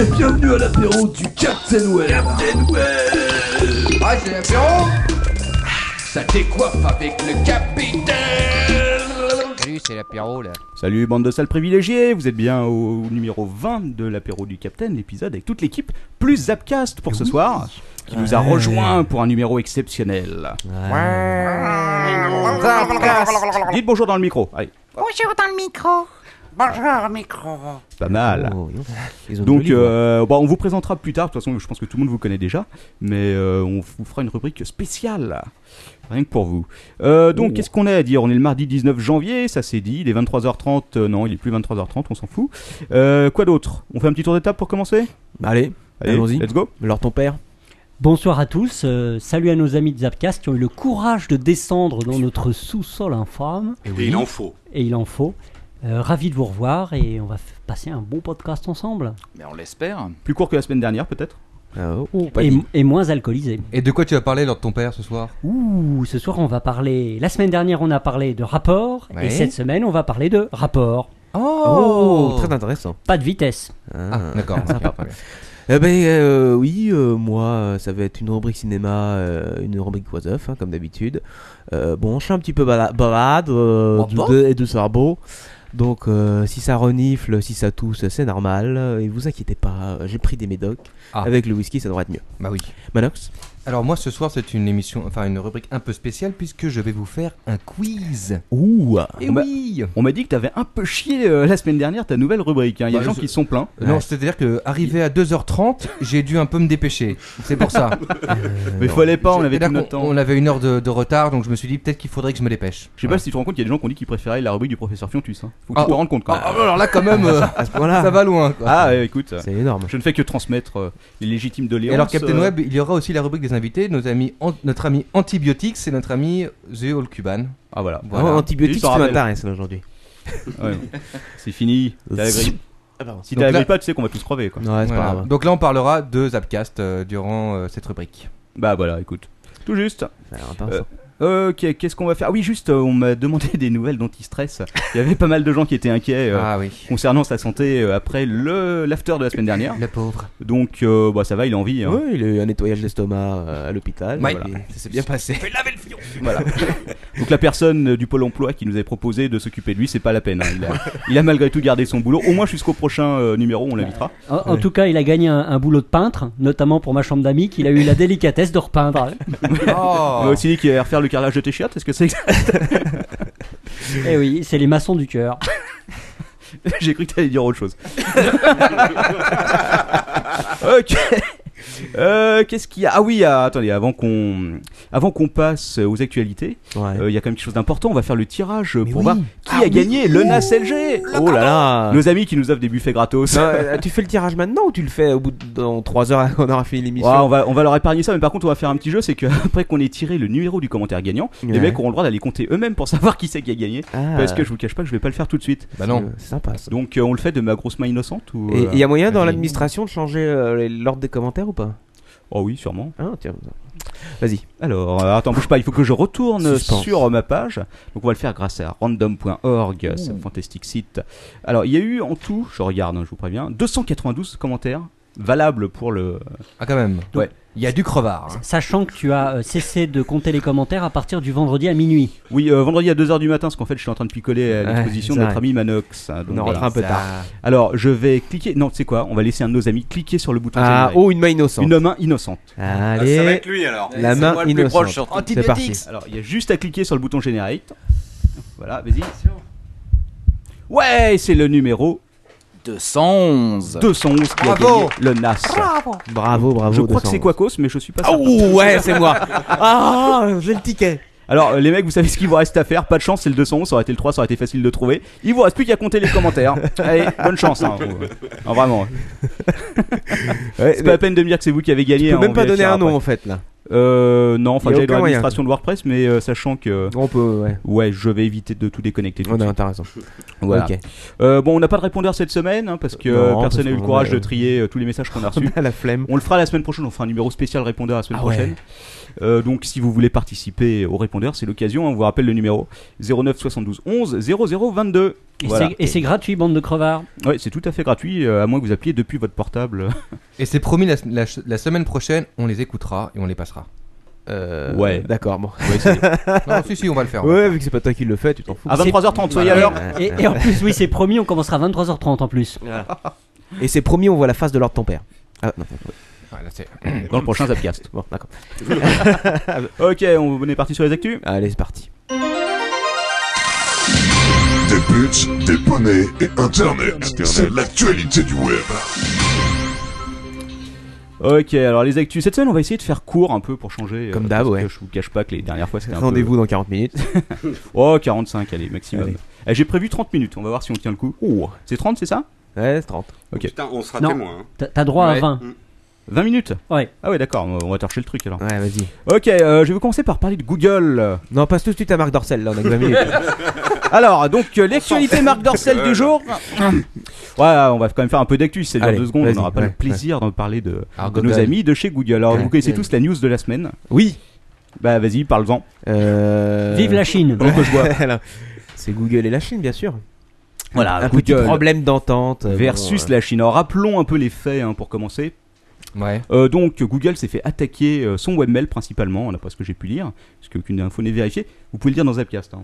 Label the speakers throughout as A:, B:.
A: et bienvenue à l'apéro du Captain Web. Captain Web
B: Ah, c'est l'apéro Ça décoiffe avec le capitaine
C: Salut, c'est l'apéro là.
D: Salut bande de salles privilégiées, vous êtes bien au numéro 20 de l'apéro du Capitaine, épisode avec toute l'équipe, plus Zapcast pour ce soir, qui nous a rejoint pour un numéro exceptionnel. Dites bonjour dans le micro, allez,
E: Bonjour dans le micro. Bonjour micro.
D: c'est pas mal.
C: Oh, ils ont
D: Donc
C: joli, quoi.
D: euh, bah, on vous présentera plus tard, de toute façon je pense que tout le monde vous connaît déjà, mais euh, on vous fera une rubrique spéciale, rien que pour vous. Euh, donc qu'est-ce qu'on a à dire On est le mardi 19 janvier, ça c'est dit, il est 23h30, euh, non il est plus 23h30, on s'en fout. Euh, quoi d'autre On fait un petit tour d'étape pour commencer
F: Allez,
D: Allez,
F: Allons-y.
D: Let's go.
F: alors ton père.
G: Bonsoir à tous, euh, salut à nos amis de Zapcast qui ont eu le courage de descendre dans notre sous-sol infâme,
H: Eh
B: Et il en faut.
G: et il en faut. Euh, ravi de vous revoir et on va f- passer un bon podcast ensemble.
B: Mais on l'espère.
D: Plus court que la semaine dernière peut-être
F: Ah, oh,
G: Et, et moins alcoolisé.
H: Oh, Et de quoi tu vas parler lors de ton père ce soir
G: Ouh, ce soir on va parler. La semaine dernière on a parlé de rapport
F: Ouais.
G: et cette semaine on va parler de rapport.
F: Oh, très intéressant.
G: Pas de vitesse.
H: Ah, d'accord. ok.
F: Eh ben euh, oui, euh, moi euh, ça va être une rubrique cinéma, euh, une rubrique was off hein, comme d'habitude. Euh, bon, je suis un petit peu bala- balade euh,
B: Oh
F: du-
B: bon
F: de- et de sarbo. Donc euh, si ça renifle, si ça tousse, c'est normal. euh, Et vous inquiétez pas, euh, j'ai pris des médocs.
H: Ah.
F: Avec le whisky, ça devrait être mieux.
H: Bah oui.
F: Manox
H: Alors moi ce soir c'est une émission, enfin une rubrique un peu spéciale puisque je vais vous faire un quiz.
F: Ouh
H: Et
D: Ah bah-
H: oui
D: On m'a dit que t'avais un peu chié euh, la semaine dernière ta nouvelle rubrique. hein. Il y a
H: Bah,
D: des gens
H: je-
D: qui se sont plaints.
H: Non, c'est-à-dire que arrivé à 2h30, j'ai dû un peu me dépêcher. C'est pour ça.
D: Mais fallait pas, on avait
H: C'est-à-dire
D: tout notre
H: qu'on-
D: temps.
H: on avait une heure de, de retard, donc je me suis dit peut-être qu'il faudrait que je me dépêche.
D: Je sais pas si tu te rends compte qu'il y a des gens qui ont dit qu'ils préféraient la rubrique du professeur Fiontus. Hein. Faut que
H: Ah.
D: tu te rendes compte quand même.
H: Ah, alors là quand même, euh,
F: À ce point-là,
H: ça va loin. quoi.
D: Ah, euh, écoute, euh,
F: c'est énorme.
D: je ne fais que transmettre euh, les légitimes
H: Et
D: doléances.
H: alors Captain
D: euh,
H: Web, il y aura aussi la rubrique des invités, nos amis, an- notre ami Antibiotics et notre ami The All Cuban.
D: Ah voilà.
H: Voilà.
F: Oh, antibiotiques,
D: Juste un
F: tu
D: rappel.
F: m'intéresses là, aujourd'hui.
D: Ouais. C'est fini. T'as la grippe.
F: Ah, pardon.
D: Si
H: Donc
D: t'as
H: là-
D: la grippe pas, tu sais qu'on va tous crever quoi.
F: Ouais, c'est pas
H: Voilà.
F: grave.
H: Donc là, on parlera de Zapcast euh, durant euh, cette rubrique.
D: Bah voilà, écoute. Tout juste.
F: Alors, intéressant.
D: Euh, Ok, qu'est-ce qu'on va faire Ah Oui, juste, euh, on m'a demandé des nouvelles d'antistress. Il y avait pas mal de gens qui étaient inquiets euh,
H: ah oui.
D: concernant sa santé euh, après le l'after de la semaine dernière.
H: Le pauvre.
D: Donc, euh, bah, ça va, il est en vie. hein.
F: Oui, il a eu un nettoyage d'estomac euh, à l'hôpital.
H: Ouais.
F: voilà. Ça s'est bien passé.
D: Voilà. Donc la personne euh, du pôle emploi qui nous avait proposé de s'occuper de lui, c'est pas la peine. hein. Il, a, il a malgré tout gardé son boulot. Au moins jusqu'au prochain euh, numéro, on l'invitera.
G: En, en tout cas, il a gagné un, un boulot de peintre, notamment pour ma chambre d'amis qu'il a eu la délicatesse de repeindre.
D: On
H: Oh.
D: m'a aussi dit qu'il allait refaire le carrelage de tes chiottes. Est-ce que c'est
G: Eh oui, c'est les maçons du cœur.
D: J'ai cru que t'allais dire autre chose. ok. Euh, Qu'est-ce qu'il y a Ah oui, ah, attendez, avant qu'on avant qu'on passe aux actualités, euh,
F: Ouais.
D: il y a quand même quelque chose d'important. On va faire le tirage pour
F: oui.
D: voir qui a gagné le NAS LG.
F: oh là là
D: Nos amis qui nous offrent des buffets gratos.
F: Non, euh, Tu fais le tirage maintenant ou tu le fais au bout de dans 3 heures qu'on aura fini l'émission
D: Ouais, on, va, on va leur épargner ça, mais par contre, on va faire un petit jeu c'est qu'après qu'on ait tiré le numéro du commentaire gagnant, les
F: Ouais.
D: mecs auront le droit d'aller compter eux-mêmes pour savoir qui c'est qui a gagné.
F: Ah,
D: Parce que je vous cache pas que je vais pas le faire tout de suite.
H: Bah non.
F: C'est sympa ça.
D: Donc, euh, on le fait de ma grosse main innocente ou.
F: Et
D: euh,
F: il y a moyen dans
D: vas-y.
F: l'administration de changer euh, les- l'ordre des commentaires ou pas
D: Oh oui, sûrement.
F: Ah tiens. Vas-y.
D: Alors, euh, attends, bouge pas, il faut que je retourne
F: Suspense.
D: sur euh, ma page. Donc, on va le faire grâce à random.org,
F: Oh.
D: c'est un fantastique site. Alors, il y a eu en tout, je regarde, hein, je vous préviens, 292 commentaires valables pour le.
H: Ah, quand même.
D: Ouais.
H: Il y a du crevard. hein.
G: Sachant que tu as euh, cessé de compter les commentaires à partir du vendredi à minuit.
D: Oui, euh, vendredi à 2h du matin, parce qu'en fait, je suis en train de picoler à
F: Ouais,
D: l'exposition
F: c'est
D: de notre
F: vrai.
D: ami Manox. hein, donc
F: On en
D: voilà.
F: rentre un peu
H: Ça-
F: tard.
D: Alors, je vais cliquer. Non, tu sais quoi On va laisser un de nos amis cliquer sur le bouton.
F: Ah,
D: générique.
F: oh, une main innocente.
D: Une main innocente.
I: Ah,
F: Allez.
B: lui alors.
F: La main innocente. C'est parti.
D: Alors, il y a juste à cliquer sur le bouton générique. Voilà, vas-y. Ouais, c'est le numéro
B: 211.
D: 211 qui
H: Bravo.
D: a gagné le NAS.
F: Bravo, bravo.
D: je crois que
F: 211.
D: c'est Quacos, mais je suis pas certain.
F: Oh ouais, c'est moi. Ah, j'ai le ticket.
D: Alors, euh, les mecs, vous savez ce qu'il vous reste à faire. Pas de chance, c'est le 211. Ça aurait été le 3, ça aurait été facile de trouver. Il vous reste plus qu'à compter les commentaires. Allez, bonne chance. hein, vous. Non, vraiment.
F: Ouais,
D: C'est
F: mais
D: pas la peine de me dire que c'est vous qui avez gagné.
F: tu peux
D: hein,
F: même
D: on
F: pas donner
D: vérifiera
F: un nom
D: après.
F: en fait là.
D: Euh, non, enfin,
F: Y a
D: j'allais
F: aucun
D: dans
F: moyen.
D: l'administration de WordPress, mais euh, sachant que.
F: On peut, ouais.
D: Ouais, je vais éviter de tout déconnecter. tout
F: On
D: de
F: est
D: suite.
F: intéressant.
D: Voilà.
F: Ok.
D: Euh, bon, on n'a pas de répondeur cette semaine hein, parce que
F: Non,
D: euh,
F: parce
D: personne n'a eu le
F: qu'on
D: courage
F: est-
D: de trier euh, tous les messages qu'on a reçus.
F: À la flemme.
D: On le fera la semaine prochaine, on fera un numéro spécial répondeur la semaine
F: Ah ouais.
D: prochaine. Euh, donc si vous voulez participer au répondeur, c'est l'occasion, hein, on vous rappelle le numéro 09 72 11 00 22.
G: Et
D: Voilà.
G: c'est- Et c'est gratuit, bande de crevards.
D: Ouais, c'est tout à fait gratuit, euh, à moins que vous appuyiez depuis votre portable.
H: Et c'est promis, la, la- la semaine prochaine, on les écoutera et on les passera.
F: Euh,
D: Ouais.
F: D'accord, bon.
H: Non, si, si, on va le faire.
F: Ouais, vu que c'est pas toi qui le fais, tu t'en fous.
D: À 23h30, soyez à l'heure.
G: Et, et en plus, oui, c'est promis, on commencera à 23h30 en plus.
F: Et c'est promis, on voit la face de l'ordre de ton père. Ah non,
H: Ouais, là, c'est-
D: Dans le prochain Zapcast.
F: bon, d'accord.
D: Ok, on on est parti sur les actus.
F: Allez, c'est parti.
B: Des buts, des poneys et Internet. C'est l'actualité du web.
D: Ok, alors les actus. Cette semaine, on va essayer de faire court un peu pour changer. euh,
F: Comme d'hab,
D: parce que
F: ouais.
D: Je vous cache pas que les dernières fois, c'était un peu-
F: Rendez-vous dans 40 minutes.
D: Oh, 45, allez, maximum.
F: Allez.
D: Eh, J'ai prévu 30 minutes, on va voir si on tient le coup. Oh, C'est 30, c'est ça
F: Ouais, c'est 30.
D: Ok.
I: Putain, on sera
G: Non.
I: témoin. hein.
G: T'as- T'as droit
H: Ouais.
G: à 20.
D: Mm. 20 minutes
G: Ouais.
D: Ah ouais, d'accord, on va torcher le truc alors.
F: Ouais, vas-y.
D: Ok, euh, je vais vous commencer par parler de Google.
F: Non, passe tout de suite à Marc Dorcel, là, on a que 20 minutes.
D: Alors, donc, euh, l'actualité Marc Dorcel du jour. Ouais, on va quand même faire un peu d'actu, c'est dans
F: Allez,
D: deux secondes, on
F: vas-y,
D: n'aura pas
F: ouais,
D: le plaisir d'en parler de,
H: Alors,
D: de nos
H: Google.
D: amis de chez Google. Alors,
F: Ouais.
D: vous connaissez tous la news de la semaine.
F: Oui.
D: Bah, vas-y, parle-en.
F: Euh...
G: Vive la Chine.
D: Pendant que je bois.
F: Alors, C'est Google et la Chine, bien sûr.
D: Voilà,
F: un petit
D: Google
F: problème d'entente. euh,
D: versus
F: bon, euh,
D: la Chine. Alors, rappelons un peu les faits hein, pour commencer.
H: Ouais.
D: Euh, donc Google s'est fait attaquer euh, son webmail principalement, d'après ce que j'ai pu lire, parce qu'aucune info n'est vérifiée. Vous pouvez le dire dans Zapcast. hein.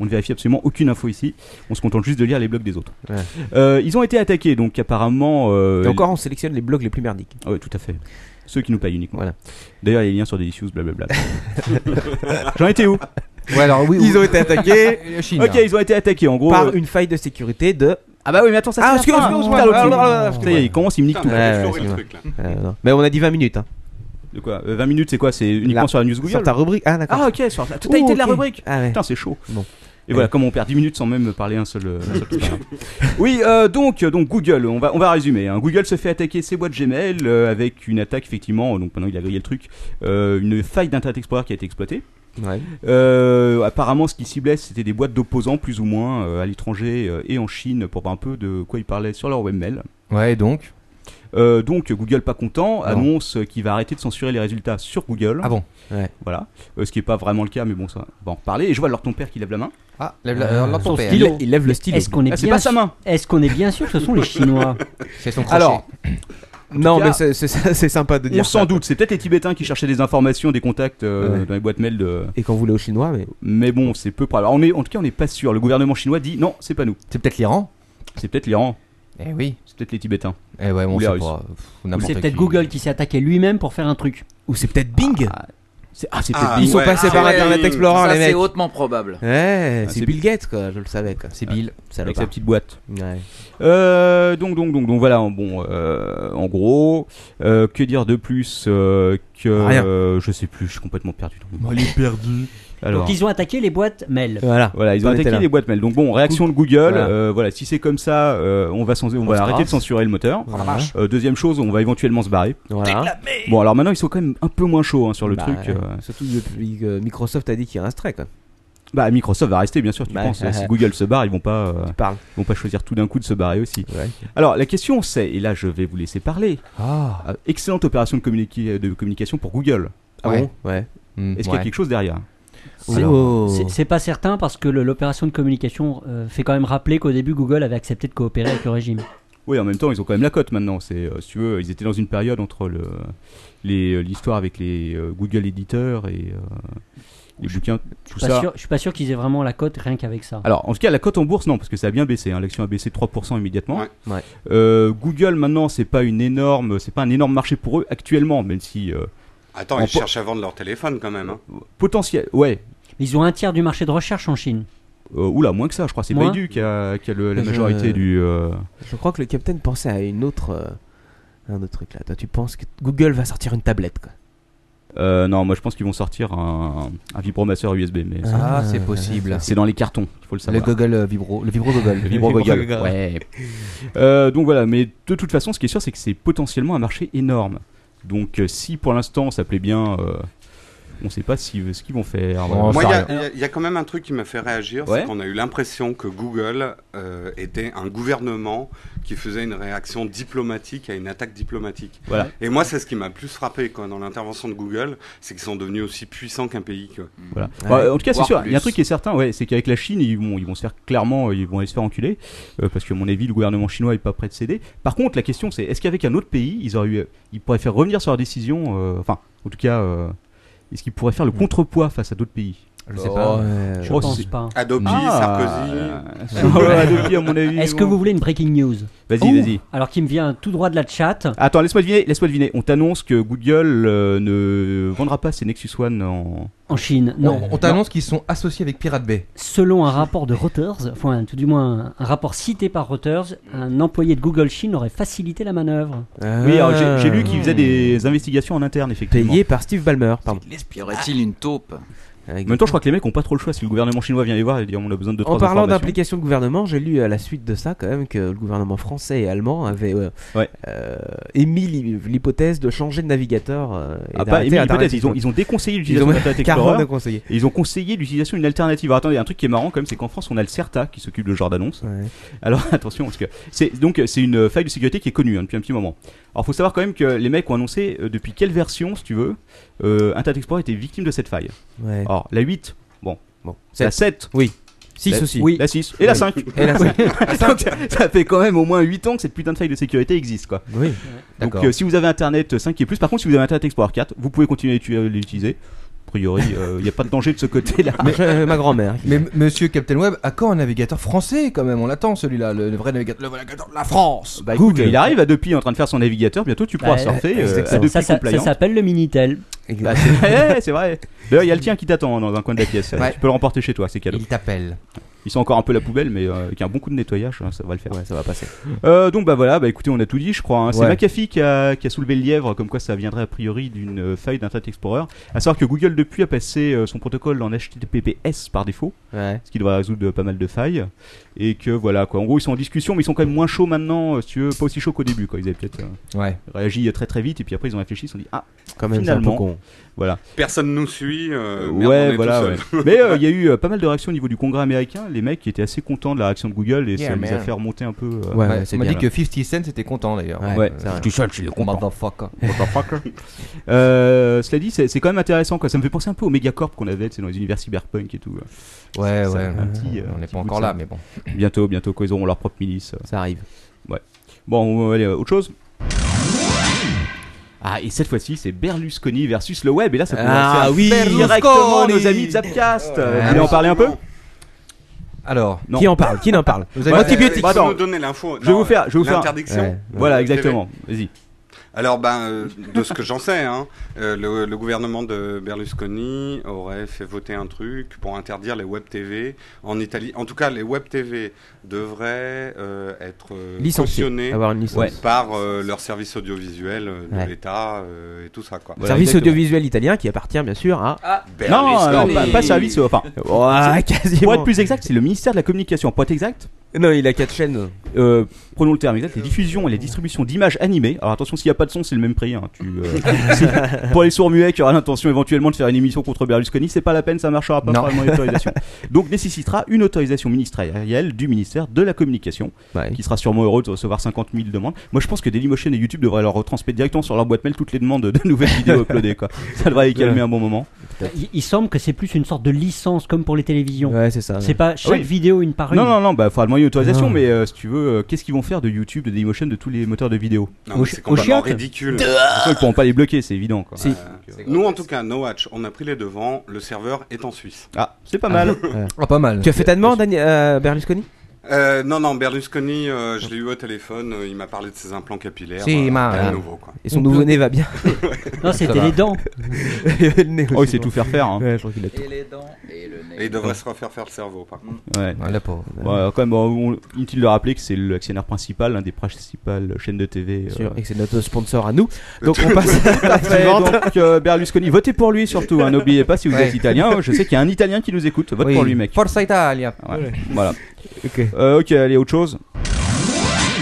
D: On ne vérifie absolument aucune info ici. On se contente juste de lire les blogs des autres.
F: Ouais.
D: Euh, ils ont été attaqués, donc apparemment. euh,
F: et encore, on sélectionne les blogs les plus merdiques.
D: ah ouais, tout à fait. Ceux qui nous payent uniquement.
F: Voilà.
D: D'ailleurs, il y a les liens sur des issues, blablabla. J'en étais où
F: Ah,
H: Ouais, alors oui. Ah,
F: Ils ont été attaqués
H: La Chine.
D: Ok, ils ont été attaqués en gros.
F: par
D: euh,
F: une faille de sécurité de.
D: Ah bah oui, mais attends, ça
F: Ah,
D: c'est la fin.
F: excuse-moi,
D: oh Putain, l'autre,
F: excuse-moi.
D: il-
F: Ah,
D: Ça y est, il commence, il me nique
I: Putain,
D: tout.
I: mais
F: Ouais,
I: j'ai
F: ouais,
I: floré
F: c'est
I: le truc là.
F: Euh, non. Mais on a dit 20 minutes. Hein.
D: De quoi Euh, 20 minutes, c'est quoi C'est uniquement
F: Là.
D: sur la news Google
F: Sur ta rubrique. Ah, d'accord.
D: Ah ok, sur la totalité de la
F: Oh, ok.
D: rubrique.
F: Ah, ouais.
D: Putain, c'est chaud.
F: Bon.
D: Et voilà, comme on perd 10 minutes sans même parler un seul. un seul truc, hein. oui, euh, donc, donc Google, on va, on va résumer. hein. Google se fait attaquer ses boîtes Gmail euh, avec une attaque, effectivement, donc pendant qu'il a grillé le truc, euh, une faille d'Internet Explorer qui a été exploitée.
F: Ouais.
D: Euh, apparemment, ce qui ciblait, c'était des boîtes d'opposants, plus ou moins, euh, à l'étranger euh, et en Chine, pour voir un peu de quoi ils parlaient sur leur webmail.
H: Ouais, donc.
D: Euh, donc Google pas content annonce qu'il va arrêter de censurer les résultats sur Google.
H: Ah bon
D: Voilà, Euh, ce qui est pas vraiment le cas, mais bon, ça, on va en reparler. Et je vois alors ton père qui lève la main.
H: Ah, la, la, la- ton
G: son
H: père.
G: stylo.
F: Il, il lève le stylo.
G: Est-ce qu'on est,
D: Ah, c'est
G: Eh bien
D: pas sa
G: sûr-
D: main.
G: Est-ce qu'on est bien sûr que ce sont les Chinois
H: hein. C'est son crochet.
D: Alors,
F: Non,
D: cas-
F: mais c'est- c'est c'est sympa de
D: on
F: dire. ça.
D: s'en doute. C'est peut-être les Tibétains qui cherchaient des informations, des contacts euh,
F: Ouais.
D: dans les boîtes mail. De...
F: Et quand vous voulez aux Chinois, mais.
D: Mais bon, c'est peu probable. Alors, on est, en tout cas, on n'est pas sûr. Le gouvernement chinois dit non, c'est pas nous.
H: c'est peut-être l'Iran
D: C'est peut-être l'Iran.
H: Eh oui.
D: C'est peut-être les Tibétains.
H: Eh ouais,
D: Ou
H: on
D: les
H: sait
D: Russes.
H: pas. Pff, n'importe
G: C'est
H: qui.
G: peut-être Google qui s'est attaqué lui-même pour faire un truc.
F: Ou c'est peut-être Bing
D: Ah, C'est ah, c'est peut-être
I: Ah,
D: Bing.
F: Ils sont
I: ouais,
F: passés
I: ah,
F: par
I: ouais,
F: Internet
I: ouais,
F: Explorer,
J: Ça,
F: Oh, les
J: c'est
F: mecs.
J: hautement probable.
F: Ouais, Ah, c'est
D: c'est
F: Bill Ah, Gates, quoi, je le savais, quoi. C'est
H: Bill.
D: Avec
F: Salopard.
D: sa petite boîte.
F: Ouais.
D: Euh, donc, donc, donc, donc, voilà. en- Bon, euh, en gros, euh, que dire de plus euh, que
F: Rien.
D: euh, je sais plus. Je suis complètement perdu. dans mon-
H: Elle est perdue.
D: Alors, Euh,
G: Donc ils ont attaqué les boîtes mail.
F: Voilà.
D: voilà, ils ont
F: On était
D: attaqué
F: là.
D: les boîtes mail. Donc bon, réaction de Google.
F: Voilà.
D: euh, voilà, si c'est comme ça, euh, on va cens- on, va
F: se
D: arrêter de
F: casse.
D: censurer le moteur.
F: Voilà.
D: Euh, deuxième chose, on va éventuellement se barrer.
F: Voilà.
D: Bon, alors maintenant ils sont quand même un peu moins chauds hein, sur le
F: Bah,
D: truc.
F: ouais.
D: euh.
F: Surtout depuis que Microsoft a dit qu'il resterait, quoi.
D: Bah, Microsoft va rester, bien sûr. Tu
F: Bah,
D: penses
F: euh,
D: Si Google se barre, ils vont pas, euh,
F: Tu parles.
D: ils vont pas choisir tout d'un coup de se barrer aussi.
F: Ouais.
D: Alors la question c'est, et là je vais vous laisser parler.
H: Ah.
D: Ah, Excellente opération de, communiqui- de communication pour Google.
F: Ah
H: Ouais.
F: bon Ouais.
H: Hmm,
D: Est-ce qu'il y a
H: ouais.
D: quelque chose derrière
G: C'est-
F: Oh.
G: C'est c'est pas certain parce que le- l'opération de communication euh, fait quand même rappeler qu'au début Google avait accepté de coopérer avec le régime.
D: Oui, en même temps, ils ont quand même la cote maintenant. C'est, euh, si tu veux, ils étaient dans une période entre le, les, euh, l'histoire avec les euh, Google éditeurs et euh, les bouquins, tout
G: Je suis
D: ça.
G: pas sûr- je suis pas sûr qu'ils aient vraiment la cote rien qu'avec ça.
D: Alors, en tout cas, la cote en bourse, non, parce que ça a bien baissé. hein. L'action a baissé de 3% immédiatement.
I: Ouais.
F: Ouais.
D: Euh, Google, maintenant, c'est pas une énorme, c'est pas un énorme marché pour eux actuellement, même si euh,
I: Attends,
D: En
I: ils
D: po-
I: cherchent à vendre leur téléphone quand même. hein.
D: potentiel. Ouais.
G: Ils ont un tiers du marché de recherche en Chine.
D: Euh, oula, moins que ça, je crois. C'est
G: Moins
D: Baidu qui a, qui a le- la
F: Je-
D: majorité du. euh,
F: Je crois que le capitaine pensait à une autre. euh, Un autre truc là. Toi, tu penses que Google va sortir une tablette quoi.
D: euh, non, moi, je pense qu'ils vont sortir un, un vibromasseur USB, mais ça,
H: Ah, c'est possible.
D: c'est dans les cartons. Il faut le
H: Le
D: savoir.
H: Google euh, Vibro. Le Vibro Google.
D: Le vibro Google. Ouais. Euh, donc voilà, mais de toute façon, ce qui est sûr, c'est que c'est potentiellement un marché énorme. Donc euh, si pour l'instant ça plaît bien euh, On ne sait pas si, ce qu'ils vont faire.
H: Oh,
I: Moi,
H: ça
I: il y a-
H: arrive.
I: il y, a- il y a quand même un truc qui m'a fait réagir,
D: Ouais.
I: c'est qu'on a eu l'impression que Google euh, était un gouvernement qui faisait une réaction diplomatique à une attaque diplomatique.
D: Voilà.
I: Et moi, c'est ce qui m'a le plus frappé quoi, dans l'intervention de Google, c'est qu'ils sont devenus aussi puissants qu'un pays. quoi.
D: Voilà.
F: Ouais.
D: Bah, en tout cas, c'est
A: Voire
D: sûr. Il y a un
A: plus.
D: truc qui est certain, ouais, c'est qu'avec la Chine, ils vont, ils vont se faire clairement, ils vont aller se faire enculer, euh, parce que à mon avis, le gouvernement chinois est pas prêt de céder. Par contre, la question, c'est est-ce qu'avec un autre pays, ils auraient eu, ils pourraient faire revenir sur leur décision, euh, enfin, en tout cas, euh, est-ce qu'ils pourraient faire
G: Mm.
D: le contrepoids face à d'autres pays
H: Je sais pas.
G: Je
D: Oh,
G: pense
D: c'est-
G: pas.
I: Adopi,
D: Ah. euh, Sarkozy. Adopi, à mon avis.
G: Est-ce que
D: bon.
G: vous voulez une breaking news
D: Vas-y,
F: Oh.
G: Ouh,
D: vas-y.
G: Alors qu'il me vient tout droit de la chat.
D: Attends, laisse-moi deviner, laisse-moi deviner. On t'annonce que Google euh, ne vendra pas ses Nexus One en.
G: En Chine, non.
H: On, on t'annonce qu'ils sont associés avec Pirate Bay.
G: Selon un rapport de Reuters, enfin tout du moins un rapport cité par Reuters, un employé de Google Chine aurait facilité la manœuvre.
F: Ah.
D: Oui, alors j'ai- j'ai lu qu'ils faisaient des investigations en interne, effectivement.
F: Payé par Steve Ballmer, pardon. Euh,
A: Y aurait-il une taupe
D: En même temps, je crois que les mecs ont pas trop le choix. Si le gouvernement chinois vient les voir et dit on a besoin de trois
F: En parlant
D: informations.
F: d'implication de gouvernement, j'ai lu à la suite de ça quand même que le gouvernement français et allemand avait euh,
D: Ouais.
F: euh, émis l'hy- l'hypothèse de changer de navigateur. euh, et
D: Ah bah,
F: d'arrêter
D: Émile,
F: Internet
D: peut-être, ils ont,
F: Explorer.
D: ils ont déconseillé
F: Ils ont
D: l'utilisation d'Internet
F: carrément
D: Explorer.
F: déconseillé.
D: Et ils ont conseillé l'utilisation d'une alternative. Alors, attendez, un truc qui est marrant quand même, c'est qu'en France, on a le CERTA qui s'occupe de ce genre d'annonce.
F: Ouais.
D: Alors attention, parce que c'est donc c'est une euh, faille de sécurité qui est connue hein, depuis un petit moment. Alors faut savoir quand même que les mecs ont annoncé euh, depuis quelle version, si tu veux, euh, Internet Explorer était victime de cette faille.
F: Ouais.
D: Alors la 8, bon,
F: Bon.
D: la 7,
F: Si,
D: la,
F: ceci.
D: la 6 et la 5.
F: Et la cinq.
D: Donc, ça fait quand même au moins 8 ans que cette putain de faille de sécurité existe quoi.
F: Oui.
D: Donc
H: D'accord.
D: euh, si vous avez Internet 5 et plus, par contre si vous avez Internet Explorer 4, vous pouvez continuer à l'uti- à l'utiliser. A priori, euh, il n'y a pas de danger de ce côté-là.
F: Mais- euh, ma grand-mère.
H: Mais m- monsieur Captain Web, à quand un navigateur français quand même On l'attend celui-là, le, le vrai navigateur. Le vrai navigateur de la France
D: Bah, écoute, il arrive à Adopi en train de faire son navigateur, bientôt tu pourras
G: Bah,
D: surfer
F: euh,
D: euh,
F: exactement.
D: Adopi
G: ça, ça, ça
D: compliant.
G: s'appelle le Minitel.
D: Bah, c'est eh, c'est vrai. D'ailleurs, il y a le tien qui t'attend dans un coin de la pièce.
H: Ouais.
D: Tu peux le remporter chez toi, c'est cadeau.
H: Il t'appelle.
D: Ils sont encore un peu la poubelle, mais euh, avec un bon coup de nettoyage, hein, ça va le faire.
F: Ouais, ça va passer.
D: Euh, donc bah voilà, bah écoutez, on a tout dit, je crois. hein. C'est
F: Ouais.
D: McAfee qui a, qui a soulevé le lièvre, comme quoi ça viendrait a priori d'une euh, faille d'Internet Explorer. À savoir que Google depuis a passé euh, son protocole en HTTPS par défaut,
F: Ouais.
D: ce qui devrait résoudre euh, pas mal de failles, et que voilà quoi. En gros, ils sont en discussion, mais ils sont quand même moins chauds maintenant, euh, si tu veux, pas aussi chauds qu'au début, quoi. Ils avaient peut-être euh,
H: Ouais.
D: réagi très très vite, et puis après ils ont réfléchi, ils se sont dit ah
F: Quand même, c'est un peu
D: Finalement.
F: con.
D: voilà.
I: personne nous suit. euh, merde, on
D: ouais,
I: est
D: voilà.
I: tout seul.
D: ouais. Mais euh, il y a eu euh, pas mal de réactions au niveau du Congrès américain. Les mecs qui étaient assez contents de la réaction de Google et
H: Yeah,
D: ça les a
H: man.
D: fait remonter un peu. euh,
F: Ouais,
H: Ouais,
F: ouais, c'est
H: on m'a
F: bien.
H: dit que 50 Cent était content d'ailleurs.
F: Ouais,
D: Ouais.
F: c'est vrai.
H: seul, je suis content. Motherfucker.
D: euh, cela dit, c'est c'est quand même intéressant. Quoi. Ça me fait penser un peu au Megacorp qu'on avait tu sais, dans les univers cyberpunk et tout. euh.
H: Ouais,
D: Ça,
H: ouais.
D: un petit, euh,
H: on
D: un
H: n'est
D: petit
H: pas
D: bout de
H: encore
D: ça.
H: là, mais bon.
D: Bientôt, bientôt, quand ils auront leur propre milice. euh.
F: Ça arrive.
D: Bon, euh, allez, euh, autre chose ah, et cette fois-ci, c'est Berlusconi versus le web. Et là, ça commence
F: Ah
D: à
F: oui,
D: faire directement
F: Berlusconi
D: nos amis de Zapcast.
H: Ouais.
D: Vous voulez en parler un peu
H: Alors,
D: Non.
F: Qui en parle Qui n'en parle
H: vous
I: Ouais,
H: avez
I: allez,
D: Antibiotiques.
I: allez,
D: Attends.
I: euh, nous donner l'info.
D: Je vais
I: Non,
D: vous faire- je vais vous faire-
I: L'interdiction.
F: Ouais.
D: Voilà,
I: Ouais.
D: exactement. Vas-y.
I: Alors, ben, euh, de ce que j'en sais, hein, euh, le, le gouvernement de Berlusconi aurait fait voter un truc pour interdire les web TV en Italie. En tout cas, les web TV devraient euh, être euh,
F: Licencié.
I: cautionnés
F: Avoir une licence.
D: Ouais.
I: par euh, leur service audiovisuel euh, de
F: Ouais.
I: l'État euh, et tout ça, quoi.
D: Voilà,
F: Service
D: exactement.
F: audiovisuel italien qui appartient bien sûr à.
D: Non, alors, pas,
A: Berlusconi.
D: pas service. euh, Enfin,
F: Ouais,
D: Pour
F: quasiment.
D: être plus exact, c'est le ministère de la Communication. Pour être exact,
F: Non, il a quatre chaînes.
D: euh, prenons le terme exact, les diffusions et les distributions d'images animées. Alors attention, s'il n'y a pas de son, c'est le même prix. hein. Tu, euh, si- pour les sourds muets qui auraient l'intention éventuellement de faire une émission contre Berlusconi, c'est pas la peine, ça marchera pas
H: Non.
D: vraiment l'autorisation. Donc nécessitera une autorisation ministérielle du ministère de la Communication,
F: Ouais.
D: qui sera sûrement heureux de recevoir 50 000 demandes. Moi, je pense que Dailymotion et YouTube devraient leur retransmettre directement sur leur boîte mail toutes les demandes de nouvelles vidéos uploadées. Quoi. Ça devrait les calmer un bon moment.
G: Il, il semble que c'est plus une sorte de licence comme pour les télévisions.
F: Ouais, c'est ça.
G: C'est pas chaque
D: oui.
G: vidéo une par une.
D: Non, non, non, bah, faudra demander une autorisation,
F: Non.
D: mais euh, si tu veux, euh, qu'est-ce qu'ils vont faire de YouTube, de Dailymotion, de tous les moteurs de vidéo
I: Non,
G: Au
I: mais
G: chi-
I: c'est
G: au
I: complètement
G: chiottes
I: ridicule.
D: De toute façon, Ils pourront pas les bloquer, c'est évident. Quoi.
F: Si.
I: Nous, en tout cas, No Watch, on a pris les devants. Le serveur est en Suisse.
D: Ah, c'est pas mal.
H: Ah, pas mal.
F: Tu as fait ta demande, Dani- euh, Berlusconi
I: Euh, non, non, Berlusconi, euh, je l'ai eu au téléphone. euh, il m'a parlé de ses implants capillaires.
H: Si,
I: euh,
H: ma-
D: hein.
I: rien de nouveau, quoi.
F: Et son nouveau-né va bien.
G: Non, c'était les dents.
F: Le nez
D: oh, il
F: aussi,
D: sait
F: bon.
D: tout faire faire. Hein.
F: Ouais, je crois qu'il a tout.
A: Et les dents et le
I: Et
A: nez.
I: il devrait se refaire faire le cerveau, par contre.
D: Ouais.
H: Ouais, Ah, la pauvre.
D: Ouais, quand même, on- on- inutile de rappeler que c'est l'actionnaire principal, l'un des principales chaînes de TV. euh.
F: Sûr, Et que c'est notre sponsor à nous. Donc on passe.
D: Parfait, donc euh, Berlusconi, votez pour lui surtout, hein, n'oubliez pas si vous
H: Ouais.
D: êtes italien, hein, je sais qu'il y a un italien qui nous écoute, vote
H: Oui.
D: pour lui mec.
H: Forza Italia.
D: Ouais, Voilà.
F: Ok.
D: Euh, ok, allez, autre chose.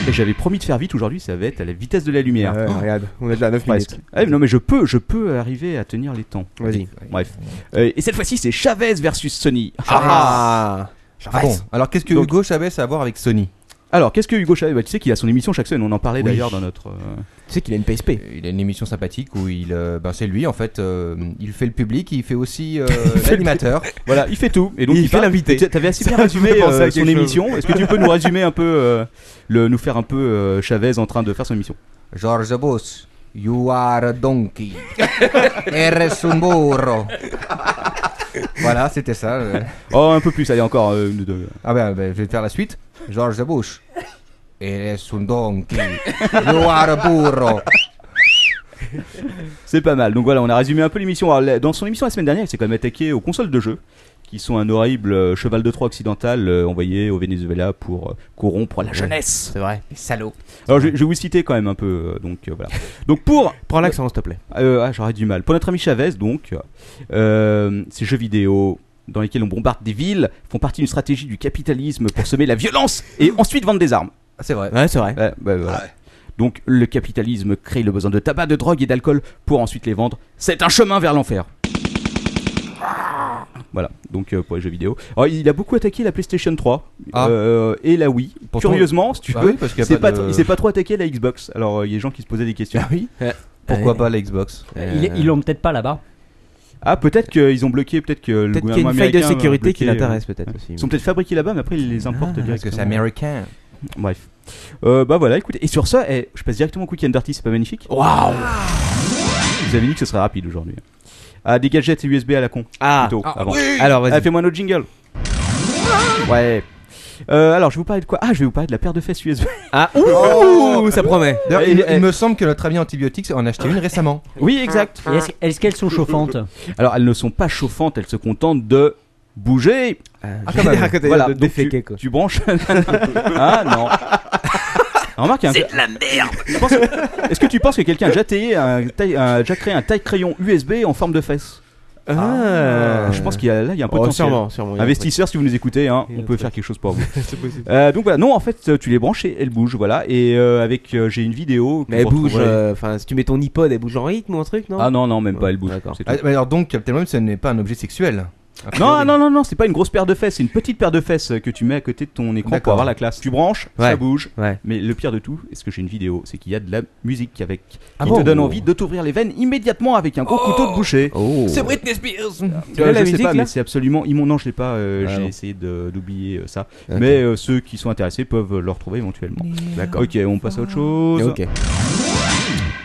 D: Et j'avais promis de faire vite aujourd'hui, ça va être à la vitesse de la lumière.
F: Ouais, regarde, on est déjà à 9
D: Presque.
F: minutes.
D: Ah, non mais je peux, je peux arriver à tenir les temps.
F: Vas-y.
D: Bref. Euh, et cette fois-ci, c'est Chavez versus Sony.
F: Ah,
H: Ah bon, alors qu'est-ce que
D: Donc-
H: Hugo Chavez a à voir avec Sony
D: Alors, qu'est-ce que Hugo Chavez bah, Tu sais qu'il a son émission chaque semaine. On en parlait
F: Oui.
D: d'ailleurs dans notre. euh,
F: Tu sais qu'il a une PSP.
H: Il a une émission sympathique où il, euh, ben c'est lui en fait, euh, il fait le public, il fait aussi euh,
D: fait le
H: l'animateur.
D: Voilà, il fait tout. Et donc
F: Il fait
D: parle.
F: l'invité.
D: Tu- T'avais assez bien
F: Ça me
D: résumé
F: fait
D: euh,
F: penser à
D: son
F: quelque chose.
D: émission. Est-ce que tu peux nous résumer un peu, euh, le, nous faire un peu euh, Chavez en train de faire son émission
H: George Boss, you are a donkey. Eres un burro. voilà, c'était ça. euh.
D: Oh, un peu plus. Allez, encore euh, une ou deux.
H: Ah ben, ben, je vais faire la suite. George Bush. Eres un donkey. You are a burro.
D: C'est pas mal. Donc voilà, on a résumé un peu l'émission. Alors, la- Dans son émission la semaine dernière, il s'est quand même attaqué aux consoles de jeu, qui sont un horrible euh, cheval de Troie occidental euh, envoyé au Venezuela pour euh, corrompre la jeunesse.
F: C'est vrai.
D: Alors je, je vais vous citer quand même un peu. euh, donc euh, voilà. Donc pour
F: Prends l'accent, s'il te plaît.
D: Euh, ah, j'aurais du mal. Pour notre ami Chavez, donc, euh, ces jeux vidéo dans lesquels on bombarde des villes font partie d'une stratégie du capitalisme pour semer la violence et ensuite vendre des armes.
H: Ah, C'est vrai.
F: Ouais, c'est vrai.
D: Ouais, bah,
H: Ah
D: voilà. Donc le capitalisme crée le besoin de tabac, de drogue et d'alcool pour ensuite les vendre. C'est un chemin vers l'enfer. Voilà, donc euh, pour les jeux vidéo. Alors, il a beaucoup attaqué la PlayStation 3
H: Ah.
D: euh, et la Wii.
H: Pourtant-
D: Curieusement, si tu
H: Bah
D: veux,
H: oui, parce qu'il y a
D: c'est
H: pas
D: pas
H: de- Ah
D: tr- il s'est pas trop attaqué à la Xbox. Alors euh, il y a des gens qui se posaient des questions.
F: oui.
H: Pourquoi
F: Ouais.
H: pas la Xbox
F: Euh,
D: Euh.
G: Ils ils l'ont peut-être pas là-bas.
D: Ah, peut-être qu'ils ont bloqué, peut-être que le
F: Peut-être qu'il y a
D: gouvernement
F: une faille de
D: américain a
F: sécurité qui
D: bloqué, euh,
F: l'intéresse peut-être aussi.
D: Ils sont peut-être fabriqués là-bas, mais après ils les importent
H: Parce
F: Ah,
H: que
D: directement.
H: c'est américain.
D: Bref. Euh, bah voilà, écoutez. Et sur ça, eh, je passe directement au Quick and Dirty, c'est pas magnifique
F: Waouh
D: Vous avez dit que ce serait rapide aujourd'hui. Ah, des gadgets et USB à la con.
F: Ah
D: Plutôt, avant.
F: Alors vas-y.
D: Ah, fais-moi notre jingle. Ouais. Euh, alors, je vais vous parler de quoi Ah, je vais vous parler de la paire de fesses USB.
F: Ah ouh, ça promet.
H: Euh, D'ailleurs,
D: Eh,
H: il,
D: eh.
H: il me semble que notre ami antibiotique en a acheté une récemment.
D: Oui, exact.
G: Et Est-ce est-ce qu'elles sont chauffantes
D: Alors, elles ne sont pas chauffantes, elles se contentent de bouger.
F: Ah,
H: quand même.
D: Voilà, donc
F: déféqué
D: tu,
F: quoi.
D: tu branches. ah non. Ah, Remarque, il y a un-
E: de la merde
D: Je pense que- Est-ce que tu penses que quelqu'un a déjà, taillé un taille- un- déjà créé un taille-crayon USB en forme de fesse
F: Ah.
D: Je pense qu'il y a là, il y a un
F: Oh,
D: potentiel.
F: sûrement, sûrement. il y a un
D: Investisseurs, si vous nous écoutez, hein,
F: Il y a
D: on
F: un
D: peut
F: truc.
D: faire quelque chose pour vous.
F: truc. C'est possible.
D: Euh, donc voilà, non, en fait, tu les branches et elles bougent, voilà. Et euh, avec, euh, j'ai une vidéo. que
F: Mais elle
D: vous
F: bouge.
D: retrouverez.
F: euh, Enfin, si tu mets ton iPod, elle bouge en rythme ou un truc, non
D: Ah non, non, même
F: Ouais,
D: pas, elle bouge.
F: d'accord.
D: c'est tout.
H: Ah, mais Alors donc, Captain Web, ce n'est pas un objet sexuel. A
D: Non,
H: priori.
F: ah,
D: non, non, non, c'est pas une grosse paire de fesses, c'est une petite paire de fesses que tu mets à côté de ton écran pour
H: D'accord.
D: avoir la classe. Tu branches, ça
F: Ouais.
D: bouge.
F: Ouais.
D: Mais le pire de tout, est-ce que j'ai une vidéo, c'est qu'il y a de la musique avec, qui
F: Ah
D: te
F: bon
D: donne envie de t'ouvrir les veines immédiatement avec un gros couteau de boucher.
F: Oh.
H: C'est Britney Spears.
D: Euh,
F: l'as, la
D: je sais
F: musique,
D: pas,
F: là
D: mais c'est absolument immonent. Non, je l'ai pas. euh,
F: Ah,
D: J'ai
F: non.
D: essayé de- d'oublier euh, ça.
F: Ok.
D: Mais euh, ceux qui sont intéressés peuvent le retrouver éventuellement.
F: euh,
D: D'accord. Ok, on passe à autre chose.
F: Ok.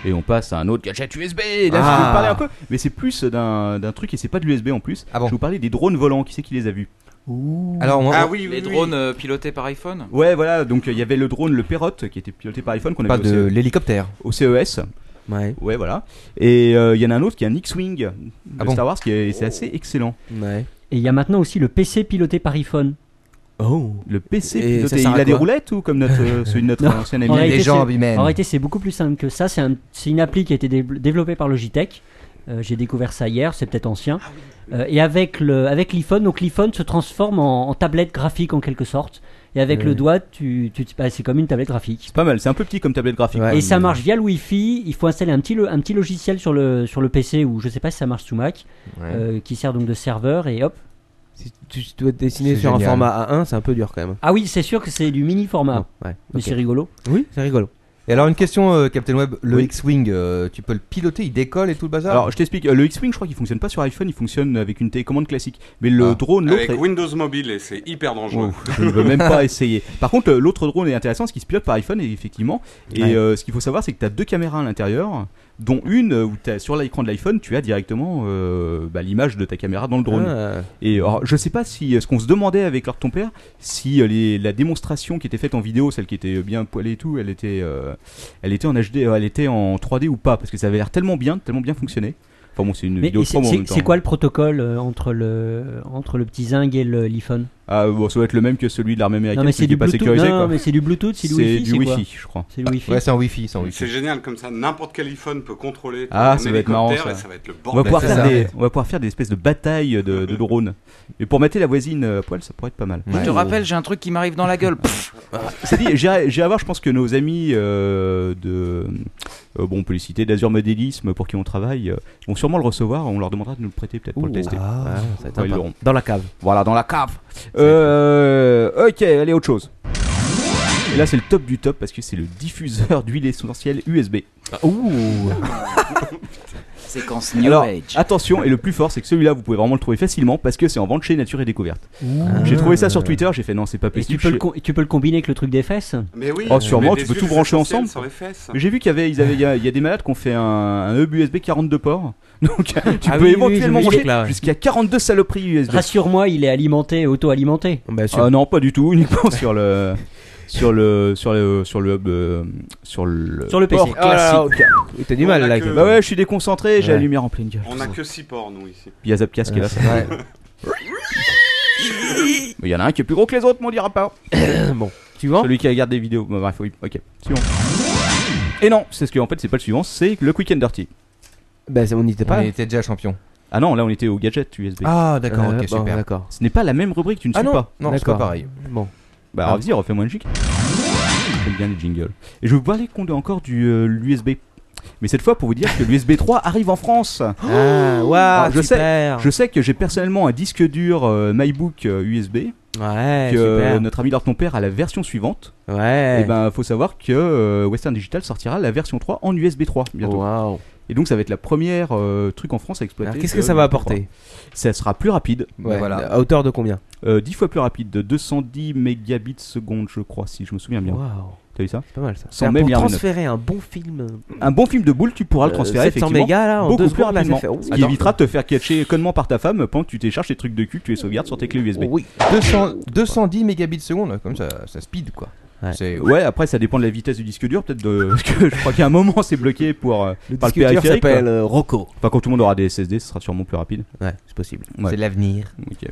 D: Et on passe à un autre gadget USB. Là, je vais
F: Ah.
D: vous parler un peu. Mais c'est plus d'un d'un truc et c'est pas de l'USB en plus.
H: Ah bon
D: Je vais vous parler des drones volants. Qui c'est qui les a vus
H: Alors, on-
I: Ah oui, oui,
J: Les
I: oui.
J: drones euh, pilotés par iPhone
D: Ouais, voilà. Donc euh, il y avait le drone, le Perrot, qui était piloté par iPhone, qu'on
H: on parle
D: avait
H: de
D: au C- E
H: l'hélicoptère.
D: au CES.
F: Ouais.
D: Ouais, voilà. Et euh, il y en a un autre qui est un X-Wing de
H: Ah bon
D: Star Wars, qui est, et c'est assez excellent.
F: Ouais.
G: Et il y a maintenant aussi le PC piloté par iPhone.
F: Oh.
D: Le PC,
F: Et
D: piloté,
F: ça sert
D: il
F: à
D: a des
F: quoi
D: roulettes ou comme notre, euh, celui de notre
G: Non.
D: ancien
G: En
D: ami
G: réalité,
H: des jambes
G: c'est-
H: humaines.
G: En réalité, c'est beaucoup plus simple que ça. C'est un- c'est une appli qui a été dé- développée par Logitech. Euh, J'ai découvert ça hier, c'est peut-être ancien. Euh, et avec le avec l'iPhone, donc l'iPhone se transforme en, en tablette graphique en quelque sorte. Et avec
F: Ouais.
G: le doigt, tu, tu, bah, c'est comme une tablette graphique.
D: C'est pas mal, c'est un peu petit comme tablette graphique.
F: Ouais.
G: Et ça marche via le Wi-Fi. Il faut installer un petit, lo- un petit logiciel sur le, sur le PC ou je sais pas si ça marche sous Mac,
D: Hein.
G: euh, qui sert donc de serveur et hop.
F: Si tu tu dois te dessiner
H: C'est
F: sur
H: génial.
F: un format A1, c'est un peu dur quand même.
G: Ah oui, c'est sûr que c'est du mini format,
F: Non, Ouais.
G: Ah. mais
F: ok.
G: c'est rigolo.
F: Oui, c'est rigolo.
H: Et alors, une question, euh, Captain Web. Le
D: Oui.
H: X-Wing, euh, tu peux le piloter, il décolle et tout le bazar
D: Alors, je t'explique, euh, le X-Wing, je crois qu'il fonctionne pas sur iPhone, il fonctionne avec une télécommande classique. Mais le
H: Ah.
D: drone, l'autre.
I: Avec
D: Est...
I: Windows Mobile, et c'est hyper dangereux.
D: Ouf, je ne veux même pas essayer. Par contre, euh, l'autre drone est intéressant, ce qui se pilote par iPhone, et effectivement. Et
F: Ouais.
D: euh, ce qu'il faut savoir, c'est que tu as deux caméras à l'intérieur, dont une euh, où as, sur l'écran de l'iPhone, tu as directement euh, bah, l'image de ta caméra dans le drone.
F: Ah.
D: Et alors, je sais pas si euh, ce qu'on se demandait avec leur ton père, si euh, les- la démonstration qui était faite en vidéo, celle qui était bien poilée et tout, elle euh, était, euh, elle était en HD, euh, elle était en 3D ou pas, parce que ça avait l'air tellement bien, tellement bien fonctionné. Enfin bon, c'est une
G: Mais
D: vidéo de
G: c'est
D: promo en
G: c'est-
D: même temps.
G: c'est quoi le protocole euh, entre le entre le petit zinc et le l'iPhone
D: Ah, bon, ça doit être le même que celui de l'armée américaine.
G: Non mais
D: celui
G: c'est
D: qui
G: du
D: est pas
G: Bluetooth.
D: sécurisé,
G: non,
D: quoi.
G: mais c'est du Bluetooth, c'est du Wi-Fi.
D: du
G: quoi
D: Wi-Fi, je crois.
G: C'est du Wi-Fi.
J: Ouais, c'est en Wi-Fi, c'est en Wi-Fi.
I: C'est génial comme ça, n'importe quel iPhone peut contrôler
D: Ah,
I: un
D: ça va être marrant,
I: hélicoptère
D: ça.
I: et ça va être le
D: On va,
I: bordel.
D: pouvoir
J: c'est
D: faire
J: ça.
D: des, on va pouvoir faire des espèces de batailles de, de drones. Et pour mater la voisine euh, à poil, ça pourrait être pas mal.
F: Ouais.
K: Je te rappelle, j'ai un truc qui m'arrive dans la gueule. Pff,
D: C'est dit, j'ai j'ai à voir, je pense que nos amis euh, de. euh, bon, on peut les citer, d'Azur Modélisme, pour qui on travaille, euh, vont sûrement le recevoir. On leur demandera de nous le prêter peut-être pour le tester.
F: Ah, ça va être
D: Ouais, ils
F: sympa.
D: l'auront.
F: Dans la cave.
D: Voilà, dans la cave. Euh, ok, allez, autre chose. Et là, c'est le top du top parce que c'est le diffuseur d'huile essentielle USB.
G: Ah,
K: séquence New
D: Alors,
K: Age.
D: attention, et le plus fort, c'est que celui-là, vous pouvez vraiment le trouver facilement parce que c'est en vente chez Nature et Découverte. J'ai trouvé ça sur Twitter, j'ai fait non, c'est pas
G: Ah. Et
D: possible.
G: tu peux, le
D: J'ai-
G: com- tu peux le combiner avec le truc des fesses
I: Mais oui,
D: Oh, sûrement,
I: mais
D: tu
I: des
D: peux tout
I: huiles
D: brancher
I: essentielles
D: ensemble.
I: Sur les fesses.
D: Mais J'ai vu qu'il y avait, ils avaient, il y a, il y a des malades qui ont fait un, un E hub USB 42 ports. Donc tu
F: Ah
D: peux
F: oui, oui,
D: éventuellement
F: j'ai vu ce
D: brancher
F: truc-là, ouais.
D: jusqu'à 42 saloperies USB.
G: Rassure-moi, il est alimenté, auto-alimenté.
F: Bah, sûr.
D: Ah non, pas du tout, uniquement sur le sur le sur le sur le hub, euh, sur le
G: Sur le PC.
D: port classique.
F: Oui, T'as du
I: On
F: mal
I: a
F: là.
I: que-
F: avec-
D: Bah ouais, je suis déconcentré, j'ai
F: Ouais.
D: la lumière en pleine gueule.
I: On a que 6 ports, nous, ici.
D: Puis il y a Zapcast qui est là.
F: Ouais.
D: Mais il y en a un qui est plus gros que les autres, mais on dira pas.
F: bon. Suivant.
D: Celui qui regarde des vidéos. Bah, bref, oui, ok. Suivant. Et non, c'est ce que en fait, c'est pas le suivant, c'est le Quick and Dirty.
F: Bah, ça, on n'y était
J: On
F: pas.
J: était déjà champion.
D: Ah non, là on était au gadget USB.
J: Ah, d'accord,
F: Euh,
J: ok,
F: bon,
J: super.
F: D'accord.
D: Ce n'est pas la même rubrique, tu ne
J: Ah
D: suis
J: non,
D: pas.
J: non, c'est pas
F: D'accord.
J: pareil.
F: Bon.
D: Bah,
F: Ah.
D: alors, vas-y, refais-moi une chic. J'aime bien les jingles. Et je vais vous parler qu'on a encore du euh, l'USB. Mais cette fois pour vous dire que l'USB 3 arrive en France.
F: Ah, waouh,
D: Alors, je sais-
F: super.
D: Je sais que j'ai personnellement un disque dur euh, MyBook euh, USB.
F: Ouais,
D: que euh,
F: Eh, super. Eh.
D: notre ami Lord Ton Père a la version suivante.
F: Ouais.
D: Et ben, faut savoir que euh, Western Digital sortira la version 3 en USB 3 bientôt.
F: Waouh.
D: Et donc ça va être la première euh, truc en France à exploiter.
F: Alors, qu'est-ce
D: de
F: que ça va
D: l'USB 3.
F: apporter
D: Ça sera plus rapide,
J: Ouais, voilà.
F: À hauteur de combien
D: euh, 10 fois plus rapide, de 210 mégabits seconde, je crois, si je me souviens bien.
F: Waouh.
D: T'as vu ça
F: C'est pas mal ça.
D: Sans
F: Alors,
D: même y
F: pour
D: avoir
F: transférer un bon film.
D: Un bon film de boule, tu pourras le transférer
F: euh, 700
D: effectivement
F: mégas là, en
D: beaucoup
F: deux
D: plus
F: secondes, là, ça
D: rapidement.
F: fait- oh.
D: Ce
F: Ouh.
D: qui évitera de te faire catcher connement par ta femme pendant que tu télécharges tes trucs de cul que tu les sauvegardes sur tes clés USB.
F: Oui.
J: 200 210 mégabits seconde, comme ça, ça speed quoi.
F: Ouais.
J: C'est
D: Ouais, après ça dépend de la vitesse du disque dur, peut-être de. Parce que je crois qu'à un moment c'est bloqué pour euh,
F: Le
D: par le
F: disque dur
D: périphérique.
F: s'appelle
D: quoi.
F: euh, Rocco.
D: Enfin, quand tout le monde aura des SSD, ce sera sûrement plus rapide.
F: Ouais, c'est possible.
D: Ouais.
J: c'est l'avenir.
D: Ok.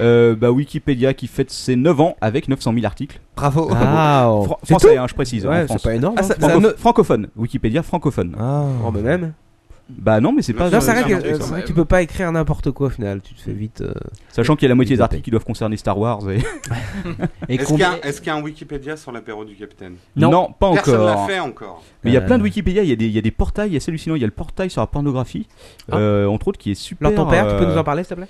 D: Euh, bah Wikipédia qui fête ses 9 ans avec 900 000 articles.
J: Bravo.
D: Ah.
F: Waouh.
D: Fran-
F: Ah, Oh. C'est
D: français, oh,
F: tout
D: hein, je précise. en
F: Ouais,
D: France.
F: c'est pas énorme.
J: Ah,
F: hein.
J: ça-
D: Franco-
J: c'est un-
D: Francophone. Wikipédia francophone.
J: Ah.
F: Oh, mais même.
D: Bah non, mais c'est pas.
F: Non, c'est
I: c'est
F: vrai que
I: un truc,
F: euh,
I: ça,
F: c'est vrai
I: ouais.
F: que tu peux pas écrire n'importe quoi au final. Tu te fais vite. euh,
D: Sachant qu'il y a la moitié des articles qui doivent concerner Star Wars.
G: Et
D: Et...
I: Est-ce qu'il y,
G: combien-
I: a- est-ce qu'il y a un Wikipédia sur l'apéro du capitaine
G: Non.
D: pas
I: Personne l'a
D: encore.
I: fait encore.
D: Mais il y a
F: Euh.
D: plein de Wikipédia. Il y, a des- il y a des portails assez hallucinants. Il y a le portail sur la pornographie, euh, entre autres, qui est super.
F: Alors, ton Ah. père, tu peux
D: euh,
F: nous en parler s'il te plaît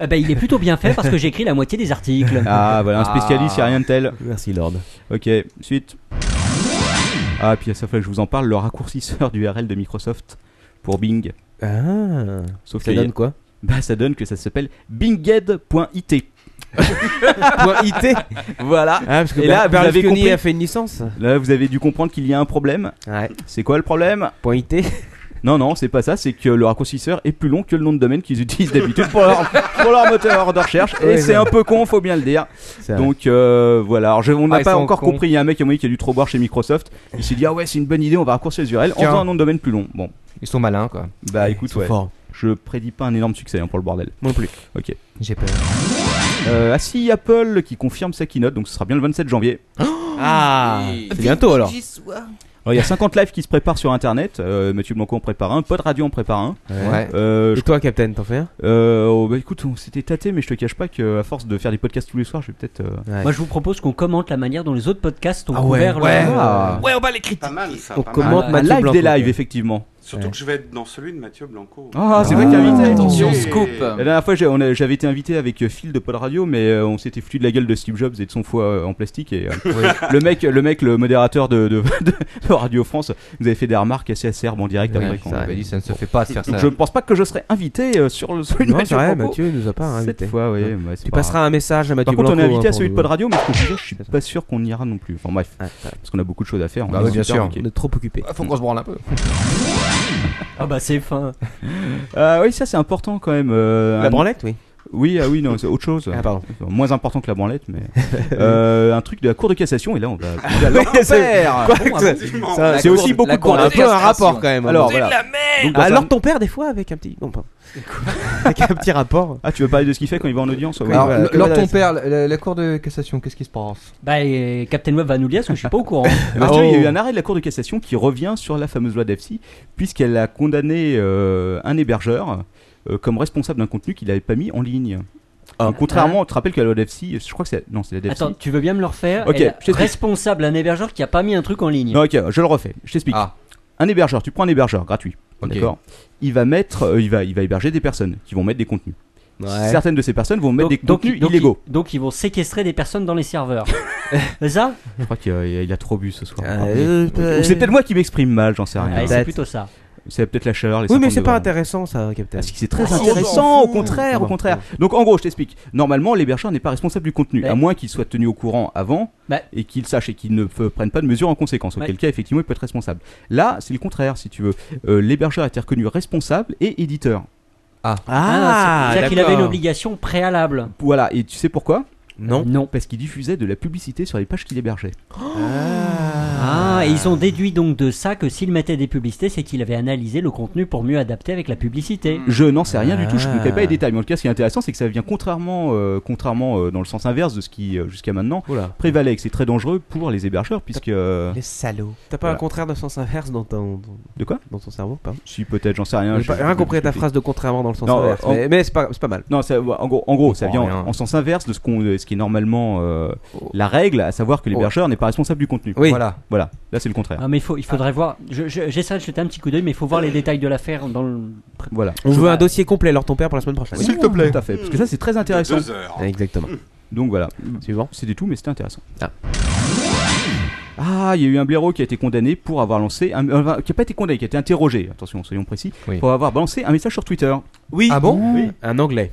G: Eh ben, il est plutôt bien fait parce que j'écris la moitié des articles.
D: Ah voilà, un spécialiste, il y a rien de tel.
F: Merci, Lord.
D: Ok, suite. Ah, puis à ça fait que je vous en parle, le raccourcisseur d'URL de Microsoft pour Bing.
F: Ah.
D: Sauf
F: Ça
D: que
F: donne quoi
D: bah, ça donne que ça s'appelle binged.it.
F: Point IT
D: Voilà.
F: Ah, parce que
D: Et
F: Ber-
D: là, vous avez
F: Berlusconi
D: compris
F: a fait une licence.
D: Là, vous avez dû comprendre qu'il y a un problème.
F: Ouais.
D: C'est quoi le problème
F: Point IT.
D: Non, non, c'est pas ça, c'est que le raccourcisseur est plus long que le nom de domaine qu'ils utilisent d'habitude pour leur, pour leur moteur de recherche. Et
F: Ouais,
D: c'est
F: ouais.
D: un peu con, faut bien le dire. Donc euh, voilà, Alors, je- on n'a
J: Ah, ils
D: pas
J: sont
D: encore
J: cons.
D: compris. Il y a un mec qui a, dit, qui a dû trop boire chez Microsoft. Il s'est dit, ah ouais, c'est une bonne idée, on va raccourcir les URL en
J: Tiens.
D: faisant un nom de domaine plus long. Bon,
J: Ils sont malins quoi.
D: bah écoute, ouais.
F: Fort.
D: Je prédis pas un énorme succès hein, pour le bordel.
F: Moi non plus.
D: Ok.
J: J'ai peur.
D: Euh, ah si, Apple qui confirme sa keynote, donc ce sera bien le 27 janvier.
F: Ah. C'est bientôt alors.
D: Alors, il y a 50 lives qui se préparent sur internet. Euh, Mathieu Blanco en prépare un, Pod Radio en prépare un.
J: Ouais.
D: Euh,
F: Et
D: je-
F: toi, Captain, t'en fais un
D: euh, oh, bah écoute, on s'était tâté, mais je te cache pas que à force de faire des podcasts tous les soirs, je vais peut-être. euh,
G: Moi, je vous propose qu'on commente la manière dont les autres podcasts ont
F: Ah ouais,
G: couvert leur-
F: ouais.
D: Ah.
K: Ouais, on bat les critiques.
I: Pas mal ça.
F: On
I: pas mal.
F: commente
D: un
F: Mathieu
D: live
F: Blanco,
D: des lives,
F: ouais.
D: effectivement.
I: Surtout
F: Ouais.
I: que je vais être dans celui de Mathieu Blanco.
D: Ah, c'est vrai
F: Ah.
D: qu'il y a invité.
K: Attention,
I: Et-
K: scoop.
D: La dernière fois, j'ai- on a- j'avais été invité avec euh, Phil de Pod Radio, mais euh, on s'était foutu de la gueule de Steve Jobs et de son foie euh, en plastique. Et euh, le mec, le mec, le modérateur de, de- de Radio France, nous avait fait des remarques assez acerbes en direct.
F: Ouais,
D: après,
F: c'est
D: quand-
J: On
F: vrai.
J: avait dit ça ne se fait pas de faire
D: Donc,
J: ça.
D: je ne pense pas que je serai invité euh, sur le celui de
F: Non, c'est
D: Mathieu
F: vrai,
D: Blanco.
F: Mathieu nous a pas invité.
D: Cette fois, oui.
F: Ouais.
D: ouais, c'est
F: Tu
D: pas grave.
F: passeras un message à Mathieu
D: Par contre, on est
F: Blanco,
D: invité
F: hein,
D: à celui de
F: pour
D: Pod
F: nous-
D: Radio, mais je, peux vous dire, je suis
F: C'est ça.
D: pas sûr qu'on ira non plus. Enfin bref,
F: Ouais, ouais.
D: parce qu'on a beaucoup de choses à faire. on
J: Bah
D: est
J: ouais,
D: super
J: bien sûr.
D: occupés.
F: On est trop occupé.
J: Faut qu'on se branle un peu.
G: Ah bah c'est fin.
D: Ah oui, ça c'est important quand même. euh,
F: La
D: un-
F: branlette, oui.
D: Oui, ah oui, non, c'est autre chose.
F: Ah, pardon.
D: Enfin, Moins important que la branlette, mais. Euh, un truc de la Cour de cassation, et là, on va. on va-
F: Ouais,
D: l'enfer.
F: c'est- quoi que ça-
D: Effectivement.
F: ça-
D: La
F: c'est
D: Cour-
F: aussi
D: la
F: beaucoup
D: Cour
F: pour
D: de
F: un peu un
D: cassation.
F: rapport quand même.
D: Alors, voilà. Donc, dans
F: Eh, Bah, Alors
D: un-
F: ton père des fois avec un petit non pas. avec un petit rapport.
D: Ah, tu veux parler de ce qu'il fait quand il va en audience ouais.
J: Alors,
D: Voilà.
J: l-
D: Que
J: lors
D: dalle,
J: ton
D: ça.
J: père, la, la cour de cassation, qu'est-ce qui se passe
G: Bah, et Captain Web va nous le dire parce que je suis pas au courant.
D: Ah,
F: oh.
D: tiens, Il y a eu un arrêt de la Cour de cassation qui revient sur la fameuse loi d'EFSI, puisqu'elle a condamné euh, un hébergeur euh, comme responsable d'un contenu qu'il n'avait pas mis en ligne.
F: Ah.
D: Donc, contrairement, tu te rappelles que la loi d'EFSI, je crois que c'est. Non, c'est la DFC.
G: Attends, tu veux bien me le refaire
D: Ok,
G: Elle-
D: je t'explique.
G: Responsable, un hébergeur qui a pas mis un truc en ligne.
D: Non, ok, je le refais. Je t'explique. Un hébergeur, tu prends un hébergeur gratuit. D'accord. Il va mettre, euh, il va, il va héberger des personnes qui vont mettre des contenus.
G: Ouais.
D: Certaines de ces personnes vont mettre
G: Donc-
D: des
G: donc-
D: contenus
G: donc-
D: illégaux.
G: Donc ils vont séquestrer des personnes dans les serveurs. C'est ça
D: Je crois qu'il y a, il a trop bu ce soir.
F: Euh, euh,
D: Ou c'est peut-être moi qui m'exprime mal, j'en sais rien.
G: Ouais, c'est plutôt ça.
D: C'est peut-être la chaleur. Les
F: Oui, mais
D: 50
F: c'est pas
D: degrés.
F: intéressant ça, Captain.
D: Parce que c'est très
F: Ah,
D: intéressant,
F: on s'en
D: au
F: fout.
D: contraire, au
F: Bon,
D: contraire. Donc en gros, je t'explique. Normalement, l'hébergeur n'est pas responsable du contenu, à moins qu'il soit tenu au courant avant
G: Ouais.
D: et qu'il sache et qu'il ne f- prenne pas de mesures en conséquence. Auquel
G: Ouais.
D: cas, effectivement, il peut être responsable. Là, c'est le contraire, si tu veux. Euh, l'hébergeur a été reconnu responsable et éditeur.
J: Ah,
G: Ah, c'est-à-dire qu'il avait une obligation préalable.
D: Voilà, et tu sais pourquoi
F: Non.
G: Non.
D: Parce qu'il diffusait de la publicité sur les pages qu'il hébergeait.
G: Ah, et ils ont déduit donc de ça que s'il mettait des publicités, c'est qu'il avait analysé le contenu pour mieux adapter avec la publicité.
D: Je n'en sais rien du tout, je ne connais pas les
G: Ah.
D: détails. Mais en tout cas, ce qui est intéressant, c'est que ça vient contrairement, euh, contrairement euh, dans le sens inverse de ce qui, euh, jusqu'à maintenant, prévalait et que c'est très dangereux pour les hébergeurs, puisque. euh,
F: Les salauds. T'as pas
D: Voilà.
F: un contraire de sens inverse dans ton.
D: De quoi
F: Dans ton cerveau, pardon.
D: Si, peut-être, j'en sais rien.
F: J'ai pas-
D: je-
F: rien
D: je-
F: compris à
D: je-
F: ta phrase de contrairement dans le sens
D: Non,
F: inverse.
D: en-
F: Mais, mais c'est pas, c'est pas mal.
D: Non, ça- en gros, en gros, ça vient
F: comprend
D: en,
F: rien. Oh.
D: en sens inverse de ce, qu'on, de ce qui est normalement euh, la règle, à savoir que l'hébergeur n'est pas responsable du contenu.
F: Oui.
D: Voilà. Voilà. Là, c'est le contraire.
G: Ah, mais il faut, il faudrait voir. je- je- J'essaie de jeter un petit coup d'œil, mais il faut voir les détails de l'affaire dans le.
D: Voilà.
F: On veut un dossier complet lors ton père pour la semaine prochaine.
D: S'il te plaît. Tout à fait, parce que ça, c'est très intéressant.
F: deux heures. Exactement.
D: Donc voilà.
F: Suivant.
D: C'était tout, mais c'était intéressant.
F: Ah.
D: Ah, il y a eu un blaireau qui a été condamné pour avoir lancé. Un, euh, qui n'a pas été condamné, qui a été interrogé, attention, soyons précis,
F: Oui.
D: pour avoir balancé un message sur Twitter.
F: Oui. Ah bon
D: Oui.
F: Un anglais.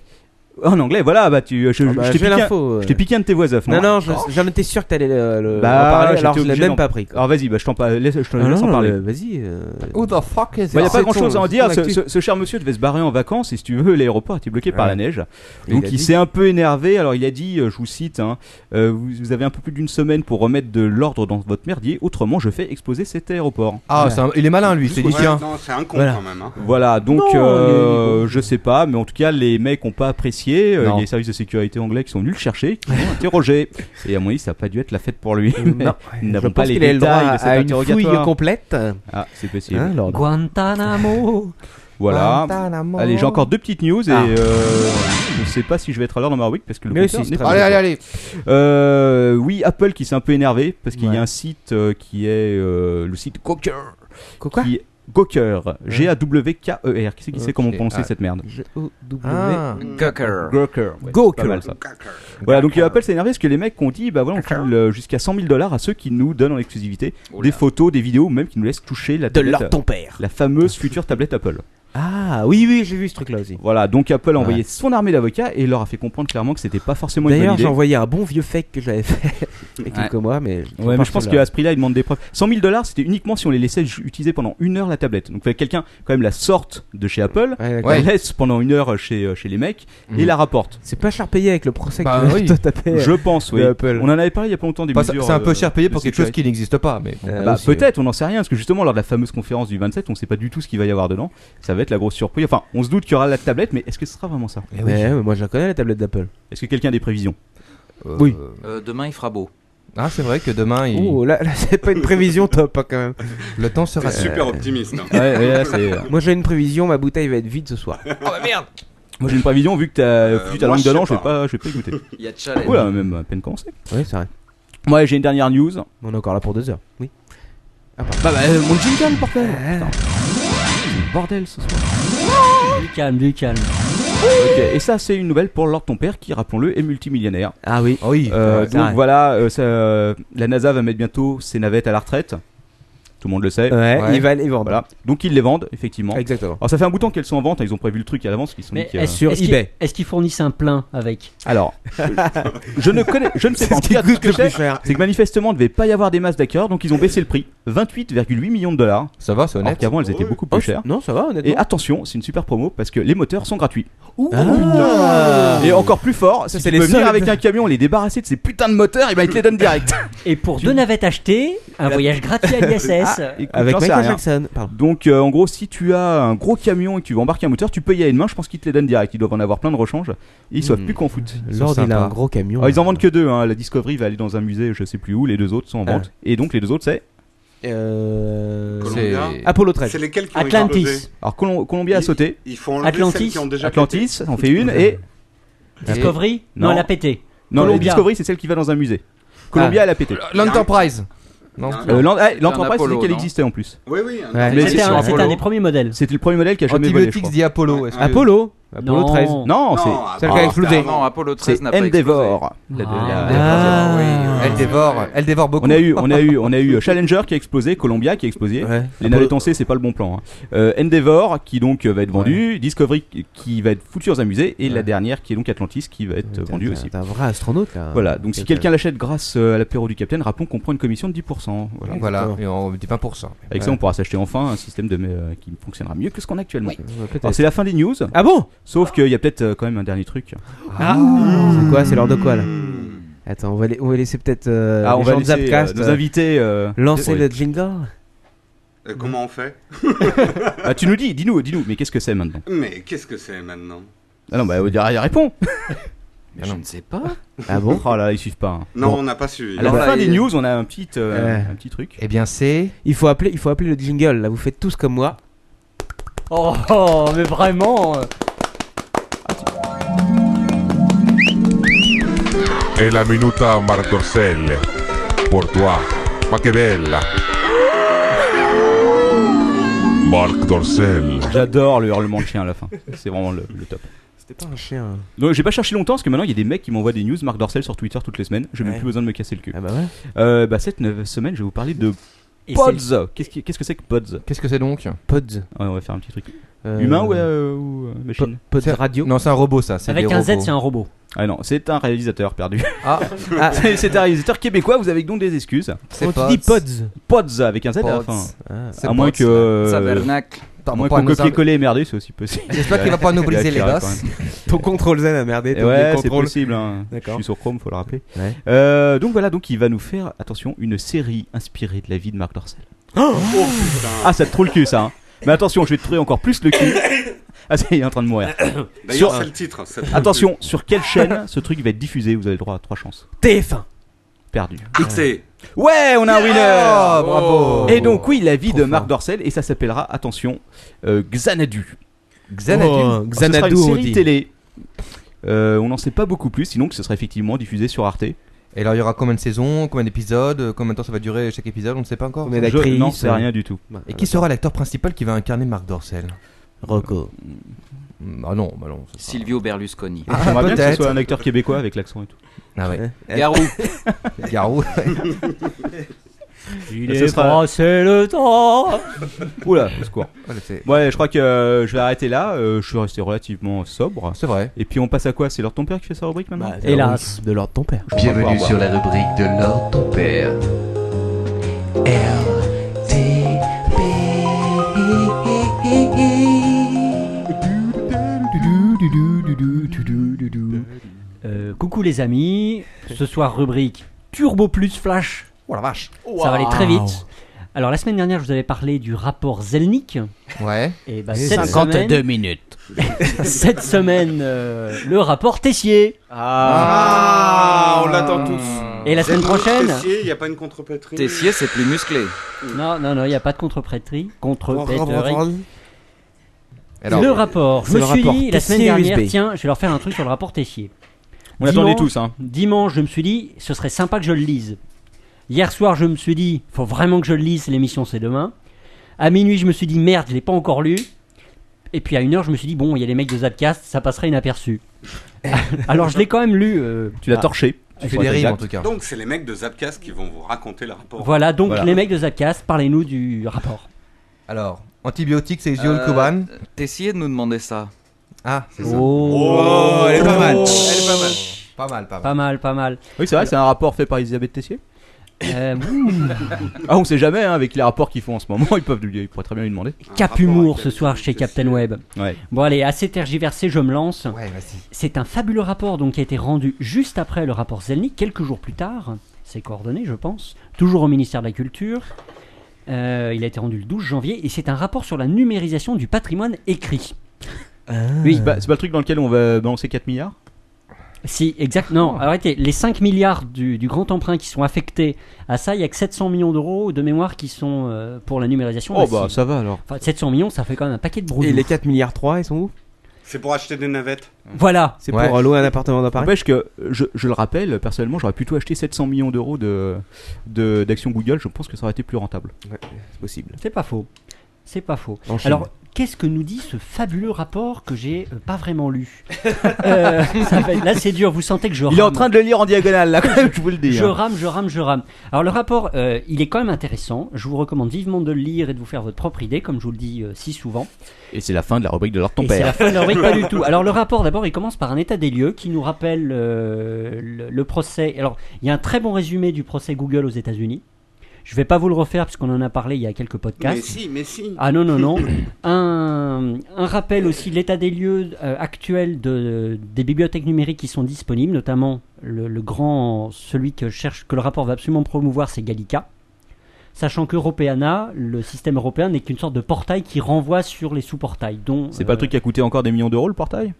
D: En anglais, voilà, bah tu. Je,
F: Ah bah,
D: je
F: j'ai
D: t'ai piqué, un-
F: l'info, euh.
D: je t'ai piqué un de tes voix off,
F: Non, non, je- j'en étais sûr que t'allais le, le en
D: Bah,
F: parler,
D: j'étais
F: alors je l'ai
D: obligé
F: même
D: d'en-
F: pas pris. quoi.
D: Alors vas-y, bah, je t'en pa- laisse, je te
F: Ah
D: laisse
F: non,
D: en parler.
F: euh, Vas-y. euh,
J: Who the fuck is
D: Il n'y Bah, a
J: it
D: pas
J: C'est
D: grand chose
J: ton-
D: à en
J: c'est
D: dire.
J: ton
D: Ce,
J: actu.
D: ce- ce cher monsieur devait se barrer en vacances et si tu veux, l'aéroport était bloqué par
F: Ouais.
D: la neige.
F: Et
D: Donc
F: il a
D: il,
F: dit
D: s'est un peu énervé. Alors il a dit, euh, je vous cite, hein, euh, vous, vous avez un peu plus d'une semaine pour remettre de l'ordre dans votre merdier, autrement je fais exploser cet aéroport.
J: Ah, c'est un- il est malin, lui, c'est
D: Juste-
J: dit, tiens.
I: non, c'est un con
D: voilà.
I: quand même. hein.
D: Voilà, donc
I: Non,
D: euh,
I: il est- il est
D: je sais pas, mais en tout cas les mecs ont pas apprécié. Euh,
F: Non.
D: Il y a les services de sécurité anglais qui sont venus le chercher, qui l'ont interrogé. Et à mon avis, ça a pas dû être la fête pour lui. mais
F: Non.
D: nous n'avons
F: Je
D: pas
F: pense
D: les
F: qu'il a le droit
D: détails de cet
F: à une
D: interrogatoire.
F: fouille complète.
D: Ah, c'est possible.
F: Hein, l'ordre.
G: Guantanamo
F: Bah,
D: Voilà.
F: Guantanamo.
D: Allez, j'ai encore deux petites news et
F: Ah.
D: euh, je sais pas si je vais être à l'heure dans ma rubrique parce que le
F: Mais
D: compteur
F: si,
D: n'est
F: c'est
D: pas
F: très bien.
D: d'accord.
F: Allez, allez,
D: Euh, oui, Apple qui s'est un peu énervé parce qu'il y
F: Ouais.
D: a un site euh, qui est euh, le site Gawker.
F: Quoi
D: qui Gawker, G A W K E R. Qui c'est qui sait comment
F: Ok.
D: prononcer
F: Ah.
D: cette merde
F: Ah.
K: Gawker.
D: Gawker. ouais,
F: Gawker.
D: c'est pas mal, ça. Voilà, donc euh, Apple s'est énervé parce que les mecs ont dit bah voilà, on file euh, jusqu'à 100 000 dollars à ceux qui nous donnent en exclusivité des photos, des vidéos, ou même qui nous laissent toucher la
F: Oh De
D: tablette-
F: leur ton père.
D: la fameuse future tablette Apple.
F: Ah, oui, oui, j'ai vu ce truc-là aussi.
D: Voilà, donc Apple a envoyé
F: Ouais.
D: son armée d'avocats et leur a fait comprendre clairement que c'était pas forcément une bonne
F: D'ailleurs,
D: idée.
F: j'ai envoyé un bon vieux fake que j'avais fait il y a quelques
D: Ouais.
F: mois, mais.
D: Ouais,
F: pas
D: mais je pense
F: celui-là.
D: qu'à ce prix-là, ils demandent des preuves. 100 000 dollars, c'était uniquement si on les laissait ju- utiliser pendant une heure la tablette. Donc, fallait que quelqu'un, quand même, la sorte de chez Apple,
F: d'accord.
D: la laisse pendant une heure chez, euh, chez les mecs et
F: Mhm.
D: la rapporte.
F: C'est pas cher payé avec le procès
J: Bah
F: que
J: oui.
F: toi t'as payé.
D: Je pense, oui.
F: de Apple.
D: On en avait parlé il y a pas longtemps des
J: Enfin, c'est
D: mesures.
J: c'est un peu
D: euh,
J: cher payé
D: de
J: pour quelque chose
D: sécurité.
J: qui n'existe pas, mais bon.
D: Euh,
J: Bah,
D: bah, peut-être, on n'en sait rien, parce que justement, lors de la fameuse conférence du 27, on sait pas du tout ce qui va y avoir dedans. Ça va être la grosse surprise. Enfin, on se doute qu'il y aura la tablette, mais est-ce que ce sera vraiment ça
J: oui.
F: Ouais, mais moi je la connais la tablette d'Apple.
D: Est-ce que quelqu'un a des prévisions
F: Oui.
K: Euh, demain, il fera beau.
J: Ah, c'est vrai que demain, il...
F: Oh là, là, c'est pas une prévision top hein, quand même.
J: le temps sera.
I: T'es super optimiste. hein.
D: Ouais, ouais, là, c'est-
F: Moi j'ai une prévision, ma bouteille va être vide ce soir.
D: Moi j'ai une prévision, vu que t'as vu ta
K: Euh, moi,
D: langue
K: je
D: de
K: sais
D: l'ange, je vais
K: pas.
D: pas, je vais pas écouter.
K: Il y a challenge.
D: Oula, même à peine commencé.
F: Oui, c'est vrai.
D: Moi j'ai une dernière news.
F: On est encore là pour deux heures. Oui. Ah
D: Bah, bah, euh, mon jingle, portable Putain. C'est le Bordel ce soir.
G: Du calme, du calme.
D: Ok, et ça, c'est une nouvelle pour Lord Ton Père qui, rappelons-le, est multimillionnaire.
F: Ah oui.
J: Ah oui.
D: Euh,
F: Ouais, c'est
D: donc
F: vrai.
D: voilà, euh, ça, euh, la NASA va mettre bientôt ses navettes à la retraite. Tout le monde le sait.
F: Ouais, Ouais. ils valent- ils vendent.
D: Voilà. Donc ils les vendent, effectivement.
F: Exactement.
D: Alors ça fait un bout de temps qu'elles sont en vente, hein, ils ont prévu le truc à l'avance. qu'ils se sont
G: Mais
D: dit que-
G: est-ce est-ce qu'ils- Est-ce qu'ils fournissent un plein avec
D: Alors, Je ne connais, je ne sais pas. En tout cas, tout ce que je sais, C'est que manifestement, il ne devait pas y avoir des masses d'acquéreurs, donc ils ont baissé le prix. 28,8 millions de dollars.
J: Ça va, c'est
D: honnête. Avant, elles étaient beaucoup plus chères.
F: Oh, Non, ça va, honnêtement.
D: Et attention, c'est une super promo parce que les moteurs sont gratuits.
F: Ah.
D: Et encore plus fort,
F: Ça,
D: si
F: c'est
D: tu
F: les
D: peux venir
F: seuls.
D: avec un camion, les débarrasser de ces putains de moteurs, et ben ils te les donnent direct.
G: Et pour deux navettes achetées, un voyage gratuit à l'ISS.
F: Avec Michael
D: Jackson. Donc euh, en gros, si tu as un gros camion et que tu veux embarquer un moteur, tu peux y aller une main. Je pense qu'ils te les donnent direct. Ils doivent en avoir plein de rechanges. Et ils savent plus qu'en foutre.
F: Ils sont Lord, il a sympas. un gros camion.
D: Ah, ils en vendent que deux. hein. La Discovery va aller dans un musée, je sais plus où. Les deux autres sont en
F: Ah.
D: vente. Et donc les deux autres, c'est
F: Euh,
D: Columbia.
F: c'est- Apollo 13.
I: C'est lesquels qui ont
D: Atlantis.
I: explosé
D: Alors Colom- Columbia a
I: Ils-
D: sauté.
I: ils font enlever Atlantis. celles qui ont déjà
D: Atlantis,
I: pété.
D: on fait une et
G: Discovery Non, elle a pété.
D: Non, la
G: Columbia.
D: Discovery, c'est celle qui va dans un musée. Columbia,
J: Ah.
D: elle a pété.
J: L'Enterprise.
D: Non.
J: Non.
D: Euh, l'en- ah,
J: Un
D: L'Enterprise,
J: Apollo,
D: c'est qu'elle
J: non
D: existait en plus.
J: Oui, oui, un
D: Mais
J: Apollo.
D: c'est
J: C'était un-
D: sur
J: c'était
D: Apollo.
J: un des
G: premiers modèles.
D: C'était le premier modèle qui a jamais volé.
J: Antibiotics dit Apollo. est-ce que-
D: Apollo Apollo
J: Non.
D: 13. Non,
J: Non,
D: c'est
J: celle qui a
K: Ah
J: explosé. Non, Apollo 13
D: C'est
J: n'a pas
D: Endeavor. La- la-
J: Ah.
D: la-
J: Ah. Oui, oui. Elle dévore, elle dévore beaucoup.
D: On a eu, on a eu, on a eu Challenger qui a explosé, Columbia qui a explosé. Les navettes en C, c'est pas le bon plan. hein. Euh, Endeavor qui donc euh, va être vendu, Discovery qui- qui va être foutu dans un musée et la dernière qui est donc Atlantis qui va être euh, vendue aussi.
F: T'es un vrai astronaute là.
D: Voilà, donc si
F: Quelqu'un-
D: quelqu'un l'achète grâce euh, à l'apéro du capitaine, rappelons qu'on prend une commission de 10%. Voilà,
J: Voilà, et on dit 20%.
D: Avec ça, on pourra s'acheter enfin un système de, mais, euh, qui fonctionnera mieux que ce qu'on a actuellement.
F: peut-être.
D: Alors, c'est la fin des news.
F: Ah bon
D: Sauf qu'il y a peut-être euh, quand même un dernier truc.
F: Ah. C'est quoi C'est l'heure de quoi là Attends, on va, la- on va laisser peut-être euh,
D: Hmm. Ah, on
F: les
D: va
F: gens de
D: laisser,
F: Zapcast,
D: euh, nos invités, euh,
F: lancer
D: oui.
F: le jingle.
I: Euh, Comment on fait
D: Ah, tu nous dis, dis-nous, dis-nous, mais qu'est-ce que c'est maintenant
I: Mais qu'est-ce que c'est maintenant
D: Ah non, bah, on dirait, répond
I: Mais je ne sais pas.
D: Ah bon Oh là, ils suivent pas. hein.
I: Non, on n'a pas suivi.
D: À la
I: Alors
D: fin
I: là,
D: des
I: il-
D: news, on a un petit, euh,
F: Ah bah, Ouais.
D: un petit truc.
F: Eh bien, c'est. Il faut appeler, il faut appeler le jingle. Là, vous faites tous comme moi.
G: Oh, oh, mais vraiment. euh,
B: E la minuta Martorcelle. Pour toi. Ma che bella. Marc Dorcel.
D: J'adore le hurlement de chien à la fin. C'est vraiment le, le top.
F: C'était pas un chien. hein.
D: Donc j'ai pas cherché longtemps parce que maintenant il y a des mecs qui m'envoient des news, Marc Dorcel sur Twitter toutes les semaines. J'ai même
F: Ouais.
D: plus besoin de me casser le cul.
F: Ah bah ouais.
D: Euh, bah, cette neuve- semaine, je vais vous parler de
F: Et c'est-
D: Pods. Qu'est-ce qui- qu'est-ce que c'est que Pods
J: Qu'est-ce que c'est donc
F: Pods.
D: Ouais, on va faire un petit truc. Humain ou, euh, ou, euh, machine
F: Pods radio.
J: Non, c'est un robot ça. c'est
G: Avec
J: des
G: un Z,
J: robots.
G: c'est un robot.
D: Ah non, c'est un réalisateur perdu.
J: Ah.
D: Ah, c'est c'est un réalisateur québécois, vous avez donc des excuses.
J: C'est On te dit Pods.
D: Pods avec un Z à la
J: Pods.
D: fin.
J: Ah. C'est
D: À moins
J: Pods.
D: que. euh,
J: Tabarnak.
D: À moins
J: Pas
D: qu'on
J: nous
D: copier-coller et merder, c'est aussi possible.
J: J'espère qu'il va pas nous
D: Il
J: briser les
D: assuré,
J: gosses.
D: quand même.
F: Ton contrôle Z a merdé.
D: Et
F: ton
D: ouais, c'est
F: contrôle.
D: possible. hein. Je
F: D'accord.
D: suis sur Chrome, faut le rappeler.
F: Ouais.
D: Euh, donc voilà, donc il va nous faire, attention, une série inspirée de la vie de Marc Dorcel.
J: Oh,
D: ah, ça te trouve le cul, ça. hein. Mais attention, je vais te trouver encore plus le cul. Ah, ça, il est en train de mourir.
I: D'ailleurs, c'est le titre, ça te trouve le
D: Attention,
I: cul.
D: sur quelle chaîne ce truc va être diffusé Vous avez le droit à trois chances.
F: TF1.
D: Perdu.
I: Arte.
D: Ouais, on a un winner.
I: Oh, bravo.
D: Et donc oui, la vie de Marc Dorcel et ça s'appellera attention euh, Xanadu.
F: Xanadu. Oh,
D: Alors, ce
F: Xanadu,
D: sera une
F: on
D: série
F: dit.
D: télé. Euh, on n'en sait pas beaucoup plus, sinon que ce sera effectivement diffusé sur Arte.
J: Et alors, il y aura combien de saisons, combien d'épisodes, euh, combien de temps ça va durer chaque épisode On ne sait pas encore.
D: Combien Je d'actrices, n'en sais euh, rien du tout.
F: bah,
J: Et qui sera l'acteur principal qui va incarner Marc Dorcel
F: Rocco.
J: Ah non, bah non. ça sera-
K: Silvio Berlusconi.
J: Ah,
D: J'aimerais bien que ce
J: peut-être.
D: soit un acteur québécois avec l'accent et tout.
J: Ah ouais.
K: Garou.
J: Garou.
G: Il
D: Ce
G: est
D: sera-
G: passé le temps.
D: Oula, au secours.
J: Voilà, c'est-
D: Ouais, je crois que euh, je vais arrêter là. Euh, je suis resté relativement sobre.
J: C'est vrai.
D: Et puis on passe à quoi C'est l'heure de ton père qui fait sa rubrique maintenant
F: Bah, Hélas. de l'ordre de ton père.
L: Bienvenue sur la rubrique de l'ordre ton père. R.
G: Euh, coucou les amis, ce soir rubrique Turbo Plus Flash.
J: Oh la vache.
G: Ça va aller très
J: Waouh.
G: vite. Alors la semaine dernière, je vous avais parlé du rapport Zelnik.
J: Ouais.
G: Et bah,
J: Et
G: cette
J: 52
G: semaine-
J: minutes.
G: cette semaine, euh, le rapport Tessier.
I: Ah, on l'attend tous.
G: Et la semaine prochaine
I: Tessier, il n'y a pas une contrepétrie.
K: Tessier, c'est plus musclé.
G: Non, non, non, il n'y a pas de contre-prêterie. Contre-prêterie.
K: Alors,
G: le rapport.
K: c'est
G: Je me
K: le
G: suis
K: rapport
G: dit, la semaine
K: Tessier
G: dernière,
K: USB.
G: tiens, je vais leur faire un truc sur le rapport Tessier.
D: On l'attendait tous, hein.
G: Dimanche, je me suis dit, ce serait sympa que je le lise. Hier soir, je me suis dit, faut vraiment que je le lise, l'émission c'est demain. À minuit, je me suis dit, merde, je l'ai pas encore lu. Et puis à une heure, je me suis dit, bon, il y a les mecs de Zapcast, ça passerait inaperçu. Alors je l'ai quand même lu. euh,
D: Tu l'as
G: à-
D: torché.
J: Ah. Tu fais des rimes, en tout cas.
I: Donc c'est les mecs de Zapcast qui vont vous raconter le rapport.
G: Voilà, donc les mecs de Zapcast, parlez-nous du rapport.
J: Alors, antibiotiques, c'est Yul
K: Euh,
J: Kuban.
K: T'essayais de nous demander ça.
J: Ah, c'est
K: ça.
J: Oh, elle est pas mal. Elle est pas mal.
K: Pas mal, pas mal.
G: Pas mal, pas mal.
D: Oui, c'est vrai, c'est un rapport fait par Elisabeth Tessier.
G: Euh,
D: Ah, on sait jamais, hein, avec les rapports qu'ils font en ce moment, ils peuvent lui, ils pourraient très bien lui demander.
G: Cap Humour ce soir chez Captain Web.
D: Ouais.
G: Bon allez, assez tergiversé, je me lance. C'est un fabuleux rapport donc qui a été rendu juste après le rapport Zelnik, quelques jours plus tard. C'est coordonné, je pense. Toujours au ministère de la Culture. Euh, il a été rendu le 12 janvier et c'est un rapport sur la numérisation du patrimoine écrit.
D: Oui. C'est pas, c'est pas le truc dans lequel on va balancer 4 milliards
G: Si, exactement.
D: Ah.
G: Arrêtez. Les 5 milliards du, du grand emprunt qui sont affectés à ça, il y a que 700 millions d'euros de mémoire qui sont euh, pour la numérisation.
D: Oh,
G: massive.
D: bah, ça va, alors.
G: Enfin, 700 millions, ça fait quand même un paquet de brouillons.
F: les 4 milliards 3, ils sont où
I: C'est pour acheter des navettes.
G: Voilà.
F: C'est pour allouer un appartement dans Paris.
D: N'empêche que, je, je le rappelle, personnellement, j'aurais plutôt acheté 700 millions d'euros d'actions de, d'actions Google, je pense que ça aurait été plus rentable.
F: c'est possible.
G: C'est pas faux. C'est pas faux.
D: En Chine.
G: Alors, qu'est-ce que nous dit ce fabuleux rapport que j'ai euh, pas vraiment lu Euh, ça va être- Là, c'est dur. Vous sentez que je
D: Il est en
G: rame.
D: train de le lire en diagonale, là, quand même, je vous le dis.
G: Je
D: hein.
G: rame, je rame, je rame. Alors le rapport, euh, il est quand même intéressant. Je vous recommande vivement de le lire et de vous faire votre propre idée, comme je vous le dis euh, si souvent.
D: Et c'est la fin de la rubrique de l'ordre de ton
G: Et
D: père.
G: C'est la fin de la rubrique, pas du tout. Alors le rapport d'abord, il commence par un état des lieux qui nous rappelle euh, le, le procès. Alors il y a un très bon résumé du procès Google aux États-Unis. Je vais pas vous le refaire puisqu'on en a parlé il y a quelques podcasts.
I: Mais si, mais si.
G: Ah non, non, non. un, un rappel aussi de l'état des lieux euh, actuel de, des bibliothèques numériques qui sont disponibles, notamment le, le grand, celui que, cherche, que le rapport va absolument promouvoir, c'est Gallica. Sachant qu'Europeana, le système européen n'est qu'une sorte de portail qui renvoie sur les sous-portails, dont
D: C'est pas le truc qui a coûté encore des millions d'euros, le portail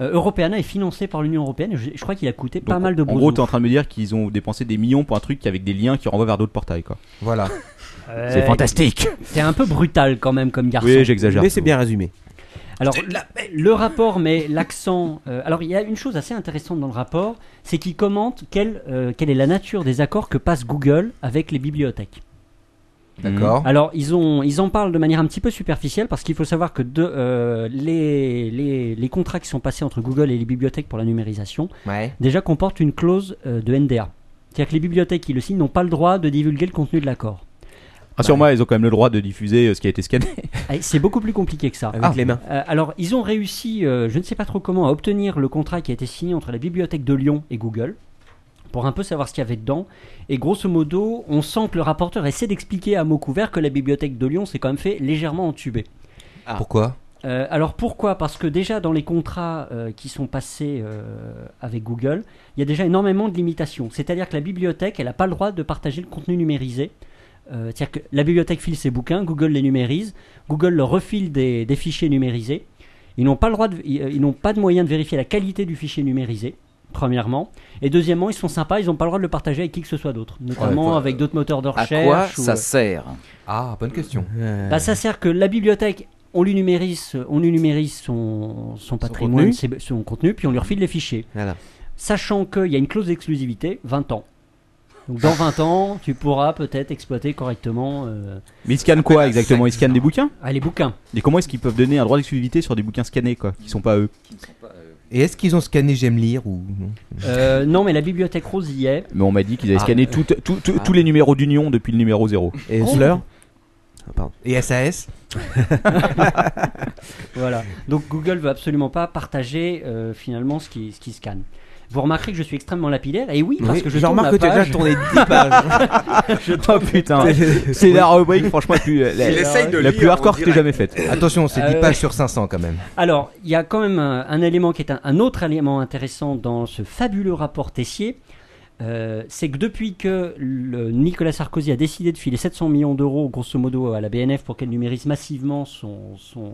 G: euh, Europeana est financé par l'Union européenne. Je, je crois qu'il a coûté pas
D: Donc,
G: mal de
D: En gros,
G: brouillons.
D: t'es en train de me dire qu'ils ont dépensé des millions pour un truc avec des liens qui renvoient vers d'autres portails, quoi.
J: Voilà.
D: C'est fantastique.
G: C'est un peu brutal quand même comme garçon.
D: Eh, Oui, j'exagère.
F: Mais c'est bien résumé.
G: Alors, le rapport met l'accent. euh, alors, il y a une chose assez intéressante dans le rapport, c'est qu'il commente quelle, euh, quelle est la nature des accords que passe Google avec les bibliothèques.
D: Ah.
J: D'accord.
G: Alors, ils, ont, ils en parlent de manière un petit peu superficielle parce qu'il faut savoir que de, euh, les, les, les contrats qui sont passés entre Google et les bibliothèques pour la numérisation
J: Ouais.
G: déjà comportent une clause euh, de NDA. C'est-à-dire que les bibliothèques qui le signent n'ont pas le droit de divulguer le contenu de l'accord.
D: Rassure-moi, Ah, ils ont quand même le droit de diffuser euh, ce qui a été scanné.
G: Eh, C'est beaucoup plus compliqué que ça.
D: Avec Ah. les mains.
G: Euh, alors, ils ont réussi, euh, je ne sais pas trop comment, à obtenir le contrat qui a été signé entre la bibliothèque de Lyon et Google pour un peu savoir ce qu'il y avait dedans. Et grosso modo, on sent que le rapporteur essaie d'expliquer à mots couverts que la bibliothèque de Lyon s'est quand même fait légèrement entuber.
J: Pourquoi
G: Euh, alors pourquoi Parce que déjà dans les contrats euh, qui sont passés euh, avec Google, il y a déjà énormément de limitations. C'est-à-dire que la bibliothèque, elle n'a pas le droit de partager le contenu numérisé. Euh, C'est-à-dire que la bibliothèque file ses bouquins, Google les numérise, Google leur refile des, des fichiers numérisés. Ils n'ont pas le droit, de- ils, euh, ils n'ont pas de moyen de vérifier la qualité du fichier numérisé. Premièrement, et deuxièmement, ils sont sympas, ils n'ont pas le droit de le partager avec qui que ce soit d'autre, notamment
K: quoi,
G: avec d'autres moteurs de
K: euh, À
G: recherche.
K: quoi
G: ou,
K: ça
G: euh,
K: sert
J: Ah, bonne question.
G: bah,
F: Euh.
G: ça sert que la bibliothèque, on lui numérise, on lui numérise son, son patrimoine, ses- son
F: contenu.
G: contenu. puis on lui refile les fichiers.
F: Voilà.
G: Sachant qu'il y a une clause d'exclusivité, 20 ans. Donc dans 20 ans, tu pourras peut-être exploiter correctement euh,
D: Mais ils scannent quoi exactement Ils scannent des bouquins
G: ah, les bouquins.
D: Et comment est-ce qu'ils peuvent donner un droit d'exclusivité sur des bouquins scannés, quoi, qui sont pas à eux
J: Et est-ce qu'ils ont scanné J'aime lire ou non
G: Euh, non, mais la bibliothèque rose y est.
D: Mais on m'a dit qu'ils avaient
G: Ah.
D: scanné tout- tout- tout- tous les numéros d'union depuis le numéro 0.
F: euh, Et
G: Oh. Fleur
J: Et SAS
G: Voilà. Donc Google veut absolument pas partager euh, finalement ce qui, ce qui scanne. Vous remarquez que je suis extrêmement lapidaire, et oui, parce
F: Oui,
G: que je
F: je
G: tourne
F: remarque
G: la
F: que t'as déjà
G: page.
F: tourné 10 pages.
G: Je
D: Oh
G: tourne-
F: Ah
D: putain, c'est la rubrique franchement la plus, euh, la,
J: Il essaye de
D: la
J: lire
D: hein. plus
F: hein,
D: hardcore
J: en
D: que j'ai
J: direct.
D: jamais faite.
J: Attention, c'est
G: Euh,
J: 10 pages sur 500 quand même.
G: Alors, il y a quand même un, un élément qui est un, un autre élément intéressant dans ce fabuleux rapport Tessier. Euh, c'est que depuis que le Nicolas Sarkozy a décidé de filer 700 millions d'euros, grosso modo, à la BNF pour qu'elle numérise massivement son, son,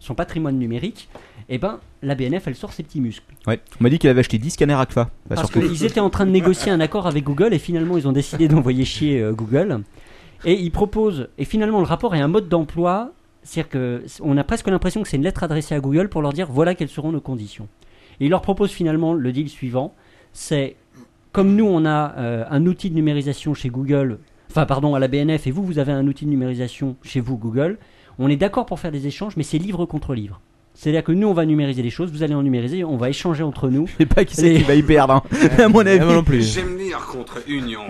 G: son patrimoine numérique, eh ben, la BNF, elle sort ses petits muscles.
D: Ouais. On m'a dit qu'il avait acheté 10 scanners ACFA. Bah,
G: Parce
D: surtout.
G: qu'ils étaient en train de négocier un accord avec Google et finalement ils ont décidé d'envoyer chier euh, Google. Et ils proposent, et finalement le rapport est un mode d'emploi, c'est-à-dire que c- on a presque l'impression que c'est une lettre adressée à Google pour leur dire voilà quelles seront nos conditions. Et ils leur proposent finalement le deal suivant, c'est comme nous on a euh, un outil de numérisation chez Google, enfin pardon à la BNF et vous vous avez un outil de numérisation chez vous Google, on est d'accord pour faire des échanges mais c'est livre contre livre. C'est-à-dire que nous, on va numériser les choses, vous allez en numériser, on va échanger entre nous. Je sais
D: pas qui c'est qui va y perdre, hein. À mon avis. Moi non
I: J'aime lire contre Union.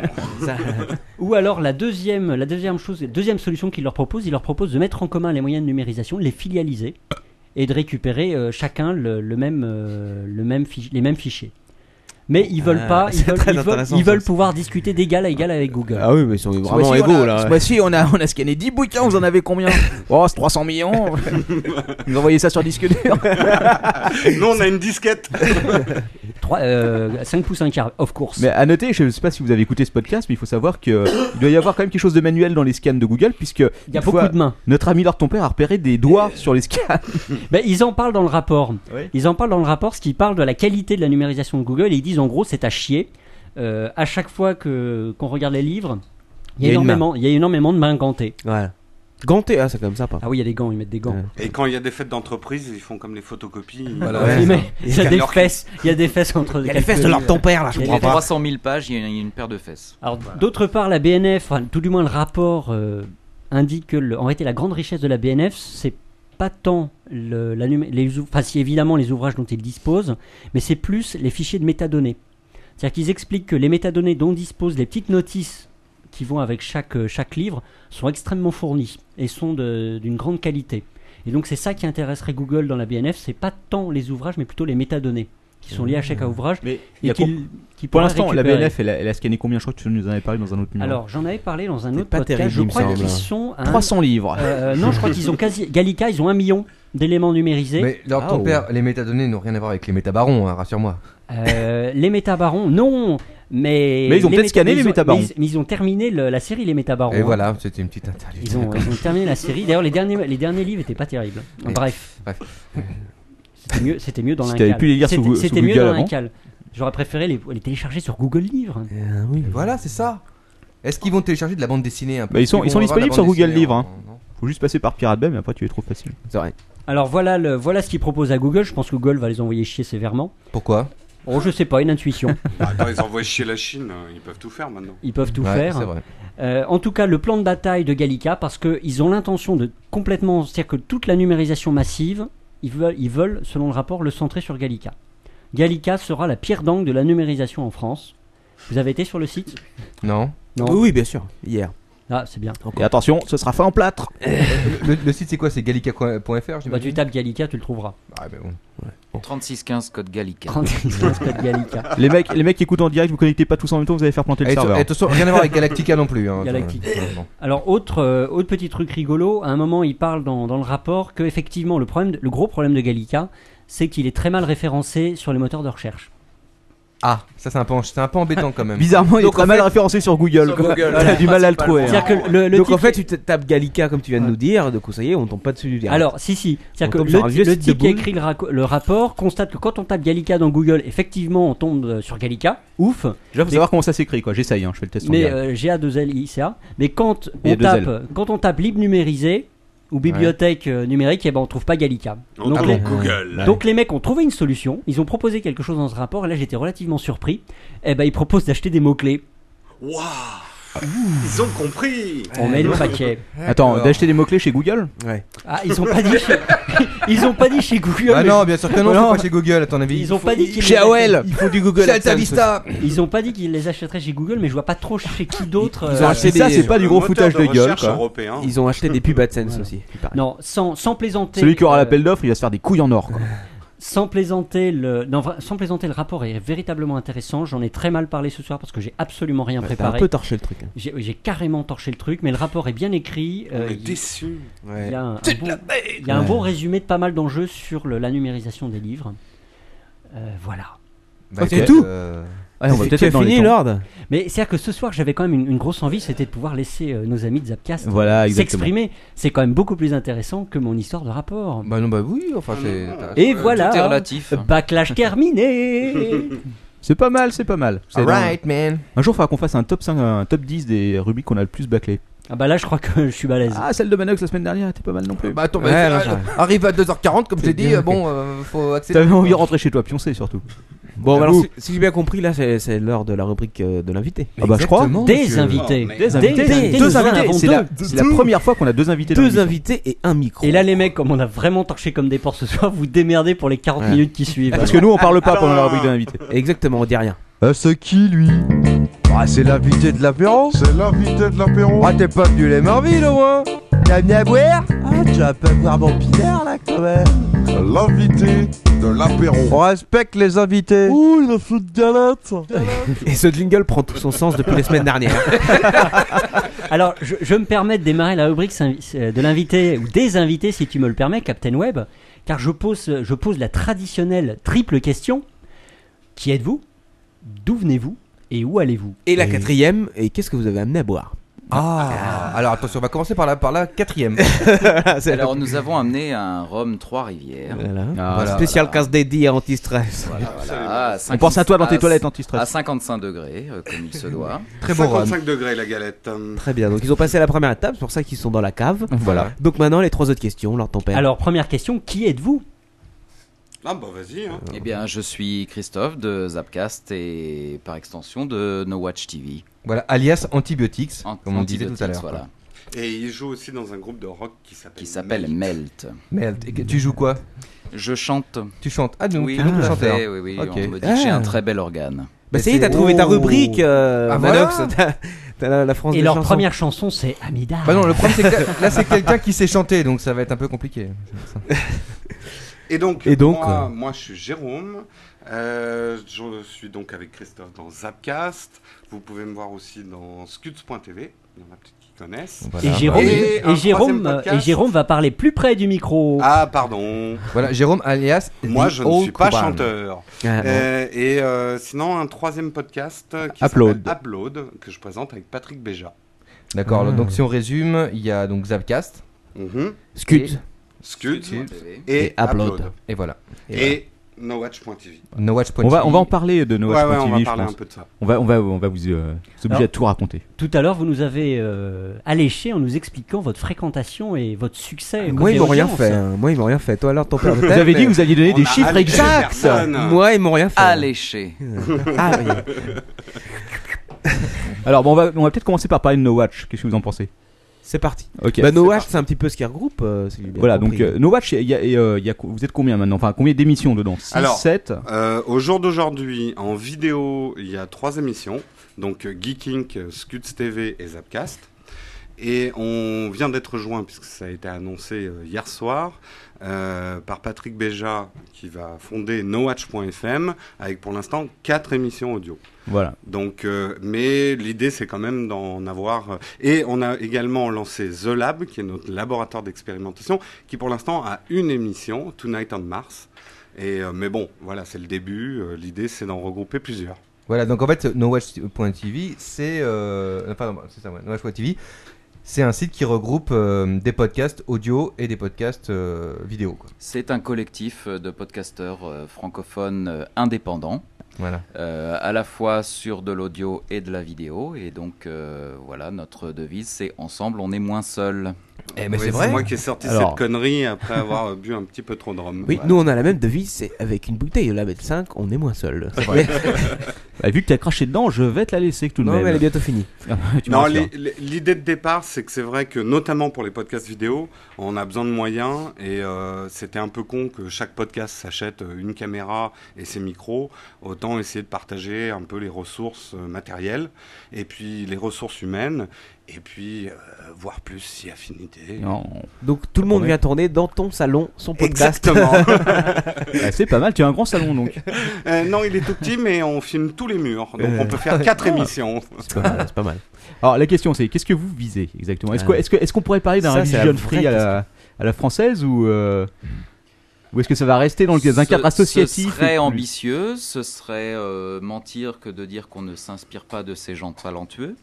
G: Ou alors la deuxième, la deuxième chose, la deuxième solution qu'il leur propose, il leur propose de mettre en commun les moyens de numérisation, de les filialiser et de récupérer euh, chacun le, le même, euh, le même fich- les mêmes fichiers. Mais ils veulent
F: Ah,
G: pas, ils
F: c'est
G: veulent,
F: très
G: ils veulent,
F: intéressant,
G: ils veulent
F: ça.
G: pouvoir discuter d'égal à égal avec Google.
F: Ah oui, mais ils sont
G: Ce
F: vraiment
G: mois-ci, on
F: égaux
G: a-
F: là.
G: ce
F: ouais.
G: mois-ci,
F: on a, on a scanné 10 bouquins, vous en avez combien Oh, c'est 300 millions Vous envoyez ça sur disque dur
I: Nous, on a une disquette
G: 5 euh, pouces 1 quart, of course.
D: Mais à noter, je ne sais pas si vous avez écouté ce podcast, mais il faut savoir que euh, il doit y avoir quand même quelque chose de manuel dans les scans de Google, puisque il
G: y a beaucoup de mains.
D: Notre ami Lord ton père a repéré des doigts sur les scans.
G: Ben, ils en parlent dans le rapport. Ils en parlent dans le rapport, ce qui parle de la qualité de la numérisation de Google. Et ils disent en gros, c'est à chier. Euh, à chaque fois que qu'on regarde les livres, il y, a
F: une
G: énormément, il y a énormément de mains gantées.
F: Voilà. Ganté, ah, c'est quand même sympa.
G: Ah oui, il y a des gants, ils mettent des gants.
I: Et quand il y a des fêtes d'entreprise, ils font comme les photocopies. ils-
G: Voilà, Ouais, ouais, Ah mais ça. il y a
I: Ils
G: des
I: leur-
G: fesses, il y a des fesses entre Il y a les fesses de leur ton père, là,
K: Il
G: je
K: y a
G: comprends pas.
K: 300 000 pages, il y a une, une paire de fesses.
G: Alors, d'autre part, la BNF, enfin, tout du moins le rapport euh, indique que, le- en réalité, la grande richesse de la BNF, c'est pas tant le- la numé- les, ou- enfin, si évidemment les ouvrages dont ils disposent, mais c'est plus les fichiers de métadonnées. C'est-à-dire qu'ils expliquent que les métadonnées dont disposent les petites notices qui vont avec chaque, euh, chaque livre sont extrêmement fournies et sont de- d'une grande qualité. Et donc c'est ça qui intéresserait Google dans la BNF, c'est pas tant les ouvrages, mais plutôt les métadonnées qui sont liées à chaque ouvrage.
D: Mmh. Il y
G: et
D: a
G: qu'il-
D: com-
G: qui
D: pour
G: pourraient
D: l'instant, la
G: récupérer.
D: BNF, elle a, elle a scanné combien Je crois que tu nous en avais parlé dans un autre numéro.
G: Alors, j'en avais parlé dans un
D: C'est
G: autre
D: pas
G: podcast.
D: terrible, il
G: je
D: me
G: crois
D: semble.
G: qu'ils sont à un-
D: 300 livres.
G: Euh, non, je crois qu'ils ont quasi Gallica, ils ont un million d'éléments numérisés.
J: Mais leur ton père, les métadonnées n'ont rien à voir avec les métabarons, hein, rassure-moi.
G: Euh, les métabarons, non, mais
J: Mais ils ont
G: les
J: peut-être
G: méta-
J: scanné
G: mais
J: les
G: ils ont-
J: métabarons.
G: Mais ils, mais ils ont terminé le- la série les métabarons.
J: Et
G: hein.
J: voilà, c'était une petite interlude.
G: Ils ont, ils ont terminé la série. D'ailleurs, les derniers, les derniers livres étaient pas terribles.
J: Et-
G: Bref, c'était mieux, c'était mieux dans
D: Si
G: l'incal.
D: t'avais pu les lire sous
G: C'était-
D: Goo- sous
G: C'était mieux
D: Google
G: dans
D: avant.
G: l'incal. J'aurais préféré les, les télécharger sur Google Livres.
F: Euh,
J: Voilà, c'est ça. Est-ce qu'ils vont télécharger de la bande dessinée un peu
D: Bah, ils sont, ils
J: Est-ce qu'ils
D: sont
J: vont avoir de la
D: disponibles sur
J: bande
D: Google
J: dessinée
D: Livre.
J: en-
D: hein. Faut juste passer par Pirate Bay, mais après tu les trouves faciles. C'est vrai.
G: Alors voilà, le, voilà ce qu'ils proposent à Google. Je pense que Google va les envoyer chier sévèrement.
J: Pourquoi
G: Oh, je sais pas, une intuition.
I: Bah, Attends, ils envoient chier la Chine, ils peuvent tout faire maintenant.
G: Ils peuvent tout faire. Euh, en tout cas, le plan de bataille de Gallica, parce qu'ils ont l'intention de complètement. C'est-à-dire que toute la numérisation massive, ils veulent, ils veulent, selon le rapport, le centrer sur Gallica. Gallica sera la pierre d'angle de la numérisation en France. Vous avez été sur le site
J: Non.
G: Non.
F: Oui, oui, bien sûr, hier.
G: Ah, c'est bien.
D: Et attention, ce sera fait en plâtre.
J: le, le site c'est quoi C'est gallica.fr
G: Bah, tu tapes Gallica, tu le trouveras.
J: Ah, bah bon.
K: 3615 code Gallica.
G: Oh 3615 code Gallica.
D: les mecs, les mecs qui écoutent en direct, vous connectez pas tous en même temps, vous allez faire planter le
J: Et
D: serveur.
J: et attention, rien à voir avec Galactica non plus. hein.
G: Galactique.
J: Ouais, bon.
G: Alors autre euh, autre petit truc rigolo, à un moment il parle dans, dans le rapport que effectivement le problème de- le gros problème de Gallica, c'est qu'il est très mal référencé sur les moteurs de recherche.
J: Ah, ça c'est un peu, en- c'est un peu embêtant quand même.
D: Bizarrement, il est très mal référencé sur Google.
J: Sur
D: quoi.
J: Google,
D: T'as
J: ouais.
D: du mal à le trouver. hein.
J: Principalement.
G: C'est-à-dire que le- le
F: Donc en
G: titre-
F: fait, tu te tapes Gallica comme tu viens de nous dire, donc ça y est, on tombe pas dessus du direct.
G: Alors si si,
F: On
G: c'est-à-dire
F: tombe
G: que
F: sur un
G: le,
F: vieux
G: le
F: site de
G: type qui a
F: boules.
G: écrit le, raco- le rapport constate que quand on tape Gallica dans Google, effectivement on tombe euh, sur Gallica, ouf.
D: Déjà, faut savoir comment ça s'écrit, quoi. J'essaye, hein, je fais le test en
G: Mais
D: direct.
G: euh, GA2LICA. Mais quand
D: Il y a
G: on
D: deux L.
G: tape, quand on tape libre numérisé ou bibliothèque euh, numérique, eh ben on trouve pas Gallica.
I: On tape Ah Google.
G: donc les mecs ont trouvé une solution. Ils ont proposé quelque chose dans ce rapport. Et là j'étais relativement surpris. Eh ben ils proposent d'acheter des mots clés.
I: Waouh Ils ont compris
G: On met le paquet.
D: Attends, d'acheter des mots-clés chez Google Ouais.
G: Ah ils ont pas dit. Chez... ils ont pas dit chez Google.
J: Ah
G: mais-
J: non, bien sûr que non, c'est pas chez Google à ton avis.
G: Ils ont pas dit qu'ils
J: Chez
G: les
J: AOL
G: achètent.
J: Il faut du Google
G: Chez
J: AdSense
G: Altavista.
J: aussi.
G: Ils ont pas dit qu'ils les achèteraient chez Google, mais je vois pas trop chez qui d'autre.
F: Ils ont
G: euh,
F: acheté des-
I: européen.
F: Oh. Ils ont acheté des pubs AdSense aussi.
G: Non, sans, sans plaisanter. euh,
D: Celui qui aura l'appel d'offres, il va se faire des couilles en or, quoi.
G: Sans plaisanter, le... non, vra- sans plaisanter, le rapport est véritablement intéressant. J'en ai très mal parlé ce soir parce que j'ai absolument rien
F: Ouais, t'as
G: préparé.
F: un peu torché le truc, hein.
G: J'ai j'ai carrément torché le truc, mais le rapport est bien écrit. euh,
I: On est
G: il-
I: déçus.
G: Il y a, un, un
I: C'est de
G: bon,
I: la merde.
G: il y a un
I: Ouais.
G: bon résumé de pas mal d'enjeux sur le- la numérisation des livres. Euh, voilà.
J: Bah, C'est écoute, tout euh,
D: Ouais, on va
F: c'est-
D: peut-être
F: tu as
D: être dans les
F: fini,
D: temps.
F: Lord
G: Mais c'est-à-dire que ce soir, j'avais quand même une, une grosse envie, c'était de pouvoir laisser euh, nos amis de Zapcast
D: Voilà, exactement.
G: s'exprimer. C'est quand même beaucoup plus intéressant que mon histoire de rapport.
J: Bah non, bah oui, enfin
D: Ah,
J: c'est.
G: Et voilà,
J: Tout est relatif.
G: backlash terminé.
D: C'est pas mal, c'est pas mal. C'est
J: Alright, man.
D: Un jour, il faudra qu'on fasse un top 5, un top 10 des rubis qu'on a le plus bâclé.
G: Ah bah là, je crois que je suis balèze.
D: Ah, celle de Manox la semaine dernière était pas mal non plus.
J: Bah attends, bah, euh, arrive à 2h40 comme je t'ai dit, euh, bon, euh, faut accepter.
D: T'avais envie de rentrer chez toi pioncer surtout.
F: Bon, alors, si, si j'ai bien compris, là, c'est c'est l'heure de la rubrique euh, de l'invité.
D: Ah bah, je crois.
G: Des invités.
D: Des invités. Deux invités. C'est la, c'est la première fois qu'on a deux invités. dans
G: Deux
D: l'émission.
G: invités et un micro. Et là, les mecs, comme on a vraiment torché comme des porcs ce soir, vous démerdez pour les 40
F: Ouais.
G: minutes qui suivent.
F: Parce que nous, on parle pas pendant la rubrique de
G: l'invité.
F: Exactement, on dit rien.
M: Euh, c'est qui lui Bah c'est l'invité de l'apéro C'est l'invité de l'apéro Ah t'es pas venu les Marville au moins T'as venu à boire Ah tu vas pas boire mon pinard là quand même L'invité de l'apéro On respecte les invités Ouh la flotte galette
F: Et ce jingle prend tout son sens depuis les semaines dernières.
G: Alors, je, je me permets de démarrer la rubrique s'invi- euh, de l'invité ou des invités, si tu me le permets, Captain Web, car je pose, je pose la traditionnelle triple question qui êtes-vous D'où venez-vous Et où allez-vous
F: Et la quatrième, et qu'est-ce que vous avez amené à boire
J: Ah, alors attention, on va commencer par la, par la quatrième.
F: Ah,
K: Alors nous avons amené un rhum Trois Rivières.
F: Voilà.
J: Ah,
F: Un
J: voilà,
F: spécial casse dédié à anti-stress.
K: Voilà, à
F: On
K: 50
F: pense à toi dans tes
K: Ah, à-
F: toilettes anti-stress.
K: À 55 degrés, euh, comme il se doit.
F: Très bon rhum.
I: 55 degrés la galette. Hum.
F: Très bien, donc ils ont passé la première étape, c'est pour ça qu'ils sont dans la cave.
K: Voilà.
F: Donc maintenant, les trois autres questions, leur tempère.
G: Alors, première question, qui êtes-vous
I: Ah bah vas-y. Hein.
K: Eh bien, je suis Christophe de Zapcast et par extension de No Watch TV.
J: Voilà, alias Antibiotics,
K: Ant-
J: comme on disait tout à
K: Antibiotics,
J: l'heure.
K: Voilà.
I: Et il joue aussi dans un groupe de rock qui s'appelle.
K: Qui s'appelle Melt.
J: Melt. Et que- tu joues quoi
K: Je chante.
J: Tu chantes Ah, donc
K: oui,
J: tu es donc
K: tout
J: le
K: à
J: chanteur.
K: fait, oui, oui,
J: Ok.
K: on me dit que j'ai
J: Ah.
K: un très bel organe.
F: Bah ça y est, t'as trouvé ta rubrique, euh,
K: Ah,
F: Manox,
K: voilà.
F: t'as- t'as la, la France
G: Oh. Et
F: des
G: leur
F: chansons.
G: première chanson, c'est Amida.
J: Bah non, le problème c'est que là- là c'est quelqu'un qui sait chanter, donc ça va être un peu compliqué.
I: Et donc,
J: Et donc,
I: moi,
J: euh,
I: moi, je suis Jérôme. Euh, je suis donc avec Christophe dans Zapcast. Vous pouvez me voir aussi dans scuds.tv. Il y en a peut-être qui connaissent.
G: Et Jérôme, et,
I: un troisième
G: Jérôme,
I: podcast.
G: et Jérôme va parler plus près du micro.
I: Ah, pardon.
J: Voilà, Jérôme alias.
I: Moi,
J: The
I: je ne
J: Old
I: suis pas
J: Kuban.
I: chanteur.
J: Ah,
I: Euh, et euh, sinon, un troisième podcast qui
J: Upload.
I: s'appelle Upload, que je présente avec Patrick Béja.
J: D'accord,
I: Ah.
J: donc si on résume, il y a donc Zapcast,
F: Scud.
J: Et-
I: Scud Mhm. et,
J: Et Upload.
I: Upload.
J: Et voilà.
I: Et, nowatch.tv.
D: On va, on va en parler de Noah
I: Ouais, ouais, on va
D: je
I: parler
D: pense.
I: un peu de ça.
D: On va, on va, on va vous, euh, vous obliger à
G: Alors-
D: tout raconter.
G: Tout à l'heure, vous nous avez euh, alléché en nous expliquant votre fréquentation et votre succès.
F: Ah, Moi,
G: côté
F: ils m'ont rien
G: audience.
F: fait. hein. Moi, ils m'ont rien fait. Toi, alors, ton père.
G: Vous avez dit que vous alliez donner des On a chiffres alléché exacts.
F: exacts.
G: personne.
F: Moi, ils m'ont rien fait.
K: Alléché.
F: Ah, oui.
D: Alors, bon, on va, on va peut-être commencer par parler de No Watch. Qu'est-ce que vous en pensez
F: C'est parti.
D: Ok.
F: Bah, No Watch, c'est un petit peu ce qui regroupe. euh, si j'ai bien
D: Voilà,
F: compris.
D: donc euh, No Watch, il y a- il y a- euh, il y a co- vous êtes combien maintenant Enfin, combien d'émissions dedans 6,
I: Alors,
D: 7
I: euh, au jour d'aujourd'hui, en vidéo, il y a trois émissions. Donc euh, Geek Inc, euh, Scuds TV et Zapcast. Et on vient d'être rejoint, puisque ça a été annoncé euh, hier soir, euh, par Patrick Béja, qui va fonder NoWatch.fm, avec pour l'instant quatre émissions audio.
D: Voilà.
I: Donc, euh, mais l'idée, c'est quand même d'en avoir. euh, et on a également lancé The Lab, qui est notre laboratoire d'expérimentation, qui pour l'instant a une émission, Tonight on Mars. Et, euh, mais bon, voilà, c'est le début. euh, l'idée, c'est d'en regrouper plusieurs.
J: Voilà, donc en fait, NoWatch.tv, c'est. Euh, pardon, c'est ça, ouais, NoWatch.tv, c'est un site qui regroupe euh, des podcasts audio et des podcasts euh, vidéo. quoi.
K: C'est un collectif euh, de podcasteurs euh, francophones euh, indépendants.
J: Voilà.
K: Euh, à la fois sur de l'audio et de la vidéo. Et donc, euh, voilà, notre devise, c'est ensemble, on est moins seul.
J: Eh
I: Oui, moi qui ai sorti
F: Alors-
I: cette connerie après avoir euh, bu un petit peu trop de rhum.
F: Oui,
I: Voilà.
F: nous on a la même devise, c'est avec une bouteille de Label 5, on est moins seul.
D: vrai. Bah, vu que t'as craché dedans, je vais te la laisser tout de
F: Non,
D: même. Ah,
F: mais elle est bientôt finie.
D: Tu me
I: Non,
D: rassures.
I: les- les- l'idée de départ, c'est que c'est vrai que notamment pour les podcasts vidéo, on a besoin de moyens et euh, c'était un peu con que chaque podcast s'achète euh, une caméra et ses micros. Autant essayer de partager un peu les ressources euh, matérielles et puis les ressources humaines et puis euh, voir plus si affinité.
F: Donc tout le monde vient tourner dans ton salon son podcast.
I: Exactement.
D: Ah, c'est pas mal, tu as un grand salon donc.
I: Euh, non, il est tout petit, mais on filme tous les murs, donc on peut faire quatre émissions.
F: C'est pas mal, c'est pas mal.
D: Alors la question c'est qu'est-ce que vous visez exactement Est-ce que-
F: Ah.
D: est-ce que- est-ce qu'on pourrait parler d'un
F: Ça, c'est la
D: religion
F: vraie
D: free à la, à la française ou euh, ou est-ce que ça va rester dans, le, dans un cadre associatif
K: Ce serait
D: et plus
K: ambitieux, ce serait euh, mentir que de dire qu'on ne s'inspire pas de ces gens talentueux.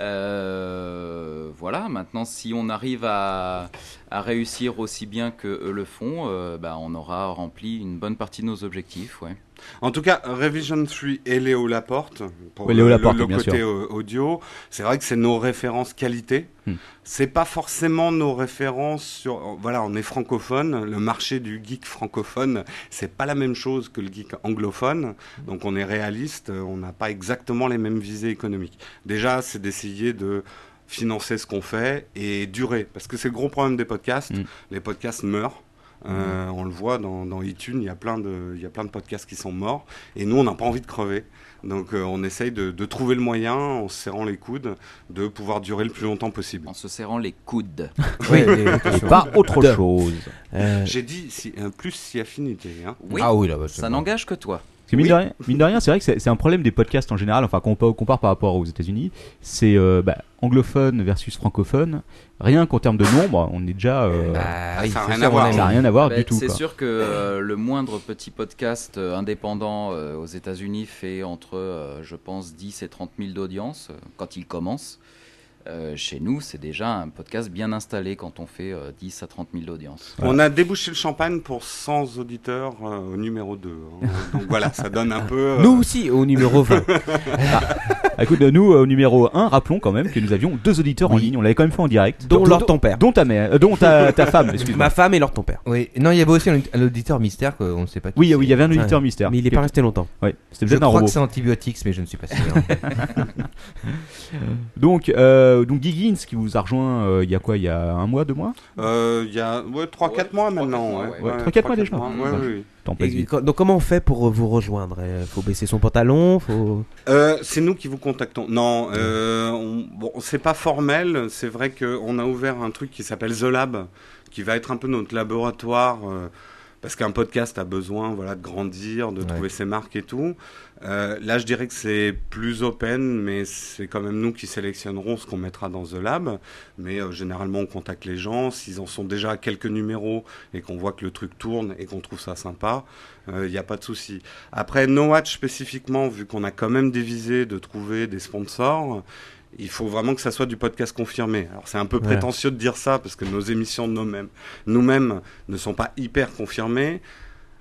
K: Euh, voilà, maintenant si on arrive à, à réussir aussi bien que eux le font, euh, bah, on aura rempli une bonne partie de nos objectifs. Ouais.
I: En tout cas, Revision 3 et Léo Laporte, pour
D: Oui,
I: le,
D: Léo
I: le-
D: Laporte,
I: le
D: bien
I: côté
D: sûr.
I: euh, audio, c'est vrai que c'est nos références qualité.
D: Hmm.
I: C'est pas forcément nos références sur. Voilà, on est francophone. Le marché du geek francophone, c'est pas la même chose que le geek anglophone. Donc on est réaliste. euh, On n'a pas exactement les mêmes visées économiques. Déjà, c'est d'essayer de financer ce qu'on fait et durer. Parce que c'est le gros problème des podcasts.
D: Mm.
I: Les podcasts meurent. Euh, on le voit dans, dans iTunes, il y, a plein de, il y a plein de podcasts qui sont morts. Et nous, on n'a pas envie de crever. Donc, euh, on essaye de, de trouver le moyen, en se serrant les coudes, de pouvoir durer le plus longtemps possible. En se serrant les coudes.
D: Ah,
F: Oui, et- et pas autre chose. Euh,
I: J'ai dit si, euh, plus si affinité. hein.
K: Oui, Ah oui, là, bah, c'est ça bon. n'engage que toi.
D: Parce que mine,
I: Oui.
D: de rien, mine de rien, c'est vrai que c'est c'est un problème des podcasts en général, enfin qu'on peut- compare par rapport aux États-Unis, c'est euh, bah, anglophone versus francophone. Rien qu'en termes de nombre, on est déjà. euh,
I: ça a
D: c'est
I: rien à voir.
D: Ça a rien à voir
K: Bah,
D: Ah, du tout.
K: C'est
D: quoi.
K: sûr que euh, le moindre petit podcast euh, indépendant euh, aux États-Unis fait entre, euh, je pense, 10 et 30 000 d'audience euh, quand il commence. Euh, chez nous, c'est déjà un podcast bien installé quand on fait euh, 10 à 30 000 d'audience.
I: On a débouché le champagne pour 100 auditeurs euh, au numéro 2. hein. Donc voilà, ça donne un peu. euh,
D: Nous aussi, au numéro 20. Ah, écoute, nous, euh, au numéro 1, rappelons quand même que nous avions deux auditeurs en ligne, on l'avait quand même fait en direct.
F: Dont leur ton
D: père. Dont ta mère, euh, dont ta, ta femme, excuse-moi.
F: Ma femme et leur ton père.
J: Oui, non, il y avait aussi un, un auditeur mystère qu'on ne sait pas qui
D: Oui,
J: c'est.
D: oui, il y avait un auditeur
J: Ouais.
D: mystère.
F: Mais il est
D: Qui-
F: pas resté longtemps.
D: Ouais, c'était
J: Je
D: peut-être un
J: crois
D: robot.
J: que c'est Antibiotics, mais je ne suis pas sûr.
D: donc, euh, donc Giggins qui vous a rejoint euh, il y a quoi Il y a un mois, deux mois
I: euh, Il y a 3-4 mois maintenant. ouais.
D: Ouais,
I: Ouais,
D: trois, quatre
I: trois,
D: mois
I: quatre
D: déjà.
I: mois, ouais,
D: Vache.
I: oui, oui.
D: T'en passes
F: Et-
D: vite.
F: co- Donc comment on fait pour euh, vous rejoindre Euh, Faut baisser son pantalon, faut.
I: Euh, c'est nous qui vous contactons. Non, euh, on- bon, c'est pas formel. C'est vrai qu'on a ouvert un truc qui s'appelle The Lab, qui va être un peu notre laboratoire. euh, parce qu'un podcast a besoin voilà, de grandir, de trouver ses marques et tout. Euh, là, je dirais que c'est plus open, mais c'est quand même nous qui sélectionnerons ce qu'on mettra dans The Lab. Mais euh, généralement, on contacte les gens. S'ils en sont déjà à quelques numéros et qu'on voit que le truc tourne et qu'on trouve ça sympa, il n'y a pas de souci. Après, No Watch spécifiquement, vu qu'on a quand même des visées de trouver des sponsors, il faut vraiment que ça soit du podcast confirmé. Alors, c'est un peu
B: Ouais.
I: prétentieux prétentieux de dire ça parce que nos émissions de nous-mêmes nous-mêmes ne sont pas hyper confirmées.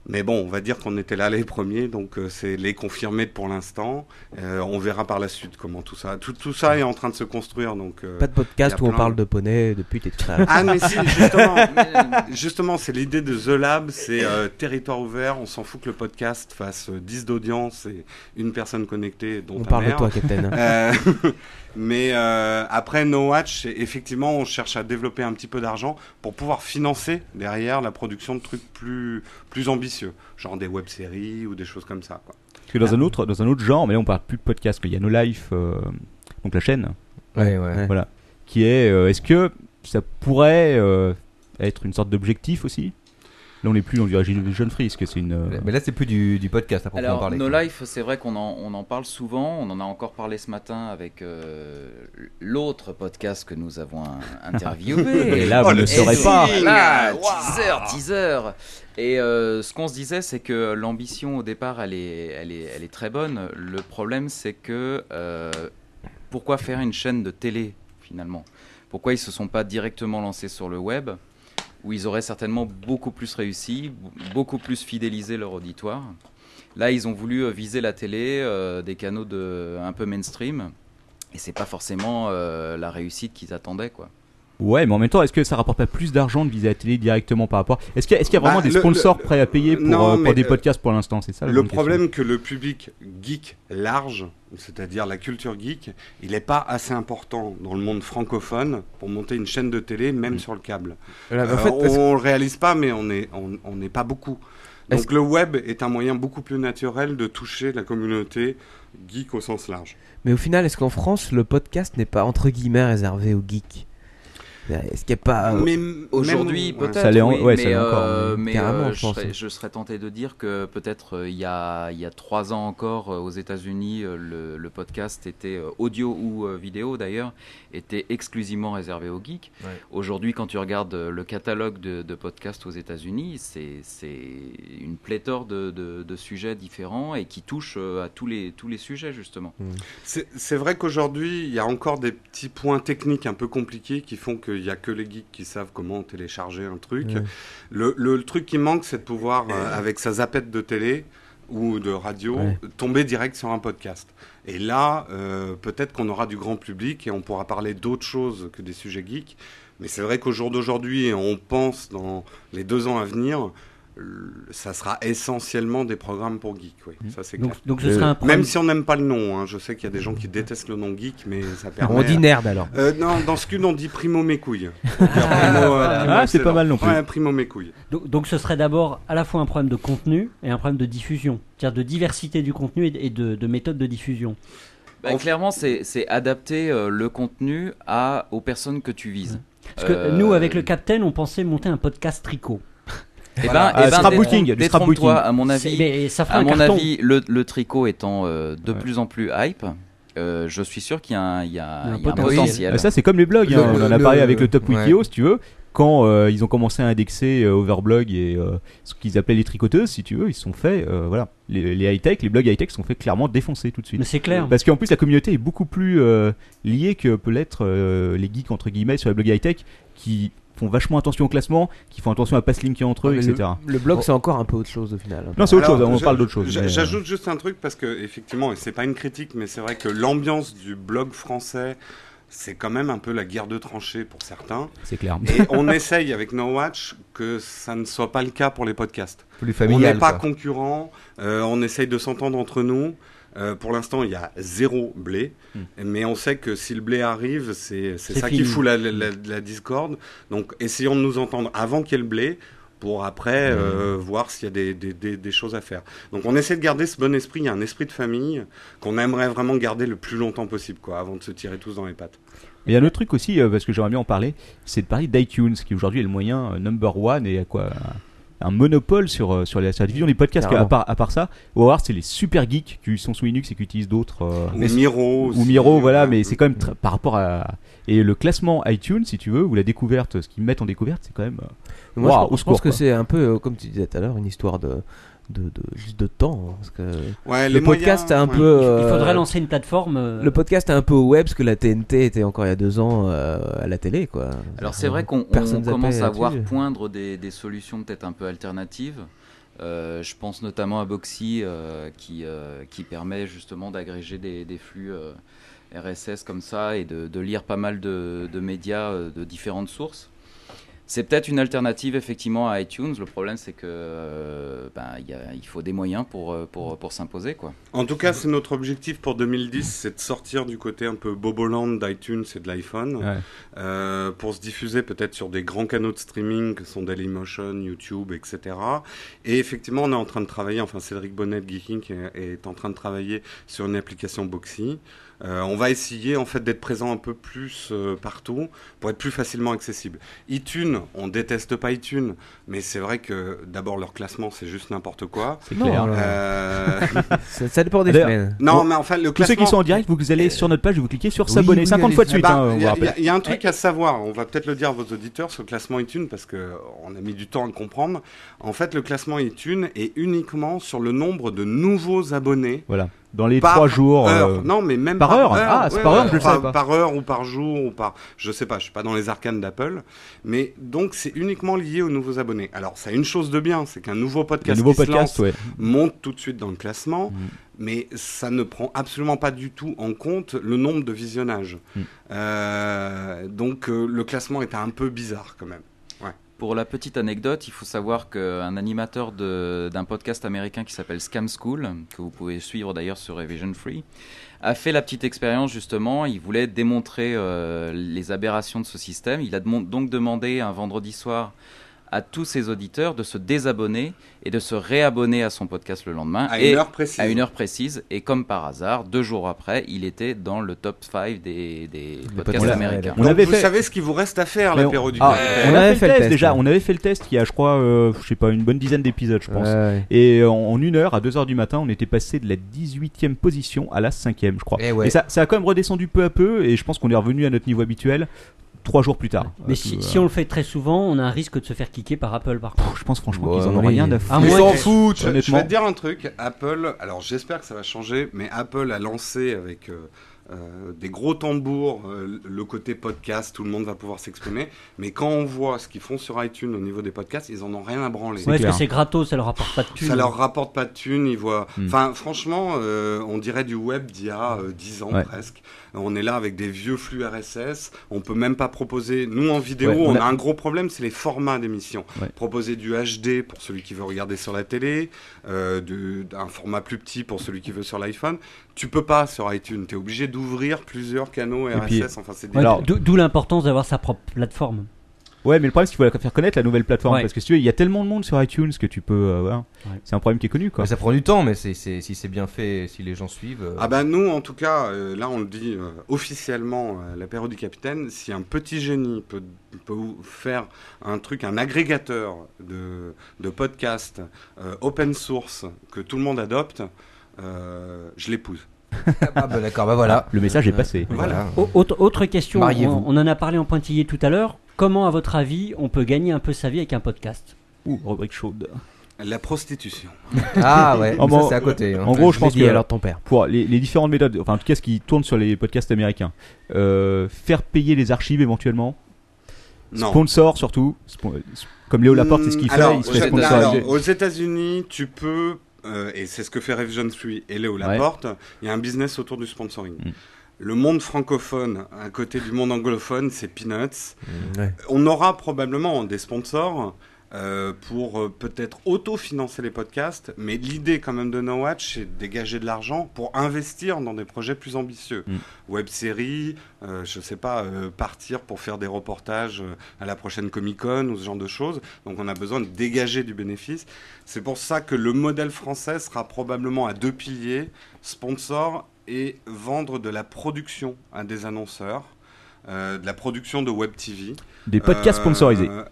I: Mais bon, on va dire qu'on était là les premiers, donc euh, c'est les confirmés pour l'instant. Euh, on verra par la suite comment tout ça. Tout, tout ça est en train de se construire. Donc, euh,
F: Pas de
I: il
F: podcast
I: y a
F: où on
I: plein
F: parle de poney, de pute et tout ça.
I: Ah, mais si, justement, justement c'est l'idée de The Lab, c'est euh, territoire ouvert. On s'en fout que le podcast fasse euh, 10 d'audience et une personne connectée dont
F: On
I: ta
F: parle de
I: mère.
F: toi, Captain.
I: Euh, mais euh, après No Watch, c'est- effectivement, on cherche à développer un petit peu d'argent pour pouvoir financer derrière la production de trucs plus, plus ambitieux, genre des web-séries ou des choses comme ça. Quoi.
D: Parce que dans un autre, dans un autre genre, mais là on parle plus de podcast, mais il y a No Life, euh, donc la chaîne.
J: Ouais, ouais.
D: Voilà. Qui est, euh, est-ce que ça pourrait euh, être une sorte d'objectif aussi Là on n'est plus dans du régime jeune free, est-ce que c'est une. euh,
J: Mais là, c'est plus du, du podcast à proprement
K: Alors,
J: parler.
K: No
J: quoi.
K: Life, c'est vrai qu'on en, on en parle souvent. On en a encore parlé ce matin avec euh, l'autre podcast que nous avons un- interviewé.
D: Et là, vous Oh, ne le saurez
K: si,
D: pas.
K: Voilà,
D: Wow.
K: Ah, teaser, teaser. Et euh, ce qu'on se disait, c'est que l'ambition au départ, elle est, elle est, elle est très bonne. Le problème, c'est que euh, pourquoi faire une chaîne de télé finalement Pourquoi ils se sont pas directement lancés sur le web où ils auraient certainement beaucoup plus réussi, beaucoup plus fidélisé leur auditoire. Là, ils ont voulu euh, viser la télé, euh, des canaux de, un peu mainstream, et c'est pas forcément euh, la réussite qu'ils attendaient, quoi.
D: Ouais, mais en même temps, est-ce que ça rapporte pas plus d'argent de viser la télé directement par rapport Est-ce qu'il y, a- est-ce qu'il y a vraiment
I: Bah,
D: des
I: le-
D: sponsors
I: le-
D: prêts à payer pour,
I: Non,
D: euh, pour
I: mais,
D: des
I: euh,
D: podcasts pour l'instant C'est ça la
I: Le
D: grande question.
I: problème que le public geek large, c'est-à-dire la culture geek, il n'est pas assez important dans le monde francophone pour monter une chaîne de télé, même sur le câble.
J: Voilà, Mm. bah,
I: Euh,
J: en fait, parce que-
I: on ne le réalise pas, mais on n'est on, on n'est pas beaucoup.
J: Est-ce
I: Donc le web est un moyen beaucoup plus naturel de toucher la communauté geek au sens large.
F: Mais au final, est-ce qu'en France, le podcast n'est pas entre guillemets réservé aux geeks Est-ce qu'il n'y a
J: Ah,
F: pas. euh,
I: Mais-
K: Aujourd'hui,
F: ouais.
K: peut-être.
F: Ça l'est en-
K: oui,
F: ouais, ça
K: mais
F: l'est encore,
K: euh,
F: mais
K: mais,
F: carrément,
K: euh,
F: je
K: je,
F: pense. hein.
K: serais, je serais tenté de dire que peut-être euh, il y, a, il y a trois ans encore euh, aux États-Unis, euh, le, le podcast était euh, audio ou euh, vidéo d'ailleurs, était exclusivement réservé aux geeks.
J: Ouais.
K: Aujourd'hui, quand tu regardes euh, le catalogue de, de podcasts aux États-Unis, c'est c'est une pléthore de, de- de sujets différents et qui touchent euh, à tous les, tous les sujets justement.
I: C'est c'est vrai qu'aujourd'hui, il y a encore des petits points techniques un peu compliqués qui font qu'il n'y a que les geeks qui savent comment télécharger un truc.
J: Ouais.
I: Le, le- le truc qui manque, c'est de pouvoir, euh, avec sa zapette de télé, ou de radio
F: Ouais.
I: tomber direct sur un podcast. Et là, euh, peut-être qu'on aura du grand public et on pourra parler d'autres choses que des sujets geeks. Mais c'est vrai qu'au jour d'aujourd'hui, et on pense dans les deux ans à venir, l- ça sera essentiellement des programmes pour geeks. Oui. Ça, c'est
G: Donc-
I: clair.
G: donc ce
F: Euh,
G: sera un
I: Euh, Même
G: programme-
I: si on n'aime pas le nom, hein, je sais qu'il y a des gens qui détestent le nom geek, mais ça permet.
F: On dit nerd, alors.
I: Euh, Non, dans ce cul, on dit primo mes couilles.
D: Ah,
I: Donc, euh, primo, euh, primo, excellent. Ouais, primo mes couilles.
G: Donc, donc ce serait d'abord à la fois un problème de contenu et un problème de diffusion, c'est-à-dire de diversité du contenu et de- et de, de méthode de diffusion.
K: Bah, clairement, c'est c'est adapter euh, le contenu à, aux personnes que tu vises.
G: Parce que
K: Euh,
G: nous, avec le Captain, on pensait monter un podcast tricot.
K: Eh ben,
D: Euh,
K: eh ben, détrompe- détrompe-toi, à mon
G: C'est-
K: avis,
G: mais ça fera
K: à
G: un
K: mon
G: carton.
K: avis le, le tricot étant euh, de plus en plus hype, euh, je suis sûr qu'il y a un, il y a- il y a un potentiel.
D: Ah, Ça, c'est comme les blogs. hein.
K: Euh, Le-
D: on en a
K: le-
D: parlé avec le Top
K: ouais.
D: Wikio, si tu veux. Quand euh, ils ont commencé à indexer euh, Overblog et euh, ce qu'ils appelaient les tricoteuses, si tu veux, ils se sont fait, euh, voilà, les, les high-tech, les blogs high-tech se sont fait clairement défoncer tout de suite.
G: Mais c'est clair.
D: Parce qu'en plus, la communauté est beaucoup plus euh, liée que peut l'être euh, les geeks, entre guillemets, sur les blogs high-tech, qui font vachement attention au classement, qui font attention à pas se linker entre eux,
F: Ah, mais
D: etc.
F: Le, le blog, c'est encore un peu autre chose au final.
D: Non, c'est autre
I: Alors,
D: chose, on
I: je-
D: parle d'autre chose.
I: je-
D: mais, euh,
I: J'ajoute juste un truc parce que, effectivement, et c'est pas une critique, mais c'est vrai que l'ambiance du blog français, c'est quand même un peu la guerre de tranchées pour certains.
D: C'est clair.
I: Et on essaye avec No Watch que ça ne soit pas le cas pour les podcasts.
J: Plus familial,
I: On n'est pas
J: quoi.
I: concurrents, euh, on essaye de s'entendre entre nous. Euh, pour l'instant, il y a zéro blé, mais on sait que si le blé arrive, c'est c'est
J: C'est
I: ça qui
J: fini.
I: fout la, la- la- la discorde. Donc, essayons de nous entendre avant qu'il y ait le blé pour après euh, voir s'il y a des, des- des- des choses à faire. Donc on essaie de garder ce bon esprit, il y a un esprit de famille qu'on aimerait vraiment garder le plus longtemps possible, quoi, avant de se tirer tous dans les pattes.
D: Mais il y a un autre truc aussi, euh, parce que j'aimerais bien en parler, c'est de parler d'iTunes, qui aujourd'hui est le moyen euh, number one et à quoi un un monopole sur, euh, sur, la, sur la division des podcasts.
J: Carrément.
D: À part, à part ça, on va voir, c'est les super geeks qui sont sous Linux et qui utilisent d'autres. euh,
I: Ou Miro
D: Ou
I: aussi, euh,
D: Miro, voilà, mais c'est quand même tr- par rapport à. Et le classement iTunes, si tu veux, ou la découverte, ce qu'ils mettent en découverte, c'est quand même. euh,
F: Moi,
D: waouh,
F: je pense-
D: au
F: je,
D: secours,
F: pense que
D: quoi.
F: c'est un peu, euh, comme tu disais tout à l'heure, une histoire de, de, de- juste de temps. hein, Parce que
G: Ouais,
F: le
G: les
F: podcast
G: moyens,
F: a un
G: ouais.
F: peu.
G: Il faudrait lancer une plateforme, euh,
F: E, euh, Le podcast a un peu au web, parce que la TNT était encore il y a deux ans euh, à la télé. quoi.
K: Alors c'est vrai qu'on on
F: Personne zappait
K: commence à
F: là-dessus.
K: voir poindre des, des solutions peut-être un peu alternatives. Euh, je pense notamment à Boxy euh, qui, euh, qui permet justement d'agréger des, des flux euh, RSS comme ça et de, de lire pas mal de, de médias euh, de différentes sources. C'est peut-être une alternative effectivement à iTunes. Le problème c'est que euh, ben, il y a- il faut des moyens pour, euh, pour, pour s'imposer quoi.
I: En tout cas, c'est notre objectif pour 2010, c'est de sortir du côté un peu boboland d'iTunes et de l'iPhone,
D: Ouais.
I: euh, pour se diffuser peut-être sur des grands canaux de streaming que sont Dailymotion, YouTube, etc. Et effectivement, on est en train de travailler, enfin Cédric Bonnet de Geeking est, est en train de travailler sur une application Boxy. Euh, on va essayer en fait d'être présent un peu plus euh, partout pour être plus facilement accessible. iTunes, on déteste pas iTunes, mais c'est vrai que d'abord leur classement c'est juste n'importe quoi.
D: C'est clair.
I: Euh,
F: ça, ça dépend des
D: D'ailleurs,
F: semaines.
I: Non, mais enfin, le
D: Tous ceux qui
I: classement-
D: sont en direct, vous allez sur notre page, vous cliquez sur
I: Oui,
D: s'abonner
I: oui,
D: 50 fois de
I: allez-y.
D: suite.
I: Eh ben,
D: hein, on
I: il y a-
D: rappelle.
I: Il y, a un truc à savoir, on va peut-être le dire à vos auditeurs, ce classement iTunes, parce qu'on a mis du temps à le comprendre. En fait, le classement iTunes est uniquement sur le nombre de nouveaux abonnés.
D: Voilà. Dans les
I: Par
D: trois jours.
I: heure.
D: euh,
I: Non, mais même
D: par, heure. Ah, c'est
I: ouais,
D: par heure,
I: ouais,
D: je le
I: par-
D: savais pas.
I: Par heure ou par jour ou par. Je sais pas, je suis pas dans les arcanes d'Apple. Mais donc, c'est uniquement lié aux nouveaux abonnés. Alors, ça a une chose de bien, c'est qu'un nouveau podcast,
D: nouveau
I: qui se
D: podcast,
I: lance
D: ouais.
I: monte tout de suite dans le classement.
K: Mm.
I: Mais ça ne prend absolument pas du tout en compte le nombre de visionnages.
K: Mm.
I: Euh, donc, euh, le classement est un peu bizarre quand même. Ouais.
K: Pour la petite anecdote, il faut savoir qu'un animateur de- d'un podcast américain qui s'appelle Scam School, que vous pouvez suivre d'ailleurs sur Revision Free, a fait la petite expérience justement. Il voulait démontrer euh, les aberrations de ce système. Il a demon- donc demandé un vendredi soir à tous ses auditeurs de se désabonner et de se réabonner à son podcast le lendemain.
I: À
K: Et-
I: une heure précise.
K: À une heure précise. Et comme par hasard, deux jours après, il était dans le top 5 des, des podcasts
D: podcasts.
K: américains.
D: On avait
I: vous
D: fait-
I: savez ce qu'il vous reste à faire,
D: Mais on-
I: l'apéro du Euh,
D: Ah,
I: Capitaine.
D: on avait fait le test déjà. On avait fait le test il y a, je crois, euh, je sais pas, une bonne dizaine d'épisodes, je pense.
F: Ouais, ouais.
D: Et en, en une heure, à 2 heures du matin, on était passé de la 18e position à la 5e, je crois.
F: Eh ouais.
D: Et ça, ça a quand même redescendu peu à peu. Et je pense qu'on est revenu à notre niveau habituel trois jours plus tard.
F: E,
G: Mais
D: Euh,
G: si,
D: tout,
G: si
D: euh,
G: on le fait très souvent, on a un risque de se faire kicker par Apple par contre.
D: Je pense franchement
G: Ouais,
D: qu'ils en ont
G: oui.
D: rien à foutre.
G: Ah, Ils moi, s'en
I: Je-
G: foutent,
I: je- Je
D: honnêtement.
I: vais te dire un truc. Apple, alors j'espère que ça va changer, mais Apple a lancé avec euh, euh, des gros tambours, euh, le côté podcast, tout le monde va pouvoir s'exprimer. Mais quand on voit ce qu'ils font sur iTunes au niveau des podcasts, ils en ont rien à branler.
G: Ouais, parce que c'est gratos, ça leur rapporte pas de thunes.
I: Ça leur rapporte pas de thunes, ils voient.
G: Hmm.
I: Enfin, franchement, euh, on dirait du web d'il y a euh, 10 ans
D: Ouais.
I: presque. On est là avec des vieux flux RSS. On peut même pas proposer. Nous, en vidéo,
D: Ouais,
I: on,
D: on
I: a...
D: a-
I: un gros problème, c'est les formats d'émissions.
D: Ouais.
I: Proposer du HD pour celui qui veut regarder sur la télé, euh, du- un format plus petit pour celui qui veut sur l'iPhone. Tu peux pas sur iTunes. Tu es obligé d'ouvrir plusieurs canaux RSS. enfin, c'est
G: Ouais,
I: délirant.
G: d'o- D'où l'importance d'avoir sa propre plateforme.
D: Ouais, mais le problème, c'est qu'il faut la faire connaître la nouvelle plateforme.
G: Ouais.
D: Parce que si tu veux, il y a tellement de monde sur iTunes que tu peux. euh, voilà. C'est un problème qui est connu, quoi.
J: Mais ça prend du temps, mais c'est- c'est- si c'est bien fait, si les gens suivent. euh,
I: Ah bah nous en tout cas, euh, là on le dit euh, officiellement, euh, l'apéro du capitaine, si un petit génie peut, peut vous faire un truc, un agrégateur de, de podcasts euh, open source que tout le monde adopte, euh, je l'épouse.
J: Ah bah d'accord, bah voilà.
D: Le message est passé.
I: Voilà.
G: Au- Autre, autre question,
I: Mariez-vous.
G: on, on en a parlé en pointillé tout à l'heure. Comment, à votre avis, on peut gagner un peu sa vie avec un podcast
D: Ouh, rubrique chaude.
I: La prostitution.
J: Ah,
D: En gros-
J: hein.
D: En gros, je pense que
F: alors ton père.
D: pour les, les différentes méthodes, enfin en tout cas ce qui tourne sur les podcasts américains, euh, faire payer les archives éventuellement,
I: Non.
D: sponsor surtout, spo- comme Léo Laporte, c'est ce qu'il
I: Hmm, alors,
D: fait, il se
I: aux-
D: fait
I: alors,
D: sponsoriser.
I: aux États-Unis, tu peux, euh, et c'est ce que fait Rave John Free et Léo Laporte, il y a un business autour du sponsoring.
D: Mm.
I: Le monde francophone à côté du monde anglophone, c'est peanuts.
J: ouais.
I: On aura probablement des sponsors euh, pour euh, peut-être auto-financer les podcasts, mais l'idée quand même de No Watch, c'est de dégager de l'argent pour investir dans des projets plus ambitieux. Web-série, euh, je sais pas, euh, partir pour faire des reportages euh, à la prochaine Comic-Con ou ce genre de choses. Donc on a besoin de dégager du bénéfice. C'est pour ça que le modèle français sera probablement à deux piliers, sponsor et vendre de la production à des annonceurs, euh, de la production de Web TV.
D: Des podcasts sponsorisés.
I: Euh,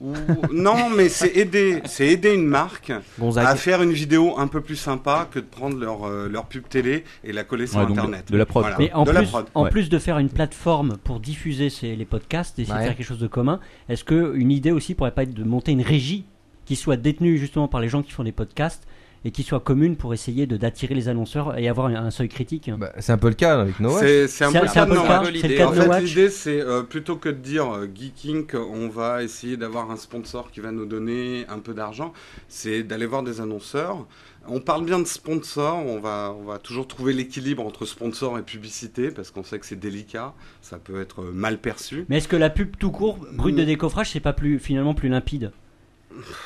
I: ou- non, mais c'est aider, c'est aider une marque
D: Gonzague.
I: à faire une vidéo un peu plus sympa que de prendre leur, euh, leur pub télé et la coller sur
D: Ouais, donc de-
I: Internet.
D: de la prod,
I: Voilà,
D: quoi.
G: Mais en,
I: Ah, de la
G: plus,
I: prod.
G: en plus de faire une plateforme pour diffuser ces- les podcasts, d'essayer
I: Ouais.
G: de faire quelque chose de commun, est-ce qu'une idée aussi pourrait pas être de monter une régie qui soit détenue justement par les gens qui font des podcasts et qui soit commune pour essayer de- d'attirer les annonceurs et avoir un, un seuil critique
J: Ah, bah, C'est un peu le cas avec
D: Ah
J: No Watch.
I: C'est c'est un peu
G: C'est un peu le cas,
I: l'idée.
G: c'est le cas de
I: En
G: No
I: fait,
G: Watch.
I: l'idée, c'est euh, plutôt que de dire euh, geeking, on va essayer d'avoir un sponsor qui va nous donner un peu d'argent, c'est d'aller voir des annonceurs. On parle bien de sponsor, on va, on va toujours trouver l'équilibre entre sponsor et publicité, parce qu'on sait que c'est délicat, ça peut être euh, mal perçu.
G: Mais est-ce que la pub tout court, brute
K: Mm.
G: de décoffrage, c'est pas plus finalement plus limpide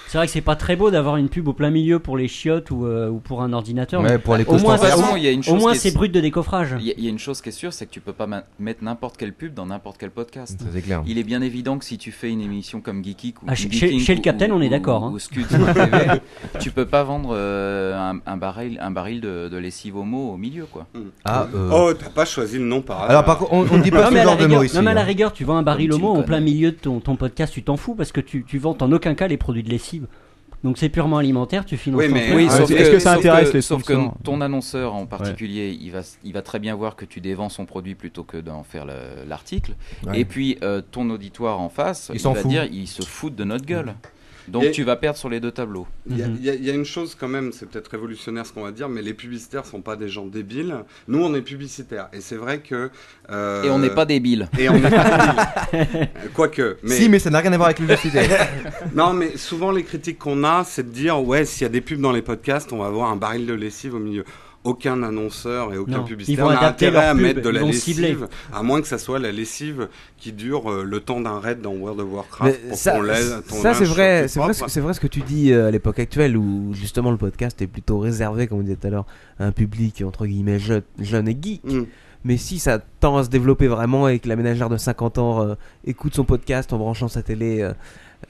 G: c'est vrai que c'est pas très beau d'avoir une pub au plein milieu pour les chiottes ou, euh, ou pour un ordinateur.
J: Ouais,
G: mais
J: pour les
G: au moins,
K: De toute façon,
G: c'est-
K: il y a une
G: au
K: chose
G: moins
K: qui est-
G: c'est brut de décoffrage.
K: Il y, a- il y a une chose qui est sûre, c'est que tu peux pas ma- mettre n'importe quelle pub dans n'importe quel podcast.
J: Ça, c'est clair.
K: Il est bien évident que si tu fais une émission comme Geeky ou
G: Ah, chez-
K: Geek Inc.
G: chez le
K: ou-
G: Capitaine,
K: ou-
G: on est d'accord, hein.
K: ou Scud sur la TV, tu peux pas vendre euh, un, un baril, un baril de, de lessive homo au milieu, quoi.
J: Ah, euh,
I: Oh, t'as pas choisi le nom par
J: Alors, par contre, on- on dit pas
G: non,
J: ce
G: mais à
J: genre
G: la
J: de
G: rigueur-
J: mots ici,
G: Non, mais à la
J: hein.
G: rigueur, tu vends un baril
K: Comme
G: au
K: tu
G: mot
K: le
G: en
K: connais.
G: plein milieu de ton, ton podcast, tu t'en fous parce que tu, tu vends en aucun cas les produits de lessive. Donc c'est purement alimentaire, tu finances
K: Oui,
G: ton
K: mais
G: truc.
K: sauf
D: est-ce que ça
K: sauf
D: intéresse
K: que-
D: les
K: Sauf que
D: sponsors
K: ton annonceur en particulier, il, va, il va très bien voir que tu dévends son produit plutôt que d'en faire le- l'article.
J: Ouais.
K: Et puis euh, ton auditoire en face,
J: Il
K: il,
J: s'en
K: va
J: fout.
K: dire il se fout de notre gueule. Donc
I: Et-
K: tu vas perdre sur les deux tableaux.
I: Il y, a- il y a- il y a une chose quand même, c'est peut-être révolutionnaire ce qu'on va dire, mais les publicitaires sont pas des gens débiles. Nous, on est publicitaires, et c'est vrai que euh,
K: Et on n'est pas débiles.
I: Et on n'est pas débiles. Quoique.
J: Si, mais ça n'a rien à voir avec l'université.
I: non, mais souvent les critiques qu'on a, c'est de dire ouais, s'il y a des pubs dans les podcasts, on va avoir un baril de lessive au milieu. Aucun annonceur et aucun
G: Non, ils
I: publicitaire
G: vont
I: n'a
G: adapter
I: intérêt
G: leur
I: à
G: pub,
I: mettre de
G: ils
I: la
G: vont
I: lessive,
G: cibler.
I: à moins que ça soit la lessive qui dure euh, le temps d'un raid dans World of Warcraft.
F: Mais
I: pour
F: ça,
I: qu'on lève ton
F: ça, c'est
I: linge sur
F: vrai,
I: tes
F: c'est vrai,
I: propres.
F: ce- c'est vrai ce que tu dis euh, à l'époque actuelle où justement le podcast est plutôt réservé, comme on disait tout à l'heure, à un public entre guillemets jeune, jeune et
D: Mm.
F: geek.
I: Hmm.
F: Mais si ça tend à se développer vraiment et que la ménagère de 50 ans euh, écoute son podcast en branchant sa télé euh,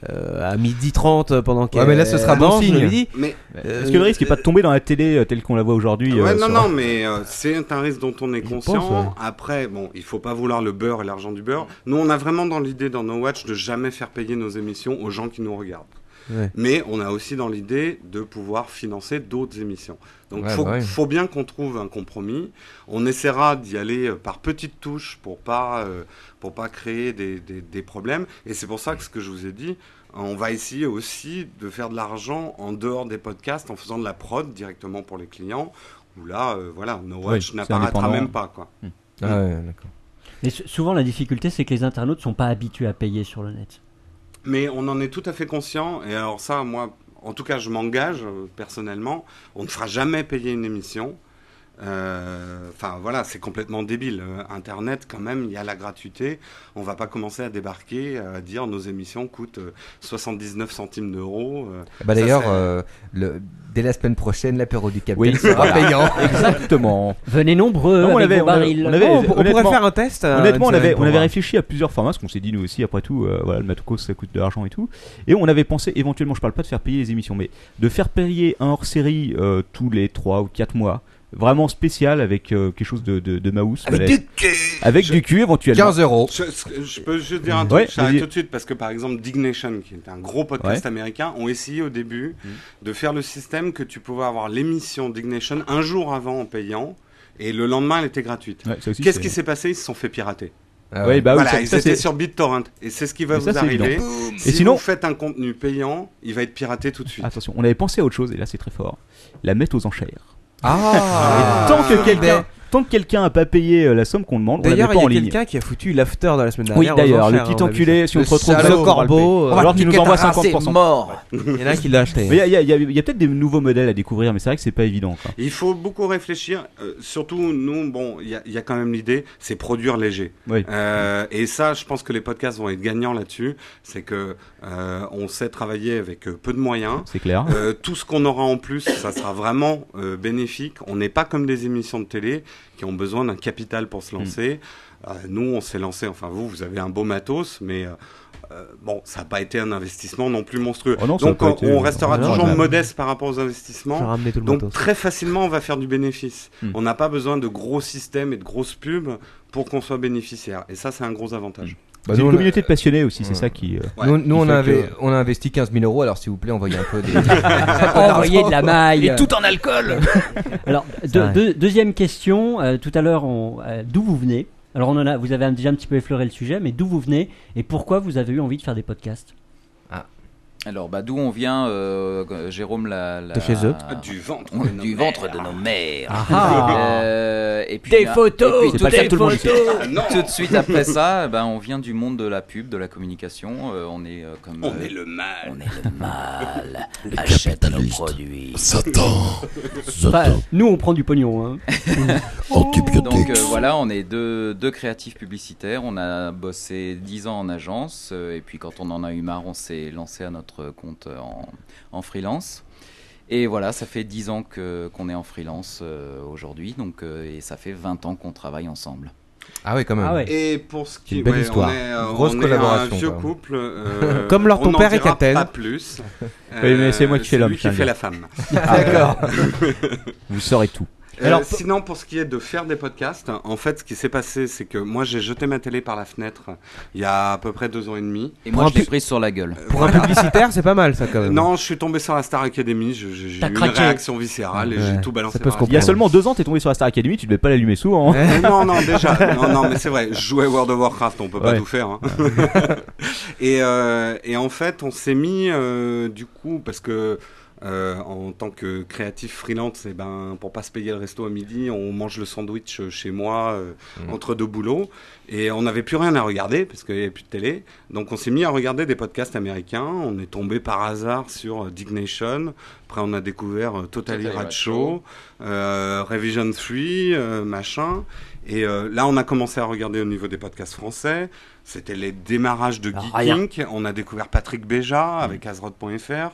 F: euh, à midi 30 euh, pendant qu'elle
J: Ouais, mais là, ce sera bon
F: mange le
J: signe.
F: midi,
I: Mais-
F: euh,
D: Est-ce que le risque n'est pas de tomber dans la télé euh, telle qu'on la voit aujourd'hui
I: Ouais,
D: euh,
I: non,
D: sur-
I: non, mais euh, c'est un risque dont on est conscient.
D: pense, ouais.
I: Après, bon, il faut pas vouloir le beurre et l'argent du beurre. Nous, on a vraiment dans l'idée dans No Watch de jamais faire payer nos émissions aux gens qui nous regardent.
F: Ouais.
I: Mais on a aussi dans l'idée de pouvoir financer d'autres émissions. Donc, il
J: Ouais,
I: faut,
J: bah ouais.
I: faut bien qu'on trouve un compromis. On essaiera d'y aller euh, par petites touches pour pas euh, pour pas créer des, des- des problèmes. Et c'est pour ça que ce que je vous ai dit, on va essayer aussi de faire de l'argent en dehors des podcasts, en faisant de la prod directement pour les clients. Où là, euh, voilà, No Watch
D: Oui, c'est
I: n'apparaîtra
D: indépendant.
I: même pas quoi.
D: Hmm.
J: Ah ouais, d'accord.
G: Mais s- souvent, la difficulté, c'est que les internautes sont pas habitués à payer sur le net.
I: Mais on en est tout à fait conscient. Et alors ça, moi, en tout cas, je m'engage euh, personnellement. On ne fera jamais payer une émission. Euh, Enfin voilà, c'est complètement débile. Euh, Internet, quand même, il y a la gratuité. On va pas commencer à débarquer, à dire nos émissions coûtent euh, 79 centimes d'euros. Euh,
J: Bah
I: ça
J: d'ailleurs,
I: serait-
J: euh, le- dès la semaine prochaine, l'apéro du Capitaine
D: Oui,
J: sera
D: voilà.
J: payant.
D: Exactement.
G: Venez nombreux
D: Non, on
G: avec
D: avait-
G: vos
D: on avait-
G: barils.
D: on avait-
G: Oh, on pourrait
D: honnêtement-
G: faire un test, euh,
D: Honnêtement, on
G: une
D: avait,
G: semaine
D: on
G: pour
D: avait
G: voir.
D: réfléchi à plusieurs formats, parce qu'on s'est dit nous aussi, après tout, euh, voilà, le Matocos ça coûte de l'argent et tout. Et on avait pensé éventuellement, je parle pas de faire payer les émissions, mais de faire payer un hors série tous les 3 ou 4 mois. Vraiment spécial avec euh, quelque chose de, de, de mouse.
I: Avec
D: balèze.
I: du cul.
D: Avec du cul éventuellement.
I: Je, ce- je peux juste dire un
D: Mm. Ouais,
I: truc, je t'arrête
D: vas-y.
I: tout de suite, parce que par exemple, Dignation, qui est un gros podcast
D: Ouais. Mm.
I: américain, ont essayé au début de faire le système que tu pouvais avoir l'émission Dignation un jour avant en payant, et le lendemain, elle était gratuite.
D: Ouais, ça aussi,
I: Qu'est-ce
D: c'est-
I: qui s'est passé Ils se sont fait pirater.
D: Ah ouais. Ouais, bah oui,
I: voilà,
D: ça-
I: ils
D: ça,
I: étaient
D: c'est-
I: sur BitTorrent et c'est ce qui va
D: Mais ça,
I: vous
D: c'est
I: arriver.
D: évident. Et
I: Si
D: sinon- Ah,
I: vous faites un contenu payant, il va être piraté tout de suite.
D: Attention, on avait pensé à autre chose, et là c'est très fort. La mettre aux enchères.
F: Ah.
D: Et tant que
F: Ah.
D: quelqu'un tant que quelqu'un a pas payé euh, la somme qu'on demande, on la met
F: D'ailleurs,
D: pas
F: il y
D: en
F: a
D: ligne.
F: quelqu'un qui a foutu l'after de la semaine
D: Oui,
F: dernière. aux
D: d'ailleurs, le
F: enchères, hein,
D: petit
F: on a vu
D: enculé,
F: ça.
D: si on
F: Le
D: se retrouve
F: salaud
D: dehors, on va le
F: corbeau,
D: payer.
F: euh,
D: alors tu nous
F: niquer ta
D: envoies
F: race,
D: 50%.
F: c'est mort. Il y en a qui l'a acheté.
D: Mais Il y a, il y a- il y a- il y a peut-être des nouveaux modèles à découvrir, mais c'est vrai que c'est pas évident. quoi.
I: Il faut beaucoup réfléchir. euh, surtout, nous, bon, il y, a- il y a quand même l'idée, c'est produire léger.
D: Oui.
I: Euh, et ça, je pense que les podcasts vont être gagnants là-dessus. C'est que euh, on sait travailler avec euh, peu de moyens.
D: C'est clair.
I: Euh, tout ce qu'on aura en plus, ça sera vraiment euh, bénéfique. On n'est pas comme des émissions de télé qui ont besoin d'un capital pour se lancer.
D: Mm.
I: Euh, nous, on s'est lancé. Enfin, vous, vous avez un beau matos, mais. euh, euh, bon, ça n'a pas été un investissement non plus monstrueux.
D: Oh non, ça
I: Donc
D: a
I: on,
D: pas été-
I: on restera
D: Non,
I: toujours
D: non.
I: modeste par rapport aux investissements.
D: Je vais ramener tout le
I: Donc
D: matos.
I: très facilement, on va faire du bénéfice.
D: Hmm.
I: On n'a pas besoin de gros systèmes et de grosses pubs pour qu'on soit bénéficiaire. Et ça, c'est un gros avantage.
D: C'est une communauté de passionnés aussi, c'est ça qui. euh,
J: Bah, nous,
D: qui
J: nous, on,
D: fait
J: a
D: que-
J: inve- on a investi 15 000 euros, alors s'il vous plaît, envoyez un peu des.
G: Envoyez de la maille.
J: Et tout en alcool.
G: Alors, de-
J: C'est vrai.
G: deux- deuxième question. euh, tout à l'heure, on- euh, d'où vous venez Alors, on en a, vous avez déjà un petit peu effleuré le sujet, mais d'où vous venez et pourquoi vous avez eu envie de faire des podcasts
K: Alors, bah, d'où on vient, euh, Jérôme l'a. l'a-
G: De chez eux.
I: Ah, du ventre
K: On- Du ventre de nos mères.
G: Ah ah.
K: Euh, et puis,
G: Des
K: hein,
G: photos,
K: et puis
G: c'est
K: tout
G: pas le cas
K: de-
G: de tout le monde.
K: tout-
G: Non.
K: Tout de suite après ça, ben, on vient du monde de la pub, de la communication. euh, on est euh, comme.
I: On
K: euh,
I: est le mal.
K: On est le mal. Achète nos produits.
G: Enfin, Nous, on prend du pognon. hein.
K: Donc euh, voilà, on est deux, deux créatifs publicitaires. On a bossé 10 ans en agence. euh, et puis quand on en a eu marre, on s'est lancé à notre compte euh, en, en freelance. Et voilà, ça fait 10 ans que- qu'on est en freelance euh, aujourd'hui. Donc, euh, et ça fait 20 ans qu'on travaille ensemble.
J: Ah oui, quand même.
I: Et pour ce qui
J: Une belle
I: ouais,
J: histoire.
I: on est, euh,
J: Grosse
I: on est
J: collaboration,
I: un vieux
J: quoi.
I: couple. euh,
J: Comme leur
I: on
J: ton
I: n'en
J: père et
I: dira
J: Captain.
I: Pas plus. Euh,
D: Oui, mais c'est moi qui fais l'homme,
I: lui
D: tiens,
I: qui fait
D: gars.
I: la femme.
D: D'accord.
I: Euh,
D: Vous saurez tout.
I: Euh,
D: Alors, p-
I: sinon, pour ce qui est de faire des podcasts, en fait, ce qui s'est passé, c'est que moi, j'ai jeté ma télé par la fenêtre il y a à peu près deux ans et demi.
K: Et moi, je l'ai prise sur la gueule.
I: Euh,
F: Pour un publicitaire, c'est pas mal ça quand même.
I: Non, je suis tombé sur la Star Academy, je- je- j'ai eu
F: T'as
I: une
F: craqué.
I: réaction viscérale et
F: Ouais,
I: j'ai tout balancé.
F: ça peut
I: par
F: se
I: la
D: Il y a
I: fenêtre.
D: seulement deux ans, t'es tombé sur la Star Academy, tu devais pas l'allumer souvent. hein.
I: non, non, déjà. Non, non, mais c'est vrai. Je jouais à World of Warcraft, on peut pas
D: Ouais.
I: tout faire. hein. et, euh, et en fait, on s'est mis, euh, du coup, parce que. euh, en tant que créatif freelance, et ben, pour pas se payer le resto à midi, on mange le sandwich euh, chez moi euh,
D: Mm.
I: entre deux boulots. Et on n'avait plus rien à regarder parce qu'il n'y avait plus de télé. Donc on s'est mis à regarder des podcasts américains. On est tombé par hasard sur euh, Dignation. Après, on a découvert euh, Totally
K: Totally
I: Rad
K: Rad
I: Show euh, Revision 3, euh, machin. Et euh, là, on a commencé à regarder au niveau des podcasts français. C'était les démarrages
F: Ah,
I: de
G: rien.
I: Geeking. On a découvert Patrick
F: Mm.
I: Béja avec Azrod.fr.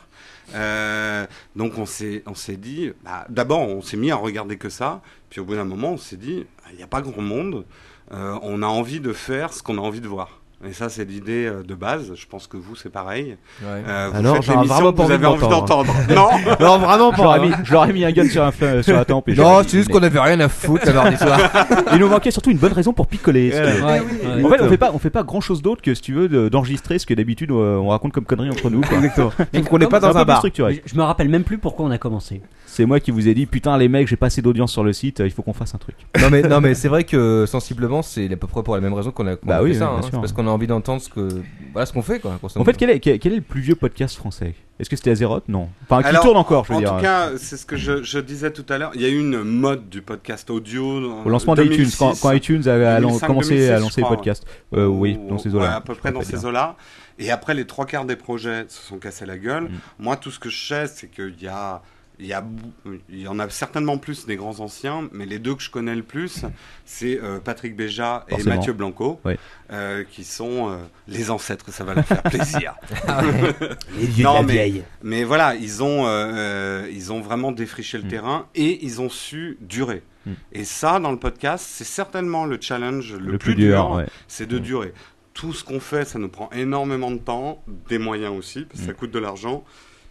I: Euh, donc on s'est on s'est dit, bah, d'abord on s'est mis à regarder que ça, puis au bout d'un moment on s'est dit, bah, il n'y a pas grand monde, Euh, on a envie de faire ce qu'on a envie de voir. Et ça c'est l'idée euh, de base, je pense que vous c'est pareil. Euh, vous
F: Ah non,
I: faites
F: j'aurais
I: l'émission
F: vraiment
I: que
F: pas
I: vous
F: envie hein.
I: avez envie d'entendre.
F: d'entendre.
I: non
F: Non, vraiment
D: Je
F: pas.
D: leur ai mis, je leur ai mis un gun sur, un fle- sur la tempe. et
J: Non,
D: j'aurais dit,
J: c'est juste
D: mais-
J: qu'on avait rien à foutre le mardi soir.
D: Il nous manquait surtout une bonne raison pour picoler. si tu veux.
J: Ouais, ouais.
D: En fait, on fait pas, on fait pas grand chose d'autre que, si tu veux, de- d'enregistrer ce que d'habitude euh, on raconte comme conneries entre nous. quoi.
G: Mais
D: Sauf qu'on n'est
G: comment-
D: pas dans
G: c'est
D: un
G: peu plus
D: bar.
G: structuré. Je, je me rappelle même plus pourquoi on a commencé.
D: C'est moi qui vous ai dit, putain les mecs, j'ai pas assez d'audience sur le site, euh, il faut qu'on fasse un truc.
J: non mais non mais c'est vrai que sensiblement c'est à peu près pour la même raison qu'on a, qu'on a
D: Bah
J: fait
D: oui,
J: ça
D: oui, bien
J: hein.
D: sûr.
J: C'est parce qu'on a envie d'entendre ce que voilà ce qu'on fait quoi. grosso
D: En fait, quel est, quel, quel est le plus vieux podcast français Est-ce que c'était Azeroth Non. Enfin, qui
I: Alors,
D: tourne encore, je veux
I: en
D: dire. euh.
I: tout cas, c'est ce que je, je disais tout à l'heure. Il y a eu une mode du podcast audio. euh, dans-
D: euh, Au lancement d'iTunes,
I: 2006,
D: quand, quand iTunes a, a lan-
I: 2005,
D: commencé
I: 2006,
D: à
I: je
D: lancer les
I: crois,
D: podcasts.
I: ouais.
D: Euh, oui,
I: Ou-
D: dans ces
I: ouais,
D: eaux-là.
I: à peu près dans ces eaux-là. Et après, les trois quarts des projets se sont cassés la gueule.
D: Mm.
I: Moi, tout ce que je sais, c'est qu'il y a. Il y, a, bou- il y en a certainement plus des grands anciens, mais les deux que je connais le plus, c'est euh, Patrick Béja et
D: Forcément.
I: Mathieu Blanco,
D: Ouais.
I: euh, qui sont euh, les ancêtres, ça va leur faire plaisir.
D: Ah ouais. Les vieux de la
I: mais,
D: vieille.
I: mais voilà, ils ont, euh, euh, ils ont vraiment défriché le terrain et ils ont su durer.
D: Mm.
I: Et ça, dans le podcast, c'est certainement le challenge le,
D: Le
I: plus,
D: plus dur,
I: dur,
D: ouais.
I: c'est de durer. Tout ce qu'on fait, ça nous prend énormément de temps, des moyens aussi, parce que
D: Mm.
I: ça coûte de l'argent,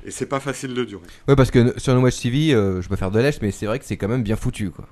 I: et c'est pas facile de durer.
J: Ouais, parce que sur No Watch TV, euh, je peux faire de lèche, mais c'est vrai que c'est quand même bien foutu quoi.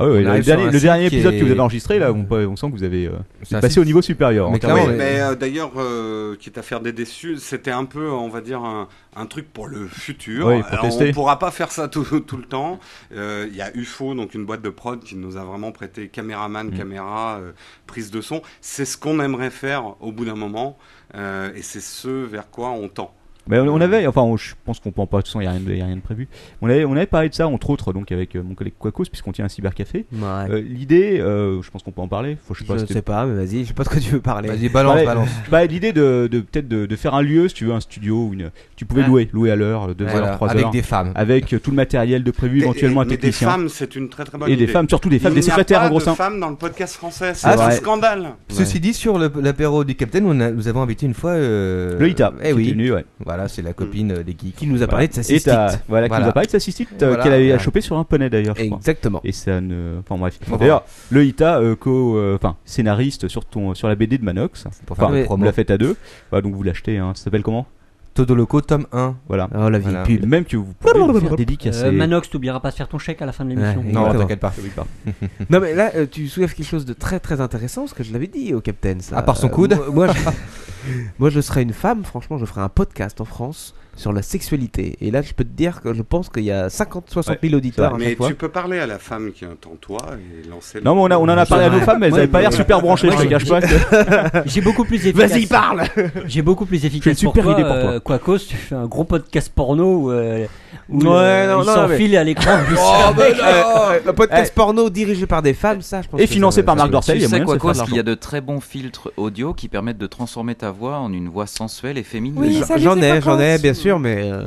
D: Ah oui, oui,
J: On arrive
D: le,
J: sur
D: dernier,
J: un
D: le dernier
J: site qui
D: épisode
J: est-
D: que vous avez enregistré, là, on, peut- on sent que vous avez euh,
J: C'est un
D: passé
J: site-
D: au niveau supérieur.
J: Mais
D: en termes
I: Oui,
D: de-
I: mais euh, d'ailleurs, euh, quitte à faire des déçus, c'était un peu, on va dire, un, un truc pour le futur.
D: Oui, pour
I: Alors, on
D: tester.
I: pourra pas faire ça tout, tout le temps. Euh, Il y a UFO, donc une boîte de prod qui nous a vraiment prêté
D: Mm.
I: caméraman, caméra, euh, prise de son. C'est ce qu'on aimerait faire au bout d'un moment, euh, et c'est ce vers quoi on tend.
D: Mais on, on avait, enfin, on- je pense qu'on peut en parler de toute façon, il n'y a, rien de- y a rien de prévu. On avait, on avait parlé de ça, entre autres, donc avec euh, mon collègue Quacos, puisqu'on tient un cybercafé. Euh, L'idée, euh, je pense qu'on peut en parler. Faut, je sais pas,
F: Je
D: c'était-
F: sais pas, mais vas-y, je sais pas de quoi tu veux parler.
D: Je parlais- je parlais de Bah, l'idée de, de- peut-être de, de faire un lieu, si tu veux, un studio, ou une, tu pouvais
J: Ah.
D: louer, louer à l'heure, deux
J: Voilà,
D: heures, trois
J: avec
D: heures.
J: des femmes.
D: Avec euh, tout le matériel de prévu,
I: Et-
D: éventuellement
I: et-
D: un
I: mais des
D: technicien.
I: femmes, c'est une très très bonne
D: Et
I: idée.
D: des femmes, surtout des femmes,
I: Il
D: des
I: n'y a
D: secrétaires,
I: pas
D: en gros
I: de
D: sens.
I: femmes dans le podcast français, c'est
J: Ah,
I: un
J: ouais.
I: scandale.
J: Ceci dit, sur le- l'apéro du Capitaine, on a- nous avons invité une fois. Euh...
D: Lolita,
J: eh
D: qui
J: oui.
D: était venue, ouais.
J: Voilà, c'est la copine euh, des geeks.
F: Qui nous a
D: Voilà. Et t'as- Voilà, qui nous a parlé de sa cystite euh, qu'elle avait
J: Voilà.
D: chopée sur un poney d'ailleurs. je crois.
F: Exactement.
D: Et ça ne. Enfin bref.
J: Enfin,
D: D'ailleurs, le Ita, euh, co, euh, enfin scénariste sur ton, sur la BD de Manox.
J: pour faire
D: Enfin,
J: une promo.
D: Vous la faites à deux. Voilà, donc vous l'achetez. Hein. Ça s'appelle comment
J: Todoloco tome 1.
D: Voilà.
F: Oh la vieille
J: Euh,
D: Voilà.
F: pub.
D: Même que vous pouvez le faire dédicacer. Ah,
G: Euh, Manox, t'oublieras pas de faire ton chèque à la fin de l'émission.
F: Ouais, exactement.
D: T'oublies pas.
F: non mais là, euh, tu soulèves quelque chose de très très intéressant, parce que je l'avais dit au capitaine. Ça.
J: À part son
F: Euh,
J: coude.
F: moi, moi, je... moi, je serais une femme. Franchement, je ferais un podcast en France sur la sexualité. Et là, je peux te dire que je pense qu'il y a 50, 60 000
D: Ah,
F: auditeurs à
I: Mais
F: chaque fois.
I: tu peux parler à la femme qui entend toi et lancer. le-
D: Non, mais on, a, on en a parlé à nos
G: Ouais.
D: femmes, mais elles
G: Moi,
D: avaient pas l'air
G: je-
D: super branchées, je
G: moi,
D: te cache pas. que-
G: J'ai beaucoup plus efficace.
D: Vas-y, parle
G: J'ai beaucoup plus
D: J'ai une
G: efficace.
D: super
G: pour toi,
D: idée pour toi.
G: euh, Quacos, tu fais un gros podcast porno où, euh, où
F: Ouais,
G: le-
F: non,
G: il
F: non,
G: s'enfile
F: mais-
G: à l'écran.
F: Oh, mais
K: Euh,
F: non
G: Eh,
F: Le podcast
G: eh,
F: porno dirigé par des femmes, ça, je pense.
D: Euh, Et
F: que
D: financé
F: ça-
D: par
F: ça-
D: Marc Dorcel, il y
K: Tu
D: a
K: sais
D: moyen de
K: quoi,
D: se
K: quoi
D: faire de
K: qu'il y
D: l'argent.
K: a de très bons filtres audio qui permettent de transformer ta voix en une voix sensuelle et féminine.
F: Oui, ça, J'en ai, j'en ai, bien sûr, mais.
I: Ah,
F: euh,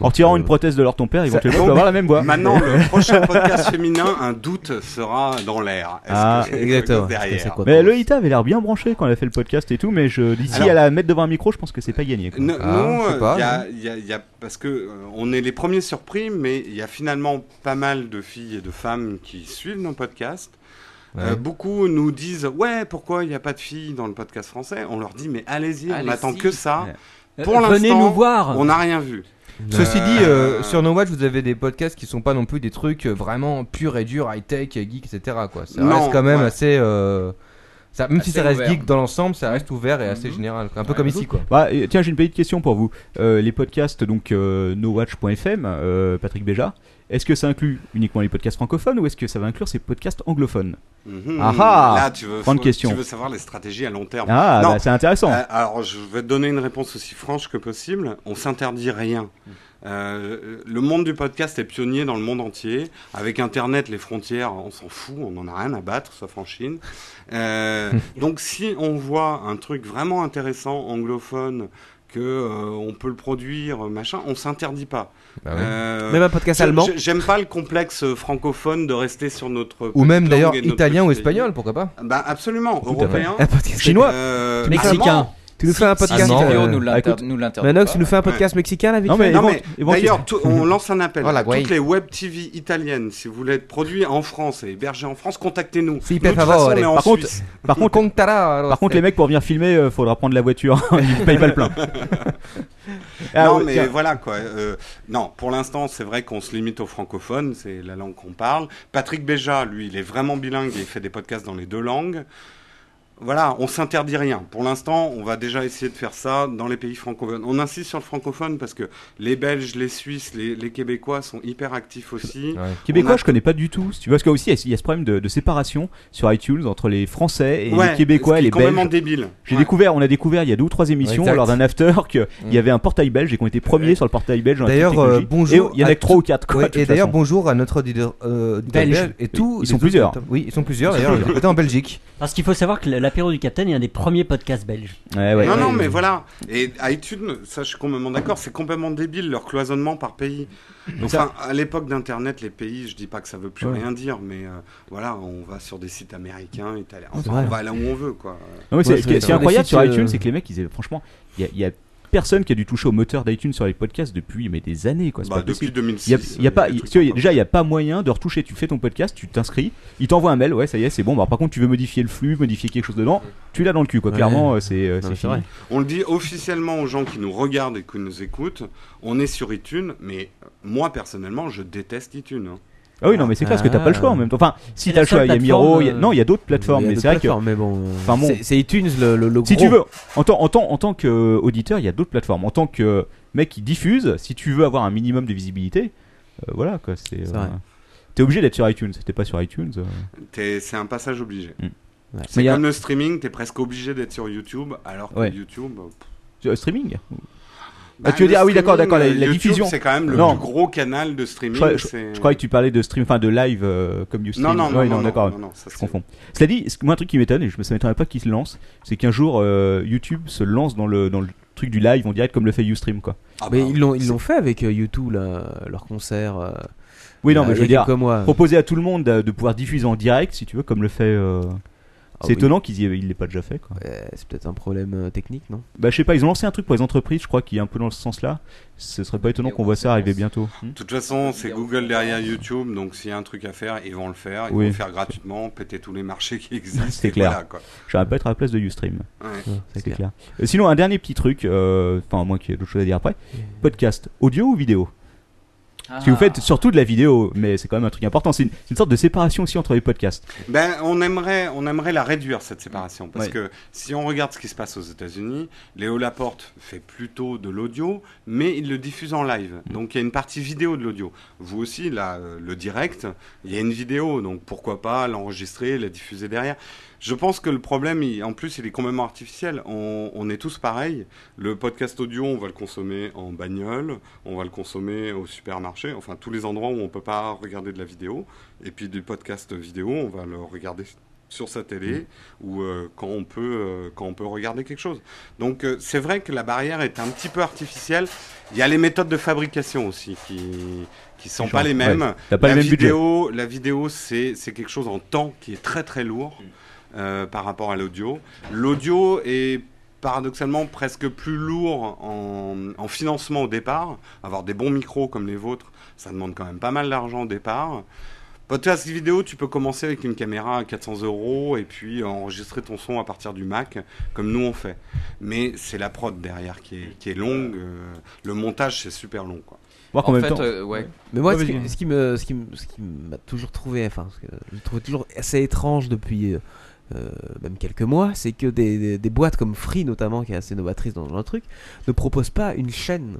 D: En tirant une prothèse de leur ton père, éventuellement, on
I: Donc,
D: peut avoir la même voix.
I: Maintenant, le prochain podcast féminin, un doute sera dans l'air. Est-ce
D: Ah,
I: que c'est
D: exactement.
I: derrière
D: Mais Lolita avait l'air bien branchée quand elle a fait le podcast et tout, mais je d'ici
I: Alors-
D: à la mettre devant un micro, je pense que c'est pas gagné. quoi.
I: Non, non, euh, y a- y a- y a- parce que euh, on est les premiers surpris, mais il y a finalement pas mal de filles et de femmes qui suivent nos podcasts. Euh,
J: Ouais.
I: beaucoup nous disent ouais pourquoi il n'y a pas de filles dans le podcast français on leur dit mais allez-y on
K: Allez-y.
I: n'attend que ça
K: Ouais.
I: pour
K: Euh, venez
I: l'instant
K: nous voir.
I: on n'a rien vu
J: Ceci
I: Euh,
J: dit, euh, sur No Watch, vous avez des podcasts qui sont pas non plus des trucs euh, vraiment purs et durs, high-tech, geek, etc. Quoi. Ça
I: Non,
J: reste quand même
I: ouais.
J: assez. euh, ça- même si
I: Assez
J: ça reste
I: ouvert. Mhm.
J: geek dans l'ensemble, ça reste ouvert et assez général. quoi. Un peu comme ici, quoi.
D: Bah, et tiens, j'ai une petite question pour vous. Euh, les podcasts, donc euh, nowatch.fm, euh, Patrick Béja, est-ce que ça inclut uniquement les podcasts francophones ou est-ce que ça va inclure ces podcasts anglophones
I: Mhm.
D: Ah ah
I: Là, tu veux,
D: Grande
I: faut-
D: question.
I: tu veux savoir les stratégies à long terme.
D: Ah,
I: Non.
D: bah, c'est intéressant.
I: Euh, alors, je vais te donner une réponse aussi franche que possible. On s'interdit rien. Euh, le monde du podcast est pionnier dans le monde entier. Avec Internet, les frontières, on s'en fout, on en a rien à battre, sauf en Chine. Euh, donc, si on voit un truc vraiment intéressant anglophone, que euh, on peut le produire, machin, on s'interdit pas.
J: Bah ouais.
I: Euh,
F: Même un podcast
I: je-
F: allemand.
I: je- J'aime pas le complexe francophone de rester sur notre
J: Ou même
I: langue
J: d'ailleurs
I: et notre petit
J: italien ou
I: pays.
J: espagnol, pourquoi pas
I: Bah absolument,
J: à fait.
I: européen,
J: Un podcast Chinois.
I: euh,
F: Mexicain.
I: allemand.
F: Tu nous fais un
D: Ah,
F: podcast.
K: Silvio
F: euh,
K: nous
F: bah,
K: l'inter-
F: écoute,
K: nous l'interdit
F: Manox,
K: pas.
F: tu nous fais un podcast mexicain là, vite
D: Non, mais
F: fait
D: ils
I: Non,
D: vont-
I: mais
D: ils vont-
I: D'ailleurs, tout- on lance un appel.
F: Oh, la guay.
I: Toutes les web TV italiennes, si vous voulez être produits en France et hébergés en France, contactez-nous.
J: Si,
I: Nous,
J: per
I: de toute façon,
J: favore.
I: on est en
D: Par contre,
I: Suisse.
D: par contre, par contre, les mecs pour venir filmer, euh, faudra prendre la voiture. Ils vous payent pas le plein. Ah,
I: non,
D: ouais,
I: mais
D: tiens.
I: voilà quoi. Euh, non, pour l'instant, c'est vrai qu'on se limite aux francophones, c'est la langue qu'on parle. Patrick Béja, lui, il est vraiment bilingue, il fait des podcasts dans les deux langues. voilà, on s'interdit rien. Pour l'instant, on va déjà essayer de faire ça dans les pays francophones. On insiste sur le francophone parce que les Belges, les Suisses, les, les Québécois sont hyper actifs aussi.
D: Québécois,
I: On a-
D: je connais pas du tout. Si tu vois, parce qu'il aussi, il y a ce problème de, de séparation sur iTunes entre les Français et
I: Ouais,
D: les Québécois et
I: ce qui
D: les
I: est complètement
D: Belges.
I: débile.
D: J'ai découvert, on a découvert il y a deux ou trois émissions
J: Exact.
D: lors d'un after qu'il
J: Mm.
D: y avait un portail belge et qu'on était premier sur le portail belge. dans la
J: D'ailleurs, euh,
D: technologie.
J: bonjour.
D: Et Il y en a
J: à
D: que trois ou
J: tout-
D: quatre. quoi,
J: ouais,
D: de toute
J: et d'ailleurs,
D: façon.
J: bonjour à notre auditeur euh, auditeur
D: Belge.
J: belge et tous.
D: Ils
J: les
D: sont
J: autres
D: plusieurs.
J: auditeurs. Oui, ils sont plusieurs.
D: Ils sont
J: D'ailleurs,
D: plusieurs.
J: j'étais en Belgique.
G: Parce qu'il faut savoir que l'apéro du Capitaine est un des premiers podcasts belges.
I: non, non, mais voilà. Et iTunes, ça, je suis complètement d'accord, c'est complètement débile leur cloisonnement par pays. Donc,
D: Ça-
I: enfin, à l'époque d'Internet, les pays, je dis pas que ça veut plus
D: Ouais.
I: rien dire, mais euh, voilà, on va sur des sites américains, italiens.
D: C'est
I: Enfin,
D: vrai.
I: on va là où on veut, quoi.
D: Non, mais c'est- ce qui est-
J: Ouais,
D: ce qui est
J: c'est-
D: incroyable
J: c'est-
D: sur
J: euh,
D: iTunes, c'est que les mecs, ils, avaient- franchement, il y a- il y a, personne qui a dû toucher au moteur d'iTunes sur les podcasts depuis mais des années. Quoi. C'est
I: Bah,
D: pas
I: depuis
D: possible.
I: 2006,
D: Il y a- il y a
I: euh,
D: pas,
I: des
D: il-
I: trucs
D: tu vois, il y a- déjà, il n'y a pas moyen de retoucher. Tu fais ton podcast, tu t'inscris, il t'envoie un mail, ouais, ça y est, c'est bon. Bah, par contre, tu veux modifier le flux, modifier quelque chose dedans, tu l'as dans le cul, quoi.
J: Ouais.
D: Clairement, euh, c'est euh,
J: Non,
D: c'est
J: mais c'est
D: fini.
J: vrai.
I: On le dit officiellement aux gens qui nous regardent et qui nous écoutent, on est sur iTunes, mais euh, moi personnellement, je déteste iTunes. hein.
D: Ah oui, non, mais c'est clair, parce que t'as pas le choix en même temps. Enfin, si t'as le choix, il y a Miro, il y a- non, il y a d'autres plateformes, mais c'est vrai que. Enfin, bon.
F: euh, c'est c'est iTunes le, le, le
D: Si
F: gros.
D: tu veux, en tant, en tant, en tant qu'auditeur, il y a d'autres plateformes. En tant que euh, mec qui diffuse, si tu veux avoir un minimum de visibilité, euh, voilà quoi. C'est. euh,
I: vrai.
D: T'es obligé d'être sur iTunes. T'es pas sur iTunes. euh.
I: T'es- C'est un passage obligé.
D: Mm. Ouais.
I: C'est
D: Mais y a-
I: comme le streaming, t'es presque obligé d'être sur YouTube, alors que
D: Ouais.
I: YouTube. euh, pff.
D: Sur- euh, streaming.
I: Bah,
D: ah, tu veux
I: le
D: dire ah oui d'accord
I: streaming,
D: d'accord la,
I: euh,
D: la
I: YouTube,
D: diffusion.
I: C'est quand même le
D: Non.
I: plus gros canal de streaming.
D: Je croyais, je-
I: c'est-
D: je croyais que tu parlais de stream, enfin de live euh, comme Ustream.
I: Non, non, non,
D: Ouais,
I: non,
D: d'accord.
I: non, non, ça,
D: je
I: c'est-
D: confonds. Cela dit, ce- moi un truc qui m'étonne et je me- ça m'étonnerait pas qu'ils se lancent, c'est qu'un jour euh, YouTube se lance dans le dans le truc du live en direct comme le fait Ustream quoi.
F: Ah, mais ils l'ont ils l'ont fait avec euh, U2 là, leur concert. euh,
D: Oui, non,
F: il y a-
D: mais je veux
F: il y a
D: dire,
F: quelques mois.
D: proposer à tout le monde euh, de pouvoir diffuser en direct, si tu veux, comme le fait. euh, C'est
F: Ah oui. Eh,
D: étonnant qu'ils y- ils l'aient pas déjà fait. Quoi.
F: c'est peut-être un problème euh, technique, non
D: Bah, je sais pas, ils ont lancé un truc pour les entreprises, je crois, qui est un peu dans ce sens-là. Ce serait pas étonnant qu'on voit ça arriver bientôt.
F: Hmm.
I: De toute façon, c'est Google derrière YouTube, donc s'il y a un truc à faire, ils vont le faire. Ils
D: Oui.
I: vont le faire gratuitement, péter tous les marchés qui existent.
D: C'est
I: et
D: clair.
I: voilà, quoi.
D: J'aurais pas être à la place de Ustream.
I: Ouais. Ouais,
D: c'est
I: c'est
D: clair.
I: clair.
D: Euh, sinon, un dernier petit truc, euh, enfin, à moins qu'il y ait d'autres choses à dire après. Podcast audio ou vidéo Parce que
K: Ah.
D: vous faites surtout de la vidéo, mais c'est quand même un truc important. C'est une, c'est une sorte de séparation aussi entre les podcasts.
I: Ben, on aimerait, on aimerait la réduire cette séparation parce
D: Ouais.
I: que si on regarde ce qui se passe aux États-Unis, Léo Laporte fait plutôt de l'audio, mais il le diffuse en live.
D: Mm.
I: Donc il y a une partie vidéo de l'audio. Vous aussi, là, euh, le direct, il y a une vidéo, donc pourquoi pas l'enregistrer, la diffuser derrière. Je pense que le problème, il- en plus, il est complètement artificiel. On, on est tous pareils. Le podcast audio, on va le consommer en bagnole, on va le consommer au supermarché, enfin tous les endroits où on peut pas regarder de la vidéo. Et puis du podcast vidéo, on va le regarder sur sa télé ou euh, quand on peut euh, quand on peut regarder quelque chose. Donc euh, c'est vrai que la barrière est un petit peu artificielle. Il y a les méthodes de fabrication aussi qui qui sont
D: Genre,
I: pas les mêmes.
D: ouais. T'as pas
I: la
D: le même budget.
I: vidéo, la vidéo c'est c'est quelque chose en temps qui est très très lourd euh, par rapport à l'audio. L'audio est paradoxalement presque plus lourd en, en financement au départ. Avoir des bons micros comme les vôtres, ça demande quand même pas mal d'argent au départ. Podcast vidéo, tu peux commencer avec une caméra à 400 euros et puis enregistrer ton son à partir du Mac, comme nous on fait. Mais c'est la prod derrière qui est, qui est longue. euh, le montage, c'est super long. Quoi.
D: Voir
F: En fait, euh, ouais. Mais moi, ce, qui, ce qui me, ce qui, me- ce qui m'a toujours trouvé, enfin, ce que je trouve toujours assez étrange depuis euh, euh, même quelques mois, c'est que des, des- des boîtes comme Free, notamment, qui est assez novatrice dans leur truc, ne proposent pas une chaîne.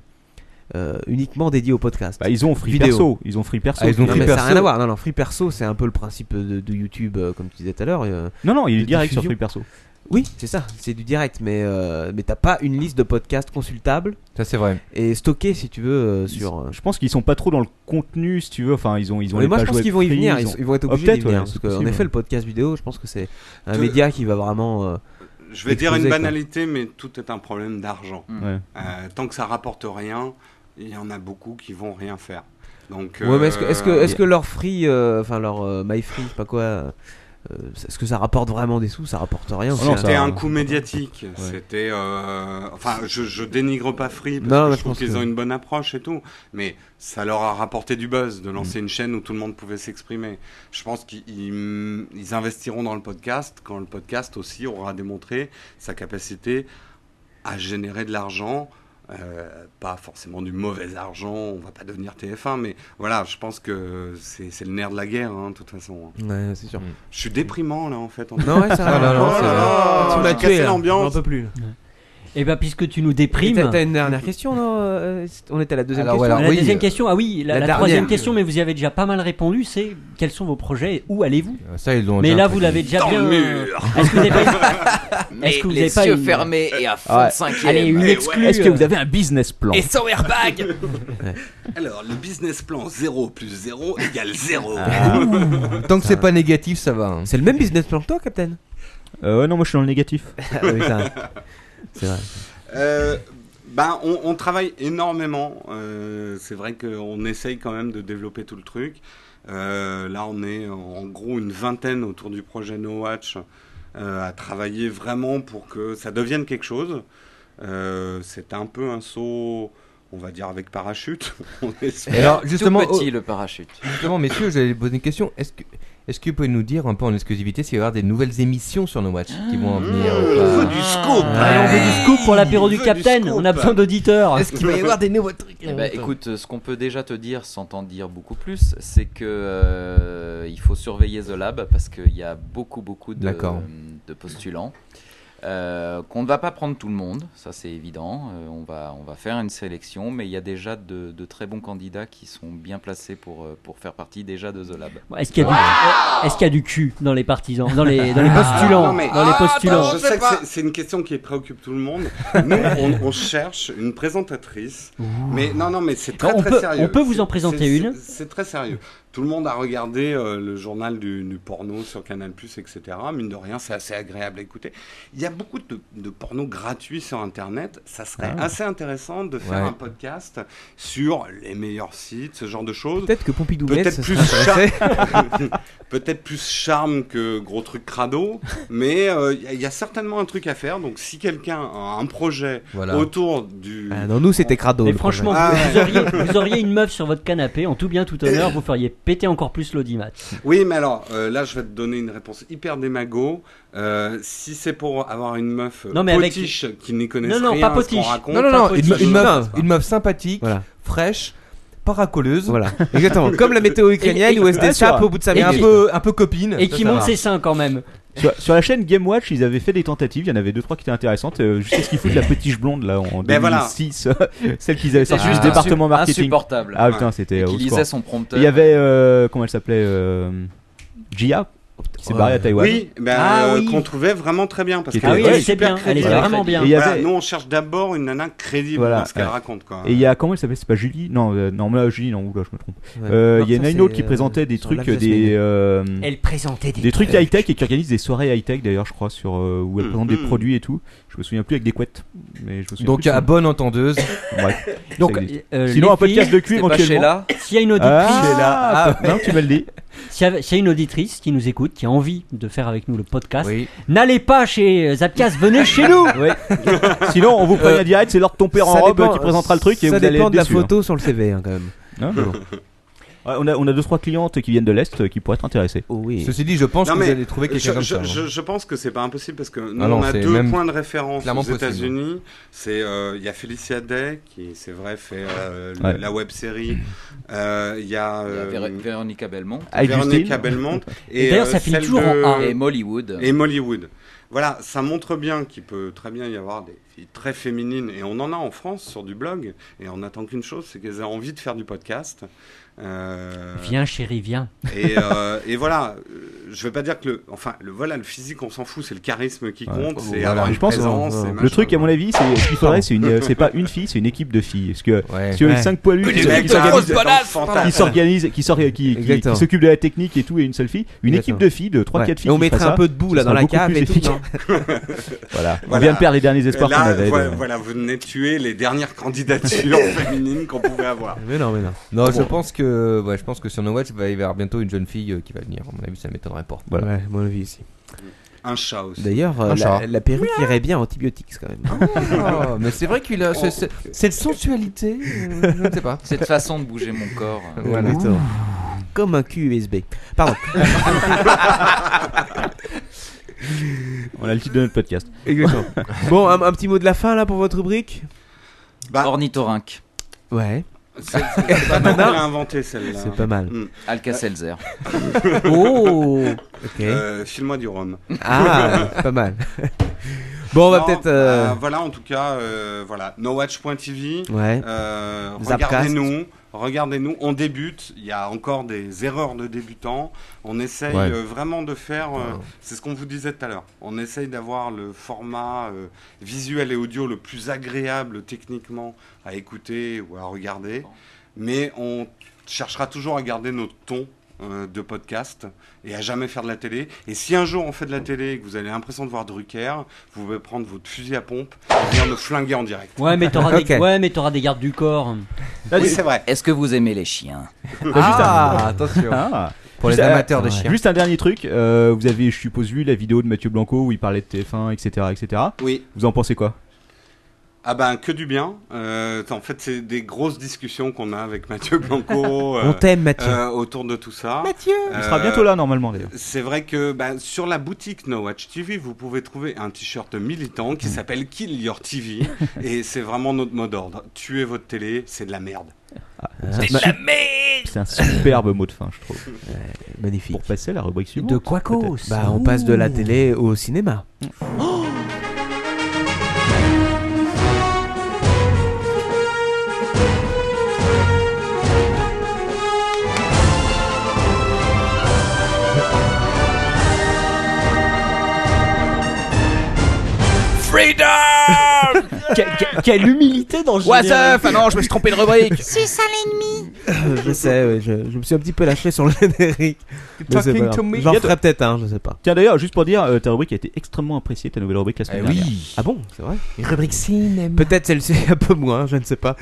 F: euh, uniquement dédiée au podcast.
D: Bah, ils ont Free
F: Vidéo.
D: Perso, ils ont Free Perso.
F: Ah, ils ont
D: Non,
F: Free
D: mais
F: Perso.
D: ça
F: Ça n'a rien à voir. Non, non, Free Perso, c'est un peu le principe de, de YouTube, euh, comme tu disais tout à l'heure. euh,
D: Non, non, il est
F: de
D: direct sur
F: diffusion.
D: Free Perso.
F: Oui, c'est ça, c'est du direct, mais, euh, mais t'as pas une liste de podcasts consultables.
J: Ça, c'est vrai.
F: Et stocké, si tu veux, euh, sur. euh,
D: Je pense qu'ils sont pas trop dans le contenu, si tu veux. Enfin, ils ont, ils ont.
F: mais
D: les
F: moi, je
D: pages
F: pense
D: web
F: qu'ils vont y
D: free,
F: venir. Ils,
D: ont-
F: ils vont être
D: Ah,
F: obligés
D: peut-être,
F: d'y venir.
D: ouais,
F: parce
D: c'est
F: que, en
D: possible.
F: effet, le podcast vidéo, je pense que c'est un
I: Te-
F: média qui va vraiment. euh,
I: Je vais dire une
F: exploser, quoi.
I: banalité, mais tout est un problème d'argent.
F: Mm. Ouais.
I: Euh, tant que ça rapporte rien, il y en a beaucoup qui vont rien faire. Donc,
F: Ouais, mais est-ce que, est-ce que, est-ce que
I: euh,
F: leur free, euh, enfin leur euh, my free, je sais pas quoi, euh, est-ce que ça rapporte vraiment des sous Ça hein. rapporte rien.
D: Ah
F: c'est
I: C'était
F: un-
I: un coup médiatique. C'était. euh, Enfin, je, je dénigre pas Free parce que
F: Non, mais
I: je,
F: je
I: trouve
F: pense
I: qu'ils
F: que-
I: ont une bonne approche et tout. Mais ça leur a rapporté du buzz de lancer
F: Mm.
I: une chaîne où tout le monde pouvait s'exprimer. Je pense qu'ils ils- ils investiront dans le podcast quand le podcast aussi aura démontré sa capacité à générer de l'argent Euh, pas forcément du mauvais argent, on va pas devenir TF1, mais voilà, je pense que c'est c'est le nerf de la guerre, hein, de toute façon.
F: Ouais, c'est sûr.
D: Mm.
I: Je suis déprimant là en fait. en
F: Non, ouais,
I: fait.
F: ça va.
I: Oh
D: Ah
I: là
F: Non, non,
I: là
F: Ah
I: là, tu
F: c'est vrai. Tu m'as
I: m'as
F: tué,
I: cassé
F: là.
I: l'ambiance.
F: J'en peux plus.
G: Et bien, Eh ben, puisque tu nous
F: Et
G: déprimes.
F: T'as t'as une dernière question, non Euh, c'est- On était à la deuxième
G: Alors,
F: question.
G: voilà. La deuxième question, ah oui, la, la
F: dernière.
G: troisième question, mais vous y avez déjà pas mal répondu, c'est quels sont vos projets, et où allez-vous
J: Ah, ça, ils l'ont
G: Mais
J: déjà
G: là,
J: prévu.
G: vous l'avez déjà
J: Dans
G: bien.
J: le mur.
G: Est-ce que vous avez pas
N: Mais
G: Est-ce que vous
N: les
G: avez pas
N: yeux
G: une-
N: fermés et à fond
D: Ouais.
N: de cinquième.
D: Allez, une exclue, Est-ce
G: euh,
D: que vous avez un business plan
N: Et sans
D: ah,
N: airbag
I: Alors, le business plan 0 plus 0 égale 0.
J: Tant que c'est pas négatif, ça va. hein.
F: C'est le même business plan que toi, Captain
D: Euh, ouais, non, moi je suis dans le négatif.
F: oui, ça. C'est vrai.
I: Euh, ben, on, on travaille énormément. Euh, c'est vrai qu'on essaye quand même de développer tout le truc. Euh, là, on est en gros une vingtaine autour du projet No Watch euh, à travailler vraiment pour que ça devienne quelque chose. Euh, c'est un peu un saut, on va dire, avec parachute. on espère.
J: Et alors, justement,
I: petit,
J: oh,
I: le parachute.
J: Justement, messieurs, j'allais vous poser une question. Est-ce que, est-ce que vous pouvez nous dire un peu en exclusivité s'il va y avoir des nouvelles émissions sur nos Watch qui vont en venir
I: Hmm.
J: ou pas
G: du scoop Ah. on veut du scoop pour l'apéro du Captain, on a besoin d'auditeurs
K: Eh ben, Écoute, euh, ce qu'on peut déjà te dire sans t'en dire beaucoup plus, c'est que euh, il faut surveiller The Lab parce qu'il y a beaucoup beaucoup de,
J: D'accord.
K: de postulants. Euh, qu'on ne va pas prendre tout le monde, ça c'est évident. Euh, on, va, on va faire une sélection, mais il y a déjà de, de très bons candidats qui sont bien placés pour, euh, pour faire partie déjà de The Lab.
G: Bon, Est-ce qu'il y, a du- est-ce qu'il y a du cul dans les partisans, dans les, dans les postulants,
I: Ah, Non, mais- bah,
G: dans les postulants
I: Ah, Je sais que c'est- c'est une question qui préoccupe tout le monde. Nous, on, on cherche une présentatrice. Mais non, non, mais c'est très,
G: Non, on
I: très
G: peut-
I: sérieux.
G: on peut vous
I: C'est-
G: en présenter
I: c'est-
G: une.
I: c'est- C'est très sérieux. Tout le monde a regardé euh, le journal du, du porno sur Canal+, etc. Mine de rien, c'est assez agréable à écouter. Il y a beaucoup de, de porno gratuit sur Internet. Ça serait
F: Ah.
I: assez intéressant de faire
F: Ouais.
I: un podcast sur les meilleurs sites, ce genre de choses.
F: Peut-être que Pompidou
I: Peut-être
F: Metz
I: plus
F: serait
I: char- peut-être plus charme que gros truc crado, mais il y, a certainement un truc à faire. Donc si quelqu'un a un projet
F: Voilà.
I: autour du...
F: Ah, non, nous, c'était crado.
G: Mais
F: le
G: franchement,
F: problème.
G: vous,
I: Ah,
G: vous
I: ouais.
G: auriez, vous auriez une meuf sur votre canapé, en tout bien tout honneur, vous feriez péter encore plus l'audimat.
I: Oui, mais alors euh, là, je vais te donner une réponse hyper démago. Euh, si c'est pour avoir une meuf euh,
G: Non, mais avec-
I: potiche qui n'y connaît
G: Non, non, pas
I: rien, à ce qu'on
G: potiche. Ah,
I: raconte,
J: Non, non, non, une, une meuf,
I: Non.
J: une meuf sympathique,
I: Voilà.
J: fraîche, paracoleuse.
F: Voilà, exactement. Comme la météo ukrainienne
J: Et-
F: où elle se
J: bien sûr.
F: déchappe au bout de sa
J: Et un
F: vie.
J: peu, un peu copine.
G: Et qui monte ses seins quand même.
D: Sur, sur la chaîne Game Watch, ils avaient fait des tentatives. Il y en avait deux trois qui étaient intéressantes. Euh, je sais ce qu'ils foutent la petite blonde là en
K: Ben voilà.
D: 2006, celle qu'ils avaient
K: C'était
D: sortie du
K: juste
D: département
K: insu-
D: marketing.
K: insupportable.
D: Ah putain,
K: Ouais.
D: c'était.
K: Et
D: euh,
K: qui
D: au
K: lisait
D: score.
K: son prompteur.
D: Il y avait euh, comment elle s'appelait euh, Jia qui s'est barrée à Taïwan.
I: Oui, ben,
G: Ah
I: euh, qu'on trouvait vraiment très bien parce
D: Qui
I: qu'elle
D: était-
I: était,
D: ouais,
I: super
D: elle était
I: crédible.
D: vraiment bien. Et il y
I: Voilà,
D: avait-
I: nous on cherche d'abord une nana crédible
D: Voilà.
I: dans ce qu'elle
D: Ouais.
I: raconte quoi.
D: Et il y a comment elle s'appelle C'est pas Julie Non, euh, non, mais là, Julie, non, oula, je me trompe.
F: Ouais.
D: Euh, Il y
F: Non,
D: en
F: ça,
D: a une autre
F: c'est,
D: qui
F: euh,
D: présentait des
F: sur
D: trucs,
F: Love
D: des.
F: Jasmine.
D: euh,
G: Elle présentait des
D: trucs
G: trucs.
D: high tech et qui organise des soirées high tech d'ailleurs, je crois, sur euh, où elle
J: Mm.
D: présente des
J: Mm.
D: produits et tout. Je me souviens plus avec des couettes, mais je me souviens
J: Donc,
D: plus de
J: à
F: ah,
D: son nom.
J: bonne entendeuse.
D: Bref.
G: Donc,
D: Ça existe.
G: euh,
D: sinon
G: les
D: un podcast
G: filles,
D: de cul
G: c'est pas
D: éventuellement.
G: Sheila S'il y a une auditrice,
D: Ah, non, tu me le dis.
G: S'il y a- s'il y a une auditrice qui nous écoute, qui a envie de faire avec nous le podcast,
D: Oui.
G: n'allez pas chez Zapcast, venez chez nous.
D: Sinon, on vous prévient direct, c'est Lord ton père en
F: Ah. Euh, ça
D: robe euh,
F: dépend-
D: qui présentera le truc et
F: ça
D: vous allez
F: dépend
D: être
F: de la
D: déçus, hein.
F: photo sur le CV, hein, quand même.
D: Hein Ouais, on, a, on a deux trois clientes qui viennent de l'Est euh, qui pourraient être intéressées.
F: oui.
J: Ceci dit, je pense
I: Non,
J: que vous
I: mais
J: allez trouver
I: je,
J: quelqu'un comme
I: je-
J: ça. hein. Ah
I: je- je pense que c'est pas impossible parce que nous,
J: non,
I: on a
J: c'est
I: deux
J: même
I: points de référence
J: clairement
I: aux
J: possible.
I: États-Unis. C'est euh, il y a Felicia Day qui, c'est vrai, fait euh, le-
K: Ouais.
I: la web série. Euh, Il y a euh,
K: Il y a Vé- Véronica Belmont.
J: Ah,
D: I do
I: Véronica
D: still.
I: Belmont
K: Et d'ailleurs, ça
I: euh,
K: finit
I: celle
K: toujours en un.
I: de-
K: Et Mollywood.
I: Et Mollywood. Voilà, ça montre bien qu'il peut très bien y avoir des filles très féminines et on en a en France sur du blog et on attend qu'une chose, c'est qu'elles aient envie de faire du podcast. Euh,
G: Viens, chérie, viens.
I: et, euh, et voilà, euh, je veux pas dire que le, enfin, le voilà, le physique, on s'en fout, c'est le charisme qui
D: Ouais.
I: compte, c'est
D: Voilà,
I: avoir une
D: je pense hein.
I: présence. et
D: le
I: machin.
D: truc à mon avis c'est ce qu'il faudrait c'est une euh, c'est pas une fille c'est une équipe de filles parce que si on a
J: Ouais.
D: 5 poilus
J: Mais
D: qui
J: les
D: se-
J: mecs,
D: qui
J: la grosse
D: s'organisent
J: badass,
D: qui
J: fantasme.
D: s'organisent qui s'or- qui- qui- qui- qui
J: Exactement.
D: s'occupent de la technique et tout et une seule fille une équipe de filles de 3
F: Ouais.
D: 4 filles
F: Et on
D: qui
F: mettrait
D: feraient
F: un
D: ça,
F: peu de boule, là,
D: ça
F: dans
D: serait
F: la
D: beaucoup
F: cave
D: plus
F: et tout,
D: efficace. voilà on vient de perdre les derniers espoirs qu'on
I: Là,
D: avait euh,
I: Voilà,
D: de-
I: voilà, vous venez de tuer les dernières candidatures féminines qu'on pouvait avoir.
F: Mais non, mais non.
J: Non, je
I: Bon.
J: pense que, ouais, je pense que sur No Watch, il va y avoir bientôt une jeune fille euh, qui va venir. À mon avis, ça m'étonnerait pas.
D: Voilà.
F: Ouais, à mon avis aussi.
I: Un chat aussi.
F: D'ailleurs,
D: Ah,
F: euh,
J: Un
F: la,
J: chat.
F: la perruque irait bien en antibiotiques quand même. hein.
J: Oh, mais c'est vrai qu'il a ce- ce- cette sensualité. euh, je ne sais pas.
K: Cette façon de bouger mon corps.
J: Voilà.
F: Exactement.
D: Ah.
F: Comme un cul USB. Pardon.
D: on a le titre de notre podcast
F: Exactement. bon, un, un petit mot de la fin là pour votre rubrique
K: Ornithorynque.
F: Ouais.
K: C'est- c'est pas mal, on l'a inventé, celle-là.
F: C'est pas mal.
K: Mm. Alka-Seltzer.
F: oh Ok.
I: Euh, File-moi du rhum.
F: Ah, pas mal. Bon, on va
I: Non,
F: peut-être, euh,
I: voilà, en tout cas, euh, voilà. NoWatch.tv.
F: Ouais.
I: euh,
F: Zapcast.
I: regardez-nous. Regardez-nous. On débute. Il y a encore des erreurs de débutants. On essaye
O: Ouais.
I: euh, vraiment de faire. euh, C'est ce qu'on vous disait tout à l'heure. On essaye d'avoir le format euh, visuel et audio le plus agréable techniquement à écouter ou à regarder. Mais on cherchera toujours à garder notre ton euh, de podcast et à jamais faire de la télé. Et si un jour on fait de la télé et que vous avez l'impression de voir Drucker, vous pouvez prendre votre fusil à pompe et venir le flinguer en direct.
G: Ouais, mais t'auras des, ouais, mais t'auras des gardes du corps.
I: Oui, c'est vrai.
K: Est-ce que vous aimez les chiens
D: Ah,
F: attention.
D: Ah.
F: Pour les
D: Juste, euh,
F: amateurs de
D: ouais.
F: chiens.
D: Juste un dernier truc, euh, vous avez, je suppose, vu la vidéo de Mathieu Blanco où il parlait de TF1, etc. etc.
I: Oui.
D: Vous en pensez quoi
I: Ah ben que du bien. Euh, en fait, c'est des grosses discussions qu'on a avec Mathieu Blanco.
D: On t'aime, Mathieu.
I: euh, autour de tout ça.
D: Mathieu Il sera bientôt là, normalement, d'ailleurs.
I: C'est vrai que ben, sur la boutique No Watch TV, vous pouvez trouver un t-shirt militant
F: Mm.
I: qui s'appelle Kill Your TV et c'est vraiment notre mot d'ordre. Tuez votre télé, c'est de la merde.
D: C'est un su- C'est un superbe mot de fin, je trouve.
F: magnifique.
D: Pour passer à la rubrique suivante.
F: De Quacos.
D: peut-être.
F: Bah, on passe de la télé au cinéma.
N: Freedom
F: Quelle humilité dans le
N: What's
F: générique.
N: up Ah non, je me suis trompé de rubrique
E: Suce à l'ennemi.
F: je sais, ouais, je, je me suis un petit peu lâché sur le générique. Mais
D: Talking
F: c'est pas grave.
D: to me.
F: J'en
D: Y'a de-
F: ferai peut-être un, je sais pas.
D: Tiens, d'ailleurs, juste pour dire, euh, ta rubrique a été extrêmement appréciée, ta nouvelle rubrique la semaine
F: Eh oui.
D: dernière.
F: Ah bon, c'est vrai
D: Une rubrique cinéma.
F: Peut-être celle-ci un peu moins, je ne sais pas.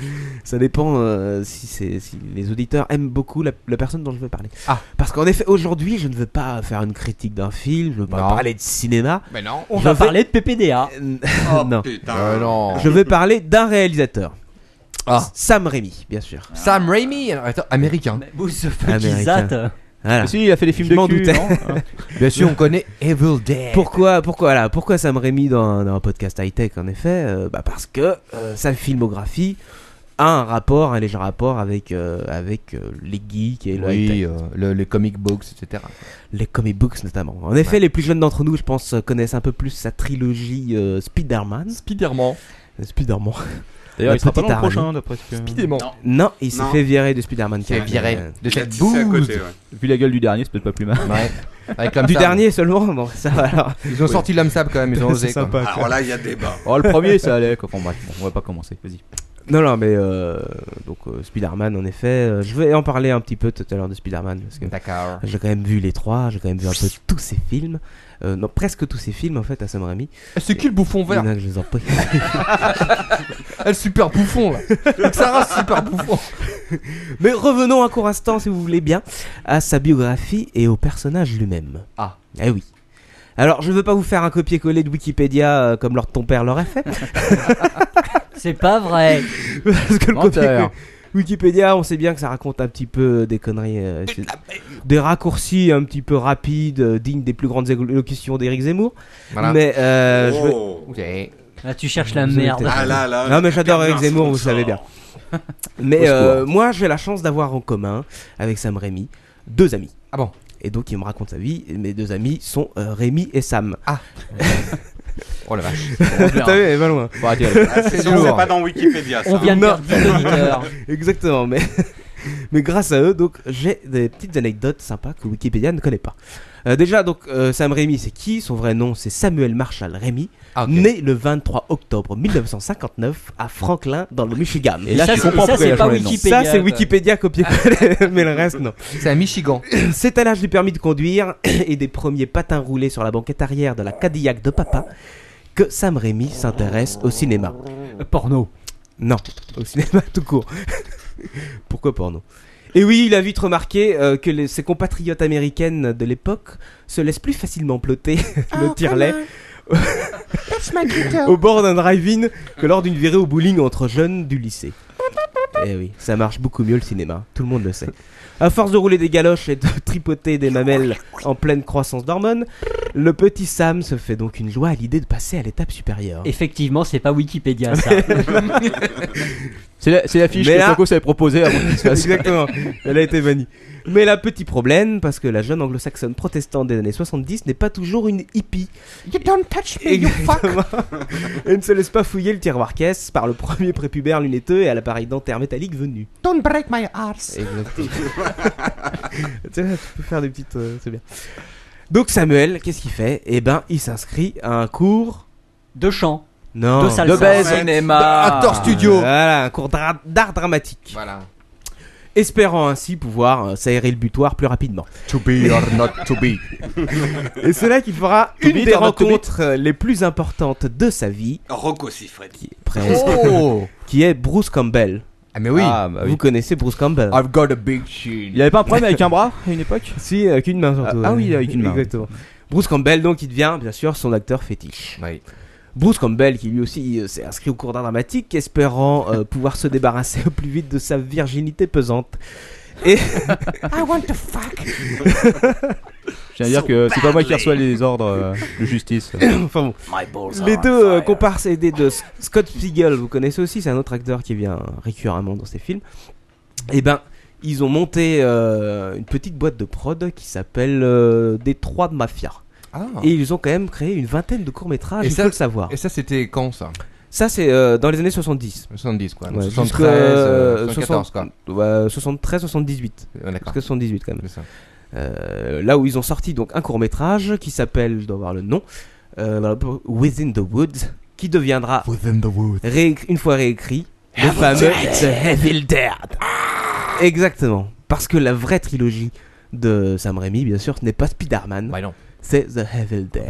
F: Ça dépend euh, si, c'est- si les auditeurs aiment beaucoup la, la personne dont je veux parler. Ah. Parce qu'en effet, aujourd'hui, je ne veux pas faire une critique d'un film, je ne veux pas
C: Non.
F: parler de cinéma.
C: Mais non. On
F: Je
C: va
F: vais-
C: parler
G: de PPDA.
F: non.
C: putain. Euh, non.
F: Je veux parler d'un réalisateur.
J: Ah.
F: Sam Raimi, bien sûr.
C: Sam
F: Raimi, américain.
D: Mais si, il a fait des films de
F: m'en
D: cul,
F: doutais.
D: non hein.
F: Bien sûr, on connaît
J: Evil Dead.
F: Pourquoi, pourquoi, voilà, pourquoi Sam Raimi dans, dans un podcast high-tech en effet Euh, bah Parce que euh, sa filmographie a un rapport, un léger rapport avec, euh, avec euh, les geeks et le
J: Oui,
F: high-tech.
J: euh, le- les comic books, etc.
F: Les comic books notamment. En effet,
J: Ouais.
F: les plus jeunes d'entre nous, je pense, euh, connaissent un peu plus sa trilogie euh, Spider-Man. Spider-Man.
D: Euh,
F: Spider-Man.
D: D'ailleurs,
F: La
D: il sera pas dans
F: petite
D: le
F: araignée.
D: prochain, hein. d'après ce que- Spider-Man.
F: Non, Non, il s'est
D: Non.
F: fait virer de Spider-Man.
D: Il s'est fait
F: quatre.
D: virer
F: Euh,
D: de cette Il a tissé à côté, bouse. ouais. Vu la gueule du dernier, c'est peut-être pas plus mal.
J: Ouais.
D: Ah,
J: Avec l'homme
F: du
J: sabre.
F: dernier seulement, bon, ça va alors.
J: Ils ont
F: Oui.
J: sorti l'homme sable quand même, ils ont
F: C'est
J: osé. quoi.
F: sympa, quoi.
D: Oh, le premier, ça allait, quoi. Bon, bref, bon, on va pas commencer. Vas-y.
F: Non, non, mais euh, donc euh, Spider-Man, en effet, euh, je vais en parler un petit peu tout à l'heure de Spider-Man parce que j'ai quand même vu les trois, j'ai quand même vu un peu tous ces films, Euh, non presque tous ces films en fait à Sam Raimi.
J: C'est qui le bouffon vert
F: Il y en a que je les en prie.
J: Elle super bouffon là. Sarah super bouffon.
F: mais revenons un court instant, si vous voulez bien, à sa biographie et au personnage lui-même.
J: Ah.
F: Eh oui. Alors, je ne veux pas vous faire un copier-coller de Wikipédia euh, comme leur ton père l'aurait fait.
G: C'est pas vrai.
F: Parce que le
G: Menteur.
F: copier- Wikipédia, on sait bien que ça raconte un petit peu des conneries, euh, c'est- des raccourcis un petit peu rapides, euh, dignes des plus grandes élocutions d'Éric Zemmour.
G: Voilà.
F: Mais euh,
G: Oh.
F: je veux-
G: Là, tu cherches la
F: Vous avez
G: merde.
F: peut-être-
G: Ah là là,
F: non mais
G: t'as
F: j'adore
G: perdu
F: Eric
G: un
F: Zemmour, vous
G: sponsor.
F: savez bien.
G: Au
F: Mais
G: secours.
F: euh, moi, j'ai la chance d'avoir en commun avec Sam Rémy deux amis. Ah bon Et donc il me raconte sa vie. et Mes deux amis sont euh, Rémi et Sam. Ah.
J: Oh la vache.
F: T'as vu, elle va loin.
J: Faut arrêter, elle. Ah, c'est
F: Du
J: sûr, c'est
F: lourd.
J: pas dans Wikipédia, ça. On vient de perdre dix auditeurs.
F: Exactement, mais mais grâce à eux, donc j'ai des petites anecdotes sympas que Wikipédia ne connaît pas. Euh, déjà, donc euh, Sam Rémy, c'est qui Son vrai nom, c'est Samuel Marshall Rémy,
J: Ah,
F: né le 23 octobre 1959 à Franklin, dans le Michigan.
D: Et là, Ça, tu c'est- comprends ça, pourquoi il a c'est pas changé de nom. Wikipédia,
F: Ça, c'est
D: quoi.
F: Wikipédia copié-collé, mais le reste, non. C'est à Michigan. C'est à l'âge du permis de conduire et des premiers patins roulés sur la banquette arrière de la Cadillac de papa que Sam Rémy s'intéresse au cinéma. Euh, Porno. Non, au cinéma tout court. Pourquoi porno et oui, il a vite remarqué euh, que les- ses compatriotes américaines de l'époque se laissent plus facilement ploter le tirelet au bord d'un drive-in que lors d'une virée au bowling entre jeunes du lycée. Eh oui, ça marche beaucoup mieux le cinéma, tout le monde le sait. À force de rouler des galoches et de tripoter des mamelles en pleine croissance d'hormones, Le petit Sam se fait donc une joie à l'idée de passer à l'étape supérieure.
G: Effectivement, c'est pas Wikipédia ça.
F: C'est la, c'est la fiche
G: Mais
F: que
G: là-
F: Franco s'avait proposée avant qu'il se fasse.
G: Exactement.
F: Elle a été bannie. Mais là, petit problème, parce que la jeune anglo-saxonne protestante des années 70 n'est pas toujours une hippie. You don't touch me, you fuck Elle ne se laisse pas fouiller le tiroir caisse par le premier prépubère lunetteux et à l'appareil dentaire métallique venu.
E: Don't break my arse.
F: Exactement. tu vois, tu peux faire des petites. euh, c'est bien. Donc Samuel, qu'est-ce qu'il fait Eh ben, il s'inscrit à un cours
G: de chant.
F: Non,
G: De salsa.
F: baise.
K: Cinéma.
J: Ah.
F: Actor studio.
K: Voilà,
F: un cours d'art d'art dramatique. Voilà. Espérant ainsi pouvoir euh, s'aérer le butoir plus rapidement. To be or not to be. Et c'est là qu'il fera
K: To
F: une
K: be
F: des
K: or not to be.
F: rencontres euh, les plus importantes de sa vie.
I: Rocco Siffredi.
F: Presque.
E: Oh.
J: Oh.
F: qui est Bruce Campbell. Ah mais
J: oui.
F: Vous connaissez Bruce Campbell. I've got a big shield.
D: bah Il avait pas un problème avec un bras à une époque
F: Si, avec une main surtout.
D: Ah, ah
F: ouais.
D: oui, avec une main.
F: Exactement. Bruce Campbell, donc, il devient, bien sûr, son acteur fétiche. Bruce Campbell, qui lui aussi euh, s'est inscrit au cours d'art dramatique, espérant euh, pouvoir se débarrasser au plus vite de sa virginité pesante. Et.
E: I want to fuck.
D: Je tiens à dire que c'est pas moi qui reçois les ordres euh, de justice.
F: enfin bon.
J: Oh,
F: Les deux euh, comparses aidés de S- Scott Spiegel, vous connaissez aussi, c'est un autre acteur qui vient récurremment dans ses films. Et ben, ils ont monté euh, une petite boîte de prod qui s'appelle euh, Détroit de Mafia. Et ils ont quand même créé une vingtaine de courts-métrages,
J: Ah. Et
F: il
J: ça-
F: faut le savoir.
J: Et ça, c'était quand ça
F: Ça, c'est euh, dans les années 70.
J: 70, quoi.
F: Ouais,
J: 73,
F: jusqu'à, euh,
J: 74,
F: 60, ouais, 73, 78. Jusqu'à 78, quand même. Euh, là où ils ont sorti donc un court-métrage qui s'appelle, je dois avoir le nom, euh, voilà, Within the Woods, qui deviendra, rééc- une fois réécrit, le
N: Evil
F: fameux
N: Dead.
F: The Evil Dead. Exactement. Parce que la vraie trilogie de Sam Raimi, bien sûr, ce n'est pas Spider-Man.
J: Bah,
F: C'est The Evil Dead.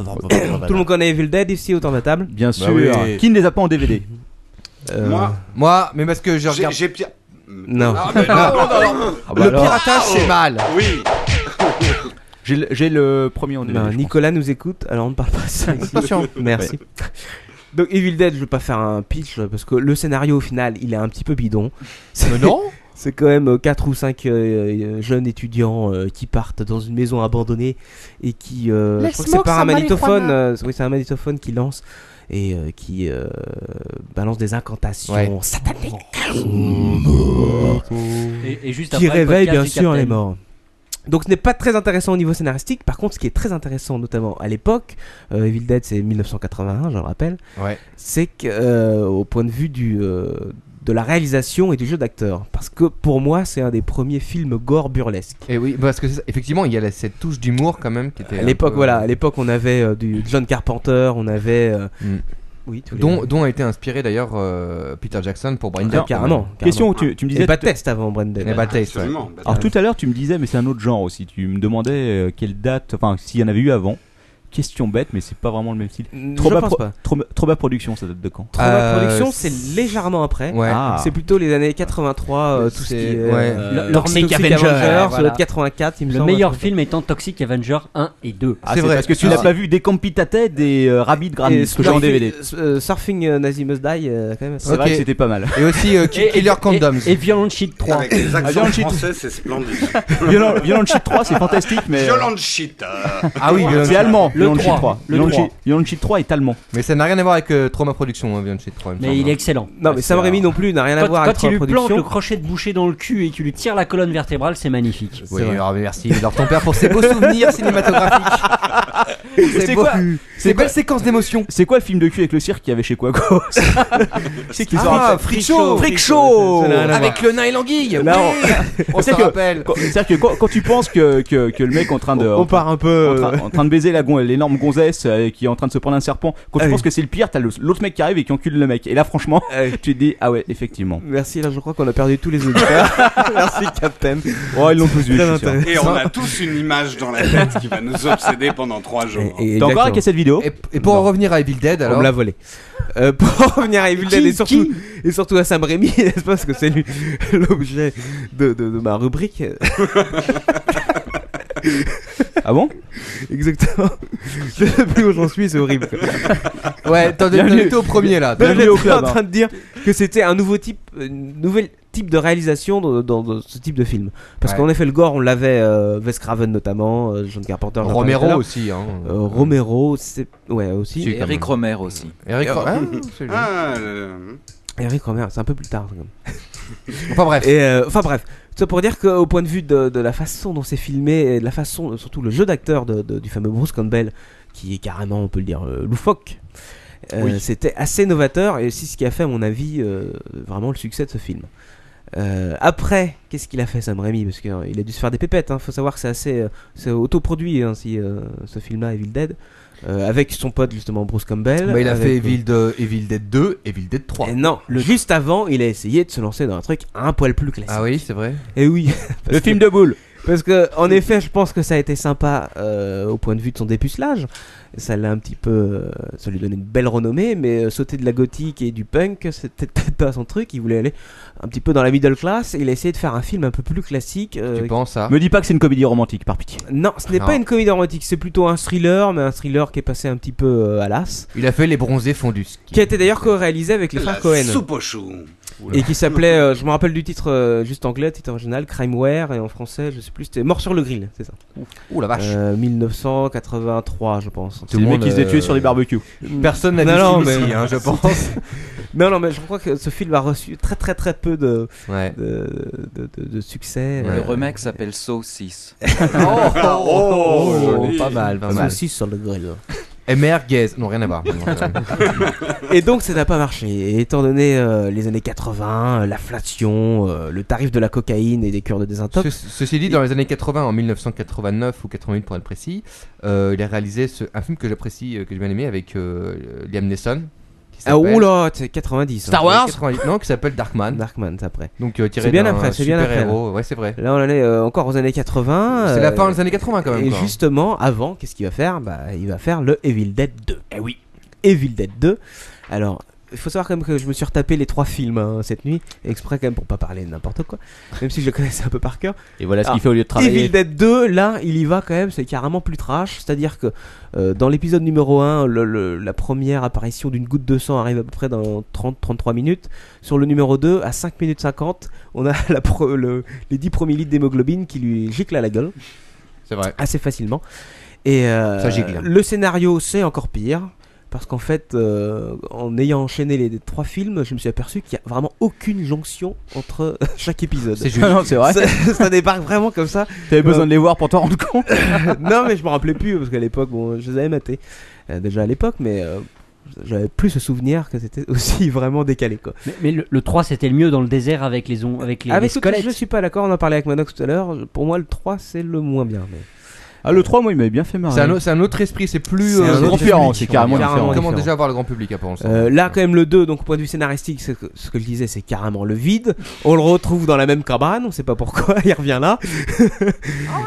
F: Tout le monde connaît Evil Dead ici autour de la table
D: Bien sûr. Qui ne les a pas en DVD
J: Moi. Moi, mais parce que je regarde.
I: J'ai pire.
F: Euh, Non.
J: Ah, mais non, non, non.
D: Ah, bah
J: Le
D: alors.
J: piratage, c'est mal.
I: Oui.
D: J'ai le- J'ai le premier en DVD.
F: Ben,
D: je pense.
F: Nicolas nous écoute, alors on ne parle pas de ça. ici.
D: Attention.
F: Merci. Donc Evil Dead, je vais pas faire un pitch parce que le scénario au final, il est un petit peu bidon. C'est-
J: Euh, non.
F: C'est quand même euh, quatre ou cinq euh, euh, jeunes étudiants euh, qui partent dans une maison abandonnée et qui euh,
N: Les
F: je crois que
N: smokes
F: c'est par un
N: sont
F: magnétophone,
N: marijuana.
F: euh, oui, c'est un magnétophone qui lance et euh, qui euh, balance des incantations
J: Ouais.
F: sataniques.
G: Et- et juste après
F: qui
G: le
F: réveille
G: podcast
F: bien
G: du
F: sûr les
G: Capitaine.
F: morts. Donc ce n'est pas très intéressant au niveau scénaristique. Par contre, ce qui est très intéressant, notamment à l'époque, euh, Evil Dead c'est 1981, je le rappelle,
J: Ouais.
F: c'est que euh, au point de vue du, euh, de la réalisation et du jeu d'acteur, parce que pour moi c'est un des premiers films gore burlesque.
J: Et Eh oui, parce que c'est ça. effectivement, il y a la- cette touche d'humour quand même qui était.
F: À
J: un
F: l'époque,
J: peu-
F: voilà, à l'époque on avait euh, du John Carpenter, on avait. euh,
J: Mm.
F: Oui, tous les-
J: Dont, dont a été inspiré d'ailleurs euh, Peter Jackson pour Brain
F: Ah, carrément,
D: Question,
F: carrément.
D: tu, tu me disais.
F: Et Battest avant Brendan.
D: Et Battest, ouais.
F: Absolument, Battest.
D: Alors tout à l'heure, tu me disais, mais c'est un autre genre aussi. Tu me demandais euh, quelle date, enfin, s'il y en avait eu avant. Question bête, mais c'est pas vraiment le même style.
F: Mm,
D: Trop
F: je
D: bas
F: pense
D: pro-
F: pas.
D: trop bas- trop bas production, ça date de quand
F: Trauma
J: Euh,
F: Production, c'est légèrement après.
D: Ouais. Ah.
F: C'est plutôt les années 83, euh, tout ce qui
J: C'est-
F: est.
J: ouais.
F: euh,
J: Le-
F: Toxic
G: Toxic Avenger,
F: Avenger,
G: voilà.
F: ça doit être 84, il me
G: Le
F: semble,
G: meilleur
F: un truc
G: film étant Toxic Avenger 1 et 2.
D: Ah, c'est parce que tu l'as pas vu Décompitated et euh, Rabid
F: comme ça. Et
D: Granny, que j'ai en
F: Surfing-
D: DVD.
F: euh, Surfing euh, Nazi Must Die, euh, quand même.
D: C'est vrai que c'était pas mal.
J: Et aussi euh, Ki-
F: Et- et-
J: Killer Condoms.
G: Et Violent Shit 3.
I: Avec les
D: Ah,
I: accents
D: Violent Shit.
I: français, c'est splendide.
D: Violent- Violent Shit 3, c'est fantastique, mais-
I: Violent Shit. euh.
J: Ah oui, Violent
D: c'est
J: Shit.
D: allemand.
J: Le
D: Violent Shit
J: 3.
D: 3.
J: Le
D: Violent
J: 3.
D: Shit- Violent Shit 3 est allemand.
J: Mais ça n'a rien à voir avec euh, Trauma Production, hein, Violent Shit 3. me semble.
F: Non, mais Sam Raimi non plus n'a rien à
G: Quand,
F: voir avec
G: quand il lui
F: Trauma
G: plante
F: Production.
G: le crochet de boucher dans le cul et qu'il lui tire la colonne vertébrale, c'est magnifique.
J: Oui, alors, merci, leur ton père, pour ses beaux souvenirs cinématographiques.
D: C'est quoi
J: C'est
D: quoi-
J: belle séquence d'émotion.
D: C'est quoi le film de cul avec le cirque qu'il y avait chez Quaco C'est qu'ils ont
J: Ah,
D: un-
J: Freak Show.
D: Freak
J: Ça,
D: Show
J: ça n'a rien à
D: Avec
J: voir. le nain et l'anguille.
D: Là, on-
J: on
D: sait
J: s'en
D: que-
J: rappelle.
D: quand- C'est-à-dire que quand, quand tu penses que, que, que le mec en train de.
J: On- on part un peu,
D: En train,
J: euh,
D: en train de baiser la gon- l'énorme gonzesse euh, qui est en train de se prendre un serpent. Quand tu
F: Ah
D: penses
F: oui.
D: que c'est le pire, t'as le- l'autre mec qui arrive et qui encule le mec. Et là, franchement, tu te dis Ah ouais, effectivement.
F: Euh, Merci, là je crois qu'on a perdu tous les auditeurs. Merci, Captain.
D: Oh, ils l'ont tous vu, je suis sûr.
I: Et on a tous une image dans la tête qui va nous obséder pendant trois jours.
D: T'as encore la cassette vidéo
J: Et, et pour en revenir à Evil Dead, alors.
F: On me l'a volé. Euh, pour en revenir à Evil Dead et surtout, et surtout à Sam Raimi, n'est-ce pas Parce que c'est lui l'objet de, de- de ma rubrique.
D: ah bon
F: Exactement. Je sais plus où j'en suis, c'est horrible.
J: Ouais, t'en- t'en
F: Bienvenue-
J: étais au premier, là.
F: Non,
J: Bienvenue au
F: j'étais
J: club,
F: en
J: hein.
F: train de dire que c'était un nouveau type, une nouvelle type de réalisation dans, dans- dans ce type de film. Parce
J: Ouais.
F: qu'en effet, le gore, on l'avait euh, Wes Craven notamment, euh, John Carpenter. j'en parlais
J: Romero
F: tout à l'heure.
J: aussi, hein.
F: Euh, Romero, c'est ouais aussi.
J: Si, quand Eric même.
K: Romer aussi.
J: Eric hein. Romer.
I: Ah, euh,
F: Eric Romer, c'est un peu plus tard. quand même.
J: Enfin, bref.
F: Et, euh, enfin bref. Ça pour dire qu'au point de vue de, de la façon dont c'est filmé, et de la façon, surtout le jeu d'acteur de- de- du fameux Bruce Campbell, qui est carrément, on peut le dire, euh, loufoque. euh,
J: Oui.
F: C'était assez novateur et aussi ce qui a fait, à mon avis, euh, vraiment le succès de ce film. Euh, après, qu'est-ce qu'il a fait Sam Raimi Parce qu'il a dû se faire des pépettes. Il faut savoir que c'est assez, euh, c'est autoproduit hein, si, euh, ce film-là, Evil Dead, euh, avec son pote justement Bruce Campbell.
J: Bah, il a
F: avec-
J: fait Evil, de, Evil Dead 2, Evil Dead 3.
F: et non, juste avant, il a essayé de se lancer dans un truc un poil plus classique.
J: Ah oui, c'est vrai.
F: Et oui.
J: Le film
F: de boule. Parce que, en effet, je pense que ça a été sympa euh, au point de vue de son dépucelage. Ça l'a un petit peu. euh, ça lui donnait une belle renommée, mais euh, sauter de la gothique et du punk, c'était peut-être pas son truc. Il voulait aller un petit peu dans la middle class et il a essayé de faire un film un peu plus classique. euh,
J: Ah.
D: Me dis pas que c'est une comédie romantique, par pitié.
F: Non, ce n'est
D: Non.
F: pas une comédie romantique, c'est plutôt un thriller, mais un thriller qui est passé un petit peu euh, à l'as.
J: Il a fait Les Bronzés Fondus.
F: Qui a été d'ailleurs co-réalisé avec les frères Cohen.
I: Soupe aux choux.
F: Et qui s'appelait, euh, je me rappelle du titre euh, juste anglais, titre original, Crimeware, et en français, je sais plus, c'était Mort sur le grill, c'est ça.
J: Ouh la vache.
F: Euh, 1983, je pense.
D: C'est le mec qui se détuait sur les barbecues.
J: Euh,
D: Personne n'a dit
F: Non, non,
D: ici,
F: mais-
D: hein, je pense.
F: non, non, mais je crois que ce film a reçu très, très, très peu de,
J: Ouais.
F: de, de- de- de succès.
K: Le
F: Euh,
K: remake s'appelle Saucisse.
F: Eh, Oh,
J: pas mal, pas mal.
F: Saucisse sur le grill.
J: Et merguez, non rien à voir.
F: et donc ça n'a pas marché. Et étant donné euh, les années 80, euh, l'inflation, euh, le tarif de la cocaïne et des cures de
J: Ce-
F: désintox.
J: ceci dit, dans les années 80, en 1989 ou 88 pour être précis, euh, il a réalisé ce- un film que j'apprécie, euh, que j'ai bien aimé avec euh, Liam Neeson. qui
F: Ah
J: s'appelle-
F: oula, c'est 90. hein.
J: Star Wars
F: 90,
J: Non, qui s'appelle Darkman.
F: Darkman, c'est après.
J: Donc euh, tiré
F: C'est bien
J: d'un
F: après, c'est bien après.
J: super-héros, ouais, c'est vrai.
F: Là, on en est euh, encore aux années euh, 80.
J: C'est la fin des années 80 quand même,
F: Et
J: quoi. hein.
F: justement, avant, qu'est-ce qu'il va faire Bah, il va faire le Evil Dead 2. Eh oui. Evil Dead 2. Alors, il faut savoir quand même que je me suis retapé les trois films hein, cette nuit, exprès quand même pour pas parler de n'importe quoi, même si je le connaissais un peu par cœur.
O: Et voilà ce
D: Ah.
F: Alors,
O: qu'il fait au lieu de travailler.
F: Evil Dead 2, là, il y va quand même, c'est carrément plus trash. C'est-à-dire que euh, dans l'épisode numéro 1, le- le- la première apparition d'une goutte de sang arrive à peu près dans 30-33 minutes. Sur le numéro 2, à 5 minutes 50, on a la pro- le- les 10 premiers litres d'hémoglobine qui lui giclent à la gueule.
J: C'est vrai.
F: Assez facilement. Et euh,
J: Ça gicle.
F: le scénario, c'est encore pire. Parce qu'en fait, euh, en ayant enchaîné les, les trois films, je me suis aperçu qu'il n'y a vraiment aucune jonction entre chaque épisode.
D: C'est juste. Ah non, c'est vrai.
F: Ça, ça débarque vraiment comme ça.
D: T'avais besoin de les
F: voir pour t'en rendre compte Non, mais je me rappelais plus, parce qu'à l'époque, bon, je les avais matés. euh, déjà à l'époque, mais euh, j'avais plus ce souvenir que c'était aussi vraiment décalé. Quoi.
G: Mais, mais le, le 3, c'était le mieux dans le désert avec les, on- avec les, les
F: Avec Ah, tout-
G: squelettes.
F: je suis pas d'accord, on en parlait avec Manox tout à l'heure. Pour moi, le 3, c'est le moins bien. Mais...
D: Ah, le 3, moi, il m'avait bien fait marrer.
J: C'est un, au- c'est un autre esprit, c'est plus.
D: C'est un
J: euh,
D: grand
J: public,
D: différent,
J: on
D: c'est
J: va
D: carrément
J: dire.
D: différent.
J: Comment
D: Différent.
J: déjà avoir le grand public à penser
F: Euh, là, quand même, le 2, donc, au point de vue scénaristique, c'est que- ce que je disais, c'est carrément le vide. On le retrouve dans la même cabane, on sait pas pourquoi, il revient là.
P: Oh,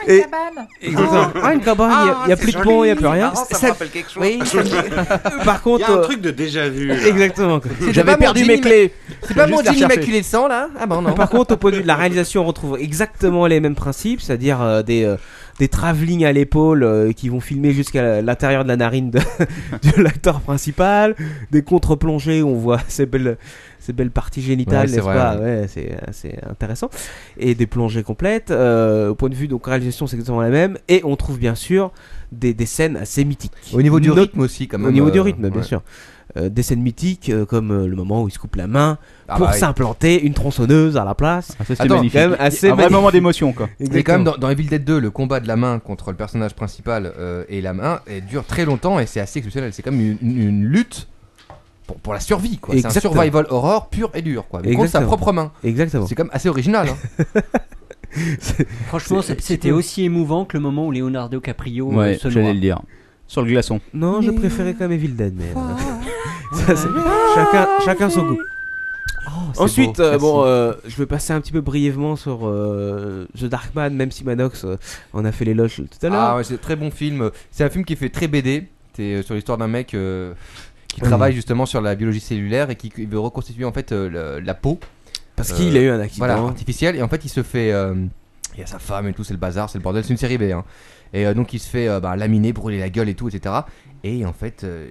P: une cabane.
F: Exactement.
P: Oh.
F: Ah, une cabane, il y a- il y a,
P: Ah,
F: plus
P: c'est
F: de pont, il y a
P: joli.
F: plus rien.
P: Marrant, ça me rappelle quelque chose.
F: Oui, ça me dit- Par contre.
I: Il y a un
F: euh,
I: truc de déjà vu. là.
F: Exactement. quoi.
I: C'était J'avais pas mon perdu jean mes imma- clés.
J: C'est pas mon jean immaculé de sang là Ah bon, non.
F: Par contre, au point de vue de la réalisation, on retrouve exactement les mêmes principes, c'est-à-dire euh, des, euh, des travelling à l'épaule euh, qui vont filmer jusqu'à l'intérieur de la narine de, de l'acteur principal, des contre-plongées où on voit ces belles, ces belles parties génitales,
J: Ouais, c'est
F: n'est-ce
J: vrai,
F: pas
J: ouais.
F: Ouais, c'est euh, c'est intéressant. Et des plongées complètes. euh, au point de vue, donc, réalisation, c'est exactement la même. Et on trouve bien sûr des, des scènes assez mythiques.
J: Au niveau du
F: Note-
J: rythme aussi, quand
F: Au
J: même,
F: niveau du
J: euh,
F: rythme, bien
J: ouais.
F: sûr. Euh, des scènes mythiques euh, comme euh, le moment où il se coupe la main
J: Ah
F: pour
J: bah oui.
F: s'implanter une tronçonneuse à la place.
D: Ah, ça,
J: Attends,
F: Quand même assez magnifique.
J: Mais quand
F: Exactement.
J: même, dans, dans Evil Dead 2, le combat de la main contre le personnage principal euh, et la main elle dure très longtemps et c'est assez exceptionnel. C'est comme une, une- une lutte pour, pour la survie, quoi. C'est un
F: Exactement.
J: survival horror pur et dur, quoi. Mais contre sa
F: Exactement.
J: propre main.
F: Exactement.
J: C'est quand même assez original. hein.
G: Franchement,
J: c'est-
G: c'est-
J: c'est
G: c'était
J: cool.
G: aussi émouvant que le moment où Leonardo DiCaprio euh,
D: Ouais,
G: se noie.
D: j'allais le dire. Sur le glaçon.
F: Non, je préférais quand même Evil Dead, mais. euh, ça, c'est- chacun, chacun son goût.
J: c'est
F: Ensuite,
J: beau,
F: euh,
J: merci.
F: bon, euh, je vais passer un petit peu brièvement sur euh, The Darkman, même si Manox euh, en a fait l'éloge tout à l'heure.
J: Ah ouais, c'est un très bon film. C'est un film qui fait très BD. C'est euh, sur l'histoire d'un mec euh, qui travaille justement sur la biologie cellulaire et qui qui veut reconstituer en fait euh, le- la peau.
F: Parce qu'il a eu un accident.
J: Euh, Voilà, artificiel. Et en fait, il se fait. euh, il y a sa femme et tout, c'est le bazar, c'est le bordel, c'est une série B. hein. Et euh, donc, il se fait euh, bah, laminer, brûler la gueule et tout, etc. Et en fait, euh,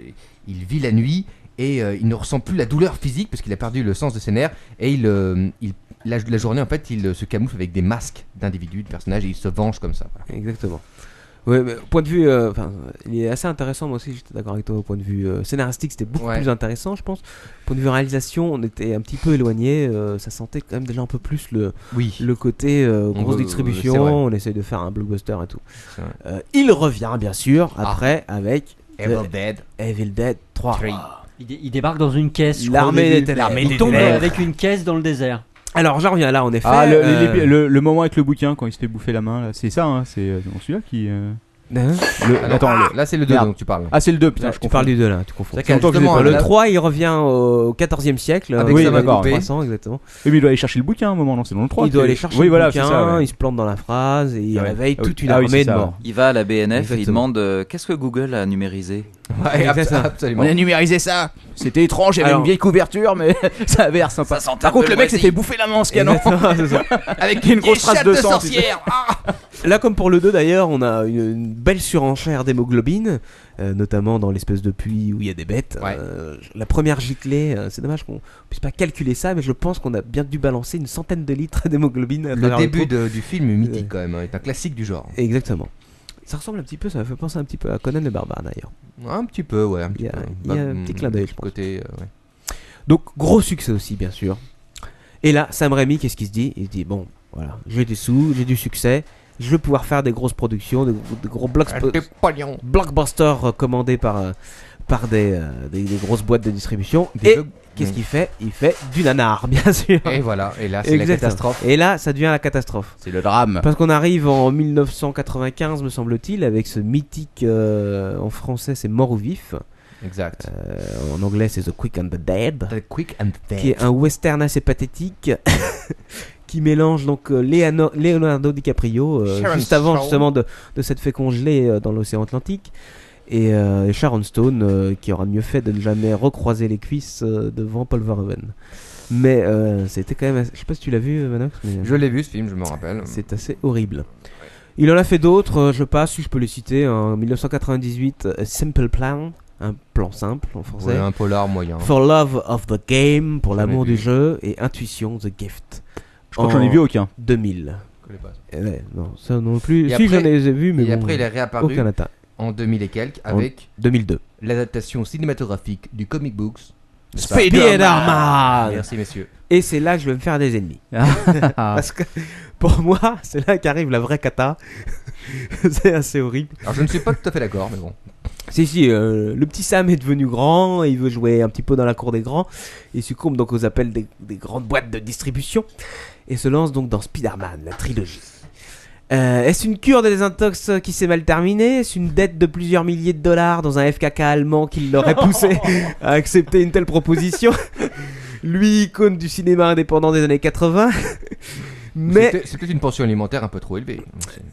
J: il vit la nuit et euh, il ne ressent plus la douleur physique parce qu'il a perdu le sens de ses nerfs. Et il, euh, il, la, la journée, en fait, il euh, se camoufle avec des masques d'individus, de personnages, et il se venge comme ça.
F: Exactement. Ouais, mais point de vue, euh, enfin, il est assez intéressant. Moi aussi, j'étais d'accord avec toi. Au point de vue euh, scénaristique, c'était beaucoup
J: Ouais.
F: plus intéressant, je pense. Point de vue réalisation, on était un petit peu éloigné. euh, ça sentait quand même déjà un peu plus le,
J: oui.
F: le côté euh,
J: On
F: grosse
J: veut-
F: distribution.
J: c'est vrai.
F: On essaye de faire un blockbuster et tout. Euh, il revient, bien sûr,
D: Ah.
F: après avec
D: Eh ben.
J: Evil
F: The- Evil Dead 3.
G: Il, dé- il débarque dans une caisse. je crois, au
F: L'armée
G: début.
F: des ténèbres.
G: Il tombe euh, avec une caisse dans le désert.
F: Alors, j'en reviens là, en effet.
D: Ah, le,
F: euh,
D: les- les- le- le moment avec le bouquin quand il se fait bouffer la main, là, c'est ça, hein, c'est euh, dans celui-là qui. euh,
F: Hein
D: le-
J: Ah non, ah, là, c'est le deux
D: merde.
J: dont tu parles.
D: Ah, c'est le 2, putain,
F: Ouais,
D: je
F: tu
D: confonds.
F: parles du 2 là, tu confonds.
D: Ça fait longtemps que je l'ai pas
F: le
D: vu. Ah
F: 3, il revient au 14e siècle.
D: Avec
F: euh,
D: sa main coupée.
F: 300, exactement.
D: Oui, mais il doit aller chercher le bouquin à un moment, non, c'est dans le 3.
F: il doit aller chercher
D: oui,
F: le
D: voilà,
F: bouquin,
D: c'est ça, ouais.
F: il se plante dans la phrase et il
D: Ah oui.
F: réveille
D: Ah oui.
F: toute une
D: Ah oui,
F: armée
D: c'est
F: de
D: ça,
F: morts.
K: Il va à la BNF et il
F: Exactement.
K: demande euh, qu'est-ce que Google a numérisé.
F: Ouais, abso- Exactement.
K: absolument.
O: On a numérisé ça. C'était étrange, il y avait
K: Alors-
O: une vieille couverture, mais ça avait l'air sympa.
K: sentait
O: Par
K: un peu
O: contre, le mec
K: moisi.
O: s'était bouffé la main en scannant.
F: Exactement, c'est ça.
O: Avec une grosse trace de sang. tu sais.
F: Là, comme pour le 2 d'ailleurs, on a une, une belle surenchère d'hémoglobine, euh, notamment dans l'espèce de puits où il y a des bêtes. Euh, la première giclée, euh, c'est dommage qu'on puisse pas calculer ça, mais je pense qu'on a bien dû balancer une centaine de litres d'hémoglobine. à
J: Le
F: travers trou.
J: début de- du film est
F: Euh,
J: mythique quand même, hein, est un classique du genre.
F: Exactement. Ça ressemble un petit peu, ça me fait penser un petit peu à Conan le barbare d'ailleurs.
J: Un petit peu, ouais. un
F: Il y a,
J: petit peu.
F: il y a
J: Bah,
F: un petit
J: mm,
F: clin d'œil, je pense.
J: Côté, euh, ouais.
F: Donc, gros succès aussi, bien sûr. Et là, Sam Raimi, qu'est-ce qu'il se dit Il se dit bon, voilà, j'ai des sous, j'ai du succès, je vais pouvoir faire des grosses productions, des, gros- des gros blocks- blockbusters euh, commandés par, euh, par des, euh, des- des grosses boîtes de distribution. et qu'est-ce
J: Mm.
F: qu'il fait Il fait du nanar, bien sûr.
J: Et voilà, et là, c'est la
F: Exactement.
J: catastrophe.
F: Et là, ça devient la catastrophe.
O: C'est le
J: Ah.
O: drame.
F: Parce qu'on arrive en 1995, me semble-t-il, avec ce mythique, euh, en français c'est Mort ou Vif.
J: Exact.
F: Euh, en anglais c'est The Quick and the Dead.
J: The Quick and the Dead.
F: Qui est un western assez pathétique, qui mélange donc euh, Léano- Leonardo DiCaprio, euh,
J: Sharon
F: juste avant
J: Stone.
F: justement de, de s'être fait congeler euh, dans l'océan Atlantique. Et, euh, et Sharon Stone, euh, qui aura mieux fait de ne jamais recroiser les cuisses euh, devant Paul Verhoeven. Mais euh, c'était quand même. assez- Je sais pas si tu l'as vu, euh, Manox. mais- euh,
J: Je l'ai vu ce film, je me rappelle.
F: C'est assez horrible. Il en a fait d'autres, euh, je passe, si je peux les citer. En 1998, euh, Simple Plan, un plan simple en français.
J: Ouais, un polar moyen.
F: For Love of the Game, pour
J: J'en ai
F: l'amour
J: Hein. vu.
F: du jeu, et Intuition, The Gift.
D: Je crois que j'en ai
F: En
D: vu aucun.
F: 2000.
J: connais pas ça.
F: Eh ouais, non, ça non plus.
J: Et
F: si,
J: après-
F: j'en ai vu, mais
J: Et
F: bon,
J: après, il est réapparu
F: Aucun atteint.
J: en 2000 et quelques
F: En
J: avec
F: 2002.
J: l'adaptation cinématographique du comic books. de ça.
F: Spider-Man.
J: Merci messieurs.
F: Et c'est là que je vais me faire des ennemis.
J: Ah.
F: Parce que pour moi, c'est là qu'arrive la vraie cata. c'est assez horrible.
J: Alors je ne suis pas tout à fait d'accord, mais bon.
F: Si, si, euh, le petit Sam est devenu grand, il veut jouer un petit peu dans la cour des grands, il succombe donc aux appels des, des grandes boîtes de distribution, et se lance donc dans Spider-Man, la trilogie. Euh, Est-ce une cure de désintox qui s'est mal terminée Est-ce une dette de plusieurs milliers de dollars dans un FKK allemand qui l'aurait poussé à accepter une telle proposition Lui, icône du cinéma indépendant des années 80 Mais
J: C'était- C'est peut-être une pension alimentaire un peu trop élevée.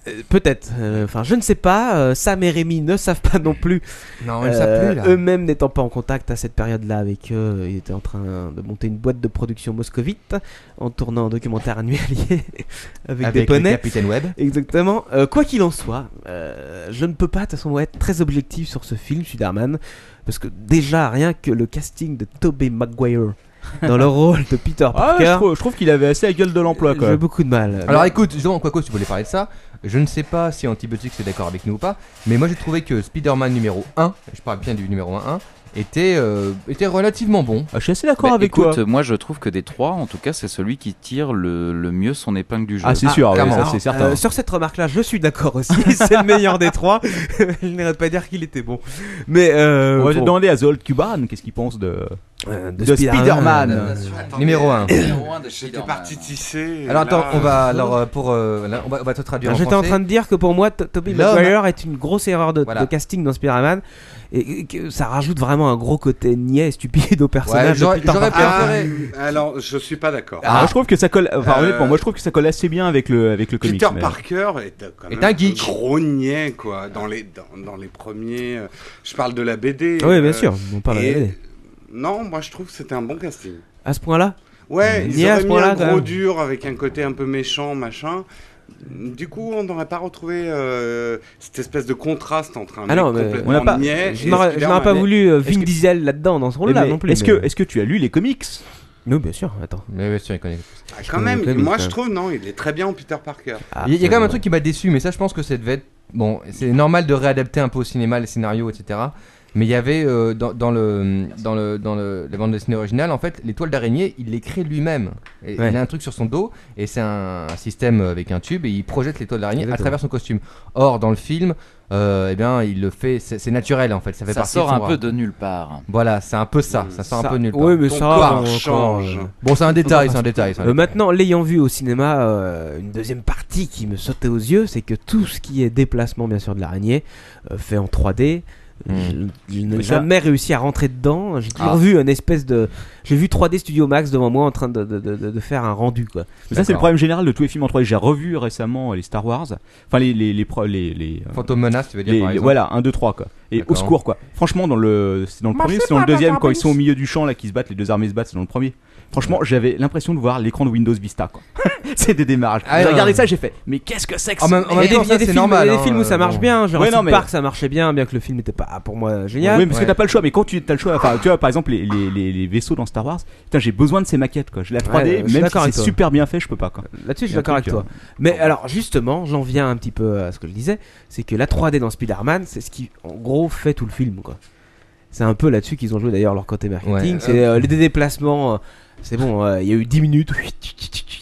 F: euh, Peut-être. Euh, Enfin, je ne sais pas. Euh, Sam et Rémi ne savent pas non plus.
J: Non, ils ne savent plus, là.
F: Euh, Eux-mêmes n'étant pas en contact à cette période-là avec eux, ils étaient en train de monter une boîte de production moscovite en tournant un documentaire annualier avec,
J: Avec
F: des
J: le
F: poneys.
J: Capitaine Web.
F: Exactement. Euh, quoi qu'il en soit, euh, je ne peux pas de toute façon être très objectif sur ce film, Sudarman, parce que déjà rien que le casting de Tobey Maguire dans le rôle de Peter
D: Ah,
F: Parker.
D: je trouve, je trouve qu'il avait assez la gueule de l'emploi, quoi.
F: J'ai beaucoup de mal.
J: Alors écoute, justement, Quaco, tu voulais parler de ça. Je ne sais pas si Antibiotics est d'accord avec nous ou pas, mais moi j'ai trouvé que Spider-Man numéro 1, je parle bien du numéro 1, était, euh, était relativement bon.
D: Ah, je suis assez
K: Bah, écoute, moi je trouve que des trois, en tout cas, c'est celui qui tire le, le mieux son épingle
F: Ah,
D: Ah,
K: du jeu.
F: clairement. Euh, sur cette remarque-là, je suis d'accord aussi. c'est le meilleur des trois. je n'irai pas dire qu'il était bon. Mais euh,
D: On va
F: bon.
D: demander à Zolt Kuban qu'est-ce qu'il pense de,
F: Euh, de
D: de
F: Spider-Man.
P: Ah,
D: Spider-Man.
F: Euh,
J: Attendez, Numéro un. numéro
I: J'étais parti tisser. et
J: Alors attends,
I: là,
J: on va,
I: euh,
J: alors, euh, pour, euh, là, on va, on va te traduire
F: Alors,
J: en
F: Ah, J'étais en
J: français.
F: train de dire que pour moi, To- Tobey
J: L'homme-
F: Maguire est une grosse erreur de,
J: Voilà.
F: de casting dans Spider-Man. Et que ça rajoute vraiment un gros côté niais et stupide au personnage. de Peter Parker.
I: Ah, alors, je suis pas d'accord.
D: Ah, je trouve que ça colle. Enfin,
I: Euh,
D: honnêtement, moi je trouve que ça colle assez bien avec le avec le comics.
I: Peter
D: mais-
I: Parker est, euh, quand
D: Est
I: même
D: un geek.
I: gros niais, quoi, dans les, dans, dans les premiers. euh, Je parle de la BD.
F: Ah Oui, bien sûr, on parle de la
I: et-
F: BD.
I: Non, moi je trouve que c'était un bon casting.
F: À ce point-là
I: Ouais,
F: Niais
I: ils
F: à
I: auraient
F: ce
I: mis
F: point-là,
I: un
F: quand
I: gros
F: même.
I: dur avec un côté un peu méchant, machin. Du coup, on n'aurait pas retrouvé euh, cette espèce de contraste entre un
F: Ah
I: mec
F: non, mais
I: complètement
F: on n'a pas-
I: niais et
F: je n'aurais je n'aurais
I: Spider-Man.
F: pas voulu euh, Vin Diesel là-dedans dans ce
D: Eh, Mais
F: rôle-là non plus.
D: Est-ce
F: mais-
D: que est-ce que tu as lu les comics
F: Oui, bien sûr, attends.
J: Mais bien sûr, il connaît.
I: Ah, quand même,
J: connais,
I: moi
J: quand
I: je
J: même.
I: trouve, non, il est très bien en Peter Parker.
J: Ah, Il y a- il y a quand
F: Ah,
J: même un truc qui m'a déçu, mais ça, je pense que ça devait être. Bon, c'est normal de réadapter un peu au cinéma les scénarios, etc. Mais il y avait euh, dans, dans le, dans, le, dans le, la bande dessinée originale, en fait, l'étoile d'araignée, il les crée lui-même. Et
F: Ouais.
J: Il a un truc sur son dos, et c'est un, un système euh, avec un tube, et il projette l'étoile d'araignée à
F: Exactement.
J: travers son costume. Or, dans le film, euh, eh bien, il le fait, c'est c'est naturel en fait, ça fait
K: Ça
J: partie
K: sort
J: de son
K: un
J: bras.
K: peu de nulle part.
J: Voilà, c'est un peu ça, ça sort un peu de nulle part.
F: Oui, mais
J: Ton
F: ça
J: corps
F: on-
J: change.
F: on-
J: Bon, c'est un détail,
F: on-
J: c'est un détail. c'est un
F: Euh, maintenant, l'ayant vu au cinéma, euh, une deuxième partie qui me sautait aux yeux, c'est que tout ce qui est déplacement, bien sûr, de l'araignée, euh, fait en 3D. Je, je n'ai
D: Oui, Hmm. ça-
F: jamais réussi à rentrer dedans. J'ai toujours
D: Ah.
F: vu un espèce de. J'ai vu 3D Studio Max devant moi en train de, de- de- de- de faire un rendu quoi.
D: Mais ça, c'est le problème général de tous les films en 3D. J'ai revu récemment les Star Wars. Enfin, les. les, les, pro- les, les, euh,
J: Phantom Menace, tu veux dire,
D: les-
J: par
D: les-
J: exemple.
D: Voilà, 1, 2, 3, quoi. Et au
J: D'accord.
D: secours, quoi. Franchement, dans le, c'est dans le
J: Moi,
D: premier,
J: je
D: c'est dans le
J: sais pas,
D: deuxième,
J: Barbara
D: quand ils sont au
J: Bush.
D: milieu du champ, là, qui se battent, les deux armées se battent, c'est dans le premier. Franchement, j'avais l'impression de voir l'écran de Windows Vista, quoi. c'est des démarrages.
F: Ah,
D: j'ai
F: ouais.
D: regardé ça, j'ai fait, mais qu'est-ce que c'est que
F: En même- en même
D: Il y a
F: temps,
D: des- il y a
F: ça,
D: des
F: c'est
D: films-
F: normal,
D: il y a des
F: hein,
D: films où ça
F: euh,
D: marche
F: bon.
D: bien. Genre,
F: Ouais, non,
D: Jurassic
F: mais-
D: Park,
F: ça marchait bien, bien que le film n'était pas pour moi génial.
D: Oui, parce
F: Ouais.
D: que t'as pas le choix. Mais quand tu t'as le choix, enfin, tu vois, par exemple, les, les, les- les vaisseaux dans Star Wars, putain, j'ai besoin de ces maquettes, quoi. J'ai la 3D,
F: Ouais, je suis
D: même si
F: d'accord
D: c'est
F: avec toi.
D: super bien fait, je peux pas, quoi. Il
F: Là-dessus, je suis
D: y a un
F: d'accord avec
D: truc,
F: toi. Mais alors, justement, j'en viens un petit peu à ce que je disais, c'est que la 3D dans Spider-Man, c'est ce qui, en gros, fait tout le film, quoi. C'est un peu là-dessus qu'ils ont joué d'ailleurs leur côté marketing.
J: Ouais.
F: C'est euh, les déplacements. euh, C'est bon, euh, il y a eu 10 minutes.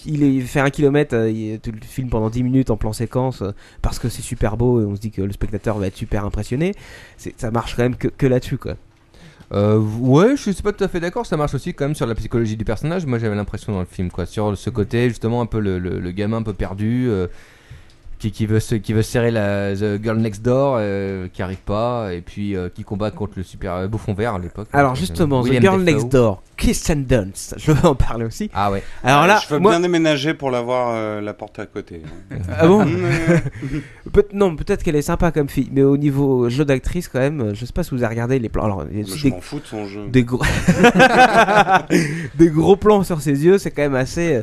F: Il est- il fait un kilomètre, euh, il- tu le filmes pendant 10 minutes en plan séquence euh, parce que c'est super beau et on se dit que le spectateur va être super impressionné. C'est- Ça marche quand même que, que là-dessus, quoi.
J: Euh, ouais, je suis pas tout à fait d'accord. Ça marche aussi quand même sur la psychologie du personnage. Moi, j'avais l'impression dans le film, quoi, sur ce côté justement un peu le, le- le gamin un peu perdu, euh, qui, qui veut se, qui veut serrer la the girl next door, euh, qui arrive pas, et puis euh, qui combat contre le super euh, bouffon vert à l'époque. euh,
F: Alors justement, The
J: William
F: Girl
J: Dafoe.
F: Next Door, Kristen Dunst, je veux en parler aussi.
J: Ah ouais.
F: Alors là,
I: je veux
F: moi-
I: bien déménager pour l'avoir euh, la porte à côté.
F: Ah bon
I: Mm.
F: Peut- Non, peut-être qu'elle est sympa comme fille, mais au niveau jeu d'actrice, quand même, je sais pas si vous avez regardé les plans. Alors, il y a aussi
I: je
F: des-
I: m'en fous de son jeu.
F: Des gros... des gros plans sur ses yeux, c'est quand même assez. euh,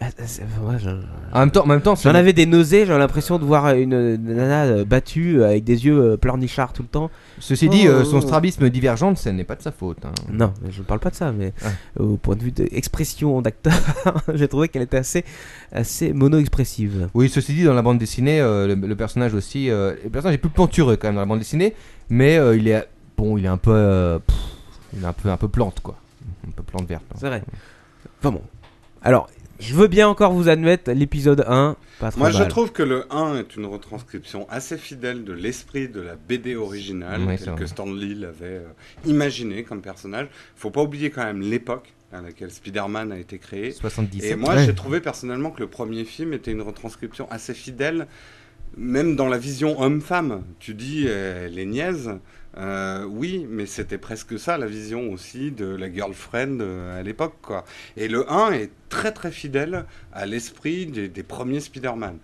F: assez- ouais, je-
J: En même temps, en même temps, c'est-
F: j'en avais des nausées, j'ai l'impression de voir une euh, nana euh, battue euh, avec des yeux euh, pleurnichards tout le temps.
J: Ceci dit, euh,
F: Oh.
J: son strabisme divergent, ce n'est pas de sa faute. hein.
F: Non, je ne parle pas de ça, mais au point de vue de expression d'acteur, j'ai trouvé qu'elle était assez, assez mono-expressive.
J: Oui, ceci dit, dans la bande dessinée, euh, le, le personnage aussi, euh, le personnage est plus plantureux quand même dans la bande dessinée, mais euh, il est, bon, il est un peu, euh, pff, il est un peu, un peu plante quoi, un peu plante verte. hein.
F: C'est vrai. Enfin bon. Alors, je veux bien encore vous admettre l'épisode 1. Pas trop
I: Moi, je
F: mal.
I: trouve que le 1 est une retranscription assez fidèle de l'esprit de la BD originale,
J: Oui, c'est
I: telle
J: vrai.
I: que Stan Lee l'avait euh, imaginé comme personnage. Faut pas oublier quand même l'époque à laquelle Spider-Man a été créé.
J: 77.
I: Et moi,
J: Ouais.
I: j'ai trouvé personnellement que le premier film était une retranscription assez fidèle, même dans la vision homme-femme. Tu dis, euh, les niaises. euh, oui, mais c'était presque ça la vision aussi de la girlfriend euh, à l'époque. quoi. Et le 1 est très très fidèle à l'esprit des, des premiers Spider-Man.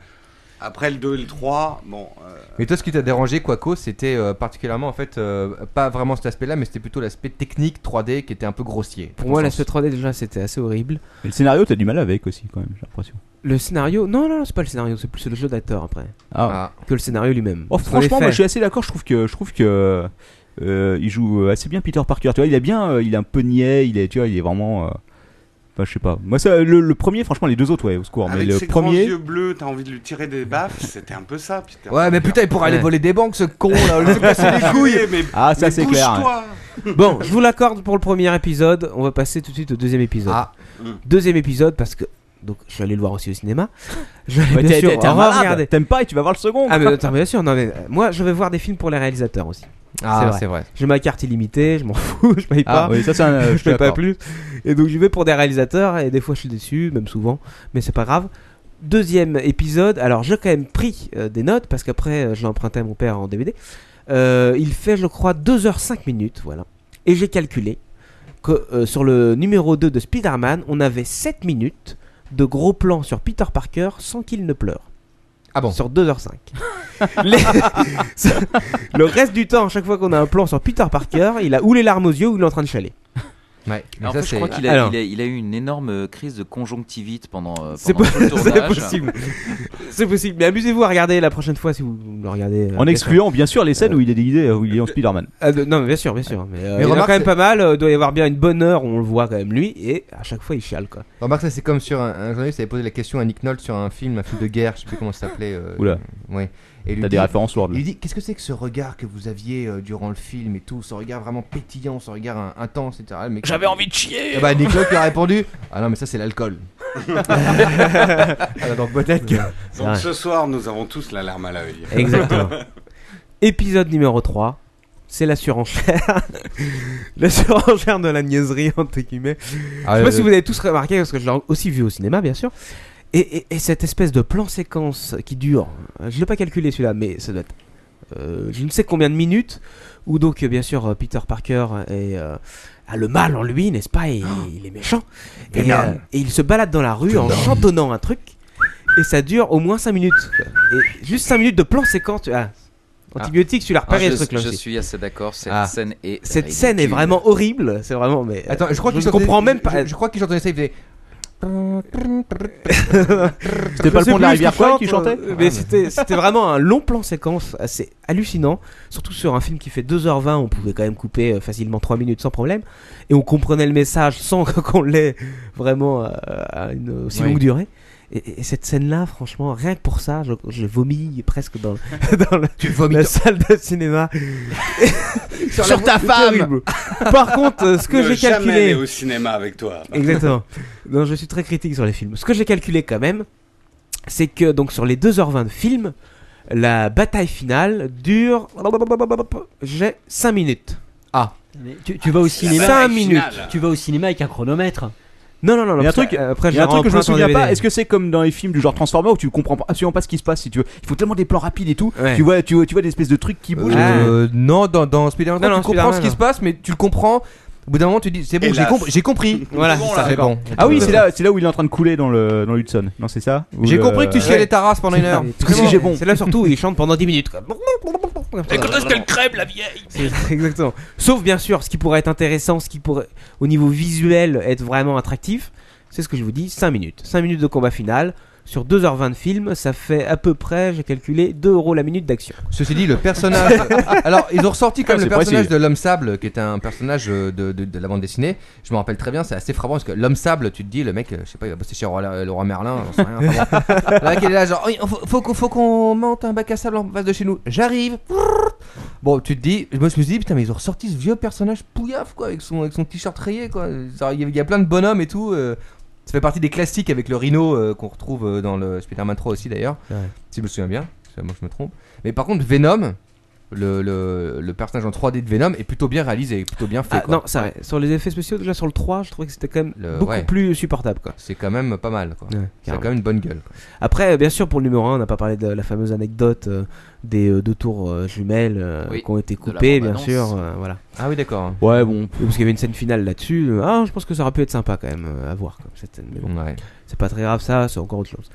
I: Après le 2 et le 3, bon. euh,
J: Mais toi, ce qui t'a dérangé, Quaco, c'était euh, particulièrement, en fait, euh, pas vraiment cet aspect-là, mais c'était plutôt l'aspect technique 3D qui était un peu grossier.
F: Pour moi, l'aspect 3D déjà, c'était assez horrible.
D: Et le scénario, t'as du mal avec aussi, quand même, j'ai l'impression.
F: Le scénario, non, non, non, c'est pas le scénario, c'est plus le jeu d'acteur après.
D: Ah.
F: Que le scénario lui-même.
D: Oh,
F: Parce qu'en
D: franchement,
F: effet-
D: moi, je suis assez d'accord. Je trouve que, je trouve que, euh, il joue assez bien Peter Parker. Tu vois, il a bien, euh, il est un peu niais. Il est, tu vois, il est vraiment. euh, Enfin, je sais pas. Moi, ça, le, le premier, franchement, les deux autres, ouais, au secours.
I: Avec
D: mais le
I: ses grands
D: premier.
I: yeux bleus, t'as envie de lui tirer des baffes, c'était un peu ça, Peter.
J: Ouais, mais putain, il pourrait aller
I: Ouais.
J: voler des banques, ce con là, au lieu de se casser les couilles.
I: Oui, mais-
D: Ah, ça,
I: mais
D: c'est clair,
I: bouge-toi.
F: Bon, je vous l'accorde pour le premier épisode. On va passer tout de suite au deuxième épisode.
D: Ah.
F: Deuxième épisode parce que donc je suis allé le voir aussi au cinéma. Je l'ai
D: Ouais,
F: bien
D: t'es-
F: sûr
D: t'es- t'es un malade.
F: regarder.
D: T'aimes pas et tu vas voir le second.
F: Ah mais attends, mais bien sûr. Non mais euh, moi je vais voir des films pour les réalisateurs aussi.
J: Ah, c'est vrai.
F: J'ai ma carte illimitée, je m'en fous, je paye
D: Ah,
F: pas.
D: oui, ça, c'est un- euh, je
F: je
D: suis
F: paye pas
D: d'accord.
F: plus. Et donc je vais pour des réalisateurs et des fois je suis déçu, même souvent, mais c'est pas grave. Deuxième épisode, alors j'ai quand même pris euh, des notes parce qu'après euh, je l'ai emprunté à mon père en DVD. Euh, il fait je crois 2h05 minutes, voilà. Et j'ai calculé que euh, sur le numéro 2 de Spider-Man, on avait 7 minutes de gros plans sur Peter Parker sans qu'il ne pleure.
J: Ah bon
F: Sur 2h05. Les- le reste du temps, à chaque fois qu'on a un plan sur Peter Parker, il a ou les larmes aux yeux ou il est en train de chaler.
J: Ouais. Mais
K: Alors,
J: ça,
K: en fait, je
J: c'est-
K: crois qu'il a,
J: Alors.
K: il a- il a eu une énorme euh, crise de conjonctivite pendant, euh,
F: C'est
K: pendant
F: po-
K: tout le
F: c'est
K: tournage.
F: possible. C'est possible. Mais amusez-vous à regarder la prochaine fois si vous le regardez. euh,
D: En excluant bien sûr les scènes où il est déguisé, où il
I: Euh,
D: est en Spider-Man.
F: Ah, de- non, mais bien sûr, bien sûr. Mais, euh,
D: Mais
F: il y en a
D: remarque,
F: quand même
D: c'est-
F: pas mal. euh, Il doit y avoir bien une bonne heure où on le voit quand même lui. Et à chaque fois, il chiale quoi.
J: Remarque, ça c'est comme sur un, un journaliste avait posé la question à Nick Nolte sur un film, un film de guerre, je sais plus comment ça s'appelait. euh,
D: Oula.
J: Ouais. lui
D: T'as des
J: dit-
D: références lourdes, là.
J: Il lui dit Qu'est-ce que c'est que ce regard que vous aviez euh, durant le film et tout Ce regard vraiment pétillant, ce regard euh, intense, etc. Le mec-
N: J'avais envie de chier.
J: Et bah, Nick Nolte lui a répondu Ah non, mais ça c'est l'alcool. Ah,
F: Voilà, donc peut-être que- C'est
I: Donc
F: vrai.
I: ce soir, nous avons tous la larme à l'œil.
F: Exactement. Épisode numéro 3. C'est la surenchère. la surenchère de la niaiserie, entre guillemets. je
J: Ah,
F: sais pas
J: euh,
F: si vous avez tous remarqué, parce que je l'ai aussi vu au cinéma, bien sûr. Et, et- et cette espèce de plan séquence qui dure, je l'ai pas calculé celui-là, mais ça doit être euh, je ne sais combien de minutes, où donc, euh, bien sûr, euh, Peter Parker est, euh, a le mal en lui, n'est-ce pas
J: Ah.
F: Et il est méchant. Et,
N: Venom.
F: euh, et il se balade dans la rue en chantonnant un truc, et ça dure au moins 5 minutes. Et juste 5 minutes de plan séquence. tu- Ah, antibiotique, tu l'as repéré
K: Ah,
F: ce
K: je,
F: truc-là
K: je
F: aussi.
K: suis assez d'accord, cette
F: Ah.
K: scène est.
F: Cette scène est vraiment horrible, c'est vraiment. Mais
J: Attends, je crois que
F: je
J: j'entendais-
F: comprends même pas.
J: Je, je crois qu'il chantait ça, il faisait. Euh,
F: C'était
J: pas le pont de la rivière Kwai qui chantait
D: euh,
J: Ah,
F: Mais c'était c'était vraiment un long plan séquence assez hallucinant. Surtout sur un film qui fait 2h20, on pouvait quand même couper euh, facilement 3 minutes sans problème. Et on comprenait le message sans qu'on l'ait vraiment euh, à une aussi
J: Oui.
F: longue durée. Et, et cette scène-là, franchement, rien que pour ça, je, je vomis presque dans, dans le- la salle de cinéma.
N: Sur ta
F: c'est
N: femme.
F: terrible. Par contre, euh, ce que
I: Ne
F: j'ai
I: jamais
F: calculé.
I: aller au cinéma avec toi.
F: Exactement. Non, je suis très critique sur les films. Ce que j'ai calculé quand même, c'est que donc sur les 2h20 de film, la bataille finale dure. J'ai 5 minutes. Ah.
G: Mais tu, tu vas au cinéma.
F: 5 minutes.
G: Tu vas au cinéma avec un chronomètre.
F: Non, non, non.
D: Il y a un
F: parce que,
D: truc,
F: euh, après,
D: il y a un
F: j'ai
D: truc que je me
F: emprunté en
D: souviens pas.
F: DVD.
D: Est-ce que c'est comme dans les films du genre Transformers où tu comprends pas- absolument pas ce qui se passe si tu veux. Il faut tellement des plans rapides et tout.
J: Ouais.
D: Tu vois, tu vois, tu vois des espèces de trucs qui bougent.
J: Euh, Non, dans, dans Spider-Man,
D: Non, non,
J: tu comprends
D: Spider-Man,
J: ce qui
D: non.
J: se passe, mais tu le comprends. Au bout d'un moment, tu dis C'est bon, j'ai
D: Hélas.
J: compris- j'ai compris.
D: Voilà,
J: c'est
D: c'est
J: ça,
D: ça,
J: c'est
D: d'accord.
J: bon.
D: Ah oui, c'est là, c'est là où il est en train de couler dans le dans l'Hudson. Non, c'est ça Ou
J: J'ai
D: le-
J: compris que tu chiais les tarasses pendant une heure.
D: Tout si j'ai bon.
F: C'est là surtout où il chante pendant 10 minutes. quoi.
N: Et quand est-ce qu'elle crève la vieille
F: C'est- Exactement. Sauf bien sûr, ce qui pourrait être intéressant, ce qui pourrait, au niveau visuel, être vraiment attractif, c'est ce que je vous dis 5 minutes. 5 minutes de combat final. Sur 2h20 de film, ça fait à peu près, j'ai calculé, 2 euros la minute d'action.
J: Ceci dit, le personnage. Alors, ils ont ressorti comme
F: Ah,
J: le
F: c'est
J: personnage
F: précis.
J: de l'homme sable, qui est un personnage euh, de, de- de la bande dessinée. Je me rappelle très bien, c'est assez frappant parce que l'homme sable, tu te dis, le mec, euh, je sais pas, il va bosser chez Roi- le roi Merlin, j'en sais rien. enfin bon. Le mec, il est là, genre, Oui, faut, faut qu'on- faut qu'on monte un bac à sable en face de chez nous. J'arrive. Bon, tu te dis, moi je me suis dit, putain, mais ils ont ressorti ce vieux personnage pouillaf, quoi, avec son, avec son t-shirt rayé, quoi. Genre, Il y, a- il y a plein de bonhommes et tout. euh, ça fait partie des classiques avec le rhino euh, qu'on retrouve euh, dans le Spider-Man 3 aussi, d'ailleurs.
F: Ouais.
J: Si je me souviens bien, si moi je me trompe. Mais par contre, Venom, le, le, le personnage en 3D de Venom, est plutôt bien réalisé, plutôt bien fait.
F: Ah,
J: quoi.
F: non, c'est vrai. Sur les effets spéciaux, déjà sur le 3, je trouvais que c'était quand même
J: Le-
F: beaucoup
J: ouais.
F: plus supportable. Quoi.
J: C'est quand même pas mal, quoi.
F: Ouais,
J: c'est
F: carrément.
J: quand même une bonne gueule.
F: Après, euh, bien sûr, pour le numéro 1, on n'a pas parlé de la fameuse anecdote euh, des euh, deux tours euh, jumelles euh,
J: Oui,
F: qui ont été
J: de la
F: coupées, bien
J: bande-annonce.
F: sûr. euh, voilà.
J: Ah oui, d'accord.
F: Ouais, bon. Parce qu'il y avait une scène finale là-dessus. euh, Ah, je pense que ça aurait pu être sympa quand même euh, à voir, comme cette scène. Mais bon, c'est pas très grave, ça, c'est encore autre chose.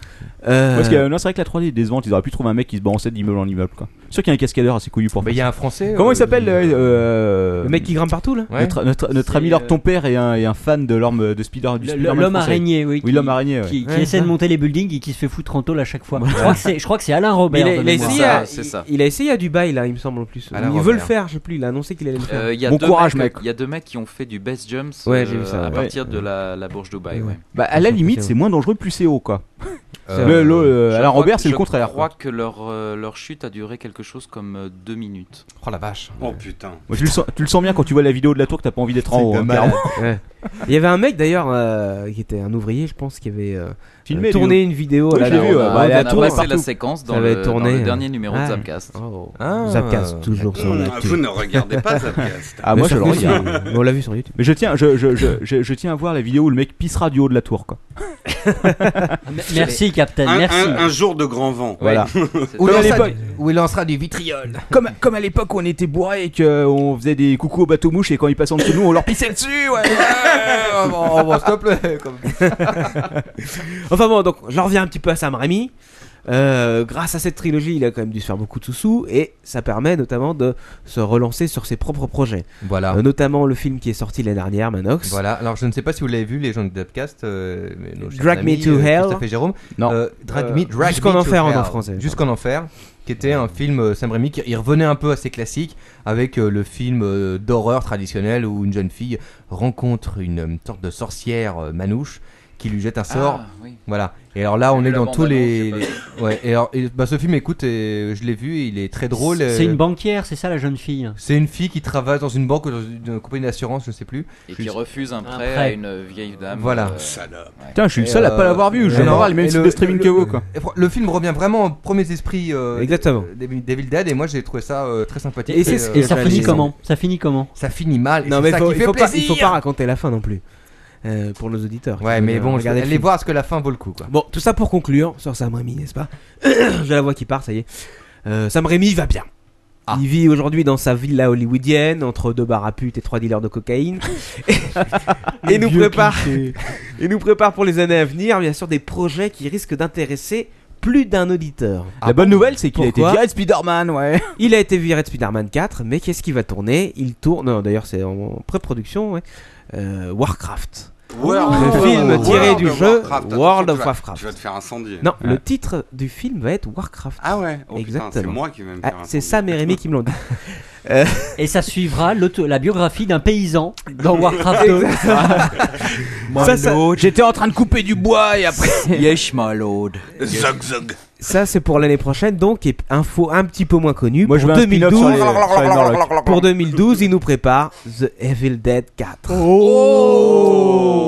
F: Euh,
D: Parce que euh, non, c'est vrai que la 3D est décevante. Ils auraient pu trouver un mec qui se balançait d'immeuble en immeuble. quoi. C'est sûr qu'il y a un cascadeur assez couillu pour.
J: Mais
D: faire
J: il y a
D: ça.
J: un Français,
D: Comment
J: euh,
D: il s'appelle euh, euh,
F: Le mec qui grimpe partout, là
D: Notre, notre, notre
F: C'est,
D: ami
J: euh,
D: Lord ton père est un, est un fan de l'orme de Spider. du
G: Le- le-
D: Spider-Man
G: L'homme
D: français.
G: araignée, oui.
D: Oui, l'homme araignée. ouais.
G: Qui, qui
D: Ouais,
G: essaie
D: ça.
G: de monter les buildings et qui se fait foutre en tôle à chaque fois. Je crois que c'est- je crois que c'est Alain
F: Mais
G: Robert.
F: il, a, il
G: de
F: a
G: mémoire.
F: essayé à,
J: hein.
F: il- il a essayé à Dubaï là, il me semble en plus.
K: Alain
F: il veut le
K: Robert.
F: faire, je sais plus. Il a annoncé qu'il allait le faire.
K: Euh, il y a
F: hein. bon
K: deux
F: courage,
K: mecs-
F: mec.
K: Il y a deux mecs qui ont fait du best jumps euh,
F: Ouais, j'ai vu ça,
K: à
F: ouais.
K: partir de la, la Bourge Dubaï. Ouais.
D: Bah, à la limite, c'est moins dangereux, plus c'est haut quoi.
K: Euh,
D: le, le- euh,
K: Je
D: Alain
K: crois
D: Robert,
K: que-
D: c'est le
K: je
D: contraire.
K: Je
D: quoi.
K: crois que leur, euh, leur chute a duré quelque chose comme euh, deux minutes.
J: Oh la vache.
I: Oh putain.
D: Moi, tu, le sens, tu le sens bien quand tu vois la vidéo de la tour que t'as pas envie d'être en
F: C'est
D: haut.
F: de
D: hein,
F: malade.
D: clairement.
F: Ouais. Il y avait un mec d'ailleurs euh, qui était un ouvrier, je pense, qui avait euh,
D: Filmé,
F: euh, tourné
D: lui.
F: une vidéo.
D: Oui,
F: à la-
D: je l'ai vu,
F: à
D: ouais, bah, elle
F: la
D: a
F: tour,
D: tourné
F: partout.
K: la séquence dans
F: Ça
K: le-
F: avait
K: dans
F: tourné,
K: le
F: euh,
K: dernier numéro de
F: ah.
K: Zapcast.
F: Oh.
K: Ah.
D: euh,
F: Zapcast, toujours sur
K: Mmh,
F: la
K: vous ne regardez pas Zapcast.
D: Ah, moi je
F: Mais
D: le
F: ça fait
D: regarde.
F: sur- on l'a vu hein. sur YouTube.
D: Mais je tiens, je, je, je, je- je tiens à voir la vidéo où le mec pissera du haut de la tour quoi.
G: Merci,
F: Ah,
G: Captain.
I: Un-
G: merci.
I: un- un jour de grand vent.
D: Voilà.
J: Où
D: Comme
J: il,
D: à
J: lancera
D: l'époque.
J: du, où il lancera du vitriol.
D: Comme, comme à l'époque où on était bourré et qu'on faisait des coucous aux bateaux mouches et quand ils passaient en dessous de nous on leur pissait dessus. Ouais.
J: Ah, bon, bon, s'il te plaît, comme-
F: enfin bon, donc j'en reviens un petit peu à Sam Raimi. Euh, grâce à cette trilogie, il a quand même dû se faire beaucoup de sous-sous et ça permet notamment de se relancer sur ses propres projets.
J: Voilà.
F: Euh, notamment le film qui est sorti l'année dernière, Manox.
J: Voilà, alors je ne sais pas si vous l'avez vu, les gens du Dubcast. euh, mais nos chers
F: Drag
J: amis,
F: Me to
J: euh,
F: Hell.
J: Christophe et Jérôme.
F: Non.
J: Euh, drag
F: Euh,
J: Me, drag
F: Jusqu'en
J: Me to
F: Enfer en
J: Hell.
F: français.
J: Jusqu'en Enfer, qui était un film euh, Sam Raimi qui il revenait un peu à ses classiques avec euh, le film euh, d'horreur traditionnel où une jeune fille rencontre une euh, sorte de sorcière euh, manouche qui lui jette un sort.
K: Ah, oui.
J: Voilà. Et alors là, on
K: J'ai
J: est
K: vu
J: dans
K: la
J: tous les.
K: bande-annonce,
J: les- Ouais, et alors, et, bah, ce film, écoute, et, je l'ai vu, et il est très drôle.
G: C'est
J: euh,
G: une banquière, c'est ça la jeune fille.
J: c'est une fille qui travaille dans une banque ou dans une compagnie d'assurance, je ne sais plus.
K: Et
J: Je
K: qui
J: suis-
K: refuse un prêt,
J: prêt.
K: à une vieille dame. euh,
J: Voilà.
K: ouais.
D: Putain, je suis le seul à
J: Euh,
D: pas l'avoir vu, je
J: vais
D: vais voir les mêmes sites de streaming que vous, quoi.
J: Le film revient vraiment aux premiers esprits euh,
F: Exactement.
J: des- des Devil Dead et moi j'ai trouvé ça euh, très sympathique.
F: Et, c'est-
J: euh,
F: et
G: ça
J: réalisé.
G: finit comment Ça finit comment
J: Ça finit mal. et
F: Non
J: c'est
F: mais
J: ça
F: faut,
J: qui
F: il
J: fait
F: faut pas, il
J: plaisir.
F: faut pas raconter la fin non plus euh, pour nos auditeurs.
J: Ouais,
F: qui
J: mais
F: veulent,
J: bon,
F: euh,
J: regardez,
F: regarder le
J: allez
F: film.
J: voir ce que la fin vaut le coup. Quoi.
F: Bon, tout ça pour conclure sur Sam Raimi, n'est-ce pas J'ai la voix qui part, ça y est. Euh, Sam Raimi va bien.
J: Ah.
F: Il vit aujourd'hui dans sa villa hollywoodienne entre deux bars à putes et trois dealers de cocaïne. et, nous prépare, et nous prépare pour les années à venir, bien sûr, des projets qui risquent d'intéresser plus d'un auditeur.
J: Ah,
D: La bonne nouvelle, c'est qu'il a été
F: Pourquoi
D: viré de Spider-Man, ouais.
F: Il a été viré de Spider-Man 4, mais qu'est-ce qui va tourner Il tourne. Non, d'ailleurs, c'est en pré-production, ouais. Euh, Warcraft.
I: Warcraft.
F: Le film tiré
I: World
F: du
I: of
F: jeu
I: Warcraft. Attention,
F: World
I: tu
F: of
I: vas-
F: Warcraft.
I: tu vas te faire incendier.
F: Non,
I: Ouais.
F: le titre du film va être Warcraft.
I: Ah ouais Oh putain,
F: Exactement.
I: c'est moi qui vais me
F: Ah,
I: faire
F: C'est Sam et Rémi qui me l'ont dit.
G: Et ça suivra l'auto- la biographie d'un paysan dans Warcraft 2.
O: Ça, ça- J'étais en train de couper du bois et après.
K: Yesh, my lord.
O: Zog, zog.
F: Ça, c'est pour l'année prochaine, donc, et info un petit peu moins connue.
D: ah, Moi, je
F: pour,
D: veux un spin-off
F: 2012,
D: sur les- sur les Norlocs.
F: pour 2012, il nous prépare The Evil Dead 4.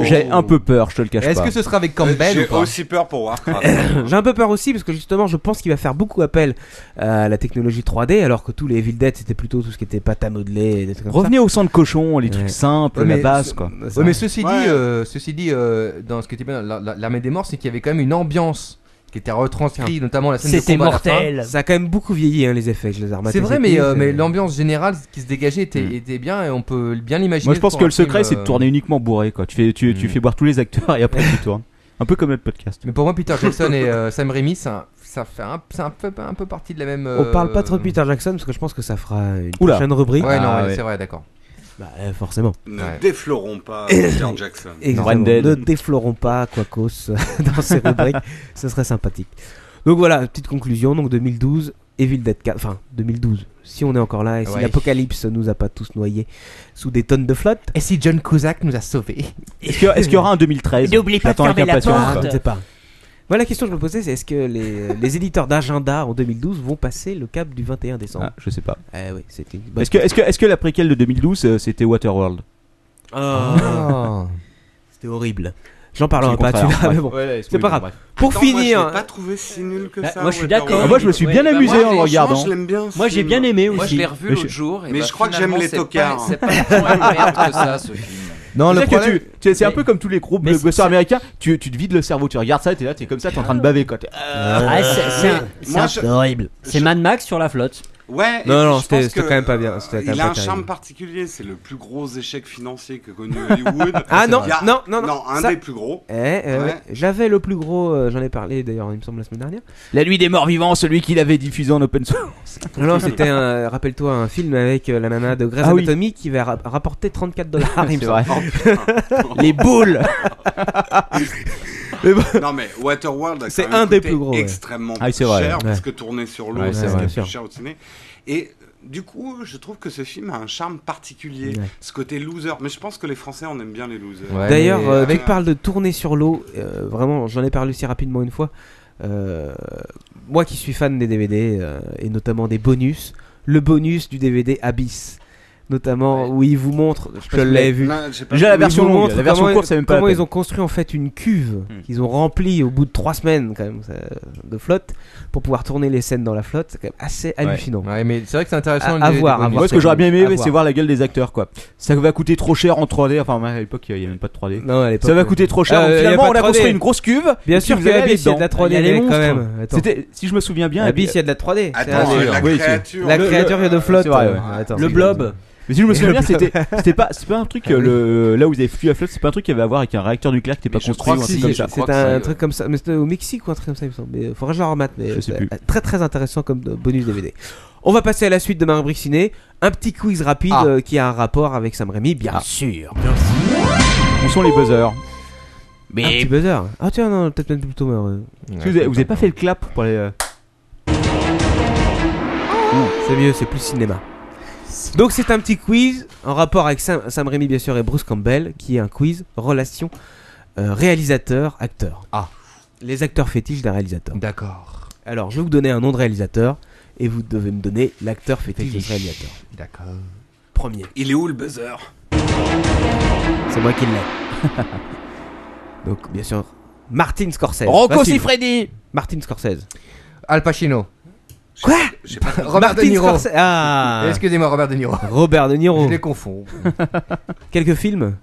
D: J'ai un peu peur, je te le cache pas.
I: Oh. J'ai aussi peur pour Warcraft.
F: J'ai un peu peur aussi parce que justement, je pense qu'il va faire beaucoup appel à la technologie 3D, alors que tous les Evil Dead c'était plutôt tout ce qui était pâte à modeler. Et des trucs comme
D: Revenez
F: ça.
D: au sang de cochon, les
F: Ouais.
D: trucs simples, la
J: mais
D: base,
J: ce-
D: quoi.
J: ouais, mais ceci dit, euh, ceci dit euh, dans ce que tu dis, la- la- l'armée des morts, c'est qu'il y avait quand même une ambiance qui était retranscrite, notamment la scène de combat à la fin.
F: Ça a quand même beaucoup vieilli hein, les effets. Je les ai rematés
J: C'est vrai,
F: cette
J: mais,
F: nuit,
J: euh,
F: c'est-
J: mais l'ambiance générale qui se dégageait était, était bien et on peut bien l'imaginer.
D: Mm. Moi, je pense
J: pour
D: que
J: un
D: le secret,
J: film,
D: c'est de
J: euh, Mm.
D: tourner uniquement bourré, quoi. Tu fais, tu, tu fais boire tous les acteurs et après tu tournes. Un peu comme notre podcast.
J: Mais pour moi, Peter Jackson et euh, Sam Raimi, ça, ça fait un, c'est un peu, un peu partie de la même.
F: On parle pas trop de
J: de
F: Peter Jackson parce que je pense que ça fera une
J: Oula.
F: prochaine rubrique.
J: Ouais, non, ouais, c'est vrai, d'accord.
F: Bah, euh, forcément.
I: Ne déflorons pas Peter Jackson.
F: Exactement.
I: Branded.
F: Ne déflorons pas Quacos dans ces rubriques, ce serait sympathique. Donc voilà, petite conclusion. Donc 2012, Evil Dead 4, enfin 2012, si on est encore là, et si
J: Ouais.
F: l'apocalypse nous a pas tous noyés sous des tonnes de flotte.
J: Et si John Cusack nous a sauvés
D: Est-ce qu'il y, a- est-ce qu'il y aura un 2013 J'attends avec impatience,
F: Ah,
D: quoi.
F: je ne sais pas. Moi, la question que je me posais, c'est est-ce que les, les éditeurs d'agenda en 2012 vont passer le cap du 21 décembre
D: Ah, je sais pas.
F: Eh oui, c'était une bonne
D: Est-ce que, est-ce que, est-ce que la préquelle de 2012, euh, c'était Waterworld
F: Ah.
J: Oh.
F: C'était horrible. J'en parlerai
D: C'est le
F: Ah pas, tu
D: contraire,
F: verras,
D: ouais.
F: mais bon.
D: Ouais, ouais,
F: c'est
D: oui,
F: pas
D: bon,
F: grave.
D: bref.
F: Pour
I: Attends, Moi, je
F: finir. Ah,
I: l'ai pas trouvé si nul que
G: Bah,
I: ça.
G: moi, je suis
I: Waterworld.
G: d'accord.
D: Ah, Moi, je me suis bien
I: bah, moi,
D: amusé en le
I: franchement,
D: regardant.
I: Je l'aime bien. ce
G: Moi, j'ai
I: film.
G: bien aimé aussi.
K: Moi, je l'ai revu
D: Mais
K: l'autre
D: je-
K: jour. et
I: Mais
K: bah,
I: je crois que j'aime
K: finalement,
I: les
K: c'est pas-
I: tocards. hein.
K: C'est pas tant merde que ça, ce film.
D: Non,
K: le
D: que tu, tu sais, c'est un peu comme tous les gros blockbusters américains. Tu, tu te vides le cerveau, tu regardes ça, t'es là, t'es comme ça, t'es en train de baver, quoi. T'es-
G: Ah, c'est- c'est un- c'est
I: Moi,
G: un-
I: je-
G: c'est horrible. C'est Mad Max sur la flotte.
I: Ouais, et
F: Non,
I: puis
F: non,
I: je
F: c'était-
I: pense
F: c'était
I: que,
F: quand même pas bien,
I: euh,
F: c'était quand
I: Il
F: même
I: a
F: pas
I: un charme
F: terrible.
I: particulier, c'est le plus gros échec financier que connu Hollywood.
F: Ah non,
I: Il y a-
F: non, non, non,
I: non. un
F: ça-
I: des plus gros.
F: Eh, euh,
I: Ouais.
F: ouais, J'avais le plus gros, euh, j'en ai parlé d'ailleurs, il me semble, la semaine dernière.
D: La nuit des morts vivants, celui qui l'avait diffusé en open source.
I: Ah,
F: Non, non, c'était, un- rappelle-toi, un film avec euh, la nana de Grey's
D: Ah oui.
F: Anatomy qui va ra- rapporter 34 dollars, il me
D: C'est
F: semble.
I: Oh,
D: vrai.
F: Les boules Mais bon.
I: Non mais Waterworld a
F: C'est
I: quand même
F: un des
I: coûté
F: plus gros, ouais.
I: extrêmement
F: Ah oui, c'est vrai,
I: cher
F: ouais.
I: parce que tourner sur l'eau
F: Ouais, c'est
I: c'est
F: vrai.
I: ce qui
F: Sûr.
I: est plus cher au ciné. Et euh, du coup, je trouve que ce film a un charme particulier,
F: Ouais.
I: ce côté loser. Mais je pense que les Français on aime bien les losers.
F: D'ailleurs,
I: mais,
F: euh,
I: euh,
F: dès que parle de tourner sur l'eau, euh, vraiment, j'en ai parlé aussi rapidement une fois. euh, moi qui suis fan des DVD euh, et notamment des bonus, le bonus du DVD Abyss, notamment où ils vous montrent, je, sais pas
D: Je
F: si vous
D: l'ai
F: l'avez
D: vu.
F: vu,
D: Non, j'ai pas Déjà, la
F: Où ils
D: version
F: vous
D: longue,
F: montrent
D: la version
F: comment-
D: courte, c'est même pas Hmm. la
F: Comment ils
D: peine.
F: ont construit en fait une cuve qu'ils ont remplie au bout de trois semaines quand même ça, de flotte pour pouvoir tourner les scènes dans la flotte, c'est quand même assez hallucinant.
J: Ouais, mais c'est vrai que c'est intéressant.
F: À- à
J: les- les
F: voir, à voir.
J: bonus.
D: Moi, ce que j'aurais bien
F: À
D: aimé,
F: voir.
D: c'est voir la gueule des acteurs, quoi. Ça va coûter trop cher en 3D. Enfin, à l'époque, il n'y avait même pas de
F: Non, à
D: 3D.
F: l'époque,
D: Ça va
F: ouais.
D: coûter trop cher.
F: Euh,
D: Donc,
F: y a
D: finalement,
F: pas
D: on
F: de
D: a
F: 3D.
D: construit une grosse cuve.
F: Bien
D: et
F: sûr
D: puis,
F: que
D: vous allez
F: Abyss, il y a de la
D: dedans.
F: 3D,
D: Il y a les
F: quand
D: monstres.
F: même. Attends.
D: C'était, si je me souviens bien,
F: Abyss, il y a de la 3D. c'est
D: Attends,
F: vrai.
D: la
F: Oui,
D: créature.
F: c'est- La
D: Le-
F: créature
D: le-
F: vient de flotte.
D: c'est vrai, ouais.
F: Attends,
D: Le
F: c'est-
D: blob. Mais si je me
F: Et
D: souviens
F: le
D: bien,
F: blabla.
D: c'était c'était pas, c'est pas un truc,
F: Ah oui.
D: euh, le, là où ils avaient fui à fleuve, c'est pas un truc qui avait à voir avec un réacteur nucléaire qui était pas construit ou un truc comme ça.
F: C'est un truc comme ça, mais c'était au Mexique ou un truc comme ça, il me semble. Mais euh, faudra que je le remate, mais
D: Je sais
F: c'est euh,
D: plus.
F: très très intéressant comme euh, bonus DVD. On va passer à la suite de ma rubrique ciné. Un petit quiz rapide
D: Ah.
F: euh, qui a un rapport avec Sam Raimi, bien sûr.
D: Où sont les buzzers
F: Mais... Un petit buzzer. Ah tiens, non, peut-être même plutôt. euh,
D: Est-ce que vous, avez, vous avez pas fait le clap pour les. euh,
F: C'est mieux, c'est plus cinéma. Donc c'est un petit quiz en rapport avec Sam, Sam Raimi bien sûr et Bruce Campbell qui est un quiz relation euh, réalisateur-acteur. Ah. Les acteurs fétiches d'un réalisateur. D'accord. Alors je vais vous donner un nom de réalisateur et vous devez me donner l'acteur fétiche de ce réalisateur.
J: D'accord.
F: Premier.
N: Il est où le buzzer
F: C'est moi qui l'ai. Donc bien sûr Martin Scorsese.
N: Rocco
F: Facile.
N: Siffredi.
F: Martin Scorsese. Al Pacino. Quoi
J: Robert De
F: Martin
J: Niro.
F: Scorsese. Oh. Ah.
J: Excusez-moi, Robert De Niro.
F: Robert De Niro.
J: Je les confonds.
F: Quelques films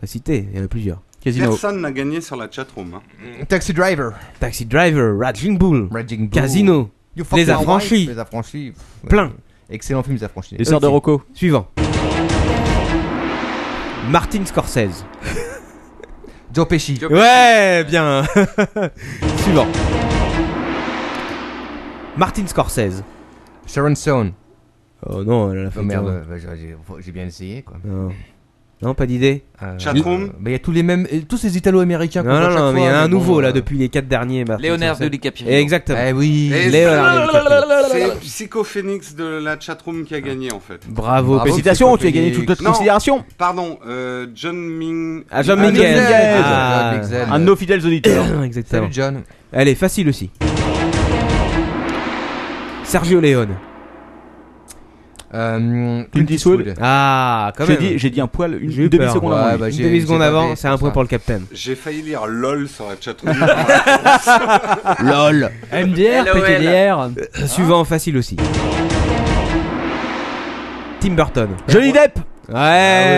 F: à citer, il y en a plusieurs.
I: Personne n'a gagné sur la chatroom. hein.
J: Taxi Driver.
F: Taxi Driver, Raging Bull,
J: Raging Bull.
F: Casino,
J: You fucking
F: Les Affranchis,
J: right. Les Affranchis. pff,
F: Plein.
J: Excellent film, Les Affranchis.
F: Les Sœurs de
J: Ok.
F: Rocco. Suivant. Martin Scorsese.
J: Joe Pesci.
F: Ouais, bien. Suivant. Martin Scorsese.
J: Sharon Stone.
F: Oh non, elle a fait
J: Oh merde,
F: tout.
J: euh, bah, j'ai- j'ai j'ai bien essayé quoi.
F: Non. Non, pas d'idée.
J: Euh, euh, bah, Il y a tous les mêmes, euh, tous ces Italo-Américains. qu'on
F: Non,
J: voit
F: non,
J: à chaque
F: non, mais il y
J: fois,
F: a un
J: bon,
F: nouveau là
J: euh,
F: depuis les quatre derniers. Martin
I: Leonardo
F: Scorsese.
I: DiCaprio.
F: Exactement.
J: Eh oui.
I: Et
F: Leonardo DiCaprio.
J: Ah
I: C'est Psycho Phoenix de la chatroom qui a gagné en fait.
F: Bravo, Bravo,
D: Félicitations, tu as gagné toute notre
I: Non,
D: considération.
I: Pardon, euh, John Ming.
F: Ah, John
I: Ah,
F: Miguel.
D: Ah,
F: Ah,
D: John Miguel. Un de nos fidèles auditeurs.
F: Exactement.
D: Salut, John.
F: Elle est facile aussi. Sergio Leone. Euh,
J: Clint Eastwood.
F: Ah, quand
D: J'ai
F: même.
D: dit- j'ai dit un poil, une-
F: J'ai eu
D: une
F: peur.
D: demi-seconde avant,
F: Ouais,
D: lui.
F: bah,
D: Une
F: j'ai-
D: demi-seconde
F: j'ai
D: avant,
F: tapé,
D: c'est un point
F: ça.
D: pour le capitaine.
I: J'ai failli lire LOL sur la chatroom.
J: Ah.
F: LOL.
G: MDR, LOL. PTDR.
F: Euh, Suivant, facile aussi. Tim Burton.
D: Johnny Depp
F: Ouais. ouais.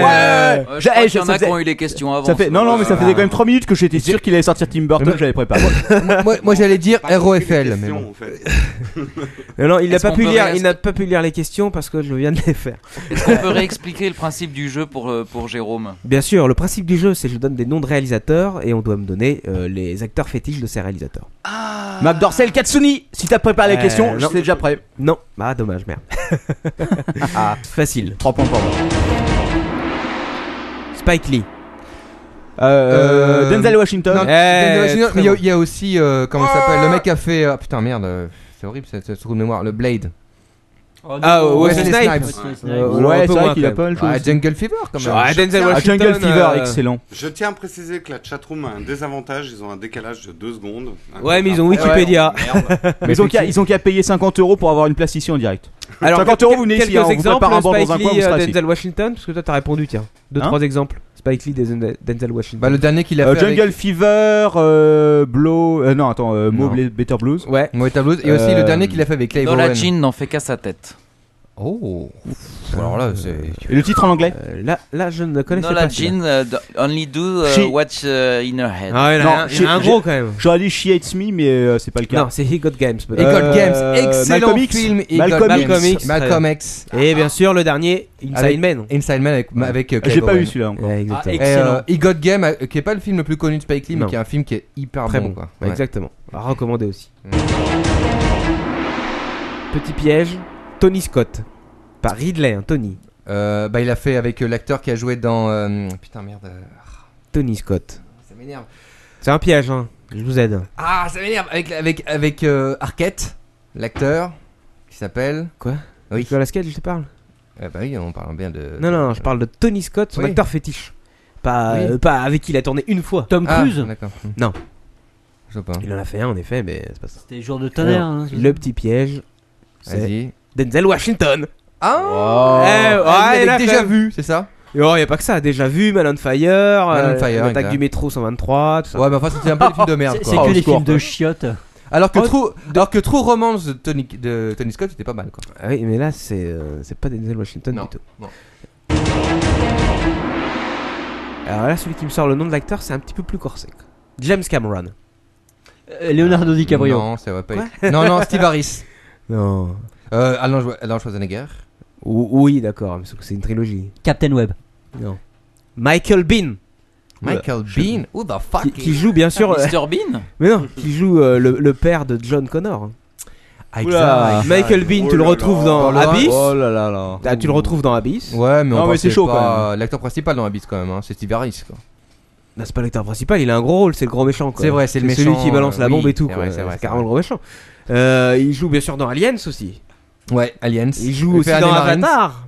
K: Euh, je
D: J'ai-
K: crois
D: eh,
K: qu'il y en
D: ça
K: a qui
D: faisait-
K: ont eu euh, les questions avant.
D: Ça fait... Non, non, mais ça faisait quand même 3 minutes que j'étais sûr qu'il allait sortir Tim Burton, j'avais préparé.
J: moi, moi, j'allais dire ROFL. Mais
I: questions,
J: bon.
I: en fait.
F: Non, non, il n'a
K: Est-ce
F: pas
K: qu'on
F: pu
K: peut
F: lire.
K: réinsta-
F: Il n'a pas pu lire les questions parce que je viens de les faire.
K: Est-ce qu'on peut réexpliquer le principe du jeu pour, euh, pour Jérôme
F: Bien sûr, le principe du jeu, c'est que je donne des noms de réalisateurs et on doit me donner euh, les acteurs fétiches de ces réalisateurs.
D: Mac Dorcel, Katsuni, si t'as préparé la
F: Euh,
D: question, je
F: non.
D: sais déjà prêt.
F: Non, ah dommage, merde. ah, facile.
D: 3 points pour moi.
F: Spike Lee.
D: Euh, Denzel Washington.
J: non,
D: Eh,
J: Denzel Washington,
D: très
J: mais il y a-
D: bon.
J: il y, a aussi. euh, comment il s'appelle
F: Ah.
J: Le mec qui a fait. euh, putain, merde, euh, c'est horrible cette, cette trou de mémoire. Le Blade.
F: Ah, Wesley Snipes.
J: Ouais,
F: Ouais,
J: un
F: c'est
J: peu
F: vrai
J: loin,
F: qu'il a
J: quand
F: pas
J: même.
F: le choix
J: Ah,
F: aussi.
J: Jungle Fever quand même.
F: Ah, Denzel Washington, euh,
I: Je tiens à préciser que la chatroom a un désavantage, ils ont un décalage de 2 secondes. Un
F: Ouais, mais ils ont
I: compteur.
F: Wikipédia.
I: Eh ouais, merde.
D: Mais ils ont qu'à ils ont qu'à payer 50 euros pour avoir une place ici en direct.
F: Alors,
D: 50 euros, vous venez
F: quelques
D: ici, hein, on vous
F: exemples,
D: prépare un banc dans un
F: Spike
D: coin, vous
F: Lee,
D: serez
F: euh,
D: assis.
F: Denzel Washington, parce que toi t'as répondu, tiens. Deux,
D: Hein
F: trois exemples. Spike Lee, Denzel Denzel Washington.
J: Bah, le dernier qu'il a
D: Euh,
J: fait.
D: Jungle
J: avec-
D: Fever, euh, Blow, euh, non attends, euh, Mo
J: Non.
D: Bla- Better Blues.
F: Ouais.
J: Moeta Blues. Et aussi
D: Euh,
J: le dernier qu'il a fait avec Clive
K: Nola
J: Owen.
K: Jean n'en fait qu'à sa tête.
J: Oh. Alors là, c'est.
D: Et le titre en anglais
F: Euh, là, là, je ne connaissais
K: Nola
F: pas. celui-là.
K: Jean, euh, do- only do euh,
F: She-
K: what euh, in her head.
F: Ah, il y en a un- il y en a un
D: j'ai-
F: gros
D: j'ai-
F: quand même.
D: J'aurais dit She Hates Me, mais euh, c'est pas le cas.
F: Non, c'est He Got Games. peut-être.
D: He Got Euh, Games, excellent Malcolm X. film, He Got Games.
J: Malcolm X.
F: Euh, Et bien sûr, le dernier, Inside
J: Avec-
F: Man. Eh,
J: Inside Man avec, avec euh,
D: J'ai
J: Clive
D: pas
J: Owen.
D: eu celui-là encore. Ouais,
F: exactement.
J: Et, euh, He Got Game, euh, qui est pas le film le plus connu de Spike Lee,
F: Non.
J: mais qui est un film qui est
D: Ah,
J: hyper
F: Très
J: bon.
F: bon,
J: quoi. Ouais.
F: exactement. À recommander aussi.
D: Mm.
F: Petit piège, Tony Scott. Pas Ridley, hein, Tony.
J: Euh, bah, il a fait avec euh, l'acteur qui a joué dans. euh, putain, merde. euh, ah,
F: Tony Scott.
J: Ça m'énerve.
F: C'est un piège, hein. Je vous aide.
J: Ah, ça m'énerve. Avec, avec, avec euh, Arquette, l'acteur, qui s'appelle.
F: Quoi
J: Oui.
F: Nicolas Cage, je te parle
J: Eh bah oui, on parle bien de.
F: Euh, Non, non, non, je parle de Tony Scott, son
J: Oui.
F: acteur fétiche. Pas,
J: Oui.
F: euh, pas avec qui il a tourné une fois. Tom
J: Ah, Cruise d'accord.
F: Non.
J: Je sais pas.
F: Il en a fait un en effet, mais c'est pas ça.
G: C'était jour de tonnerre.
F: Alors,
G: hein, c'est-
F: le petit piège, c'est
J: Vas-y.
F: Denzel Washington.
J: Ah
F: Eh, ouais,
J: Ah, il
F: il
J: l'a
F: a
J: déjà
F: fait-
J: vu, c'est ça
F: Et oh, y a pas que ça, déjà vu, Man on Fire,
J: Man on
F: euh,
J: Fire,
F: l'attaque
J: exact.
F: du métro 123, tout ça.
J: Ouais, mais enfin, c'était un peu des films de merde.
G: C'est
J: quoi.
G: c'est
J: Oh,
G: que
J: au
G: des
J: secours,
G: films de
J: quoi.
G: chiottes.
J: Alors que, True, alors que True Romance de Tony, de Tony Scott, c'était pas mal quoi.
F: Ah oui, mais là, c'est euh, c'est pas Denzel Washington du tout.
J: non.
F: Alors là, celui qui me sort le nom de l'acteur, c'est un petit peu plus corsé. quoi. James Cameron.
G: Euh, Leonardo DiCaprio.
J: Non, ça va pas
F: Quoi
J: être. Non, non, Steve Harris.
F: Non.
J: Euh, Alan, Jo- Alan Schwarzenegger.
F: Ou- Oui, d'accord, mais sauf que c'est une trilogie.
G: Captain Webb.
F: Non. Michael Bean.
J: Michael
F: Je-
J: Bean Who the fuck
F: qui, qui
J: is-
F: joue bien sûr. euh,
J: Mr. Bean
F: Mais non, qui joue euh, le, le père de John Connor.
J: Ah,
F: Oula,
J: exact.
F: Michael Bean, tu le
J: Oh là
F: retrouves
J: là.
F: dans
J: Oh là là.
F: Abyss.
J: Oh là là là.
F: Ah, tu le retrouves dans Abyss.
J: Ouais, mais on
F: Non, mais c'est
J: pensait
F: chaud
J: pas-
F: quand même.
J: L'acteur principal dans Abyss quand même, hein, c'est Steve Harris. quoi.
F: Bah, c'est pas l'acteur principal, il a un gros rôle, c'est le grand méchant. quoi.
J: C'est vrai, c'est le
F: Celui
J: méchant,
F: qui balance
J: euh,
F: la
J: oui,
F: bombe et tout.
J: c'est
F: quoi.
J: vrai, c'est vrai, c'est
F: carrément le grand méchant. Euh, il joue bien sûr dans Aliens aussi.
J: Ouais, Aliens.
F: Il joue aussi
J: fait
F: dans
J: Anne Marins.
F: Avatar.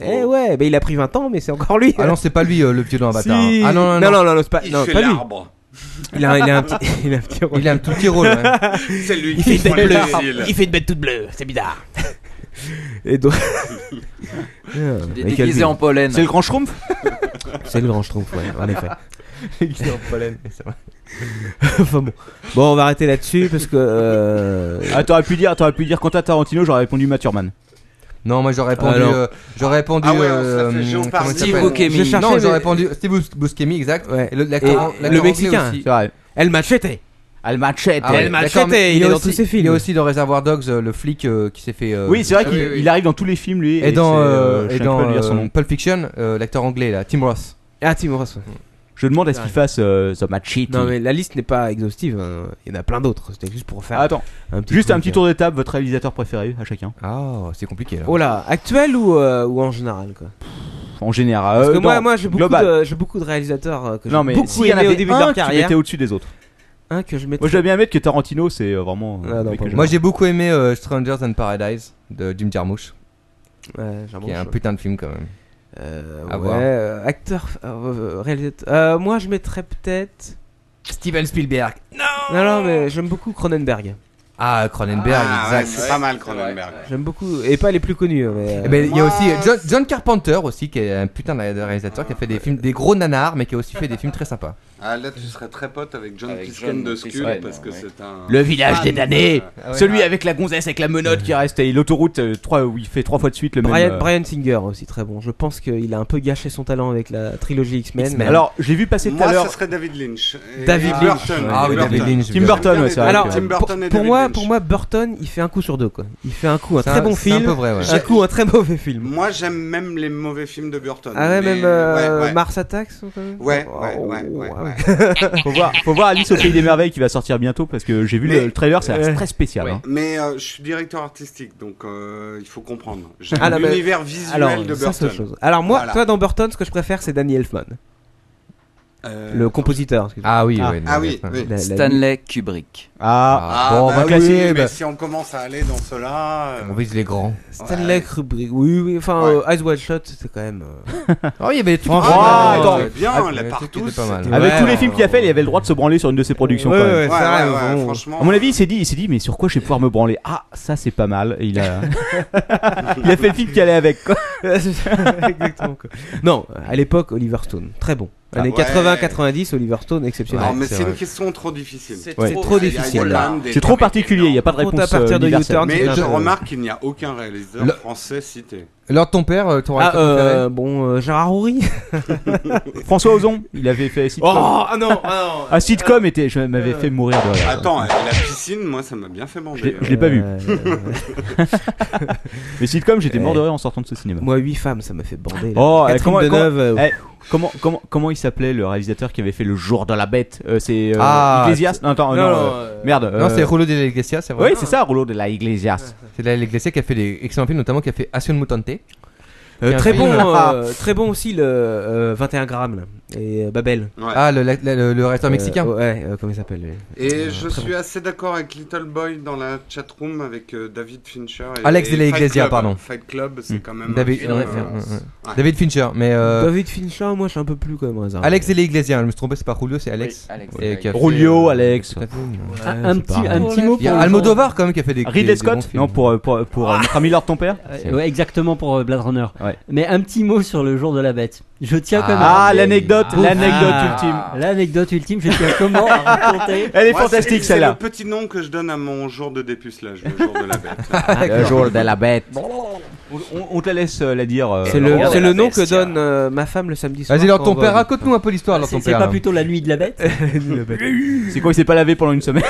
F: Eh ouais, bah il a pris 20 ans, mais c'est encore lui.
J: Ah non, c'est pas lui euh, le vieux dans Avatar.
F: Si.
J: hein. Ah non, non,
F: Non,
J: non,
F: non, non, c'est pas- Il non, fait pas lui. l'arbre. Il a- il a un petit- il a un petit rôle.
J: Il a un tout petit rôle. ouais.
F: C'est lui qui prend le missile.
N: Il fait une bête toute bleue, c'est bizarre.
F: Et donc. Ah,
K: Il est déguisé en pollen.
D: C'est le grand schtroumpf
F: C'est le grand schtroumpf, ouais, en effet.
J: Déguisé en pollen, c'est vrai.
F: enfin bon. Bon, on va arrêter là-dessus parce que. euh,
D: Ah, t'aurais pu dire, t'aurais pu dire Quentin Tarantino, j'aurais répondu Maturman.
J: Non, moi j'aurais répondu.
D: Alors.
J: euh, j'aurais répondu.
D: Ah ouais, on se la
J: euh,
D: fait géo
J: comment
D: par
J: il
D: Steve
J: s'appelle
D: Buscemi.
J: Je cherchais,
D: Non,
J: mais-
D: j'aurais
J: répondu Steve Bus- Buscemi, exact. Et le, l'acteur-
F: Et
J: l'acteur
F: le
J: anglais
F: Mexicain,
J: aussi.
F: c'est vrai. El Machete.
D: El Machete.
J: Ah ouais,
F: El Machete,
J: d'accord, mais
F: il est dans
J: aussi-
F: tous ses films.
J: Il est aussi dans Reservoir Dogs, euh, le flic euh, qui s'est fait. euh,
D: Oui, c'est vrai
J: Ah
D: qu'il
J: oui, oui.
D: il arrive dans tous les films, lui.
J: Et dans,
D: c'est,
J: euh,
D: je
J: et
D: sais même
J: dans
D: pas lire son
J: euh,
D: nom.
J: Pulp Fiction, euh, l'acteur anglais là, Tim Ross.
F: Ah, Tim Ross. ouais.
D: Je demande à ce qu'il
F: Ouais.
D: fasse euh, The Machete.
F: Non, mais la liste n'est pas exhaustive. hein. Il y en a plein d'autres. C'était juste pour faire.
D: Ah, Attends,
F: un petit
D: juste un
F: truc,
D: petit
F: euh.
D: tour de table, votre réalisateur préféré à chacun.
J: Ah, c'est compliqué là.
F: Oh là, actuel ou, euh, ou en général quoi
D: En général.
F: Parce que
D: euh,
F: moi,
D: dans-
F: moi j'ai beaucoup,
D: global.
F: de- j'ai beaucoup de réalisateurs euh, que j'ai
D: Non, mais
F: beaucoup
D: s'il y en
F: aimés au
D: avait
F: début de
D: un
F: leur
D: que tu
F: carrière.
D: mettais au-dessus des autres.
F: Un que je
D: Moi,
F: mettrais.
D: je dois bien admettre que Tarantino, c'est euh, vraiment. euh, le mec que j'aime.
J: Moi j'ai beaucoup aimé euh, Strangers and Paradise de Jim Jarmusch.
F: Ouais, Jarmusch,
J: Qui est un
F: ouais.
J: putain de film quand même.
F: Ouais,
J: à voir.
F: euh, acteur, euh, euh, réalisateur. Euh, moi, je mettrais peut-être.
J: Steven Spielberg.
F: Non Non, non, mais j'aime beaucoup Cronenberg.
J: Ah, Cronenberg,
I: Ah, ouais,
J: exact.
I: c'est pas mal Cronenberg.
F: J'aime beaucoup, et pas les plus connus. hein, Mais,
J: Eh ben, il y a aussi euh, John, John Carpenter aussi qui est un putain de ré- de réalisateur qui a fait des films des gros nanars mais qui a aussi fait des films très sympas.
I: Ah, là, tu serais très pote avec John
K: Avec
I: Plissken
K: John
I: de Skull
K: Plissken,
I: parce que
K: ouais.
I: c'est un.
D: Le village
I: fan
D: des
I: de-
D: damnés
I: Ah ouais.
D: Celui avec la gonzesse avec la menotte qui reste et l'autoroute euh, trois- où il fait trois fois de suite le
F: Brian,
D: même. euh,
F: Brian Singer aussi très bon. Je pense qu'il a un peu gâché son talent avec la trilogie X-Men.
D: Alors, j'ai vu passer tout à
I: Moi,
D: l'heure.
I: ça serait David Lynch. Et
F: David
I: Tim
F: Lynch.
I: Burton.
F: Ah oui,
I: Tim
F: David
I: Burton.
F: Lynch,
D: Tim Burton, ouais, c'est vrai
J: euh,
F: Alors,
D: que-
I: Tim Burton
F: pour,
I: et
F: pour
I: David
F: moi,
I: Lynch.
F: pour moi, Burton, il fait un coup sur deux. Quoi. Il fait un coup un
J: C'est
F: très
J: un-
F: bon
J: c'est un
F: film,
J: peu vrai, ouais.
F: un coup un très mauvais film.
I: Moi, j'aime même les mauvais films de Burton.
F: Ah ouais, oh,
I: mais-
F: même euh,
I: ouais, ouais.
F: Mars Attacks ou quoi
I: Ouais, ouais, ouais, ouais, ouais.
D: faut, voir, faut voir Alice au Pays des Merveilles qui va sortir bientôt parce que j'ai vu le, le trailer, c'est
F: euh,
I: Ouais.
D: très spécial.
I: Ouais.
D: hein.
I: Mais euh, je suis directeur artistique, donc euh, il faut comprendre. J'aime
F: Ah, non, mais-
I: l'univers visuel
F: alors,
I: de
F: ça, c'est
I: Burton.
F: autre chose. Alors moi,
I: Voilà.
F: toi dans Burton, ce que je préfère, c'est Danny Elfman.
I: Euh,
F: le compositeur. excusez-moi.
J: Ah oui, ouais,
I: Ah oui, oui.
F: La- la-
K: Stanley Kubrick.
D: Ah,
I: Ah,
J: bon, on
I: bah
J: va
I: oui,
J: classer,
I: mais
J: bah.
I: si on commence à aller dans cela. euh,
J: On vise les grands.
F: Stanley Kubrick. Oui, oui, enfin, euh, Eyes Wide Shut, c'était quand même. euh,
J: Oh, il y avait des trucs
F: Franchement,
J: pas
F: euh,
J: mal, ouais.
F: attends.
I: bien,
J: Ah,
I: la
J: il y avait des trucs qui
I: partouze,
J: étaient pas mal.
I: c'était-
D: Avec
J: Ouais,
D: tous les films qu'il a fait, il avait le droit de se branler sur une de ses productions.
F: Ouais,
D: quand même.
I: Ouais,
F: ouais, ça,
I: ouais,
F: bon.
I: ouais, franchement. euh,
D: À mon avis, il s'est dit, il s'est dit, mais sur quoi je vais pouvoir me branler Ah, ça c'est pas mal. Et il a, il a fait le film qui allait avec. Quoi.
F: Exactement. quoi. Non, à l'époque, Oliver Stone, très bon.
D: Ah,
F: Années
D: ouais.
F: 80-90, Oliver Stone, exceptionnel.
I: Non, mais c'est une question trop difficile.
K: C'est
F: Ouais. trop- C'est trop difficile, là.
D: C'est trop particulier, il n'y a pas de réponse.
F: à partir de
D: euh, universelle.
F: U-turn,
I: Mais
F: c'est
I: je
F: un-
I: remarque qu'il n'y a aucun réalisateur
J: Le-
I: français cité.
J: Lors de ton père, euh, ton
F: Ah,
J: réalisateur
F: euh, bon, euh, Gérard Rory
D: François Ozon, il avait fait sitcom.
F: Oh, ah non, ah non. Euh.
D: Ah, sitcom était, je m'avais fait mourir de rire.
I: Attends, euh, la piscine, moi, ça m'a bien fait
D: Je l'ai-
I: bander.
D: je l'ai pas vu.
F: Euh,
D: Mais sitcom, j'étais mort de
F: Eh.
D: rire en sortant de ce cinéma.
F: Moi, 8 femmes, ça m'a fait bander. là.
D: Oh, eh,
F: Catherine
D: comment, comment,
F: Deneuve, euh,
D: eh, comment, comment, comment il s'appelait le réalisateur qui avait fait Le Jour de la Bête Euh, C'est euh,
J: Ah,
D: Iglesias Non, attends,
J: Non,
D: non,
J: non,
D: euh,
J: euh,
D: merde.
J: Non, c'est Rulo de la Iglesia, c'est vrai.
D: Oui, c'est ça, Rulo de la Iglesias.
J: C'est de la Iglesia qui a fait des excellents films, notamment qui a fait Action Mutante.
D: Eh,
F: Euh,
J: Qui est un
F: très
J: film-
F: bon,
J: Ah.
F: euh, très bon aussi le euh, 21 grammes là. et euh, Babel.
J: Ah, le, la- la- le- le réalisateur
F: Euh,
J: mexicain.
F: ouais, euh, comment il s'appelle lui
I: Et
F: Euh,
I: je
F: très
I: suis
F: bon.
I: assez d'accord avec Little Boy dans la chatroom avec euh, David Fincher. Et,
J: Alex
I: et
J: de la
I: Fight
J: Iglesia,
I: Club.
J: pardon.
I: Fight Club, c'est quand même.
J: David,
I: un film, euh,
J: ouais, ouais, ouais, ouais.
I: ouais.
J: David Fincher, mais euh,
F: David Fincher, moi je suis un peu plus quand même. réservé.
J: Alex et les Iglesias, hein, je me suis trompé, c'est pas Julio, c'est Alex.
K: Oui, Alex
J: Et
K: Delay.
J: qui a fait-
D: Rulio, Alex.
J: Ouais,
G: Un- un
J: c'est
G: petit-
J: pareil.
G: un petit mot
J: Il y a
G: pour le-
J: Almodovar quand même qui a fait des. des-
D: Ridley
J: des
D: Scott
J: bons films.
D: Non, pour, euh, pour, pour euh, notre ami Lord ton père
G: Euh, ouais, exactement pour euh, Blade Runner. Mais un petit mot sur le jour de la bête. Je tiens quand même.
D: Ah, l'anecdote l'anecdote,
G: Ah.
D: l'anecdote
G: Ah.
D: ultime.
G: L'anecdote ultime, je tiens comment à raconter
D: Elle est
I: Moi,
D: fantastique
I: c'est-
D: celle-là.
I: C'est le petit nom que je donne à mon jour de dépucelage, le jour de la bête.
D: Ah,
F: Le jour de la bête.
D: On, on- on te la laisse euh, la dire. euh,
F: C'est le,
D: Laurent.
F: c'est le nom que donne euh, ma femme le samedi soir.
D: Vas-y, alors,
F: quand
D: ton
F: on va-
D: père, raconte-nous un peu l'histoire, alors,
G: C'est
D: ton
G: c'est
D: père, hein.
G: pas
D: là.
G: plutôt la nuit de la bête
D: C'est quoi, il s'est pas lavé pendant une semaine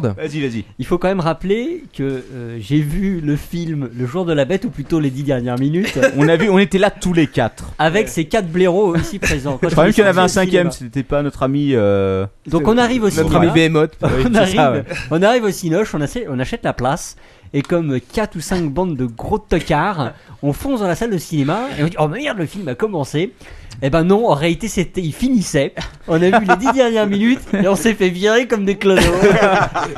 D: Vas-y, vas-y.
G: Il faut quand même rappeler que euh, j'ai vu le film Le jour de la bête, ou plutôt les dix dernières minutes.
D: On a vu, on était là tous les quatre.
G: Avec ces quatre blaireaux ici présents.
D: Je crois même qu'il y en avait un cinquième, c'était pas notre ami. euh,
G: Donc on arrive au
D: Notre
G: cinéma.
D: ami Behemoth. Oui,
G: on,
D: c'est
G: arrive,
D: ça, ouais.
G: on arrive au cinoche, on, achète- on achète la place. Et comme 4 ou 5 bandes de gros tocards, on fonce dans la salle de cinéma et on dit Oh merde, le film a commencé. Eh ben non, en réalité, c'était, il finissait. On a vu les 10 dernières minutes et on s'est fait virer comme des clodos.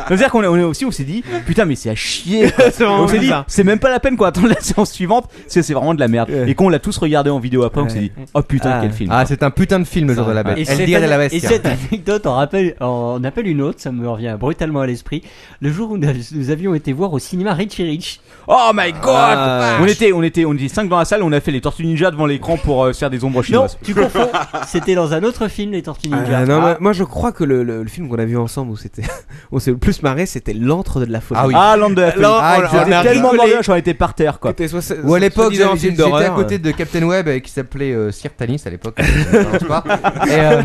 D: C'est-à-dire qu'on est, on est aussi, on s'est dit, putain, mais c'est à chier. quoi.
G: C'est vraiment
D: on s'est dit,
G: ça.
D: c'est même pas la peine qu'on attende la séance suivante, c'est c'est vraiment de la merde. Et qu'on l'a tous regardé en vidéo après, on s'est dit, oh putain,
J: Ah.
D: quel film.
J: Ah, c'est un putain de film, le jour de la bête.
G: Et
J: Elle
G: cette
J: dit, elle
G: ane-
J: a la veste.
G: et cette anecdote, on, rappelle, on appelle une autre, ça me revient brutalement à l'esprit. Le jour où nous, nous avions été voir au cinéma Richie Rich.
D: Oh my god! on était, on était, on était cinq dans la salle, on a fait les Tortues Ninja devant l'écran pour euh, se faire des ombres
G: Non,
D: chinoises.
G: tu confonds. C'était dans un autre film, Les Tortues Ninja.
F: Ah, non, moi, moi, je crois que le, le- le film qu'on a vu ensemble où c'était, on s'est le plus marré, c'était l'antre de la folie.
D: Ah oui. Ah, l'antre de la folie.
F: L'antre-
D: Ah,
F: on-
D: j'étais
F: on a
D: tellement
F: rigolé.
D: mordu, j'en étais par terre, quoi.
F: C'était soix-
J: Ou à l'époque,
F: soi-disant un
J: j'étais
F: film
J: j'étais
F: d'horreur.
J: à côté de Captain Web euh, qui s'appelait euh, Sir Talis à l'époque. euh, je sais pas. et, euh,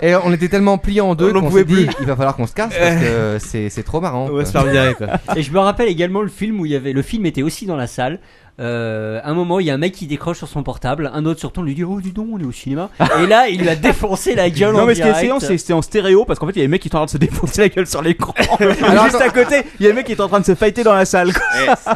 J: et on était tellement pliés en deux
F: On en
J: qu'on
F: pouvait
J: s'est dit
F: plus.
J: il va falloir qu'on se casse parce que euh, c'est c'est trop marrant.
F: va
J: quoi.
F: se faire virer, quoi.
G: Et je me rappelle également le film où il y avait le film était aussi dans la salle. Euh, un moment, il y a un mec qui décroche sur son portable, un autre sur ton lui dit oh dis donc on est au cinéma. Et là, il lui a défoncé la gueule.
D: Non,
G: en
D: mais ce qui est
G: direct.
D: essayant, c'est c'était en stéréo parce qu'en fait, il y a des mecs qui étaient en train de se défoncer la gueule sur l'écran.
I: Alors,
D: Juste à côté, il y a des mecs qui étaient en train de se fighter dans la salle. quoi.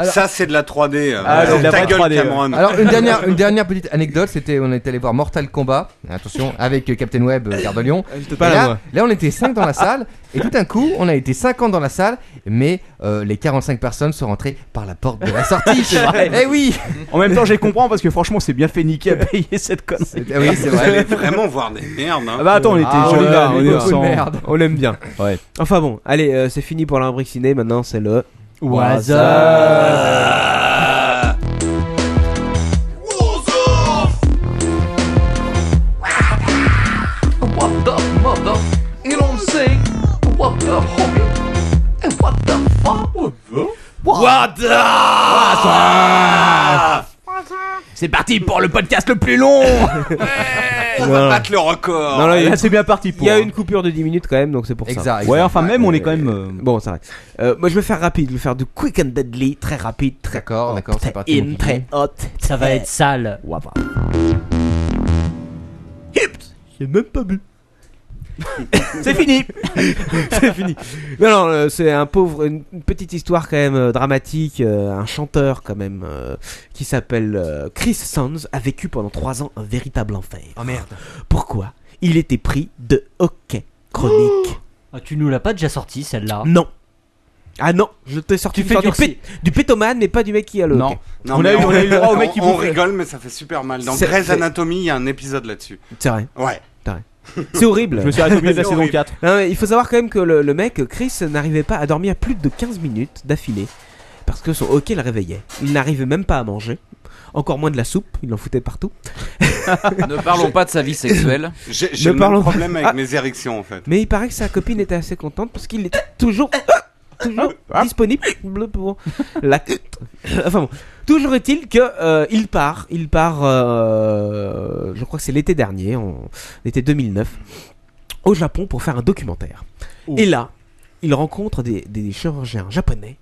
I: Eh, ça, c'est de la 3D. euh,
D: Ah, c'est de la
I: ta
D: vraie
I: gueule,
D: 3D, ouais.
I: Cameron.
J: Alors une dernière, une dernière petite anecdote, c'était on est allé voir Mortal Kombat, attention, avec euh, Captain Web, euh, Gare de Lyon.
F: Elle te
J: Et
F: parle à
J: là,
F: moi.
J: là, on était 5 dans la salle, et tout d'un coup, on a été 50 dans la salle, mais euh, les 45 personnes sont rentrées par la porte de la sortie.
D: C'est vrai.
J: Eh oui
D: En même temps, j'ai comprends parce que franchement, c'est bien fait niquer à payer cette connerie.
J: Ah oui, c'est
I: Vous
J: vrai.
I: allez vraiment voir des merdes. Hein.
D: Ah bah attends, on était
F: Ah,
D: jeunes,
F: on y va, on y va.
D: beaucoup de merde.
F: On l'aime bien.
D: Ouais.
F: Enfin bon, allez, euh, c'est fini pour la rubrique ciné. Maintenant, c'est le.
G: What's up
L: What the mother? You don't say what the homie? And what the fuck?
O: What the- C'est parti pour le podcast le plus long
I: On
F: Non.
I: va battre le record.
F: Non, Ah, là, il y a-
D: c'est bien parti pour.
F: Il y a une coupure de 10 minutes quand même, donc c'est pour ça.
J: Exact,
D: exact. Ouais, enfin, même, on est quand même, euh,
F: Bon, c'est vrai. Euh, moi, je vais faire rapide, je vais faire du quick and deadly, très rapide, très.
J: D'accord, d'accord, c'est
F: très
J: parti,
F: in,
J: mon
F: Oh, très hot.
G: Ça
D: Eh.
G: va être sale.
F: J'ai même pas bu. c'est fini C'est fini. Non, non, euh, c'est un pauvre, une une petite histoire quand même euh, dramatique. euh, un chanteur quand même euh, qui s'appelle euh, Chris Sands a vécu pendant 3 ans un véritable enfer. Oh merde Pourquoi Il était pris de hockey chronique.
G: Ah, tu nous l'as pas déjà sorti celle-là
F: Non. Ah non, Oh. je t'ai sorti
G: Tu
F: une
G: fais
F: sorte du,
G: durci.
F: pét- du pétomane, mais pas du mec qui a le
D: Non.
F: hockey.
I: Non,
D: On
I: mais
D: a eu- on a eu le droit au mec qui
I: on
D: bouffe.
I: rigole, mais ça fait super mal. Dans
F: C'est-
I: Grey's
F: c'est-
I: Anatomy, il y a un épisode là-dessus.
F: C'est vrai.
I: Ouais.
F: C'est vrai. C'est horrible.
D: Je me suis arrêté au milieu de la
I: C'est
D: saison
I: horrible.
D: 4.
F: Non, mais il faut savoir quand même que le, le mec, Chris, n'arrivait pas à dormir plus de 15 minutes d'affilée. Parce que son hockey le réveillait. Il n'arrivait même pas à manger. Encore moins de la soupe, il en foutait partout.
K: Ne parlons pas de sa vie sexuelle.
I: J'ai j'ai le même
F: parlons pas.
I: problème avec
F: Ah.
I: mes érections en fait.
F: Mais il paraît que sa copine était assez contente parce qu'il était toujours,
O: Ah,
F: ah, toujours disponible pour la. Euh, enfin bon. Toujours est-il que euh, il part, il part. euh, je crois que c'est l'été dernier, en l'été 2009, au Japon pour faire un documentaire.
O: Oh.
F: Et là, il rencontre des, des chirurgiens japonais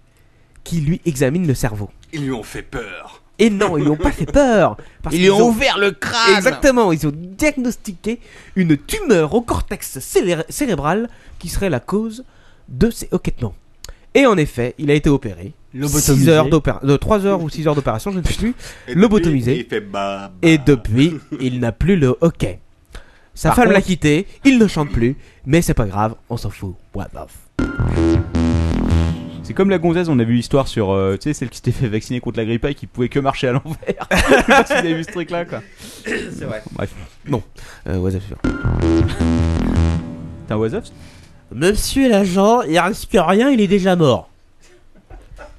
F: qui lui examinent le cerveau.
I: Ils lui ont fait peur.
F: Et non, ils lui ont pas fait peur.
O: Ils lui
F: qu'ils
O: ont ouvert le crâne.
F: Exactement, ils ont diagnostiqué une tumeur au cortex célé- cérébral qui serait la cause de ses hoquetements. Et en effet, il a été opéré.
G: Lobotomisé.
F: 6 heures d'opéra- de 3 heures ou 6 heures d'opération, je ne sais plus.
I: Et
F: Lobotomisé.
I: depuis, il fait bah, bah.
F: Et depuis, il n'a plus le hockey. Sa
I: Par
F: femme l'a
I: contre-
F: quitté, il ne chante plus, mais c'est pas grave, on s'en fout. What the f-
D: C'est comme la gonzesse, on a vu l'histoire sur, euh, tu sais, celle qui s'était fait vacciner contre la grippe A et qui pouvait que marcher à l'envers. Je sais pas si vous avez vu ce truc-là, quoi.
I: C'est vrai.
D: Bref.
F: Bon, euh, what's up, sûr.
D: T'as un what's up
F: Monsieur l'agent, il risque rien, il est déjà mort.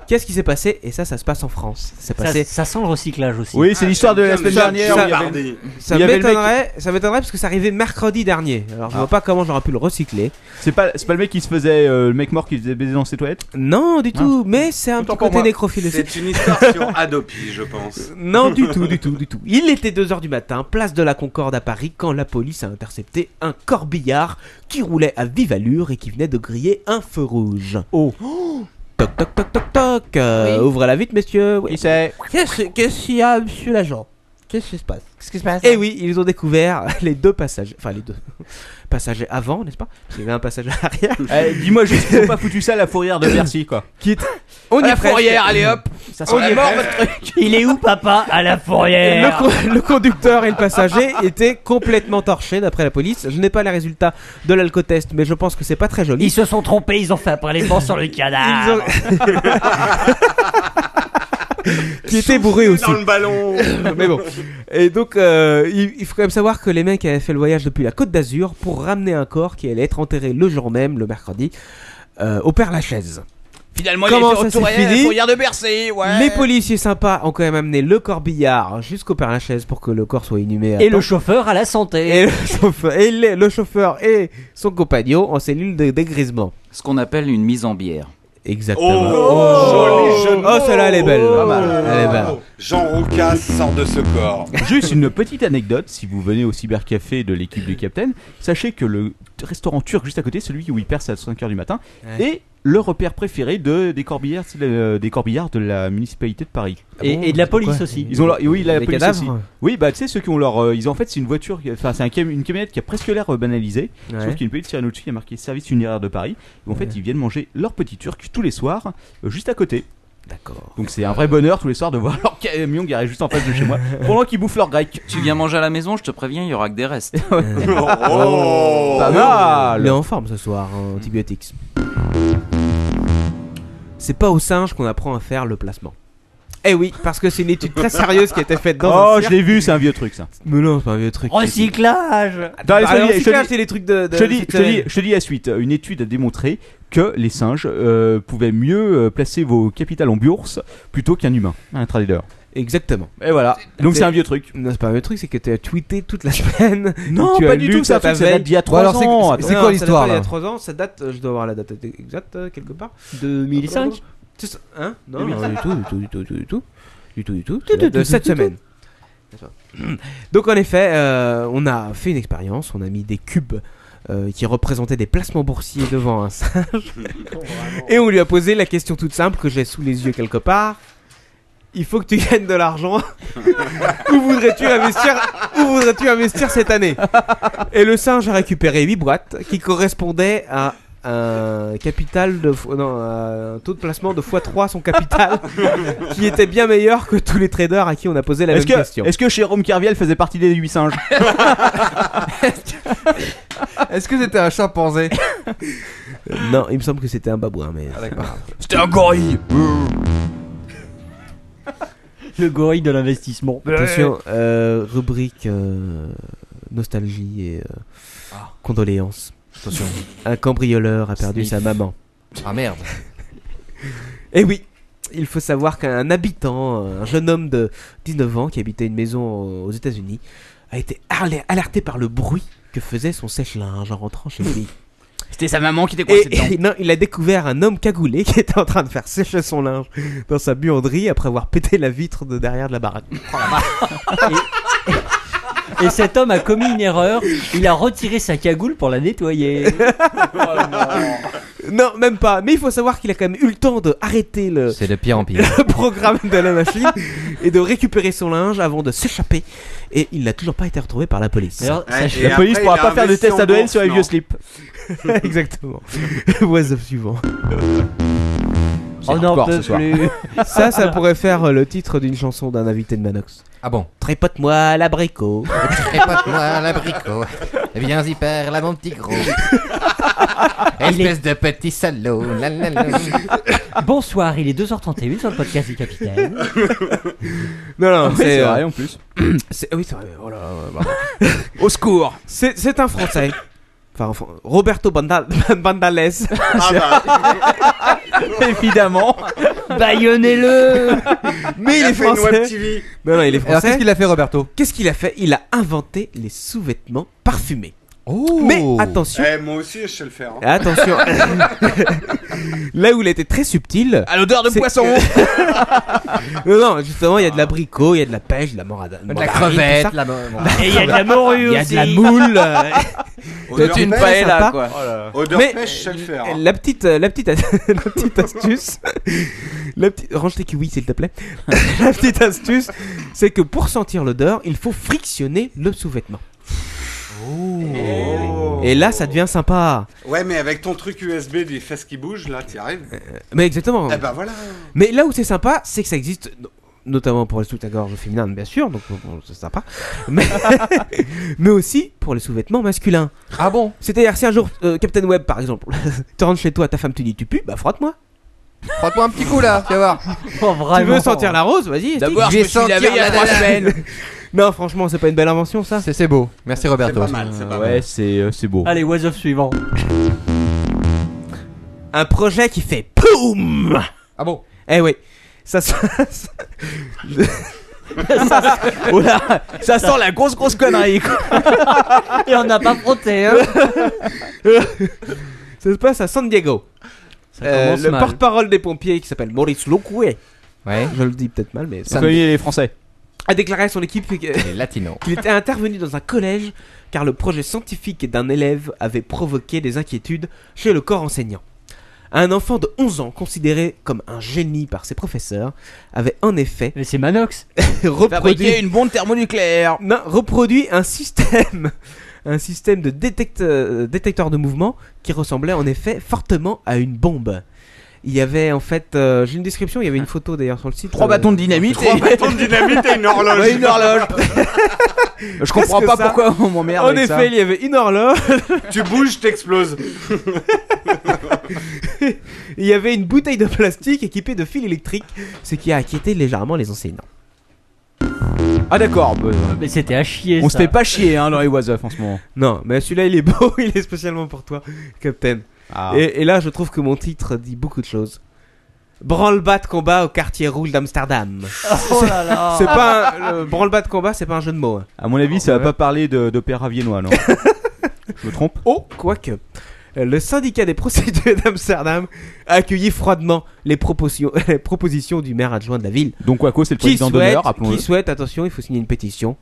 F: Qu'est-ce qui s'est passé Et ça, ça se passe en France. Ça, s'est passé...
G: ça sent le recyclage aussi.
D: Oui,
I: Ah,
D: c'est l'histoire de la semaine dernière.
F: Ça,
D: où il y avait-
F: ça
D: il y avait le mec- Ah.
F: m'étonnerait, ça m'étonnerait parce que ça arrivait mercredi dernier. Alors je vois pas comment j'aurais pu le recycler.
D: C'est pas, c'est pas le mec qui se faisait, euh, le mec mort qui se faisait baiser dans ses toilettes
F: Non, du tout, mais c'est un petit côté nécrophile aussi.
I: C'est une histoire sur Adopi, je pense.
F: Non, du tout, du tout, du tout. Il était 2h du matin, place de la Concorde à Paris, quand la police a intercepté un corbillard qui roulait à vive allure et qui venait de griller un feu rouge.
G: Oh
F: Toc, toc, toc, toc, toc Euh, Ouvrez la vitre, messieurs Oui.
E: Qu'est-ce qu'est-ce qu'il y a, monsieur l'agent Qu'est-ce qui se passe Qu'est-ce qui se passe
F: Et Eh oui, ils ont découvert les deux passagers, enfin les deux passagers avant, n'est-ce pas Parce qu'il y avait un passager arrière.
D: Eh, Dis-moi juste, ils ont pas foutu ça à la fourrière de Bercy, quoi.
F: Qui est- On y est presque.
D: Ça
F: On y est
D: mort,
F: presque.
G: Il est où, papa À la fourrière.
F: Le, co- le conducteur et le passager étaient complètement torchés d'après la police. Je n'ai pas les résultats de l'alcotest, mais je pense que c'est pas très joli.
G: Ils se sont trompés, ils ont fait un prélèvement sur le cadavre.
F: qui était bourré aussi.
I: dans le ballon.
F: Mais bon. Et donc, euh, il, il faut quand même savoir que les mecs avaient fait le voyage depuis la Côte d'Azur pour ramener un corps qui allait être enterré le jour même, le mercredi, euh, au Père Lachaise.
O: Finalement,
F: Comment
O: il est
F: ça s'est
O: retourné à la
F: fini
O: fourrière de Bercy, ouais.
F: Les policiers sympas ont quand même amené le corbillard jusqu'au Père Lachaise pour que le corps soit inhumé. à
G: Et
F: temps.
G: le chauffeur à la santé.
F: et le chauffeur et les- le chauffeur et son compagnon en cellule de dégrisement.
K: Ce qu'on appelle une mise en bière.
F: Exactement. Oh, Oh, celle-là elle est belle. Elle est belle.
I: Jean Roucas sort de ce corps.
D: Juste une petite anecdote, si vous venez au cybercafé de l'équipe du Capitaine, sachez que le t- restaurant turc juste à côté, celui où il perce à 5h du matin,
F: Ouais.
D: est le repère préféré de, des, corbillards, c'est le- des corbillards de la municipalité de Paris.
G: Ah Et- bon et de la police Pourquoi aussi.
D: Ils ont leur- oui, la
G: Des
D: police
G: cadavres
D: aussi. Oui, bah tu sais, ceux qui ont leur. euh, ils ont en fait, c'est une voiture, qui- enfin, c'est un cam- une camionnette qui a presque l'air euh, banalisée,
F: Ouais.
D: sauf qu'il y a une petite sirène au-dessus qui a marqué service funéraire de Paris. Et en fait,
F: Ouais.
D: ils viennent manger leur petit turc tous les soirs, euh, juste à côté.
F: D'accord.
D: Donc c'est un vrai bonheur tous les soirs de voir leur camion garé juste en face de chez moi pendant qu'ils bouffent leur grec.
K: Tu viens manger à la maison, je te préviens, il y aura que des restes.
F: Euh.
I: Oh.
F: Oh,
D: Pas mal. Mm.
F: Il est en forme ce soir, hein, Antibiotics. C'est pas aux singes qu'on apprend à faire le placement. Eh oui, parce que c'est une étude très sérieuse qui a été faite dans
D: Oh,
F: un
D: je Oh,
F: cirque.
D: l'ai vu, c'est un vieux truc ça.
F: Mais non, c'est un vieux truc.
G: Recyclage.
D: Dans les solides,
F: Bah,
D: je
F: alors,
D: te
F: c'est
D: dis-
F: c'est les trucs de. de
D: je, te dis,
F: cette
D: je te dis-
F: semaine.
D: je te dis la suite. Une étude a démontré que les singes euh, pouvaient mieux euh, placer vos capitales en bourse plutôt qu'un humain, un trader.
F: Exactement.
D: Et voilà. Donc c'est un vieux truc.
F: Non, c'est pas un vieux truc, c'est que tu as tweeté toute la semaine.
D: Non,
F: tu
D: pas
F: as
D: du
F: lu
D: tout,
F: que
D: c'est un
F: ta
D: truc, ça
F: veille.
D: date d'il y a
F: Bon, alors,
D: trois
F: c'est-
D: ans,
F: c'est-
D: attends.
F: C'est
D: Non, ça euh,
F: quoi
D: date pas
F: l'histoire
D: d'il y a
F: là 3 ans, ça date, je dois avoir la date exacte
D: euh,
F: quelque part.
G: 2005
F: Ah, C'est ça- Hein Non,
G: 2005.
F: non, du tout, du tout, du tout, du tout. Du tout, du tout.
G: Tout,
F: ça date
G: tout,
F: De
G: tout,
F: cette
G: tout, tout.
F: semaine. Donc en effet, euh, on a fait une expérience, on a mis des cubes euh, qui représentaient des placements boursiers devant un singe. Et on lui a posé la question toute simple que j'ai sous les yeux quelque part. Il faut que tu gagnes de l'argent. où voudrais-tu investir Où voudrais-tu investir cette année Et le singe a récupéré 8 boîtes qui correspondaient à un capital de fo- non, à un taux de placement de x3 son capital qui était bien meilleur que tous les traders à qui on a posé la même
D: Est-ce que,
F: question.
D: est-ce que Jérôme Carviel faisait partie des huit singes
J: Est-ce que c'était un chimpanzé
F: Non, il me semble que c'était un babouin, mais.
D: Ah,
O: C'était un gorille.
G: Le gorille de l'investissement.
F: Attention, euh, rubrique euh, nostalgie et euh, condoléances.
J: Ah. Attention.
F: Un cambrioleur a perdu
J: Sniff.
F: sa maman.
J: Ah merde.
F: Et oui, il faut savoir qu'un habitant, un jeune homme de 19 ans qui habitait une maison aux États-Unis, a été arlé- alerté par le bruit que faisait son sèche-linge en rentrant chez lui.
O: C'était sa maman qui était coincée
F: Et,
O: dedans.
F: et non, il a découvert un homme cagoulé qui était en train de faire sécher son linge dans sa buanderie après avoir pété la vitre de derrière de la baraque.
G: Et cet homme a commis une erreur. Il a retiré sa cagoule pour la nettoyer.
F: non, même pas. Mais il faut savoir qu'il a quand même eu le temps de arrêter le,
J: C'est de pire en pire.
F: le programme de la machine et de récupérer son linge avant de s'échapper. Et il n'a toujours pas été retrouvé par la police.
G: D'ailleurs,
D: Ouais, sachez- et La police après, pourra il a pas faire de investi test en ADN bourse, sur les non. vieux slips.
F: Exactement. What's suivant.
G: On n'en hardcore, peut ce soir. plus.
F: Ça, ça pourrait faire euh, le titre d'une chanson d'un invité de Manox.
J: Ah bon
F: Trépote-moi l'abricot.
H: Épote-moi l'abricot.
J: Eh
H: Viens-y par là, mon petit gros. Espèce de petit salaud. La, la, la.
G: Bonsoir, il est 2h31 sur le podcast du Capitaine.
F: Non, non,
D: Oui, Ah c'est
F: euh,
D: vrai, en plus.
F: c'est- oui, c'est vrai. oh là, Au secours C'est c'est un Français. Enfin, un Fran-
I: Ah, bah,
F: Roberto Bandal- Bandales.
D: Évidemment.
G: Baillonnez-le
F: Mais il, est
I: fait une
F: français.
I: web TV.
F: Non, non, il est
I: Alors,
F: français.
I: qu'est-ce qu'il a fait,
F: Roberto Qu'est-ce qu'il a fait Il a inventé les sous-vêtements parfumés. Mais attention.
I: Eh, moi aussi, je sais le faire. hein.
F: Ah, Attention. Là où il a été très subtil.
J: Oh
I: À l'odeur de
F: c'est
I: poisson.
F: que- Non, non, justement, il y a de l'abricot, il y a de la pêche, de la morada. De
H: la crevette, la mo- Et il y a de la morue
F: Il y a
H: aussi.
F: de la moule. euh,
I: Odeur
F: toute une
I: pêche,
K: Ah,
F: paella,
I: sympa.
F: quoi.
I: Oh là là. Odeur
F: Mais,
I: pêche, je sais le faire, hein.
F: La petite, euh, la petite, la petite astuce. La petite, range tes kiwis, s'il te plaît. la petite astuce, c'est que pour sentir l'odeur, il faut frictionner le sous-vêtement. Et là, ça devient sympa.
I: Oh. Ouais, mais avec ton truc USB des fesses qui bougent, là, t'y arrives.
F: Mais exactement.
I: Eh ben voilà.
F: Mais là où c'est sympa, c'est que ça existe no- notamment pour les soutiens-gorge féminins, bien sûr, donc bon, c'est sympa. Mais, mais aussi pour les sous-vêtements masculins. Ah bon C'est-à-dire si un jour euh, Captain Web par exemple, tu rentres chez toi, ta femme te dit tu pues, bah frotte-moi.
H: Frotte-moi un petit coup là, tu vas voir.
G: Ah,
F: tu veux sentir la rose, vas-y.
H: D'abord,
F: estique.
H: je me suis lavé il y a trois semaines.
F: non, franchement, c'est pas une belle invention ça. C'est beau. Merci Roberto.
D: Ouais, c'est euh, c'est beau.
G: Allez, was of suivant.
F: un projet qui fait POUM Ah bon Eh oui, ça sent... Je- ça, oh là, ça sent la grosse grosse connerie quoi.
G: Et on n'a pas frotté hein
F: Ça se passe à San Diego. Euh,
G: commence
F: le
G: mal.
F: porte-parole des pompiers qui s'appelle Maurice Locoué. Ouais. Je le dis peut-être mal, mais.
D: Vous connaissez les Français.
F: A déclaré à son équipe que- qu'il était intervenu dans un collège car le projet scientifique d'un élève avait provoqué des inquiétudes chez le corps enseignant. Un enfant de 11 ans, considéré comme un génie par ses professeurs, avait en effet.
G: Mais c'est Manox
F: reproduit
O: Fabriquer une bombe thermonucléaire.
F: non, reproduit un système, un système de détecte- euh, détecteur de mouvement qui ressemblait en effet fortement à une bombe. Il y avait en fait, euh, j'ai une description, il y avait une photo d'ailleurs sur le site. euh,
O: Trois bâtons de dynamite
F: Trois
O: et-
F: bâtons de dynamite et une horloge.
O: Ouais, une horloge. Je comprends
F: Qu'est-ce
O: pas
F: que
O: pourquoi on m'emmerde
F: En
O: avec
F: effet,
O: ça.
F: il y avait une horloge.
I: tu bouges, t'exploses.
F: il y avait une bouteille de plastique équipée de fils électriques, ce qui a inquiété légèrement les enseignants.
D: Ah d'accord. bah,
G: Mais c'était à chier.
D: on se
F: ça.
D: fait pas chier hein, dans les was of en ce moment.
F: Non, mais celui-là il est beau, il est spécialement pour toi, Captain.
D: Ah.
F: Et, et là, je trouve que mon titre dit beaucoup de choses. Branle-bas de combat au quartier rouge d'Amsterdam.
G: Oh là là.
F: c'est pas un, le branle-bas de combat, c'est pas un jeu de mots. hein.
D: À mon avis, ça va pas parler de- d'opéra viennois, non Je me trompe
F: Oh, quoique. Euh, Le syndicat des prostituées d'Amsterdam a accueilli froidement les propositions, les propositions du maire adjoint de la ville.
D: Donc Waco, c'est le
F: qui
D: président d'honneur,
F: souhaite,
D: rappelons-le.
F: qui souhaite, attention, il faut signer une pétition.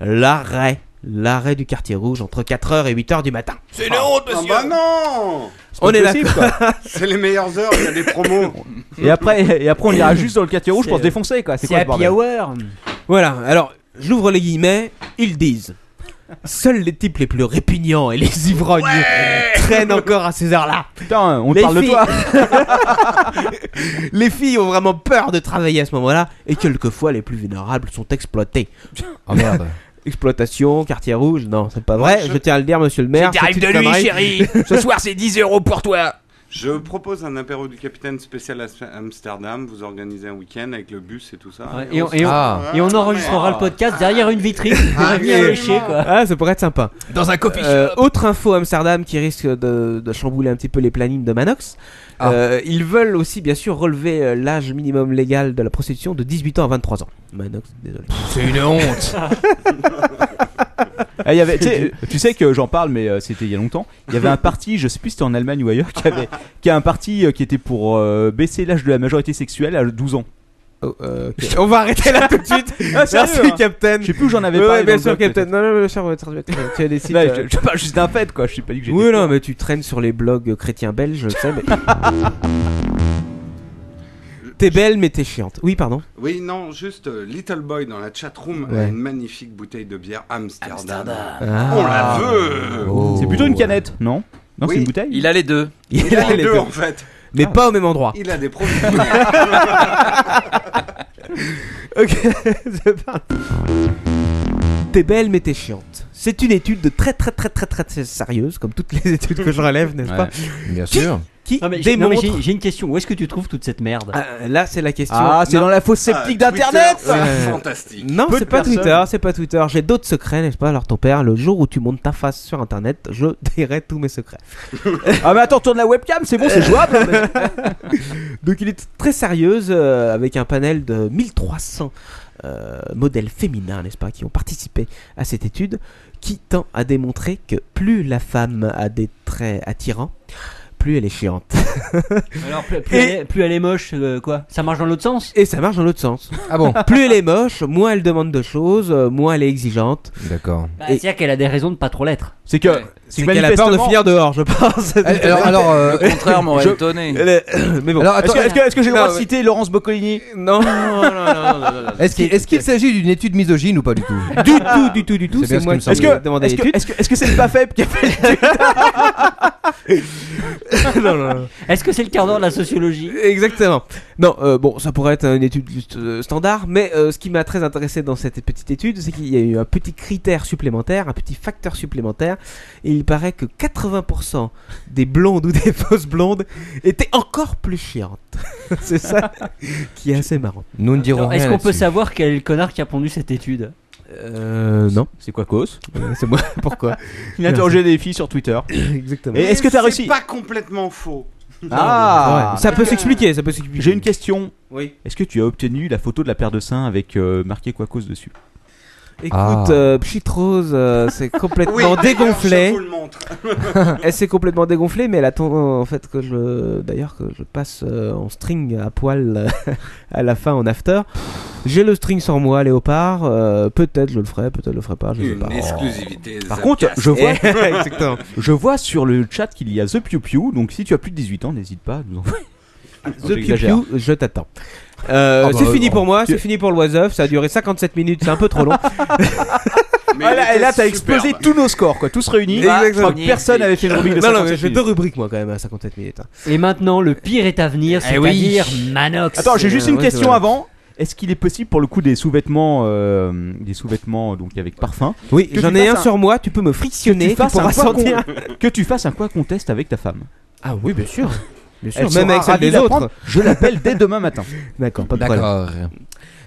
F: L'arrêt, l'arrêt du quartier rouge entre 4h et 8h du matin.
I: C'est une honte, monsieur. Ah bah non
F: pas On est possible, d'accord.
I: C'est les meilleures heures, il y a des promos.
D: Et après, et après, on ira juste dans le quartier rouge pour
F: C'est-
D: se défoncer, quoi. C'est
F: c'est
D: quoi ce
F: happy
D: bordel
F: hour. Voilà, alors j'ouvre les guillemets, ils disent Seuls les types les plus répugnants et les ivrognes traînent encore à ces heures-là.
D: Putain, on te
F: Les
D: parle de
F: filles-
D: toi.
F: les filles ont vraiment peur de travailler à ce moment-là et quelquefois les plus vulnérables sont exploités.
J: Oh, merde.
F: Exploitation, quartier rouge, non, c'est pas vrai, je... tiens à le dire, monsieur le maire.
O: T'arrives
F: c'est
O: de
F: une
O: lui,
F: connerie.
O: chérie. Ce soir, c'est 10 euros pour toi.
I: Je propose un apéro du capitaine spécial à Amsterdam. Vous organisez un week-end avec le bus et tout ça.
G: Ouais, et, on, et on-
I: Ah.
G: et on enregistrera le podcast derrière une vitrine pour
I: Ah,
G: venir le
I: absolument.
G: chier quoi.
F: Ah, ça pourrait être sympa.
O: Dans un coffee
F: Euh, autre info Amsterdam qui risque de, de chambouler un petit peu les plannings de Manox. Euh, ils veulent aussi, bien sûr, relever euh, l'âge minimum légal de la prostitution de 18 ans à 23 ans. Manox, désolé.
O: C'est une honte.
D: Ah, il y avait- tu, sais, tu sais que j'en parle, mais euh, c'était il y a longtemps. Il y avait un parti, je sais plus si c'était en Allemagne ou ailleurs, qui avait, qui a un parti euh, qui était pour euh, baisser l'âge de la majorité sexuelle à 12 ans. Oh,
F: On va arrêter là tout de suite.
D: Ah, sérieux,
F: Merci,
D: hein.
F: Captain.
D: euh, Je sais plus où j'en avais
F: Ouais,
D: parlé
F: ouais, bien
D: dans le
F: sûr,
D: doc,
F: Captain.
D: peut-être.
F: Non, non, bien sûr, ouais, très bien, très bien. tu as des sites.
D: Bah,
F: euh,
D: je, je parle juste d'un fait, quoi. Je sais pas dit que j'étais.
F: Oui, non, mais tu traînes sur les blogs chrétiens belges, je le sais, mais. t'es belle, mais t'es chiante. Oui, pardon.
I: Oui, non, juste euh, Little Boy dans la chatroom a
F: Ouais.
I: une magnifique bouteille de bière Amsterdam.
D: Ah.
I: On la veut
J: Oh.
D: C'est plutôt une canette, non Non,
I: Oui,
D: c'est une bouteille.
K: Il a les deux.
I: Il, a, les deux, en fait.
F: Mais pas au même endroit.
I: Il a des problèmes.
F: Ok, c'est parti. T'es belle mais t'es chiante. C'est une étude de très très très très très, très sérieuse, comme toutes les études que je relève, n'est-ce
J: Ouais,
F: pas
J: bien
F: qui,
J: sûr.
F: qui
G: Non, mais j'ai- non, mais
F: démontre.
G: j'ai j'ai une question. Où est-ce que tu trouves toute cette merde
F: Ah, là, c'est la question.
G: Ah, c'est
F: Non.
G: dans la fosse septique Ah, Twitter, d'Internet c'est
F: Ouais.
G: fantastique.
F: Non,
G: Peu
F: c'est
G: de
F: pas
G: personnes.
F: Twitter, c'est pas Twitter. J'ai d'autres secrets, n'est-ce pas Alors, ton père, le jour où tu montes ta face sur Internet, je dirai tous mes secrets.
D: Ah mais attends, tourne la webcam, c'est bon, c'est jouable.
F: Donc il est très sérieuse euh, avec un panel de 1300 euh, modèles féminins, n'est-ce pas, qui ont participé à cette étude, qui tend à démontrer que plus la femme a des traits attirants, plus elle est chiante.
G: Alors, plus, plus elle est, plus elle est moche, euh, quoi Ça marche dans l'autre sens
F: Et ça marche dans l'autre sens. Ah bon Plus elle est moche, moins elle demande de choses, euh, moins elle est exigeante.
J: D'accord.
G: Bah, C'est-à-dire qu'elle a des raisons de pas trop l'être.
D: C'est que.
F: C'est qu'elle a peur de finir dehors, je pense.
J: Alors, alors, euh,
K: Le contraire m'aurait
J: je-
K: étonné.
J: Elle est- Mais bon. Alors,
D: Est-ce
J: attends,
D: que, est-ce que- est-ce que j'ai le
J: non,
D: droit de
J: mais-
D: citer Laurence Boccolini
F: Non, non, non, non, non, non.
J: Est-ce qu'il est-ce qu'il s'agit d'une étude misogyne ou pas du tout
F: Du tout, du tout, du tout.
J: C'est bien ce
F: moi
J: qui me
F: qui
J: semblait.
F: ai demandé
J: Est-ce que-
F: l'étude.
D: Est-ce que est-ce que c'est pas Feb qui a fait
F: non, non, non.
G: Est-ce que c'est le quart d'heure de la sociologie
F: Exactement. Non, euh, bon, ça pourrait être une étude juste, euh, standard, mais euh, ce qui m'a très intéressé dans cette petite étude, c'est qu'il y a eu un petit critère supplémentaire, un petit facteur supplémentaire, et il paraît que 80% des blondes ou des fausses blondes étaient encore plus chiantes. c'est ça qui est assez marrant.
J: Nous ne dirons
G: Alors, Est-ce
J: rien.
G: qu'on peut
J: là-dessus.
G: savoir quel est le connard qui a pondu cette étude
F: Euh, non.
D: C'est quoi cause
F: C'est moi. Pourquoi
D: Il a interrogé des filles sur Twitter.
F: Exactement.
D: Et est-ce que t'as réussi
I: C'est pas complètement faux.
D: Ah
F: Ça peut s'expliquer, ça peut s'expliquer.
D: J'ai une question.
F: Oui.
D: Est-ce que tu as obtenu la photo de la paire de seins avec euh, marqué quoi cause dessus
F: Écoute,
D: Ah.
F: euh, Pchit Rose, euh, c'est complètement
I: Oui, d'ailleurs,
F: dégonflé.
I: je vous le montre.
F: elle s'est complètement dégonflée, mais elle attend euh, en fait que je, d'ailleurs que je passe euh, en string à poil euh, à la fin en after. J'ai le string sans moi, Léopard. euh, peut-être je le ferai, peut-être je le ferai pas. Je sais
I: Une
F: pas.
I: exclusivité
D: Par contre, je vois,
F: Zapcast. Exactement.
D: je vois sur le chat qu'il y a The Pew Pew, donc si tu as plus de 18 ans, n'hésite pas à nous envoyer.
F: Ah, The Pew Pew, je t'attends. Euh,
D: Ah bah,
F: c'est fini pour moi, c'est fini pour l'Oiseuf. Ça a duré 57 minutes, c'est un peu trop long.
D: Ah, là, et là, t'as explosé tous nos scores, quoi, tous réunis. Je crois que personne n'avait fait une rubrique de
F: Non, non,
D: 57
F: mais j'ai
D: minutes.
F: deux rubriques moi quand même à 57 minutes. hein.
G: Et maintenant, le pire est à venir,
F: Eh oui.
G: c'est-à-dire Manox.
D: Attends, j'ai juste
F: Euh,
D: une
F: ouais,
D: question
F: c'est vrai.
D: avant. Est-ce qu'il est possible pour le coup des sous-vêtements, euh, des sous-vêtements donc avec parfum
F: Oui,
D: que
F: j'en
D: tu
F: ai un
D: fasses
F: sur moi, tu peux me
D: que
F: frictionner,
D: tu
F: tu,
D: fasses un
F: pourras
D: quoi
F: sentir.
D: qu'on- que tu fasses un quoi conteste avec ta femme.
F: Ah oui, bien sûr. Bien sûr,
D: Elle
F: même
D: sera
F: avec celle
D: ravie
F: des
D: d'apprendre.
F: autres.
D: Je l'appelle dès demain matin.
F: D'accord, pas de problème.
J: D'accord.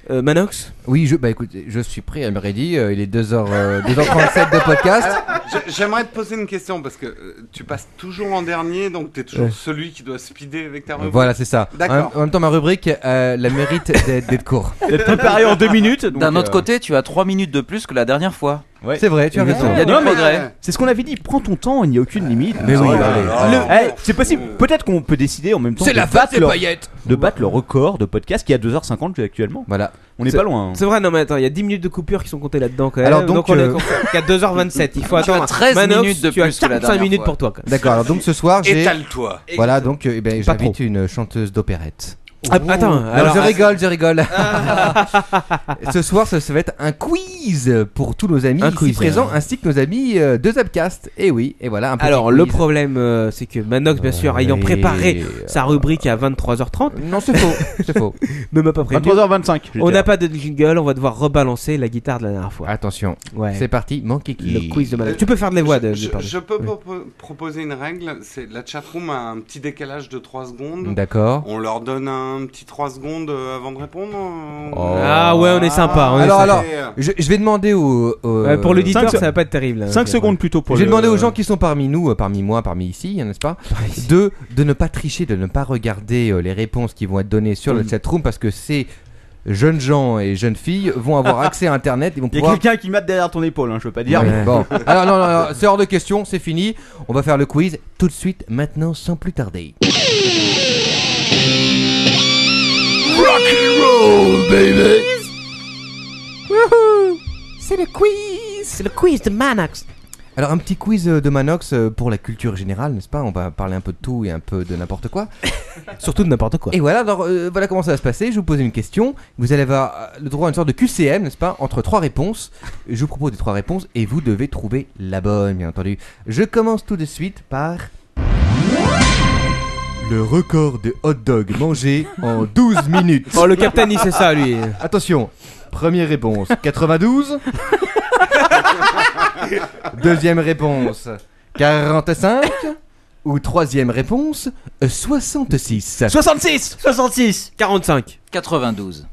F: Euh, Manox
J: Oui, je, bah écoute, je suis prêt, I'm ready. euh, Il est 2h, 2h37 de podcast.
I: Alors, je- J'aimerais te poser une question parce que euh, tu passes toujours en dernier, donc t'es toujours
J: Ouais.
I: celui qui doit speeder avec ta
J: Euh,
I: rubrique.
J: Voilà, c'est ça.
I: Ah. D'accord.
J: En, en même temps, ma rubrique, euh, la mérite d'être d'être court.
D: D'être préparé en deux minutes. donc,
K: D'un
D: euh,
K: autre côté, tu as 3 minutes de plus que la dernière fois.
D: Ouais.
J: C'est vrai, tu as raison.
K: Il y a du
D: Non, mais
K: progrès.
D: C'est ce qu'on avait dit, prends ton temps, il n'y a aucune limite.
J: Mais oui,
D: Voilà.
J: allez.
D: Le- Eh, c'est possible, peut-être qu'on peut décider en même temps
J: C'est
D: de,
J: la fête
D: battre
J: des
D: le...
J: paillettes.
D: de battre le record de podcast qui est à 2h50 actuellement.
J: Voilà.
D: On n'est
F: C'est-
D: pas loin. hein.
F: C'est vrai, non, mais attends, il y a 10 minutes de coupure qui sont comptées là-dedans quand même.
J: Alors, donc,
F: on
J: euh,
F: est qu'à 2h27. Il faut
K: Tu as
F: attendre.
K: 13
F: Manox,
K: minutes de
F: tu as
K: plus que la
F: 45
K: dernière
F: minutes
K: fois.
F: pour toi. quand même.
J: D'accord, alors donc ce soir, j'ai.
K: Étale-toi.
J: Voilà, donc euh, eh ben,
F: Pas
J: j'invite une chanteuse d'opérette.
F: Ah, attends,
J: Non,
F: alors-
J: je rigole, je rigole. ce soir, ça, ça va être un quiz pour tous nos amis
F: Un
J: ici
F: quiz,
J: présents,
F: alors.
J: ainsi que nos amis euh, de Zapcast. Et oui, et voilà un petit
F: Alors, le
J: quiz.
F: problème, euh, c'est que Manox, bien sûr, ayant
J: oui,
F: préparé
J: euh,
F: sa rubrique à 23h30.
J: Non, c'est faux, c'est faux.
F: Ne m'a pas prévenu.
D: 23h25, je veux
F: On
D: dire.
F: n'a pas de jingle, on va devoir rebalancer la guitare de la dernière fois.
J: Attention,
F: ouais.
J: c'est parti, mon kiki.
F: Le quiz de Manox.
I: Euh,
F: Tu peux faire de les voix de.
I: Je,
F: pardon.
I: je peux
F: Oui.
I: propo- proposer une règle, c'est la chatroom a un petit décalage de 3 secondes.
J: D'accord.
I: On leur donne un petit 3 secondes euh, avant de répondre. euh,
F: Ah ouais, on est sympa. on est
J: alors,
F: sympa.
J: alors, je, je vais demander aux. aux-
F: Ouais, pour l'auditeur,
J: euh, Cinq
F: ça va pas être terrible. hein,
J: se-
F: Euh, Cinq secondes plutôt pour
J: J'ai
F: le-
J: demandé aux gens qui sont parmi nous, euh, parmi moi, parmi ici, hein, n'est-ce pas, de de ne pas tricher, de ne pas regarder euh, les réponses qui vont être données sur le
D: Mm.
J: chatroom parce que ces jeunes gens et jeunes filles vont avoir accès à Internet et vont
D: Il y a
J: pouvoir.
D: quelqu'un qui mate derrière ton épaule, hein, je veux pas dire.
J: Ouais,
D: mais-
J: Bon. Alors non, non, non, c'est hors de question, c'est fini. On va faire le quiz tout de suite, maintenant, sans plus tarder.
L: Roll, baby.
F: Wouhou C'est le quiz C'est le quiz de Manax
J: Alors un petit quiz euh, de Manox euh, pour la culture générale, n'est-ce pas On va parler un peu de tout et un peu de n'importe quoi.
F: Surtout de n'importe quoi.
J: Et voilà, alors, euh, voilà comment ça va se passer. Je vous pose une question. Vous allez avoir euh, le droit à une sorte de QCM, n'est-ce pas Entre trois réponses. Je vous propose des trois réponses et vous devez trouver la bonne, bien entendu. Je commence tout de suite par. Le record de hot dog mangé en 12 minutes.
F: Oh, le Captain, il sait ça, lui.
J: Attention, première réponse 92. Deuxième réponse 45. Ou troisième réponse, 66.
F: 66
J: 66 45
K: 92.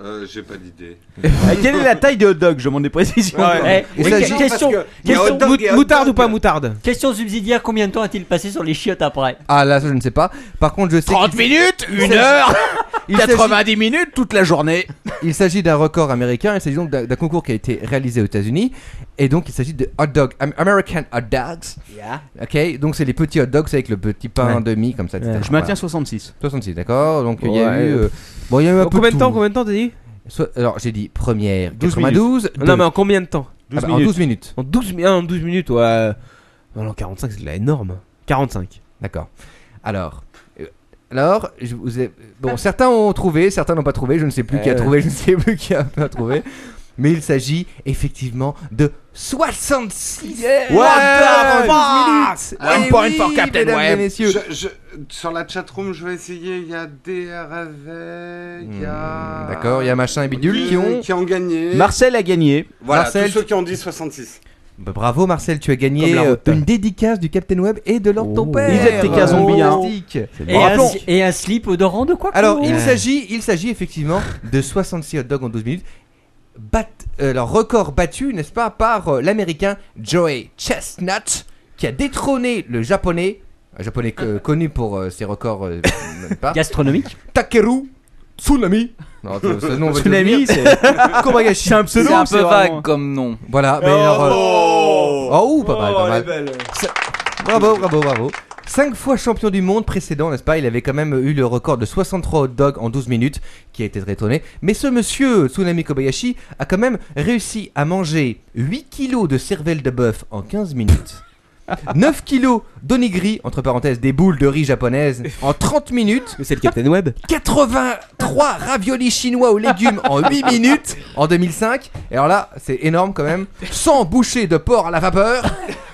I: Euh, J'ai pas d'idée.
D: Euh, Quelle est la taille des hot dogs Je demande des précisions. Eh,
G: Ouais.
D: Et
G: Eh, Oui,
D: ça,
G: que-
D: j'y-
G: question,
D: parce que-
G: question-
I: euh,
D: Mout-
F: moutarde ou pas Euh, moutarde
G: Question subsidiaire combien de temps a-t-il passé sur les chiottes après
J: Ah là, ça, je ne sais pas. Par contre, je sais.
G: 30
J: minutes
G: Une heure
J: 90 minutes toute la journée Il s'agit d'un record américain, il s'agit donc d'un d'un concours qui a été réalisé aux États-Unis. Et donc, il s'agit de hot dog, Am- American hot dogs.
F: Yeah.
J: Ok, donc c'est les petits hot dogs avec le petit pain
D: Ouais.
J: demi comme ça. etc.
D: Ouais. Je maintiens 66.
J: 66, d'accord. Donc il y a
F: Ouais.
J: eu. euh, bon, il y a eu un
F: En
J: peu
F: combien
J: de
F: de temps,
J: tout.
F: combien de temps t'as dit
J: Soit- Alors j'ai dit première
F: 12
J: 92.
F: minutes. Non, mais en combien de temps
J: 12 Ah bah, en minutes. 12 minutes.
F: En 12, mi- ah, en 12 minutes, ouais. Non, non, 45, c'est de la énorme. 45.
J: D'accord. Alors. euh, Alors, je vous ai... bon, certains ont trouvé, certains n'ont pas trouvé. Je ne sais plus qui a
F: Euh.
J: trouvé, je ne sais plus qui a pas trouvé. Mais il s'agit effectivement de 66
F: Eh,
I: Ouais.
J: What the
I: fuck
J: fuck
I: Ah,
J: Eh oui, mesdames et messieurs.
I: Je- je- sur la chatroom, je vais essayer. Il y a DRV, il y a.
J: Hmm, D'accord, il y a machin et bidule qui ont.
I: qui ont gagné.
J: a gagné.
I: Voilà,
J: Marcel,
I: tous ceux qui ont dit 66.
J: Bah, bravo Marcel, tu as gagné
I: Comme la
J: euh,
I: route. Oh.
J: une dédicace du Captain Web et de l'ordre ton père.
D: Ils étaient qu'à zombies, hein.
J: Fantastique.
G: et, un, et un slip odorant de quoi Euh, que
J: Alors,
G: vous
J: il
G: voulez.
J: s'agit, il s'agit effectivement de 66 hot dogs en 12 minutes. Bat, euh, leur record battu, n'est-ce pas, par euh, l'américain Joey Chestnut, qui a détrôné le japonais, un japonais que- connu pour euh, ses records euh, même pas.
G: gastronomiques,
J: Takeru Tsunami. Non, ce- ce nom, on va te le
D: Tsunami,
J: dire.
D: c'est-
J: Kobayashi.
D: C'est un pseudo,
K: C'est un
D: c'est
K: peu
D: vraiment-
K: vague comme nom.
J: Voilà, mais
K: Oh,
J: alors. euh,
K: oh.
J: Oh, ouh, pas mal,
K: Oh,
J: pas
K: elle
J: mal.
K: est belle.
J: Ça- Bravo, bravo, bravo. Cinq fois champion du monde précédent, n'est-ce pas Il avait quand même eu le record de 63 hot dogs en 12 minutes, qui a été très étonné. Mais ce monsieur, Tsunami Kobayashi, a quand même réussi à manger 8 kilos de cervelle de bœuf en 15 minutes. 9 kilos d'onigiri, entre parenthèses, des boules de riz japonaises, en 30 minutes.
F: C'est le Captain Web
J: 83 raviolis chinois aux légumes en 8 minutes en 2005. Et alors là, c'est énorme quand même. 100 bouchées de porc à la vapeur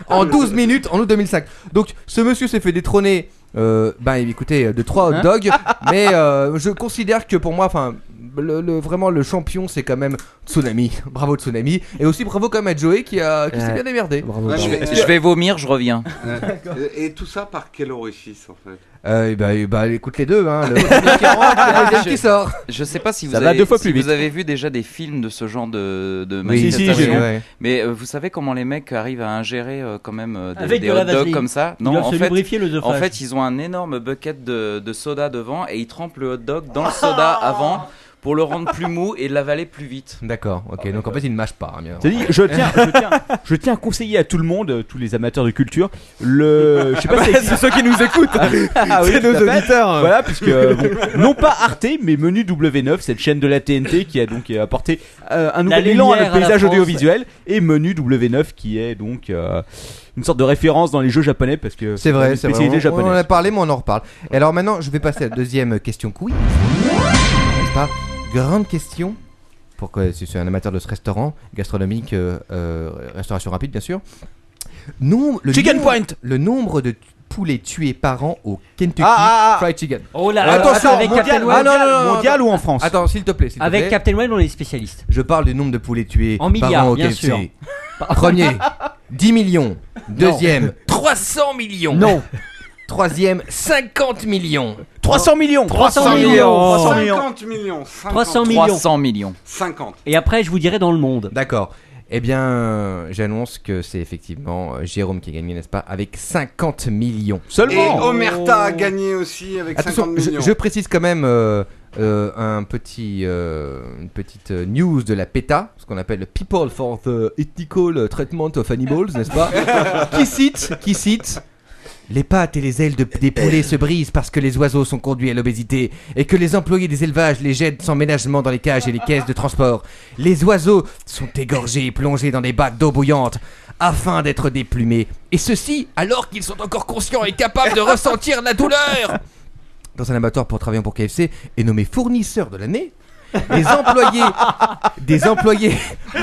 J: en 12 minutes en août 2005. Donc ce monsieur s'est fait détrôner, euh, ben écoutez, de 3 hot dogs. mais euh, je considère que pour moi, enfin. le- le- vraiment le champion c'est quand même Tsunami bravo Tsunami et aussi bravo quand même à Joey qui, a- qui s'est
K: Ouais.
J: bien démerdé
K: Bravo, Je bravo. vais- je vais vomir, je reviens.
I: Ouais. Et et tout ça par quel orifice en fait
J: Euh, bah, bah, écoute les deux hein, le premier qui rentre le deuxième Ah, qui sort
K: Je sais pas si vous,
J: Ça
K: avez,
J: va deux fois
K: si
J: plus vite.
K: vous avez vu déjà des films de ce genre de, de
J: Oui, si, si,
K: manifestation,
J: j'ai vu, ouais.
K: mais euh, vous savez comment les mecs arrivent à ingérer euh, quand même euh, des,
G: Avec
K: des
G: de
K: hot
G: la
K: dogs
G: vaseline.
K: comme ça
G: Ils doivent se lubrifier le
K: en
G: œsophage.
K: fait, ils ont un énorme bucket de, de soda devant et ils trempent le hot dog dans le soda avant pour le rendre plus mou et l'avaler plus vite.
J: D'accord, ok, donc en fait il ne mâche pas. hein, bien.
D: C'est dit, je tiens, je, tiens, je tiens à conseiller à tout le monde, euh, tous les amateurs de culture, le. Je sais pas
F: Ah
D: si ça
F: bah,
D: existe.
F: c'est ceux qui nous écoutent.
D: Ah oui,
F: C'est nos
D: tout à fait.
F: auditeurs, hein.
D: Voilà, puisque. euh, bon, non pas Arte, mais Menu W9, cette chaîne de la TNT qui a donc euh, apporté euh, un nouvel
G: La
D: élan à
G: lumière
D: notre
G: à la
D: paysage
G: France.
D: audiovisuel. Et Menu W9 qui est donc euh, une sorte de référence dans les jeux japonais parce que.
J: C'est vrai,
D: une
J: c'est vrai.
D: spécialité
J: On- On en
D: japonaise.
J: a parlé, mais on en reparle. Et alors maintenant, je vais passer à la deuxième question quiz. N'est-ce pas Grande question. Pour que si c'est un amateur de ce restaurant gastronomique, euh, euh, restauration rapide, bien sûr. Nom- le
F: Chicken
J: nombre-
F: Point.
J: Le nombre de tu- poulets tués par an au Kentucky
G: Ah, ah, ah.
J: Fried Chicken.
G: Oh là là,
J: Attention,
G: attends, avec
J: mondial,
G: Captain
J: ah, non,
G: Web.
J: non, non, non,
G: Mondial
J: attends.
G: ou en France
J: Attends, s'il te plaît. s'il te
G: Avec
J: plaît.
G: Captain Web, on est spécialiste.
J: Je parle du nombre de poulets tués
G: En milliards,
J: par an au
G: bien
J: KFC.
G: sûr.
J: Premier, 10 millions. Deuxième,
F: 300 millions.
J: Non. Troisième, 50 millions.
F: 300 millions.
J: 300 millions.
G: 300 millions.
I: 50 millions. 50.
G: 300 millions.
K: 300 millions.
I: 50.
G: Et après, je vous dirai dans le monde.
J: D'accord. Eh bien, euh, j'annonce que c'est effectivement euh, Jérôme qui a gagné, n'est-ce pas, avec 50 millions.
I: Et Omerta a gagné aussi avec
J: Oh. Attention,
I: 50
J: je,
I: millions.
J: je précise quand même euh, euh, un petit, euh, une petite euh, news de la PETA, ce qu'on appelle le People for the Ethical Treatment of Animals, n'est-ce pas Qui cite, qui cite les pattes et les ailes de- des poulets se brisent parce que les oiseaux sont conduits à l'obésité et que les employés des élevages les jettent sans ménagement dans les cages et les caisses de transport. Les oiseaux sont égorgés et plongés dans des bacs d'eau bouillante afin d'être déplumés. Et ceci alors qu'ils sont encore conscients et capables de ressentir la douleur dans un abattoir pour travailler pour KFC est nommé fournisseur de l'année
F: Des employés, des employés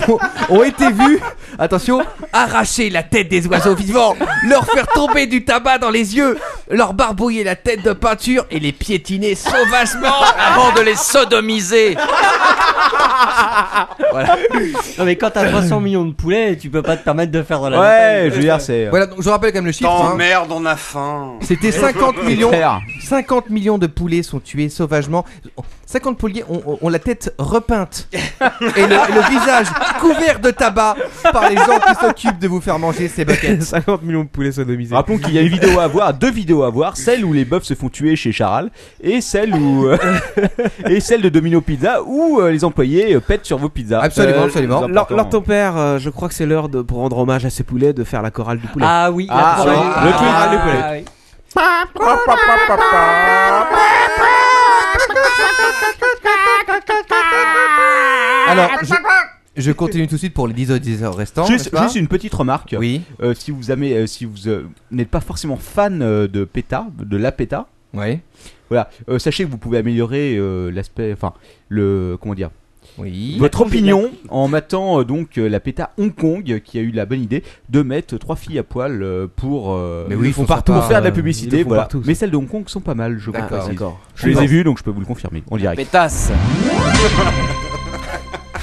F: ont, ont été vus, attention, arracher la tête des oiseaux vivants, leur faire tomber du tabac dans les yeux, leur barbouiller la tête de peinture et les piétiner sauvagement avant de les sodomiser.
G: Non, mais quand t'as 300 millions de poulets, tu peux pas te permettre de faire de la.
D: Ouais, je veux dire, c'est. euh,
F: Voilà, donc je rappelle quand même le chiffre. hein.
I: merde, on a faim.
F: C'était 50 millions. 50 millions de poulets sont tués sauvagement. 50 poulets ont, ont- ont la tête repeinte et le, le visage couvert de tabac par les gens qui s'occupent de vous faire manger ces baguettes. 50 millions de poulets sodomisés.
D: Rappelons qu'il y a une vidéo à voir, deux vidéos à voir, celle où les bœufs se font tuer chez Charal et celle où euh, et celle de Domino Pizza où euh, les employés euh, pètent sur vos pizzas.
F: Absolument,
D: Euh,
F: absolument.
D: les
F: Lors,
D: importants.
F: lors ton père, euh, je crois que c'est l'heure de pour rendre hommage à ces poulets de faire la chorale du poulet.
G: Ah oui, la chorale-
F: le tweet.
G: Ah
F: du poulet.
G: oui.
J: Alors, je, je continue tout de suite pour les 10 auditeurs restants.
D: Juste,
J: n'est-ce pas
D: juste une petite remarque.
J: Oui.
D: Euh, si vous aimez, euh, si vous euh, n'êtes pas forcément fan euh, de PETA, de la PETA.
J: Oui.
D: Voilà. euh, sachez que vous pouvez améliorer euh, l'aspect, enfin le, comment dire.
J: Oui.
D: Votre
J: La-
D: opinion en matant euh, donc euh, la PETA Hong Kong euh, qui a eu la bonne idée de mettre trois filles à poil euh, pour euh,
J: Mais oui, ils font
D: pour,
J: ça
D: partout, pour
J: pas,
D: faire de la
J: euh,
D: publicité
J: ils le font
D: voilà.
J: partout,
D: mais celles de Hong Kong sont pas mal je vous
J: D'accord,
D: précise.
J: d'accord.
D: je les ai vues donc je peux vous le confirmer en direct
K: Pétasse.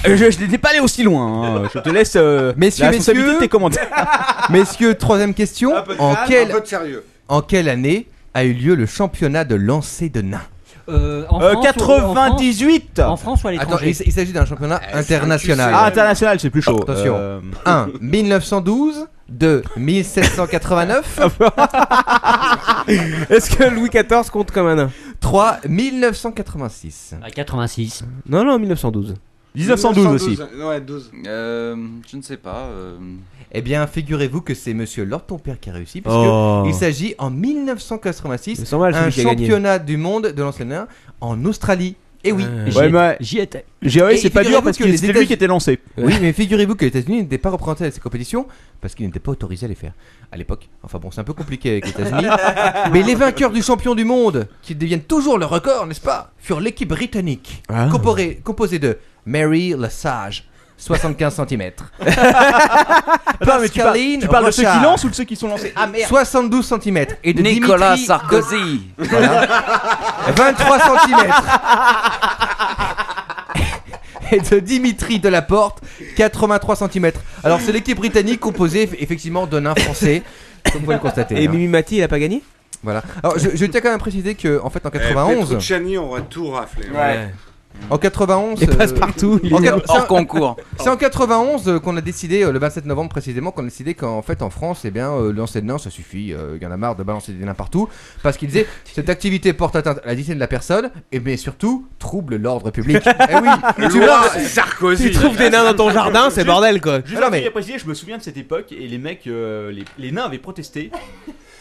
D: Euh, je, je n'étais pas allé aussi loin hein. je te laisse euh,
J: Messieurs,
D: la responsabilité
J: messieurs.
D: de tes commentaires
J: Messieurs, troisième question. En, quelle-
I: Un peu de sérieux.
J: en quelle année a eu lieu le championnat de lancer de nains
G: Euh, en
D: Euh,
G: France ou- en France
D: 98
G: En France ou à
J: Attends,
G: l'étranger
J: il, s- il s'agit d'un championnat international.
D: Ah, international, c'est plus chaud.
J: Attention.
D: Euh,
J: 1. 1912. 2. 1789.
F: Est-ce que Louis XIV compte comme un nain
J: 3. 1986.
G: À 86.
F: Non, non, 1912.
I: Ouais, 12.
K: je ne sais pas. euh,
J: Eh bien, figurez-vous que c'est monsieur Lord ton père qui a réussi, parce
F: Oh.
J: que il s'agit en
F: Il me
J: 1986
F: semble mal,
J: un
F: celui qui a gagné.
J: championnat du monde de lancer de nains en Australie. Et oui,
F: Ah.
D: J'y ouais, étais. mais- J'y étais. J'ai- ouais,
J: Et
D: E, c'est pas dur
J: figurez-vous
D: parce
J: que
D: que
J: les
D: c'était lui qui
J: États-
D: était lancé.
J: Oui, mais figurez-vous que les États-Unis n'étaient pas représentés à ces compétitions parce qu'ils n'étaient pas autorisés à les faire à l'époque. Enfin bon, c'est un peu compliqué avec les États-Unis. mais les vainqueurs du champion du monde, qui deviennent toujours le record, n'est-ce pas, furent l'équipe britannique,
F: Ah.
J: comporée- composée de Mary Lesage, 75 cm. Ah,
D: Attends, mais tu, parles-
J: Pascaline
D: tu parles de ceux qui
J: Rochard.
D: lancent ou de ceux qui sont lancés Ah merde
J: 72 cm et de
K: Nicolas
J: Dimitri-
K: Sarkozy.
J: Voilà. 23 cm et de Dimitri Delaporte, 83 cm. Alors c'est l'équipe britannique composée eff- effectivement de nains français, comme vous pouvez le constater.
F: Et
J: hein.
F: Mimi Mati, il a pas gagné
J: Voilà. Alors je, je tiens quand même à préciser que en fait en 91,
I: Eh, Petrucciani, on va tout rafler.
J: Ouais. en 91,
F: Et passe-partout, il est
J: en
F: hors
J: c'est en-
K: concours.
J: C'est en 91 euh, qu'on a décidé, euh, le 27 novembre précisément, qu'on a décidé qu'en fait en France, eh bien, euh, lancer de nains, ça suffit. euh, Il y en a marre de balancer des nains partout, parce qu'ils disaient cette activité porte atteinte à la dignité de la personne, et mais surtout trouble l'ordre public. eh oui,
I: Loi
J: lances-
I: Sarkozy.
D: Juste- Juste
F: Ah,
J: Non,
D: un
J: mais-
D: truc à préciser, je me souviens de cette époque et les mecs, euh, les, les nains avaient protesté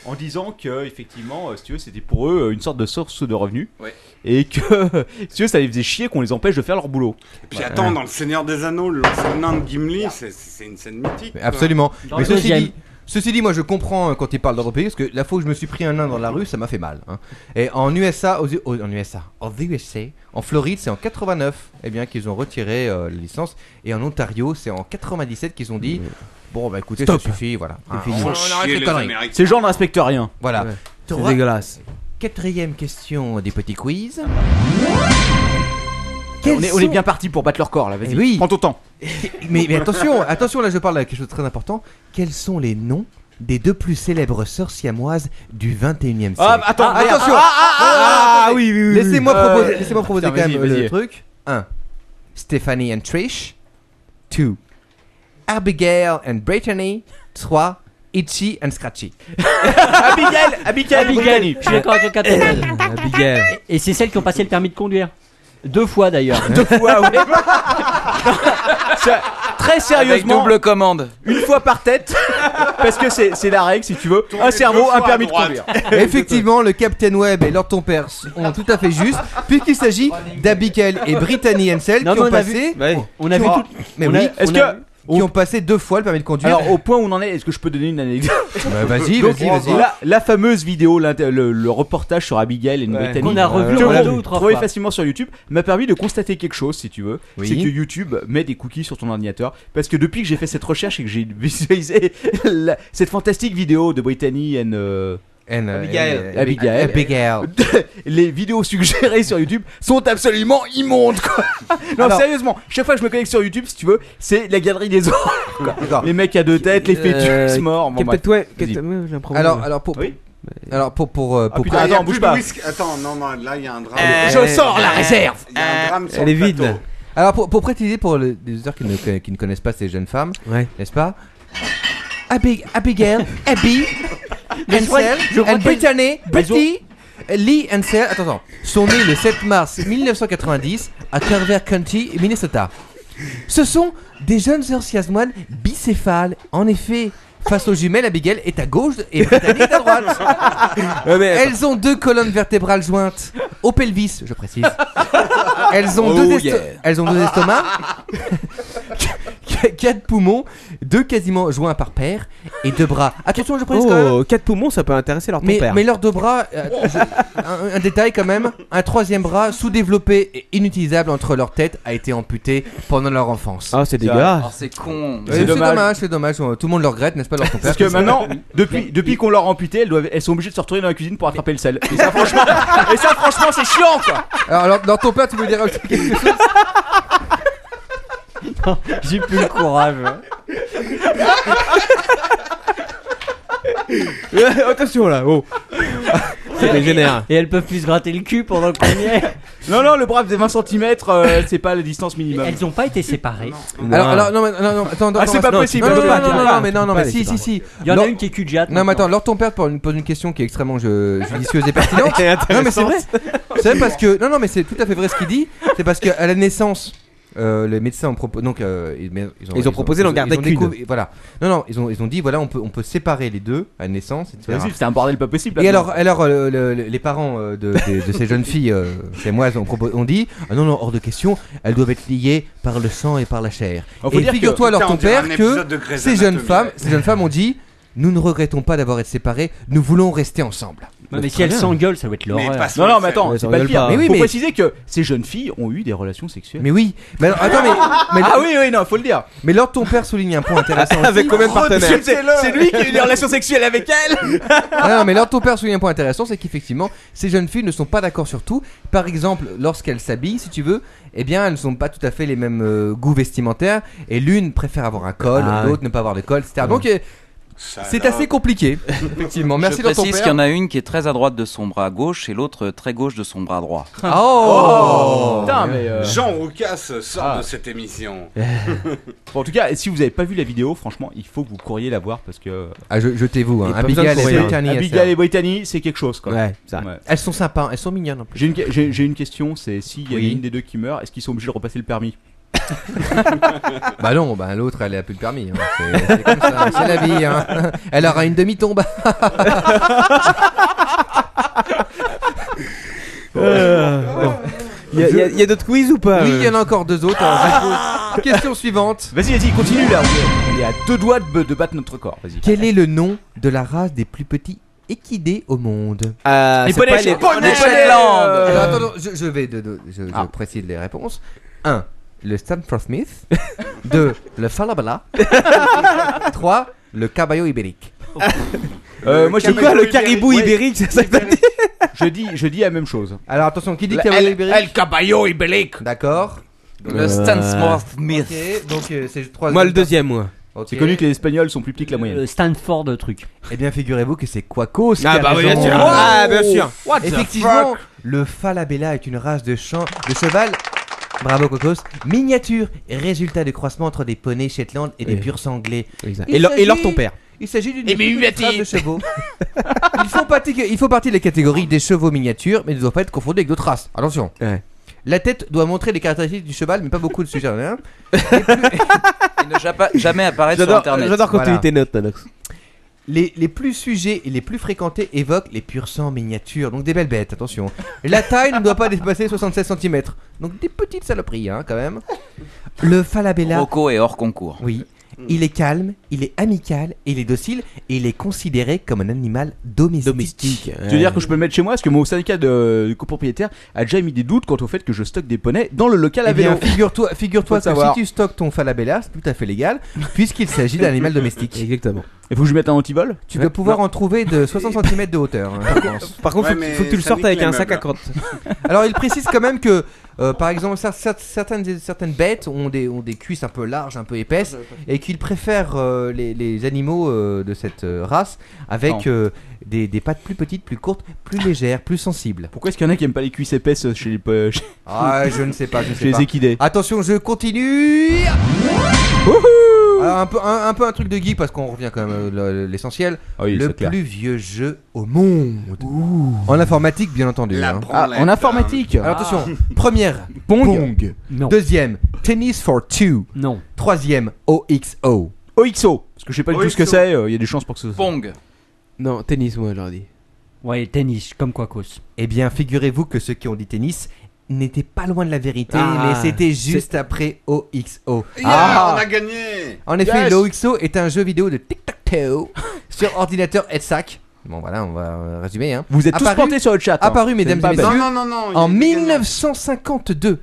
D: en disant que effectivement, euh, si tu veux, c'était pour eux euh, une sorte de source de revenus
K: Ouais.
D: et que si tu veux, ça les faisait chier qu'on les empêche de faire leur boulot.
I: Puis attends, dans le Seigneur des Anneaux, le lancer de nain de Gimli, c'est- c'est une scène mythique.
J: Mais
I: quoi.
J: absolument.
I: Dans
J: mais
I: le
J: ceci
I: deuxième.
J: dit, ceci dit, moi je comprends euh, quand il parle d'ordre public parce que la fois où je me suis pris un nain dans la rue, ça m'a fait mal. hein. Et en USA, aux- aux- en USA, en USA, en Floride, c'est en 89, eh bien qu'ils ont retiré euh, la licence, et en Ontario, c'est en 97 qu'ils ont dit. Bon bah écoutez, ça suffit, voilà.
D: C'est
J: Hein,
D: fini.
J: on- on
D: Font
J: arrête
D: chier
J: les
D: les
J: conneries.
D: Américains. Ces gens ne respectent rien.
J: Voilà.
D: Ouais.
F: C'est
J: T'auras-
F: dégueulasse.
J: Quatrième question des petits quiz.
D: on, est, on est bien parti pour battre leur corps là, vas-y.
J: Eh oui.
D: Prends ton temps.
J: mais, mais attention, attention, là je parle de quelque chose de très important. Quels sont les noms des deux plus célèbres sœurs siamoises du 21e siècle
D: Ah, bah, attends, merde.
J: attention
D: Ah, ah, ah, ah,
J: attendez.
D: oui, oui, oui,
J: Laissez-moi
D: oui.
J: proposer,
D: Euh,
J: laissez-moi proposer
D: putain,
J: quand même
D: vas-y, vas-y.
J: le truc. 1. Stephanie and Trish. 2. Abigail and Brittany. 3. Itchy and Scratchy.
D: Abigail, Abigail,
G: Abigail, je suis d'accord avec le capitaine.
F: Ah,
J: Abigail.
G: Et c'est celles qui ont passé le permis de conduire. Deux fois d'ailleurs.
D: Deux fois, oui. Ça- Très sérieusement.
K: Avec double commande.
D: Une fois par tête, parce que c'est c'est la règle si tu veux. Ah, Un cerveau, un permis de conduire.
J: Effectivement, le Captain Web et Lord Ton Père ont tout à fait juste, puisqu'il s'agit d'Abigail et Brittany Hensel
G: Non,
J: qui
G: mais
J: ont
G: on a
J: passé.
G: vu- on a
J: qui
G: vu
J: ont-
G: tout-
J: Mais
G: on a-
J: oui,
G: Est-ce on a que- vu-
J: qui ont passé deux fois le permis de conduire.
D: Alors au point où on en est, est-ce que je peux donner une anecdote
J: Bah, vas-y,
D: Donc,
J: vas-y, vas-y.
D: La, la fameuse vidéo, l'inter- le, le reportage sur Abigail et une
J: Ouais.
D: Britannique
J: Qu'on a revu
D: que
J: en
D: vous
J: deux ou trois
D: trouvez
J: fois.
D: facilement sur YouTube, m'a permis de constater quelque chose, si tu veux,
J: Oui.
D: c'est que YouTube met des cookies sur ton ordinateur, parce que depuis que j'ai fait cette recherche et que j'ai visualisé la- cette fantastique vidéo de Brittany and euh,
J: Abigail.
D: Abigail. Les vidéos suggérées sur YouTube sont absolument immondes, quoi. Non,
J: Alors-
D: sérieusement, chaque fois que je me connecte sur YouTube, si tu veux, c'est la galerie des horreurs, quoi. Les mecs à deux têtes, les fœtus
J: Euh,
D: morts.
J: Captain
D: bref.
J: Tway-
D: Vas-y.
J: Captain- ouais, j'ai un problème. Alors- alors, pour-
D: Oui
J: Alors pour pour
G: Ah,
J: euh, pour
D: putain, attends,
I: Il y a
D: bouge
I: plus de
D: pas.
I: whisky- Attends, non, non, là, il y a un drame.
J: Je sors la réserve.
I: Il y a un drame sur
J: Euh, Elle est
I: le
J: vide.
I: plateau.
J: Alors pour, pour préciser pour les les auditeurs qui ne, conna- qui ne connaissent pas ces jeunes femmes, n'est-ce pas Abig- Abigail, Abby,
H: Mais je crois-
J: Ansel,
H: je crois
J: and
H: qu'elles-
J: Brittany,
H: elles ont-
J: Betty, Lee Ansel, attends, attends, sont nés le 7 mars 1990 à Carver County, Minnesota. Ce sont des jeunes sœurs siamoises bicéphales, en effet. Face aux jumelles, Abigail est à gauche et Brittany est à droite. Elles ont deux colonnes vertébrales jointes au pelvis, je précise. Elles ont,
H: Oh
J: deux esto-
H: yeah.
J: elles ont deux estomacs, qu- quatre poumons, deux quasiment joints par paire et deux bras. Attention, je précise quand même.
F: Oh, 4 poumons, ça peut intéresser leur ton
J: Mais,
F: père.
J: mais leurs deux bras, euh, je- un, un détail quand même, un troisième bras sous-développé et inutilisable entre leurs têtes a été amputé pendant leur enfance.
F: Ah, c'est dégueulasse.
K: Ah, c'est con.
J: Ouais, C'est dommage, c'est dommage. Euh, Tout le monde le regrette, n'est-ce pas, leur ton père
D: Parce que maintenant, depuis, depuis qu'on leur a amputé, elles, doivent, elles sont obligées de se retourner dans la cuisine pour attraper le sel. Et ça, franchement, et ça, franchement c'est chiant, quoi.
J: Alors, alors, dans ton père, tu veux dire quelque chose
G: J'ai plus le courage.
F: Attention là, oh. Ça dégénère.
G: Et elles peuvent plus se gratter le cul pendant qu'on y est.
D: Non, non, le bras faisait 20 cm, c'est pas la distance minimum. Elles
G: ont pas été séparées.
J: Alors, alors, non, mais- non, non, attends,
D: Ah,
J: non,
D: c'est
J: non,
D: pas
J: non, bah,
D: possible,
J: Non,
D: on
J: non,
D: peut
J: non,
D: pas,
J: non,
D: on peut
J: non,
D: pas.
J: mais non, non,
D: On peut
J: mais
D: pas
J: si,
D: les
J: si,
D: séparer.
J: si.
G: Il y en a
J: Lors-
G: une qui est cul de jatte,
J: Non, mais
G: maintenant.
J: attends, leur ton père pour une, pose une question qui est extrêmement je- judicieuse et pertinente.
F: Et
J: non, mais c'est
F: intéressante.
J: vrai. C'est vrai parce que, non, non, mais c'est tout à fait vrai ce qu'il dit. C'est parce qu'à la naissance, euh, les médecins ont proposé. Donc, euh, ils, mais
F: Ils ont proposé d'en garder
J: ils ont
F: qu'une.
J: découvert- Voilà. Non, non, ils ont, ils ont dit, voilà, on peut, on peut séparer les deux à la naissance. etc.
D: Vas-y, c'était un bordel pas possible.
J: Et
D: là-dedans.
J: alors, alors euh, le- le- les parents euh, de, de- de ces jeunes filles, euh, c'est moi, ont, propo- ont dit ah non, non, hors de question, elles doivent être liées par le sang et par la chair.
D: Alors, faut
J: et
D: dire que-
J: figure-toi alors
D: Putain,
J: ton
D: on dirait
J: père
D: un
J: que
D: épisode de Grey's
J: ces jeunes
D: Anatomy,
J: femmes,
D: ouais.
J: ces jeunes femmes ont dit nous ne regrettons pas d'avoir été séparés, nous voulons rester ensemble.
G: Non, mais si elles s'engueulent, ça doit être l'horreur.
D: Non, non, mais attends, c'est pas le pire.
J: Mais oui,
D: Faut
J: mais-
D: préciser que ces jeunes filles ont eu des relations sexuelles.
J: Mais oui. Mais alors, attends, mais, mais-
D: ah oui, oui, non, faut le dire.
J: Mais lors ton père souligne un point intéressant.
D: Avec
J: aussi. Oh,
D: combien de partenaires Retenez-le. C'est lui qui a eu des relations sexuelles avec elle.
J: Ah non, mais lors ton père souligne un point intéressant, c'est qu'effectivement, ces jeunes filles ne sont pas d'accord sur tout. Par exemple, lorsqu'elles s'habillent, si tu veux, eh bien, elles ne sont pas tout à fait les mêmes euh, goûts vestimentaires. Et l'une préfère avoir un col,
K: Ah,
J: l'autre ne pas avoir de col, etc. Donc, euh,
D: Ah.
J: c'est assez compliqué. Effectivement, merci
K: Je
J: Lord ton
K: précise
J: père.
K: qu'il y en a une qui est très à droite de son bras gauche et l'autre très gauche de son bras droit.
J: Oh,
D: Putain, mais, euh,
I: Jean Roucas sort
D: Ah.
I: de cette émission.
J: Eh
D: Bon, en tout cas, si vous n'avez pas vu la vidéo, franchement, il faut que vous courriez la voir parce que.
J: Ah, je- jetez-vous, hein.
D: Et pas besoin
J: Abigail
D: de
J: et
D: courir.
J: Brittany, elles
D: Abigail et Brittany, c'est quelque chose quoi.
J: Ouais, ça. Elles sont sympas, elles sont mignonnes en plus.
D: J'ai une, j'ai- j'ai une question c'est s'il y a
J: Oui.
D: une des deux qui meurt, est-ce qu'ils sont obligés de repasser le permis
J: Bah non, bah l'autre elle a plus de permis. hein. C'est- C'est comme ça, c'est la vie. hein. Elle aura une demi-tombe.
F: Il y a, y a- y a d'autres quiz ou pas
J: Oui,
F: euh
J: il y en a encore deux autres. alors je pose- Question suivante.
D: Vas-y, vas-y, continue là. Il y a deux doigts de, be- de battre notre corps. Vas-y.
J: Quel est le nom de la race des plus petits équidés au monde
F: Euh,
D: Les
J: c'est
D: poneys,
J: pas
D: les poneys,
J: les
D: Shetland.
J: Ah, euh, Ah.
D: Euh,
J: attends, attends, je, je vais de, de- je, je précise les réponses. 1. Le Stamford Smith. 2. Le Falabella. 3. Le Caballo Ibérique.
D: Euh, moi, je dis quoi, le caribou
J: ibérique, c'est ça
D: Je dis, je dis la même chose.
J: Alors attention, qui dit
D: Le-
J: Caballo
D: El-
J: Ibérique
D: El Caballo
J: Ibérique. D'accord. Euh,
D: Le Stansmore
J: Smith. donc euh, c'est trois.
F: Moi, le deuxième, moi.
J: Ok.
D: C'est connu que les Espagnols sont plus petits que la moyenne.
G: Le Euh, Stanford truc.
J: Eh bien, figurez-vous que c'est Quacos
F: Ah bah oui, bien sûr. Ah, bien sûr. What the
J: Effectivement,
F: fuck
J: le Falabella est une race de champ de cheval. Bravo Cocos. Miniature, résultat de croisement entre des poneys Shetland et des
F: Oui.
J: purs sanglés.
F: Exact.
J: Il
F: Et leur- et leur
J: s'agit-
F: ton père.
J: Il s'agit d'une
F: Eh mais
J: petite
F: Huati.
J: race de chevaux. Ils font partie, il faut partie de la catégorie des chevaux miniatures, mais ne doivent pas être confondus avec d'autres races. Attention. La tête doit montrer les caractéristiques du cheval, mais pas beaucoup de sujets. hein.
K: Et ne ja- pas- jamais apparaître sur
F: J'adore
K: internet.
F: j'adore quand tu lis tes notes, Nanox.
J: Les, les plus sujets et les plus fréquentés évoquent les purs sangs miniatures, donc des belles bêtes, attention. La taille ne doit pas dépasser 76 cm, donc des petites saloperies hein, quand même. Le Falabella.
K: Rocco est hors concours.
J: Oui. Il est calme, il est amical, il est docile et il est considéré comme un animal domestique.
D: Tu veux dire que je peux le mettre chez moi Parce que mon syndicat de, de copropriétaire a déjà mis des doutes quant au fait que je stocke des poneys dans le local à
J: Eh bien,
D: vélo.
J: figure-toi figure
D: Faut
J: que
D: savoir.
J: si tu stockes ton falabella, c'est tout à fait légal, puisqu'il s'agit d'un animal domestique.
F: Exactement.
D: Il faut que je mette un antivol
J: Tu vas pouvoir en trouver de 60 cm de hauteur. hein, je pense.
F: Par contre, faut que- faut que tu le sortes avec un sac à crottes.
J: Alors, il précise quand même que, euh, par exemple, cer- cer- certaines, certaines bêtes ont des, ont des cuisses un peu larges, un peu épaisses,
D: Ah,
J: et qu'ils préfèrent euh, les, les animaux euh, de cette euh, race
D: Non.
J: avec euh, des, des pattes plus petites, plus courtes, plus légères, plus sensibles.
D: Pourquoi est-ce qu'il y en a qui aiment pas les cuisses épaisses chez les po- chez-
J: Ah, je ne sais pas, je ne sais
D: chez
J: pas.
D: les équidés.
J: Attention, je continue. Alors, un, peu, un, un peu un truc de geek parce qu'on revient quand même à le- l'essentiel.
D: Ah oui,
J: le
D: c'est clair.
J: plus vieux jeu au monde. En informatique, bien entendu. hein.
D: Ah, en informatique.
J: Alors attention, première, Pong. Deuxième, Tennis for Two.
G: Non.
J: Troisième, OXO.
D: OXO, parce que je sais pas du tout ce que
J: OXO.
D: c'est, euh, il y a des chances pour que ce soit.
K: Pong.
F: Non, tennis, moi, j'aurais dit.
G: Ouais, tennis, comme quoi cause.
J: Eh bien, figurez-vous que ceux qui ont dit tennis n'étaient pas loin de la vérité,
F: Ah,
J: mais c'était
F: c'est-
J: juste après OXO.
I: Yeah,
J: Ah.
I: on a gagné
J: En effet,
I: Yes.
J: l'OXO est un jeu vidéo de tic-tac-toe sur ordinateur EDSAC. Bon voilà, on va euh, résumer. Hein.
D: Vous êtes tous
J: Apparu-
D: portés sur le chat, hein.
J: Apparu,
D: C'est
J: mesdames et
D: pas
J: messieurs,
D: bête. Non, non, non,
I: Ah,
D: il
J: en
D: est
J: 1952.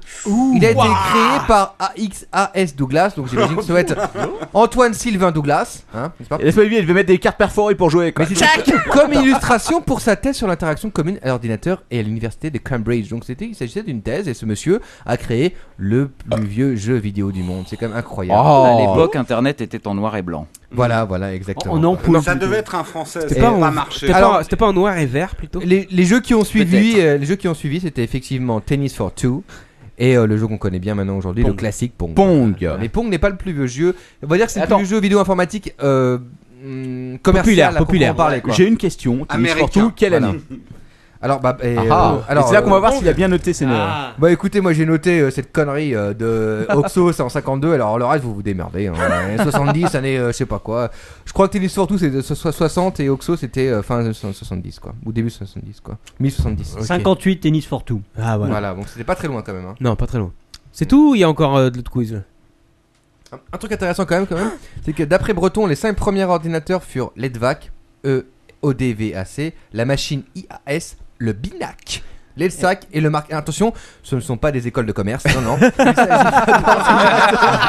J: il a été créé par AXAS Douglas, donc j'imagine que ça doit être Antoine Sylvain Douglas. Hein, n'est-ce pas
D: Et Laisse-moi oublier, je vais mettre des cartes perforées pour jouer. Quoi.
J: mais c'est comme illustration pour sa thèse sur l'interaction commune à l'ordinateur et à l'université de Cambridge. Donc c'était, il s'agissait d'une thèse et ce monsieur a créé le plus vieux jeu vidéo du monde. C'est quand même incroyable.
D: Oh.
K: À l'époque, Internet était en noir et blanc.
J: Voilà, voilà, exactement.
D: Oh,
I: Ça devait être un français,
J: C'était
I: ça
J: pas
I: n'a
J: en-
I: pas marché.
J: c'était pas Alors- en-
F: C'était pas en noir et vert plutôt
J: Les, les jeux qui ont suivi, euh, les jeux qui ont suivi, c'était effectivement Tennis for Two. Et euh, le jeu qu'on connaît bien maintenant aujourd'hui, le
D: Pong.
J: classique Pong.
D: Pong.
J: Voilà. Mais Pong n'est pas le plus vieux jeu. On va dire que c'est le
D: Attends.
J: plus vieux jeu vidéo informatique euh, mm, commercial.
D: Populaire,
J: à proprement
D: populaire.
J: parler, quoi.
D: J'ai une question. Tennis for Two, quelle
J: Voilà.
D: année
J: Alors, bah, et,
D: Ah,
J: euh, alors,
D: c'est là qu'on va
J: euh,
D: voir
J: Pong,
D: s'il a bien
F: Ah,
D: noté ses noms.
J: bah écoutez, moi j'ai noté euh, cette connerie euh, de Oxo, c'est en 52, alors le reste vous vous démerdez. hein. Années 70, année euh, je sais pas quoi. Je crois que Tennis for Two c'est de so- so- 60 et Oxo c'était euh, fin de so- 70 quoi, ou début 70 quoi. 1070.
G: 58 Euh, tennis for two.
F: Ah voilà.
J: Voilà, donc c'était pas très loin quand même. hein.
F: Non, pas très loin. C'est tout ou il y a encore euh, de l'autre quiz
J: Un- Un truc intéressant quand même, quand même c'est que d'après Breton, les 5 premiers ordinateurs furent l'EDVAC, E, ODVAC, la machine IAS, le BINAC. L'EDSAC et le marque. Attention, ce ne sont pas des écoles de commerce, non, non. Il s'agit pas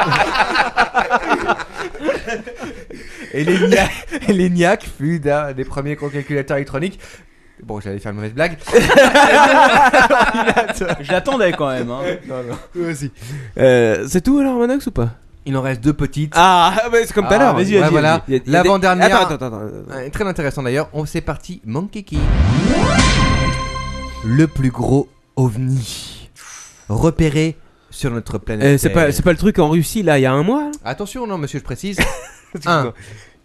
J: d'ordinateurs. et les NIA- et les NIAC fut d'un des premiers gros calculateurs électroniques. Bon, j'allais faire une mauvaise blague.
D: Je l'attendais quand même. Hein.
J: Vas-y.
F: Euh, c'est tout alors, Manox ou pas
J: Il en reste deux petites.
F: Ah, bah, c'est comme tout à l'heure.
J: Vas-y, voilà.
F: Il y a- il y a des-
J: L'avant-dernière.
F: Attends, attends, attends.
J: Euh, Très intéressant d'ailleurs. On s'est parti Monkey King. Le plus gros ovni repéré sur notre planète.
F: Euh, c'est pas,
J: Terre.
F: c'est pas le truc en Russie là, il y a un mois là
J: Attention, non, monsieur, je précise. 1.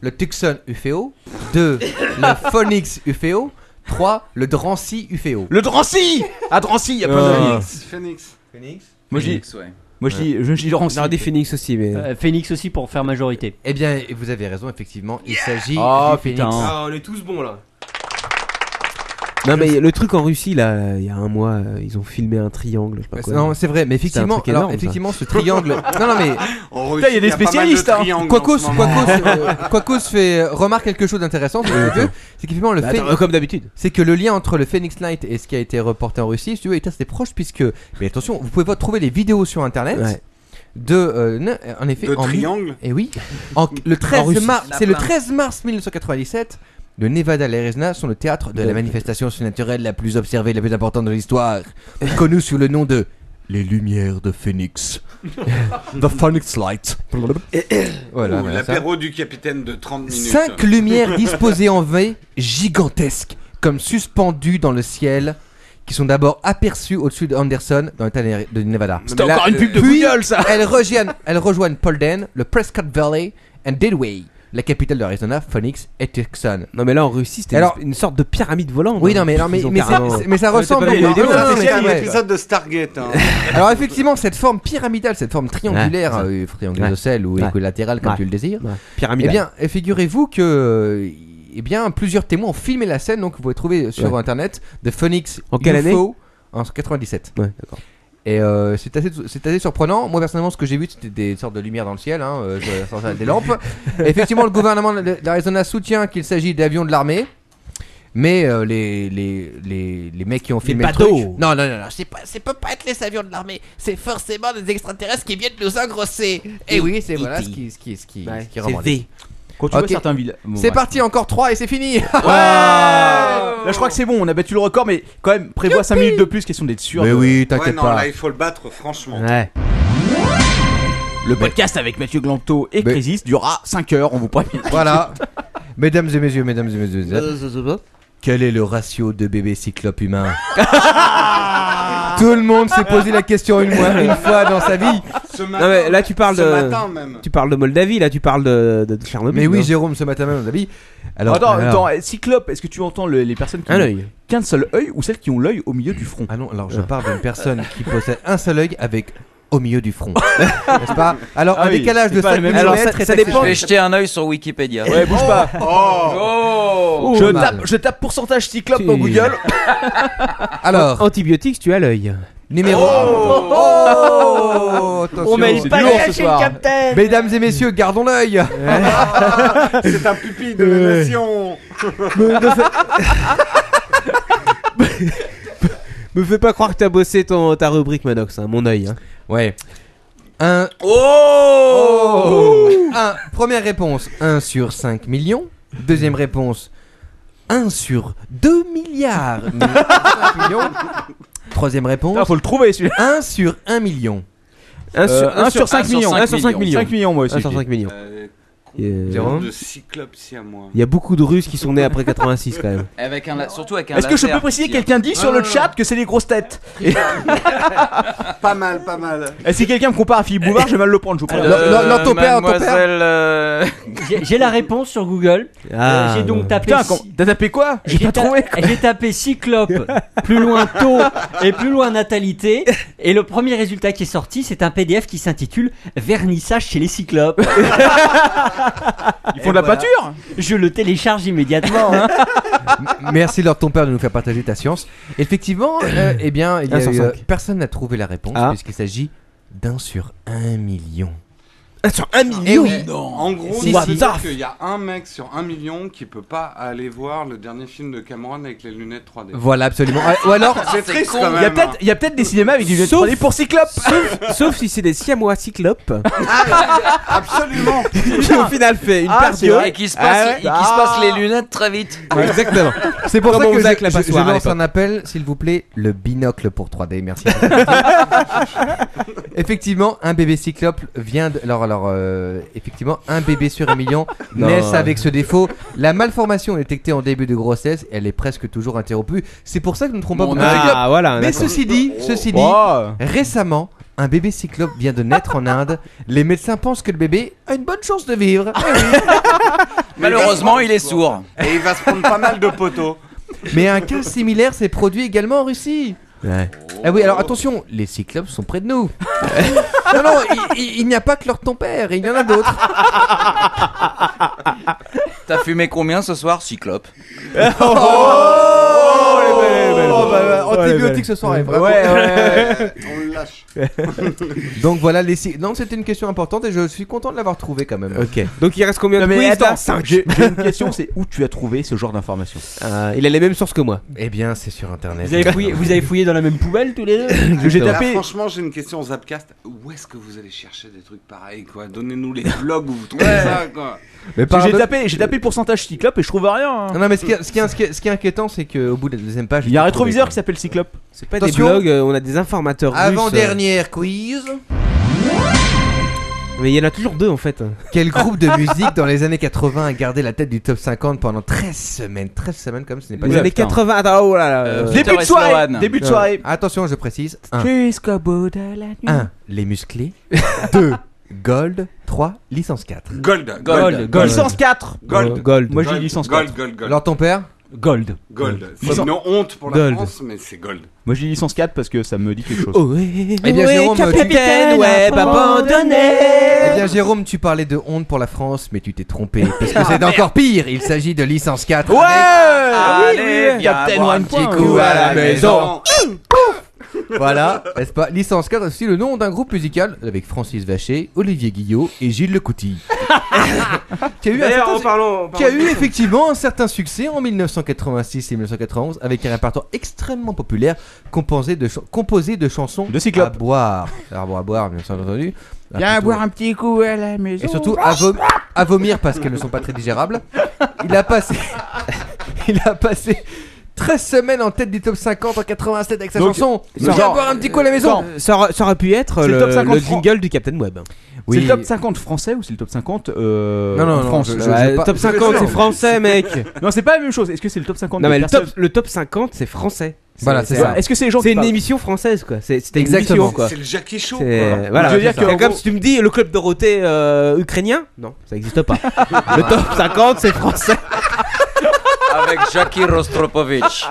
J: Le Tucson UFO. 2. Le Phoenix UFO. 3. Le Drancy UFO.
D: Le Drancy À Drancy, il y a
F: Euh,
D: plein de
I: Euh, Phoenix.
J: Phoenix.
D: Moi, je dis-
K: Phoenix, ouais.
D: Moi je dis, je dis Drancy.
F: Non, des Phoenix aussi, mais.
G: Euh, Phoenix aussi pour faire majorité.
J: Eh bien, vous avez raison, effectivement. Il s'agit
D: Oh,
F: Ah,
J: du Phoenix.
D: putain.
F: on est tous bons là. Non, mais le truc en Russie là, il y a un mois, euh, ils ont filmé un triangle, je sais pas quoi. Bah,
J: Non, c'est vrai, mais
F: C'est un
J: effectivement,
F: truc
J: alors,
F: énorme, ça.
J: effectivement ce triangle. non, non, mais.
I: En Russie, Putain, il y a des il y a pas mal de spécialistes, hein. triangles en
J: Quacos,
I: ce moment.
J: Quacos, euh, Quacos fait remarque quelque chose d'intéressant, c'est que- c'est qu'effectivement le
F: Bah,
J: fait.
F: attends, euh, comme d'habitude.
J: C'est que le lien entre le Phoenix Light et ce qui a été reporté en Russie, si tu veux, est assez proche puisque. Mais attention, vous pouvez pas trouver les vidéos sur internet.
F: Ouais.
J: De, euh, ne- en effet,
I: De
J: en mi-
I: triangle
J: Eh oui. En- le 13
F: Russie.
J: mars, c'est le
F: Lapin.
J: 13 mars 1997. Le Nevada et l'Arizona sont le théâtre de la manifestation surnaturelle la plus observée, la plus importante de l'histoire, connue sous le nom de les Lumières de Phoenix. The Phoenix Light. voilà.
I: Ouh,
J: voilà, ça.
I: L'apéro du capitaine de 30 minutes.
J: Cinq lumières disposées en V, gigantesques, comme suspendues dans le ciel, qui sont d'abord aperçues au-dessus de Anderson, dans l'état de Nevada.
D: C'était Mais là, encore une pub de
J: Puis,
D: Google, ça.
J: Elles rejoignent, elles rejoignent Polden, le Prescott Valley and Deadway, la capitale de l'Arizona, Phoenix et Tucson.
F: Non, mais là en Russie, c'était
J: Alors-
F: une, une sorte de pyramide volante. hein.
J: Oui, non, mais, non, mais,
F: Oh, Ils ont
J: mais ça,
F: carrément-
J: mais ça
F: Ouais, t'as
J: ressemble
F: pas vu les
J: Non,
F: vidéos,
J: non,
F: là,
J: non,
F: c'est ça,
J: mais c'est
F: ouais.
J: vrai.
I: Épisode de Stargate. hein.
J: Alors effectivement, cette forme pyramidale, cette forme triangulaire,
F: Ouais,
J: euh, triangle
F: Ouais.
J: isocèle ou
F: Ouais.
J: équilatérale comme
F: Ouais.
J: tu le désires,
F: Ouais. Pyramidale.
J: eh bien, et figurez-vous eh, que euh, eh bien, plusieurs témoins ont filmé la scène, donc vous pouvez trouver sur
F: Ouais.
J: internet The Phoenix
F: En quelle année
J: UFO en 97. Et euh, c'est assez, c'est assez surprenant. Moi personnellement, ce que j'ai vu, c'était des sortes de lumières dans le ciel, hein, euh, je- sans- des lampes. Effectivement, le gouvernement de- d'Arizona soutient qu'il s'agit d'avions de l'armée. Mais euh, les, les, les, les mecs qui ont filmé le truc...
F: badauds.
J: Non, non, non, non, c'est pas...
L: C'est peut pas être les avions de l'armée, c'est forcément des extraterrestres qui viennent nous engrosser.
J: Et oui, c'est voilà ce qui, ce qui, ce qui, ce qui rend malade.
D: Quand tu vois
J: Ok.
D: certains villes.
J: bah, C'est parti, encore 3 et c'est fini
D: Là, je crois que c'est bon, on a battu le record, mais quand même, prévois 5 minutes de plus, question d'être sûr.
I: Ouais,
D: de-
I: ouais, non, là, il faut le battre, franchement.
F: Hein
D: Le podcast avec Mathieu Glanto et Crésis durera 5 heures, on vous prévient.
J: Voilà. Mesdames et messieurs, mesdames et messieurs, quel est le ratio de bébé cyclope humain Tout le monde s'est posé la question une, mois- une fois dans sa vie.
I: Ce
F: Non, mais là, tu parles
J: ce
F: de.
J: matin même.
F: Tu parles de Moldavie, là, tu parles de, de, de Tchernobyl.
J: Mais oui,
F: non
J: Jérôme, ce matin même, on a dit.
D: Alors, attends, attends, eh, Cyclope, est-ce que tu entends le- les personnes qui
J: Un
D: ont
J: œil.
D: qu'un seul œil ou celles qui ont l'œil au milieu du front
J: Ah non, alors je parle d'une personne qui possède un seul œil avec au milieu du front. N'est-ce pas Alors,
D: Ah
J: un
D: oui,
J: décalage
D: c'est
J: de
D: pas
J: 5
D: la même
J: mm.
D: chose.
K: Alors, ça,
J: très
K: ça dépend. Je vais
J: sexy.
K: jeter un œil sur Wikipédia.
D: Ouais, bouge pas.
K: Oh,
D: je,
K: mal.
D: tape, je tape pourcentage Cyclope
F: Tu-
D: dans Google.
J: Alors.
F: Antibiotiques, tu as l'œil.
J: Numéro oh,
F: Oh
J: Attention, c'est dur, ce soir. Mesdames et messieurs, gardons l'œil
I: C'est un pupille de la
J: Ouais.
I: nation.
J: Me- de fait-
F: Me fais pas croire que t'as bossé ton, ta rubrique, Manox, hein, mon œil. Hein.
J: Ouais. Un.
F: Oh,
J: Un- Première réponse 1 sur 5 millions. Deuxième réponse 1 sur 2 milliards. Mais 5 millions. Troisième réponse.
D: faut le trouver celui-là.
J: 1 sur 1 million.
F: Un sur- un sur
D: 5
F: Euh, un sur
D: millions.
F: cinq
D: 1 sur 5
F: millions.
D: millions. 5 millions, moi aussi.
F: Un sur cinq millions.
K: Euh,
F: Euh,
K: Jérôme de Cyclope siamois.
F: Il y a beaucoup de Russes qui sont nés après 86 quand même.
K: Avec un la- surtout avec un
D: Est-ce que je
K: laser
D: peux préciser
K: qui
D: Quelqu'un dit sur le
K: Ah.
D: chat que c'est des grosses têtes.
I: pas mal, pas mal.
D: Et si quelqu'un me compare à Philippe Bouvard, je vais mal le prendre, je vous préviens.
G: J'ai- J'ai la réponse sur Google.
D: Ah,
G: Euh, j'ai donc
D: ouais.
G: tapé.
D: Putain, quand- t'as tapé quoi J'ai pas trouvé, quoi.
G: J'ai tapé Cyclope, plus loin taux et plus loin natalité. Et le premier résultat qui est sorti, c'est un PDF qui s'intitule Vernissage chez les Cyclopes.
D: Ils font de la peinture
G: Je le télécharge immédiatement. hein.
J: Merci Lord ton père de nous faire partager ta science. Effectivement, euh, eh bien, il y a
F: Un sur
J: eu, euh,
F: cinq.
J: personne n'a trouvé la réponse
F: Ah.
J: puisqu'il s'agit d'un sur un million. Ah.
F: sur 1
I: Eh
F: million
I: oui. En gros,
F: Si,
I: ça
F: si.
I: veut dire qu'il y a un mec sur un million qui peut pas aller voir le dernier film de Cameron avec les lunettes 3D.
J: Voilà, absolument. Ah, Ou alors,
I: c'est triste quand
D: Il y a
I: même.
D: peut-être il y a peut-être des cinémas avec des lunettes
F: Sauf-
D: 3D pour Cyclope.
F: Sauf si c'est des siamois cyclopes.
I: Absolument.
F: qui au final fait une
D: Ah,
F: paire
D: c'est
F: d'yeux.
D: vrai.
K: Et qui se
F: Ah
K: passe,
F: ouais.
K: et qui se passe
F: Ah.
K: les lunettes très vite.
F: Ouais, exactement.
J: C'est pour
F: Comme
J: ça
F: on
J: que
F: faisait avec
J: je,
F: la
J: je- je
F: passoire à
J: lance
F: l'époque.
J: un appel, s'il vous plaît, le binocle pour 3D, merci. effectivement, un bébé cyclope vient de... Alors, alors euh, effectivement, un bébé sur un million
F: Non.
J: naît avec ce défaut. La malformation est détectée en début de grossesse, elle est presque toujours interrompue. C'est pour ça que nous ne trompons pas
F: Mon
J: pour le
F: Dieu.
J: cyclope.
F: Ah, voilà,
J: Mais
F: d'accord.
J: ceci dit, ceci dit,
F: Oh.
J: récemment... Un bébé cyclope vient de naître en Inde. Les médecins pensent que le bébé a une bonne chance de vivre. Eh oui.
K: Malheureusement, il est sourd.
I: Et il va se prendre pas mal de poteaux.
J: Mais un cas similaire s'est produit également en Russie. Ah oui, alors attention, les cyclopes sont près de nous. non, non, il, il- il n'y a pas que leur ton père, il y en a d'autres.
K: T'as fumé combien ce soir, Cyclope
J: Oh, bah, bah, antibiotiques ce soir, hein, vraiment.
I: On le lâche.
J: Donc voilà, les cy- Non, c'était une question importante et je suis content de l'avoir trouvée quand même.
F: Ok. Donc il reste combien de
J: Non, mais
F: quiz
J: attends,
F: là Cinq.
D: J'ai j'ai une question, c'est où tu as trouvé ce genre d'information
F: Euh, Il a les mêmes sources que moi.
J: Eh bien, c'est sur internet.
G: Vous avez, fouillé, vous avez fouillé dans la même poubelle tous les deux
J: J'ai
I: Là,
J: tapé.
I: franchement, j'ai une question aux Zapcast. Où est-ce que vous allez chercher des trucs pareils, quoi Donnez-nous les blogs où vous trouvez ça, quoi.
J: Mais
D: Parce que j'ai
J: paradoxe-
D: tapé, j'ai tapé pourcentage Cyclope et je trouve rien. hein.
J: Non, non, mais ce qui, est- ce qui est- ce qui est- ce qui est inquiétant, c'est qu'au bout de la deuxième page.
D: Il y a un rétroviseur qui s'appelle Cyclope.
F: C'est pas
J: Attention.
F: des blogs, euh, on a des informateurs russes. euh,
J: Avant-dernière quiz.
F: Mais il y en a toujours deux en fait.
J: Quel groupe de musique dans les années 80 a gardé la tête du top 50 pendant 13 semaines 13 semaines comme ce n'est pas
F: Les
J: dit.
F: années
J: Putain.
F: 80. Attends, oh là là.
J: Euh,
F: euh,
J: Début
K: Peter de et soirée, Sloan. début de
J: Euh,
K: soirée.
J: Attention, je précise. 1.
F: Jusqu'au bout de la nuit.
J: 1. Les musclés. 2. Gold. 3. Licence 4.
I: Gold,
K: Gold,
D: Licence 4
I: Gold.
D: Moi j'ai
I: Gold,
D: licence
I: Gold,
D: 4.
I: gold, gold.
J: Alors ton père
G: Gold.
I: Gold. C'est
D: Licence-
I: une honte pour la
D: Gold.
I: France, mais c'est gold.
D: Moi j'ai licence 4 parce que ça me dit quelque chose.
F: Oh.
J: Eh bien, Jérôme, tu- Eh bien, Jérôme, tu parlais de honte pour la France, mais tu t'es trompé. Parce que c'est encore pire. Il s'agit de licence 4.
N: Ouais
J: avec-
D: Ah
N: Oui,
J: Allez,
N: oui.
J: viens
N: Captain
J: boire un
N: One
J: petit
N: Point.
D: hein.
J: coup à la maison.
N: Pouf.
J: Voilà, n'est-ce pas Licence 4 aussi le nom d'un groupe musical avec Francis Vacher, Olivier Guillot et Gilles Lecouty. qui a eu, un
Q: D'ailleurs,
J: certain-
Q: en parlant- en
J: qui a
Q: parlant-
J: eu effectivement un certain succès en 1986 et 1991 avec un répertoire extrêmement populaire composé de, cha- composé de chansons de à boire. Alors, bon, à boire, bien sûr, entendu. Ah,
O: Viens
J: Plutôt-
O: boire un petit coup à la maison.
J: et surtout à, vom- à vomir parce qu'elles ne sont pas très digérables. Il a passé, il a passé 13 semaines en tête du top 50 en 87 avec sa
F: Donc,
J: chanson.
F: ça-
J: Viens boire un petit coup à la maison.
F: Euh, Ça, aura- ça aurait pu être
D: C'est le
F: le,
D: top 50
F: le
D: francs.
F: jingle du Captain Web.
D: C'est le top 50 français ou c'est le top 50 euh,
F: Non, non,
D: en
F: non,
D: France
F: je- je- je- Ouais, pas- top 50, c'est français, mec.
D: Non, c'est pas la même chose. Est-ce que c'est le top 50
F: Non,
D: des
F: mais le top,
D: personnes-
F: le top 50, c'est français. C'est-
D: Voilà, c'est
F: un-
D: ça. Est-ce que c'est les gens qui
F: C'est une
D: parlent
F: émission française, quoi. C'est c'était une
D: Exactement.
F: émission, quoi.
D: C'est le Jackie Show,
F: C'est-
D: quoi.
F: Voilà.
D: Je veux dire
F: c'est
D: que-
F: ça.
D: en
F: comme
D: gros-
F: si tu me dis le club Dorothée euh, ukrainien Non, ça n'existe pas. le top 50, c'est français.
K: Avec Jackie Rostropovich.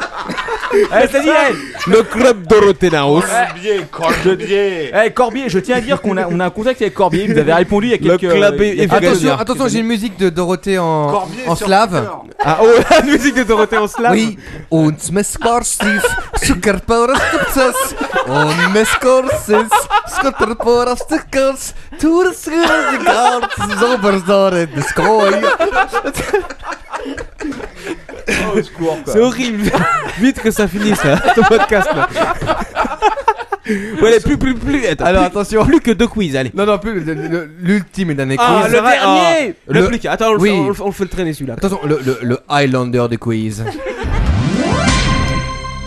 F: Eh, c'est dit, eh, le club Dorothée Naos.
I: Corbier, Corbier.
D: Eh Corbier, je tiens à dire qu'on a, on a un contact avec Corbier. Vous avez répondu il y a
J: Le
D: quelques.
J: club
D: il y a quelques
J: attention,
D: heures.
J: attention, j'ai une musique de Dorothée en,
D: Corbier
J: en
D: sur
J: slave.
D: Twitter.
J: Ah
F: oh, la musique de Dorothée en slave.
J: Oui. Und meskorsis, sukkerporastukses. Und meskorsis, sukkerporastukses. Turskursigart, zoberzore, deskoy.
F: C'est horrible. Vite que ça finisse, hein, ton podcast là. Ouais, plus, plus, plus. Attends,
J: Alors,
F: plus-
J: attention.
F: Plus que deux quiz, allez.
J: Non, non, plus le- le- le- l'ultime et dernier
F: Ah,
J: quiz.
F: le dernier
J: Ah,
F: Le plus- attends, on le fait-
J: Oui.
F: on le fait- on le fait le traîner, celui-là.
J: Attention, le, le- le Highlander des quiz.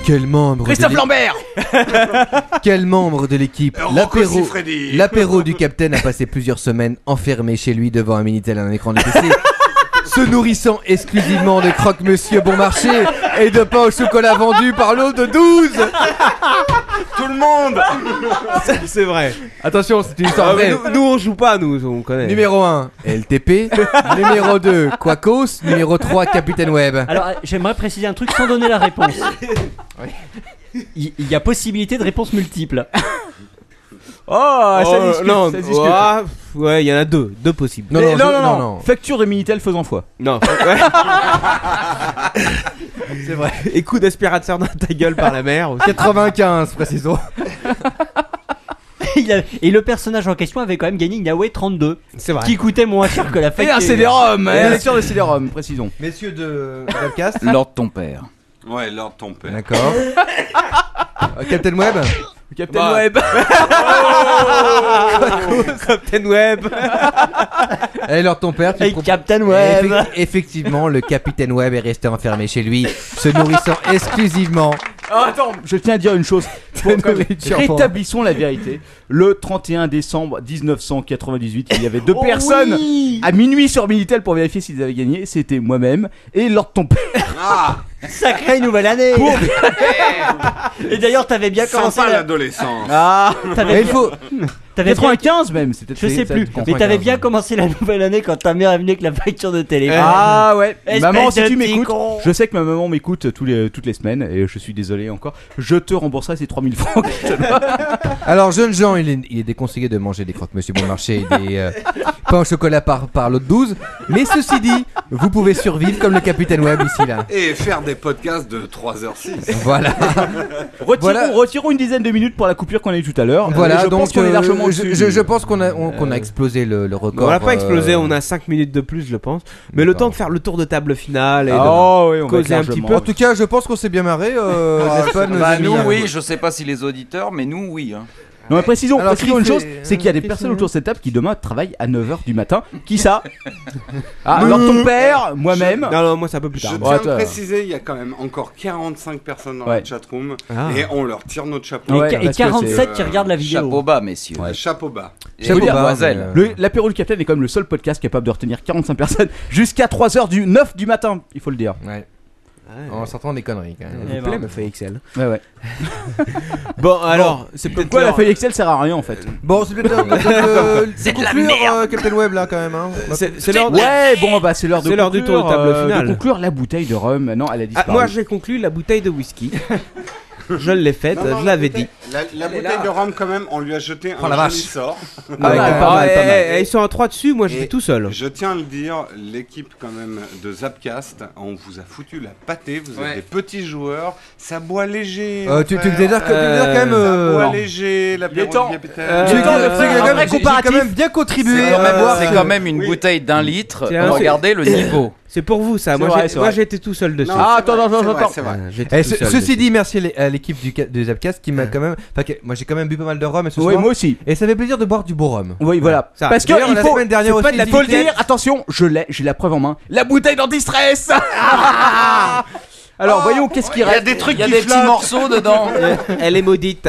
J: Quel membre de
N: Christophe
J: l'é-
N: Lambert
J: Quel membre de l'équipe
I: Oh,
N: Rocco
J: l'apéro,
N: Siffredi.
J: l'apéro du capitaine a passé plusieurs semaines enfermé chez lui devant un minitel et un écran de PC, se nourrissant exclusivement de croque-monsieur bon marché et de pain au chocolat vendu par l'eau de 12
I: Tout le monde
F: C'est vrai.
J: Attention, c'est une histoire
F: Ah, mais
J: vraie.
F: Nous, nous, on joue pas, nous, on connaît.
J: Numéro 1, LTP. numéro 2, Quacos. Numéro 3, Capitaine Web.
G: Alors, euh, j'aimerais préciser un truc sans donner la réponse. Il il y a possibilité de réponses multiples.
F: Oh,
D: ça discute,
F: non, Ah.
D: ça discute.
F: ouah, pff, ouais, il y en a deux, deux possibles.
D: Mais non, non, non, Facture de Minitel faisant foi.
F: Non, c'est vrai. Et coup d'aspirateur dans ta gueule par la mer. aussi.
J: 95, Oh, précisons.
G: Il a- Et le personnage en question avait quand même gagné une Yahweh 32.
F: C'est vrai. Eh,
G: Qui coûtait moins cher que la facture.
D: Et un lecteur de CD-ROM, précisons.
J: Messieurs de
K: Lord ton père.
I: Ouais, Lord ton père.
J: D'accord. Euh, Captain Web
D: Captain
I: Bah.
D: Web.
F: Captain Web
J: Et alors ton père tu
F: Et
J: proposes-
F: Captain Web.
J: Effect- Effectivement, le Capitaine Web est resté enfermé chez lui, se nourrissant exclusivement.
D: attends, je tiens à dire une chose. Pour-
J: De nourriture, pardon.
D: rétablissons la vérité. Le 31 décembre 1998, il y avait deux
J: Oh
D: personnes
J: oui
D: à minuit sur Minitel pour vérifier s'ils avaient gagné. C'était moi-même et Lord ton père.
I: Ah,
G: Sacrée nouvelle année Et d'ailleurs, t'avais bien commencé.
I: Sympa
G: la-
I: l'adolescence.
D: Ah,
G: t'avais bien- t'avais bien-
D: 95 même, c'est peut-être
G: Je sais
D: ça,
G: plus, mais
D: 95.
G: t'avais bien commencé la nouvelle année quand ta mère est venue avec la facture de téléphone.
D: Ah ouais,
G: Eh. Espèce
D: maman, si
G: de
D: tu
G: petit
D: m'écoutes,
G: con.
D: je sais que ma maman m'écoute tous les, toutes les semaines et je suis désolé encore. Je te rembourserai ces 3000 francs. que je te dois.
J: Alors, jeunes gens, il est, il est déconseillé de manger des croque-monsieur bon marché et des euh, pains au chocolat par, par l'autre 12. Mais ceci dit, vous pouvez survivre comme le Capitaine Web ici là.
I: Et faire des podcasts de 3h06.
J: Voilà.
D: retirons,
J: Voilà.
D: retirons une dizaine de minutes pour la coupure qu'on a eue tout à l'heure.
J: Voilà,
D: Et je
J: donc
D: pense qu'on est
J: euh,
D: largement
J: je,
D: au-dessus
J: je-
D: du- Euh,
J: je pense qu'on a, on- qu'on a explosé le, le record.
F: on l'a pas explosé,
J: euh,
F: on a 5 minutes de plus, je pense. Mais le temps de faire le tour de table final et de
D: Oh, oui, on va
F: causer un petit peu. Ah,
J: En tout cas, je pense qu'on s'est bien marré. euh, n'est-ce pas, nos
K: Bah,
J: amis
K: nous, oui, je sais pas si les auditeurs, mais nous, oui. hein.
D: Non mais précisons,
K: Alors,
D: précisons
K: qui
D: une
K: fait-
D: chose, c'est qu'il y a des personnes autour de cette table qui demain travaillent à 9h du matin. Qui ça Ah,
I: Me-
D: alors
K: Mmh.
D: ton père, moi-même.
F: Non, non, moi c'est un peu plus
I: Je
F: tard.
I: tiens à préciser, il y a quand même encore 45 personnes dans
D: Ouais.
I: la chatroom
D: Ah.
I: et on leur tire notre chapeau.
J: Ah
D: Et- Ouais, et parce que 47
G: qui regardent la vidéo.
K: Chapeau bas, messieurs.
I: Chapeau bas.
D: Chapeau bas. euh,
K: demoiselles.
D: Le- L'apéro du capitaine est quand même le seul podcast capable de retenir 45 personnes jusqu'à 3h du 9 du matin, il faut le dire.
J: En sortant des conneries quand même.
F: Elle vous plaît, ma feuille Excel.
D: Ouais, ouais.
F: Bon, alors, c'est
D: Comme
F: peut-être
D: quoi la
F: l'heure-
D: feuille Excel sert à rien en fait.
J: Bon, c'est peut-être l'heure de- de- de conclure, euh, Captain Web là quand même. hein. On va-
F: C'est- c'est l'heure-
D: Ouais, bon bah c'est l'heure de
F: C'est l'heure du
D: conclure,
F: tour de table
D: euh,
F: finale.
D: De conclure la bouteille de rhum. Non, elle a
F: Ah,
D: disparu.
F: moi j'ai conclu la bouteille de whisky. je l'ai faite,
I: Non, non,
F: je
I: la
F: l'avais dit.
I: bouteille- La, la
F: Elle est
I: bouteille
F: là.
I: de rhum, quand même, on lui a jeté
F: Oh,
I: un
F: la
I: joli
F: vache.
I: sort.
F: Ah, ouais, pas mal, pas mal. Eh, eh, ils sont à trois dessus, moi, je
I: Et
F: suis tout seul.
I: Je tiens à le dire, l'équipe quand même de Zapcast, on vous a foutu la pâtée, vous êtes des petits joueurs, ça boit léger.
J: Euh,
I: mon
J: tu- tu
I: frère.
J: veux dire que- tu veux dire quand même, euh,
I: Ça
J: non.
I: boit léger, la
J: Il est temps.
I: capitaine.
J: Il est temps de Euh, faire un vrai
K: j'ai- j'ai
J: comparatif.
K: quand même
J: bien contribué.
K: C'est quand même,
J: Euh,
K: c'est quand même une bouteille d'un litre.
F: C'est un-
K: Regardez le niveau.
F: C'est pour vous ça.
K: C'est
F: Moi
K: vrai,
F: j'ai-
K: c'est
F: moi,
K: vrai.
F: j'étais tout seul dessus.
K: Non, Ah, c'est attends, vrai, attends, c'est attends, vrai, attends. c'est vrai.
F: Euh, j'étais
J: Eh,
F: tout
J: ce-
F: seul
J: ceci
F: dessus.
J: dit, merci à l'é- à l'équipe du, ca- de Zapcast qui m'a quand même. enfin, que- moi j'ai quand même bu pas mal de rhum. Et ce
D: Oui,
J: soir,
D: moi aussi.
J: Et ça fait plaisir de boire du beau rhum.
D: Oui, voilà.
J: Ça.
D: Parce que
J: D'ailleurs,
D: il
J: la
D: faut,
J: semaine dernière
D: c'est pas
J: aussi,
D: de la
J: ils
D: faut le
J: invitaient-
D: dire. Attention, je l'ai, j'ai la preuve en main. La bouteille d'antistress.
F: Ah.
D: Alors voyons qu'est-ce qu'il
K: il y a
D: reste.
K: des trucs Il y a qui des petits flottent. morceaux dedans.
D: Elle est maudite.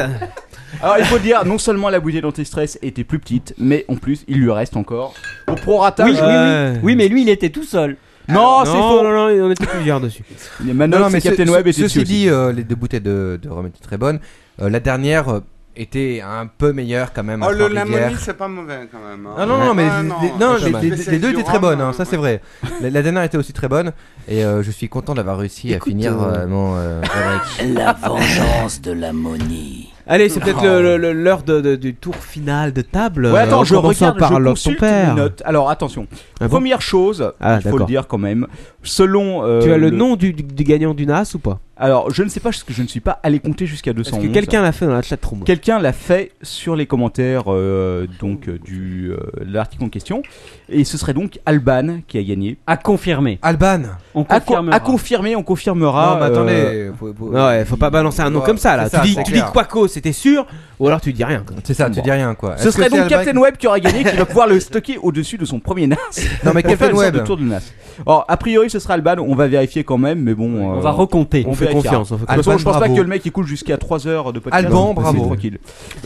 D: Alors il faut dire, non seulement la bouteille d'antistress était plus petite, mais en plus il lui reste encore au prorata.
G: Oui, oui, oui. Oui, mais lui, il était tout seul.
D: Non,
J: Ah,
D: c'est
J: non,
D: faux.
J: non,
F: non, on était plusieurs dessus.
D: Les Manox et Captain Web étaient dessus
J: Ceci
D: aussi.
J: dit, euh, les deux bouteilles de, de rhum étaient très bonnes. Euh, la dernière euh, était un peu meilleure quand même.
I: Oh,
J: à
I: le
J: Trois-Rivières.
I: Lamoni, c'est pas mauvais quand même. hein.
J: Ah non, non, mais
I: Ah,
J: les-
I: non,
J: les, non,
I: c'est
J: les-
I: pas
J: les-
I: mal.
J: les deux étaient très
I: Spécial
J: bonnes,
I: du
J: hein,
I: rhum,
J: ça c'est vrai. La, la dernière était aussi très bonne, et euh, je suis content d'avoir réussi à finir
F: euh,
J: euh, mon. euh, Maverick.
F: La vengeance
N: de la monie.
F: Allez, c'est peut-être le- le- le- l'heure de- de- du tour final de table. Euh,
D: Ouais,
F: en
D: attends, je
F: commençant
D: regarde,
F: par
D: je
F: Love
D: consulte
F: ton père.
D: mes notes. Alors attention.
F: Ah bon
D: Première chose,
F: Ah,
D: il faut le
F: d'accord.
D: dire quand même. Selon. euh,
F: Tu as le nom du, du- du gagnant du NAS ou pas
D: Alors, je ne sais pas, parce que je ne suis pas allé compter jusqu'à 200.
F: Est-ce que quelqu'un l'a fait dans la chatroom
D: Quelqu'un l'a fait sur les commentaires euh, donc euh, du euh, de l'article en question et ce serait donc Alban qui a gagné.
G: À confirmer.
J: Alban.
G: On
D: À, co-
G: confirmera.
D: à confirmer, on confirmera.
F: Non, mais
D: euh,
F: attendez, ouais, faut pas balancer un nom
D: Ouais,
F: comme ça là.
D: c'est ça,
F: tu dis,
D: c'est
F: tu dis
D: clair.
F: Quaco, c'était sûr, ou alors tu dis rien.
J: C'est ça, tu dis rien quoi.
D: Ce serait donc Captain Web qui aura gagné, qui va pouvoir le stocker au-dessus de son premier NAS.
J: Non, mais
D: Pour
J: Captain
D: faire une sorte
J: Web.
D: de tour de NAS. Alors, a priori, ce sera Alban. On va vérifier quand même, mais bon.
G: va recompter.
D: On,
G: On fait
D: vérifiera.
G: confiance, on fait
D: De toute façon,
G: confiance.
D: je pense
G: Alban,
D: pas que
G: bravo.
D: le mec écoute jusqu'à 3 heures de podcast.
J: Alban,
D: C'est
J: bravo.
D: Tranquille.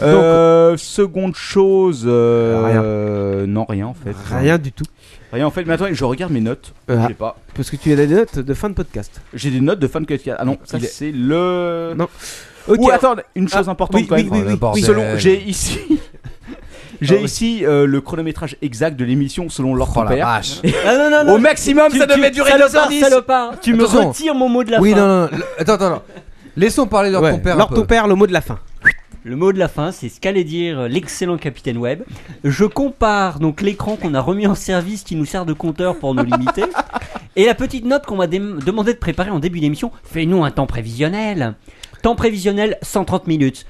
D: Euh, seconde chose. euh, Non, rien en fait.
F: Rien du tout.
D: Rien en fait. Mais attends, je regarde mes notes.
F: Ah.
D: Je sais pas.
F: Parce que tu as des notes de fin de podcast.
D: J'ai des notes de fan cut. Ah non, ça
F: Il est-
D: c'est le.
F: Non.
D: Ou
F: Ok.
D: attends, une chose
F: Ah,
D: importante
F: oui,
D: quand
F: oui,
D: même.
F: oui, oui,
D: Oh, le
F: oui.
D: bordel. Selon, j'ai ici.
F: Ah
D: J'ai
F: oui.
D: ici euh, le chronométrage exact de l'émission selon leur
J: Oh la
D: père.
J: vache.
G: Ah non, non, non,
D: Au maximum,
G: tu-
D: ça
G: tu-
D: devait durer
G: salopard,
D: 2h10.
G: salopard, tu me
J: Attention.
G: retires mon mot de la
J: Oui,
G: fin.
J: non, non, non, le- attends, attends, attends. Laissons parler leur ton père. un
F: Lord
J: peu.
F: ton père, le mot de la fin.
G: Le mot de la fin, c'est ce qu'allait dire euh, l'excellent capitaine Web. Je compare donc l'écran qu'on a remis en service qui nous sert de compteur pour nous limiter et la petite note qu'on m'a dé- demandé de préparer en début d'émission. Fais-nous un temps prévisionnel. Temps prévisionnel 130 minutes.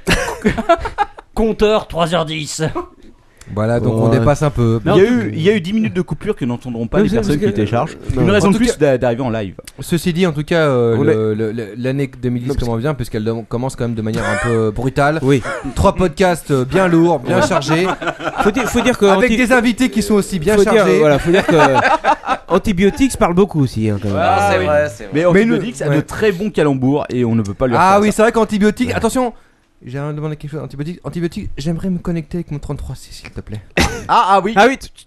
G: compteur 3h10.
J: Voilà, donc
D: Oh,
J: on
D: ouais.
J: dépasse un peu.
D: Il y, a eu, il y a eu 10 minutes de coupure que n'entendront pas
J: Oui,
D: les
J: c'est-
D: personnes
J: parce
D: qui
J: que-
D: téléchargent.
J: non.
D: Une raison
J: En
D: de
J: tout
D: plus
J: cas-
D: d'a- d'arriver en live.
J: Ceci dit, en tout cas, euh,
D: On
J: le- le- le- l'année 2010 comment vient, puisqu'elle dem- commence quand même de manière un peu brutale. Oui. Trois podcasts euh, bien lourds, bien chargés.
F: Faut dire, faut dire que
J: Avec
F: anti-
J: des invités qui sont aussi bien
F: faut dire,
J: chargés.
F: euh, voilà, faut dire que Antibiotics parle beaucoup aussi. hein, quand même.
J: Ah,
K: c'est
J: oui.
K: vrai, c'est vrai.
D: Mais
J: Mais
D: Antibiotics
J: nous-
D: a de
J: ouais.
D: très bons calembours et on ne peut pas lui
J: Ah
D: refaire
J: oui,
D: ça.
J: c'est vrai qu'antibiotiques. Attention, j'ai un- demandé quelque chose. Antibiotiques, antibiotiques. J'aimerais me connecter avec mon 33 s'il te plaît.
D: Ah, ah oui.
F: Ah oui. tu-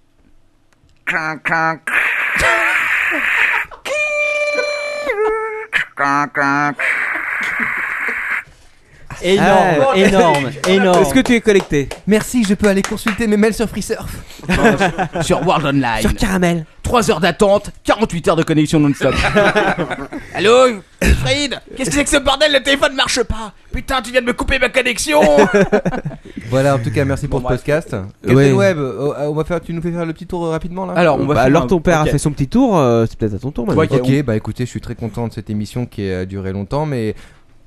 G: Énorme,
J: Ah, ouais.
G: énorme, énorme.
F: Est-ce que tu es connecté
J: Merci, je peux aller consulter mes mails sur FreeSurf.
D: Sur World Online.
F: Sur Caramel.
D: 3 heures d'attente, 48 heures de connexion non-stop.
O: Allô Fred Qu'est-ce que c'est que ce bordel Le téléphone marche pas Putain, tu viens de me couper ma connexion
J: Voilà, en tout cas, merci pour
D: Bon,
J: le
D: bref.
J: podcast. Captain
F: Ouais.
J: Web, euh, euh, on va faire, tu nous fais faire le petit tour euh, rapidement là
D: Alors, on va
F: Bah,
D: faire
F: alors
D: un-
F: ton père
D: ok.
F: a fait son petit tour, euh, c'est peut-être à ton tour maintenant.
D: Ouais,
J: Ok,
D: on-
J: bah écoutez, je suis très content de cette émission qui a duré longtemps, mais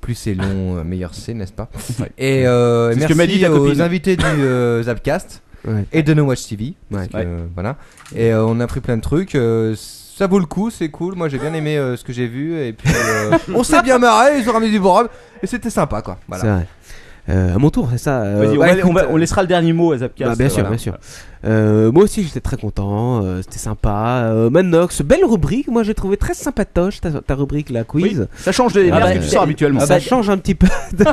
J: plus c'est long, euh, meilleur c'est, n'est-ce pas
D: Ouais.
J: Et euh,
D: C'est ce
J: merci
D: que m'a dit ta
J: aux
D: copine.
J: invités du euh, Zapcast
F: Ouais.
J: et de No Watch TV. parce
F: Ouais.
J: que, euh, voilà. Et euh, on a pris plein de trucs. euh, ça vaut le coup, c'est cool. Moi j'ai bien aimé euh, ce que j'ai vu et puis euh, on s'est bien marré, ils ont ramené du bon rhum, et c'était sympa quoi. Voilà.
F: C'est vrai. Euh, à mon tour, c'est ça. euh,
D: Vas-y, on,
F: bah,
D: va-
F: écoute,
D: on va- on laissera le dernier mot à Zapcast.
F: bah, bien sûr,
D: voilà.
F: bien sûr. Euh, moi aussi, j'étais très content. euh, C'était sympa. Euh, Manox, belle rubrique. Moi, j'ai trouvé très sympatoche ta, ta rubrique, la quiz.
D: ça change des merdes que tu sors habituellement.
F: Ça
D: Ah bah,
F: change un petit peu de, de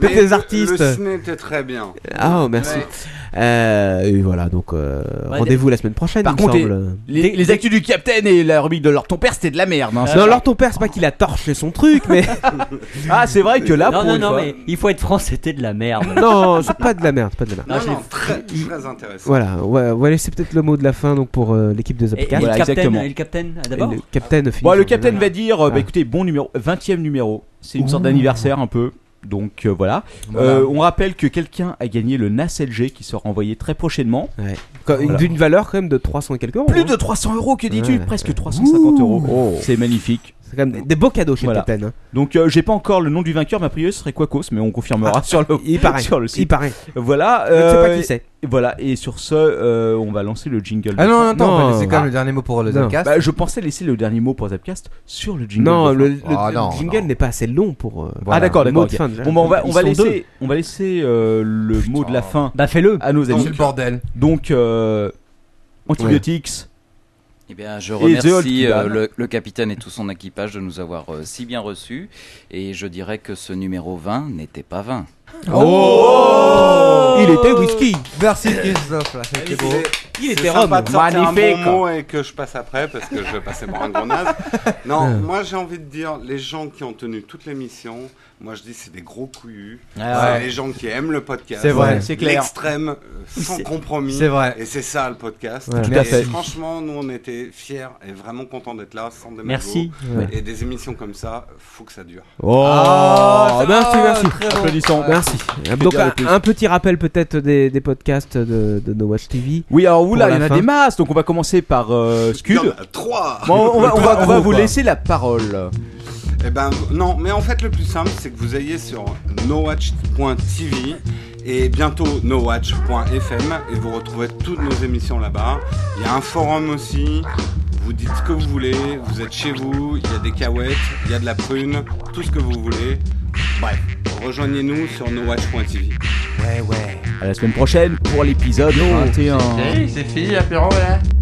I: Mais
F: tes artistes.
I: Le ciné était très bien.
F: Ah, oh, merci.
I: Ouais.
F: Euh, et voilà, donc euh,
I: Ouais,
F: rendez-vous la semaine prochaine.
D: Par
F: il me
D: contre,
F: semble.
D: les-
O: Les, les actus du Capitaine et la rubrique de Lord ton père, c'était de la merde. Hein,
F: non, alors ton père, c'est pas qu'il a torché son truc, mais.
D: ah, c'est vrai que
G: non, non, non, mais il faut être franc, c'était de la merde.
F: Non, c'est pas de la merde, c'est pas de la merde.
G: Non, non,
I: très, très intéressant.
F: Voilà, on va, on va laisser peut-être le mot de la fin donc pour euh, l'équipe de
G: Et- et
F: Zapcast.
G: le capitaine, et le capitaine, ah, d'abord
F: Et le capitaine finit
D: Bon, le
F: sur-
D: capitaine va dire euh, bah,
F: Ah.
D: écoutez, bon numéro, 20 e numéro. C'est une sorte
F: Ouh.
D: d'anniversaire un peu. Donc euh, voilà.
F: Voilà.
D: Euh, on rappelle que quelqu'un a gagné le NAS LG qui sera envoyé très prochainement.
F: Quand- une- D'une valeur quand même de 300 et quelques euros.
D: Plus
F: hein.
D: de 300 euros, que dis-tu
F: Ouais. Oh.
D: Presque 350 euros. C'est magnifique.
F: C'est quand même des, des beaux cadeaux chez
D: Voilà.
F: le capitaine. hein.
D: Donc euh, j'ai pas encore le nom du vainqueur, mais a priori ce serait Quacos, mais on confirmera
F: Ah,
D: sur le
F: il paraît,
D: Oh, sur le site.
F: il paraît.
D: Voilà. euh,
F: Je ne sais pas qui c'est.
D: et Voilà. Et sur ce, euh, on va lancer le jingle.
J: Ah
D: de
J: non,
D: fin.
J: attends, on va laisser quand même le dernier mot pour le
D: Non.
J: Zapcast.
D: Bah, je pensais laisser le dernier mot pour Zapcast sur le jingle.
F: Non,
D: de fin.
F: le, le- le jingle n'est pas assez long pour. euh,
D: Ah d'accord,
F: le
D: d'accord.
F: mot de
D: ok.
F: fin, déjà.
D: Bon, bah, on va on
F: Ils
D: va
F: sont
D: laisser
F: deux.
D: on va laisser euh, le mot de la fin.
G: Bah fais-le.
D: À nos amis.
J: c'est le bordel.
D: Donc euh, antibiotiques.
K: Eh bien, je
D: Et The Old
K: remercie
D: Kid.
K: euh, le, le capitaine et tout son équipage de nous avoir euh, si bien reçus. Et je dirais que ce numéro 20 n'était pas 20.
D: Oh.
J: Oh.
F: Il était whisky.
J: Merci Christophe, là, c'était beau.
F: Il
I: C'est sympa de sortir un bon mot et que je passe après parce que je passais pour un gros naze. Non, moi j'ai envie de dire les gens qui ont tenu toute l'émission, moi je dis c'est des gros couillus.
J: Ah
I: c'est
J: ouais.
I: les gens qui aiment le podcast.
J: C'est vrai, c'est clair.
I: L'extrême, euh, sans compromis.
J: c'est vrai.
I: Et c'est ça le podcast.
J: Ouais. Tout
I: Et
J: à fait.
I: Franchement, nous on était fiers et vraiment contents d'être là, sans démago.
G: Merci.
F: Ouais.
I: Et des émissions comme ça, faut que ça dure.
F: Oh,
D: Ah,
J: Ah,
F: merci, merci.
I: très bon. Applaudissons.
F: Merci.
I: Ouais.
F: Donc,
I: Plaisir
F: un,
I: de plus.
F: un petit rappel peut-être des, des podcasts de, de No Watch TV.
D: Oui, alors oula,
F: Pour
D: il y en
F: la
D: a
F: fin.
D: des masses. Donc on va commencer par euh, Scud.
I: Il y en a trois.
D: Bon, on va, on va, on va
I: Trois,
D: vous
I: quoi.
D: laisser la parole.
I: Eh ben non, mais en fait le plus simple c'est que vous ayez sur nowatch.tv et bientôt nowatch.fm et vous retrouvez toutes nos émissions là-bas. Il y a un forum aussi, vous dites ce que vous voulez, vous êtes chez vous, il y a des cahuètes, il y a de la prune, tout ce que vous voulez. Bref, rejoignez-nous sur nowatch.tv.
D: Ouais, ouais. À la semaine prochaine pour l'épisode 21.
N: c'est fini l'apéro hein. là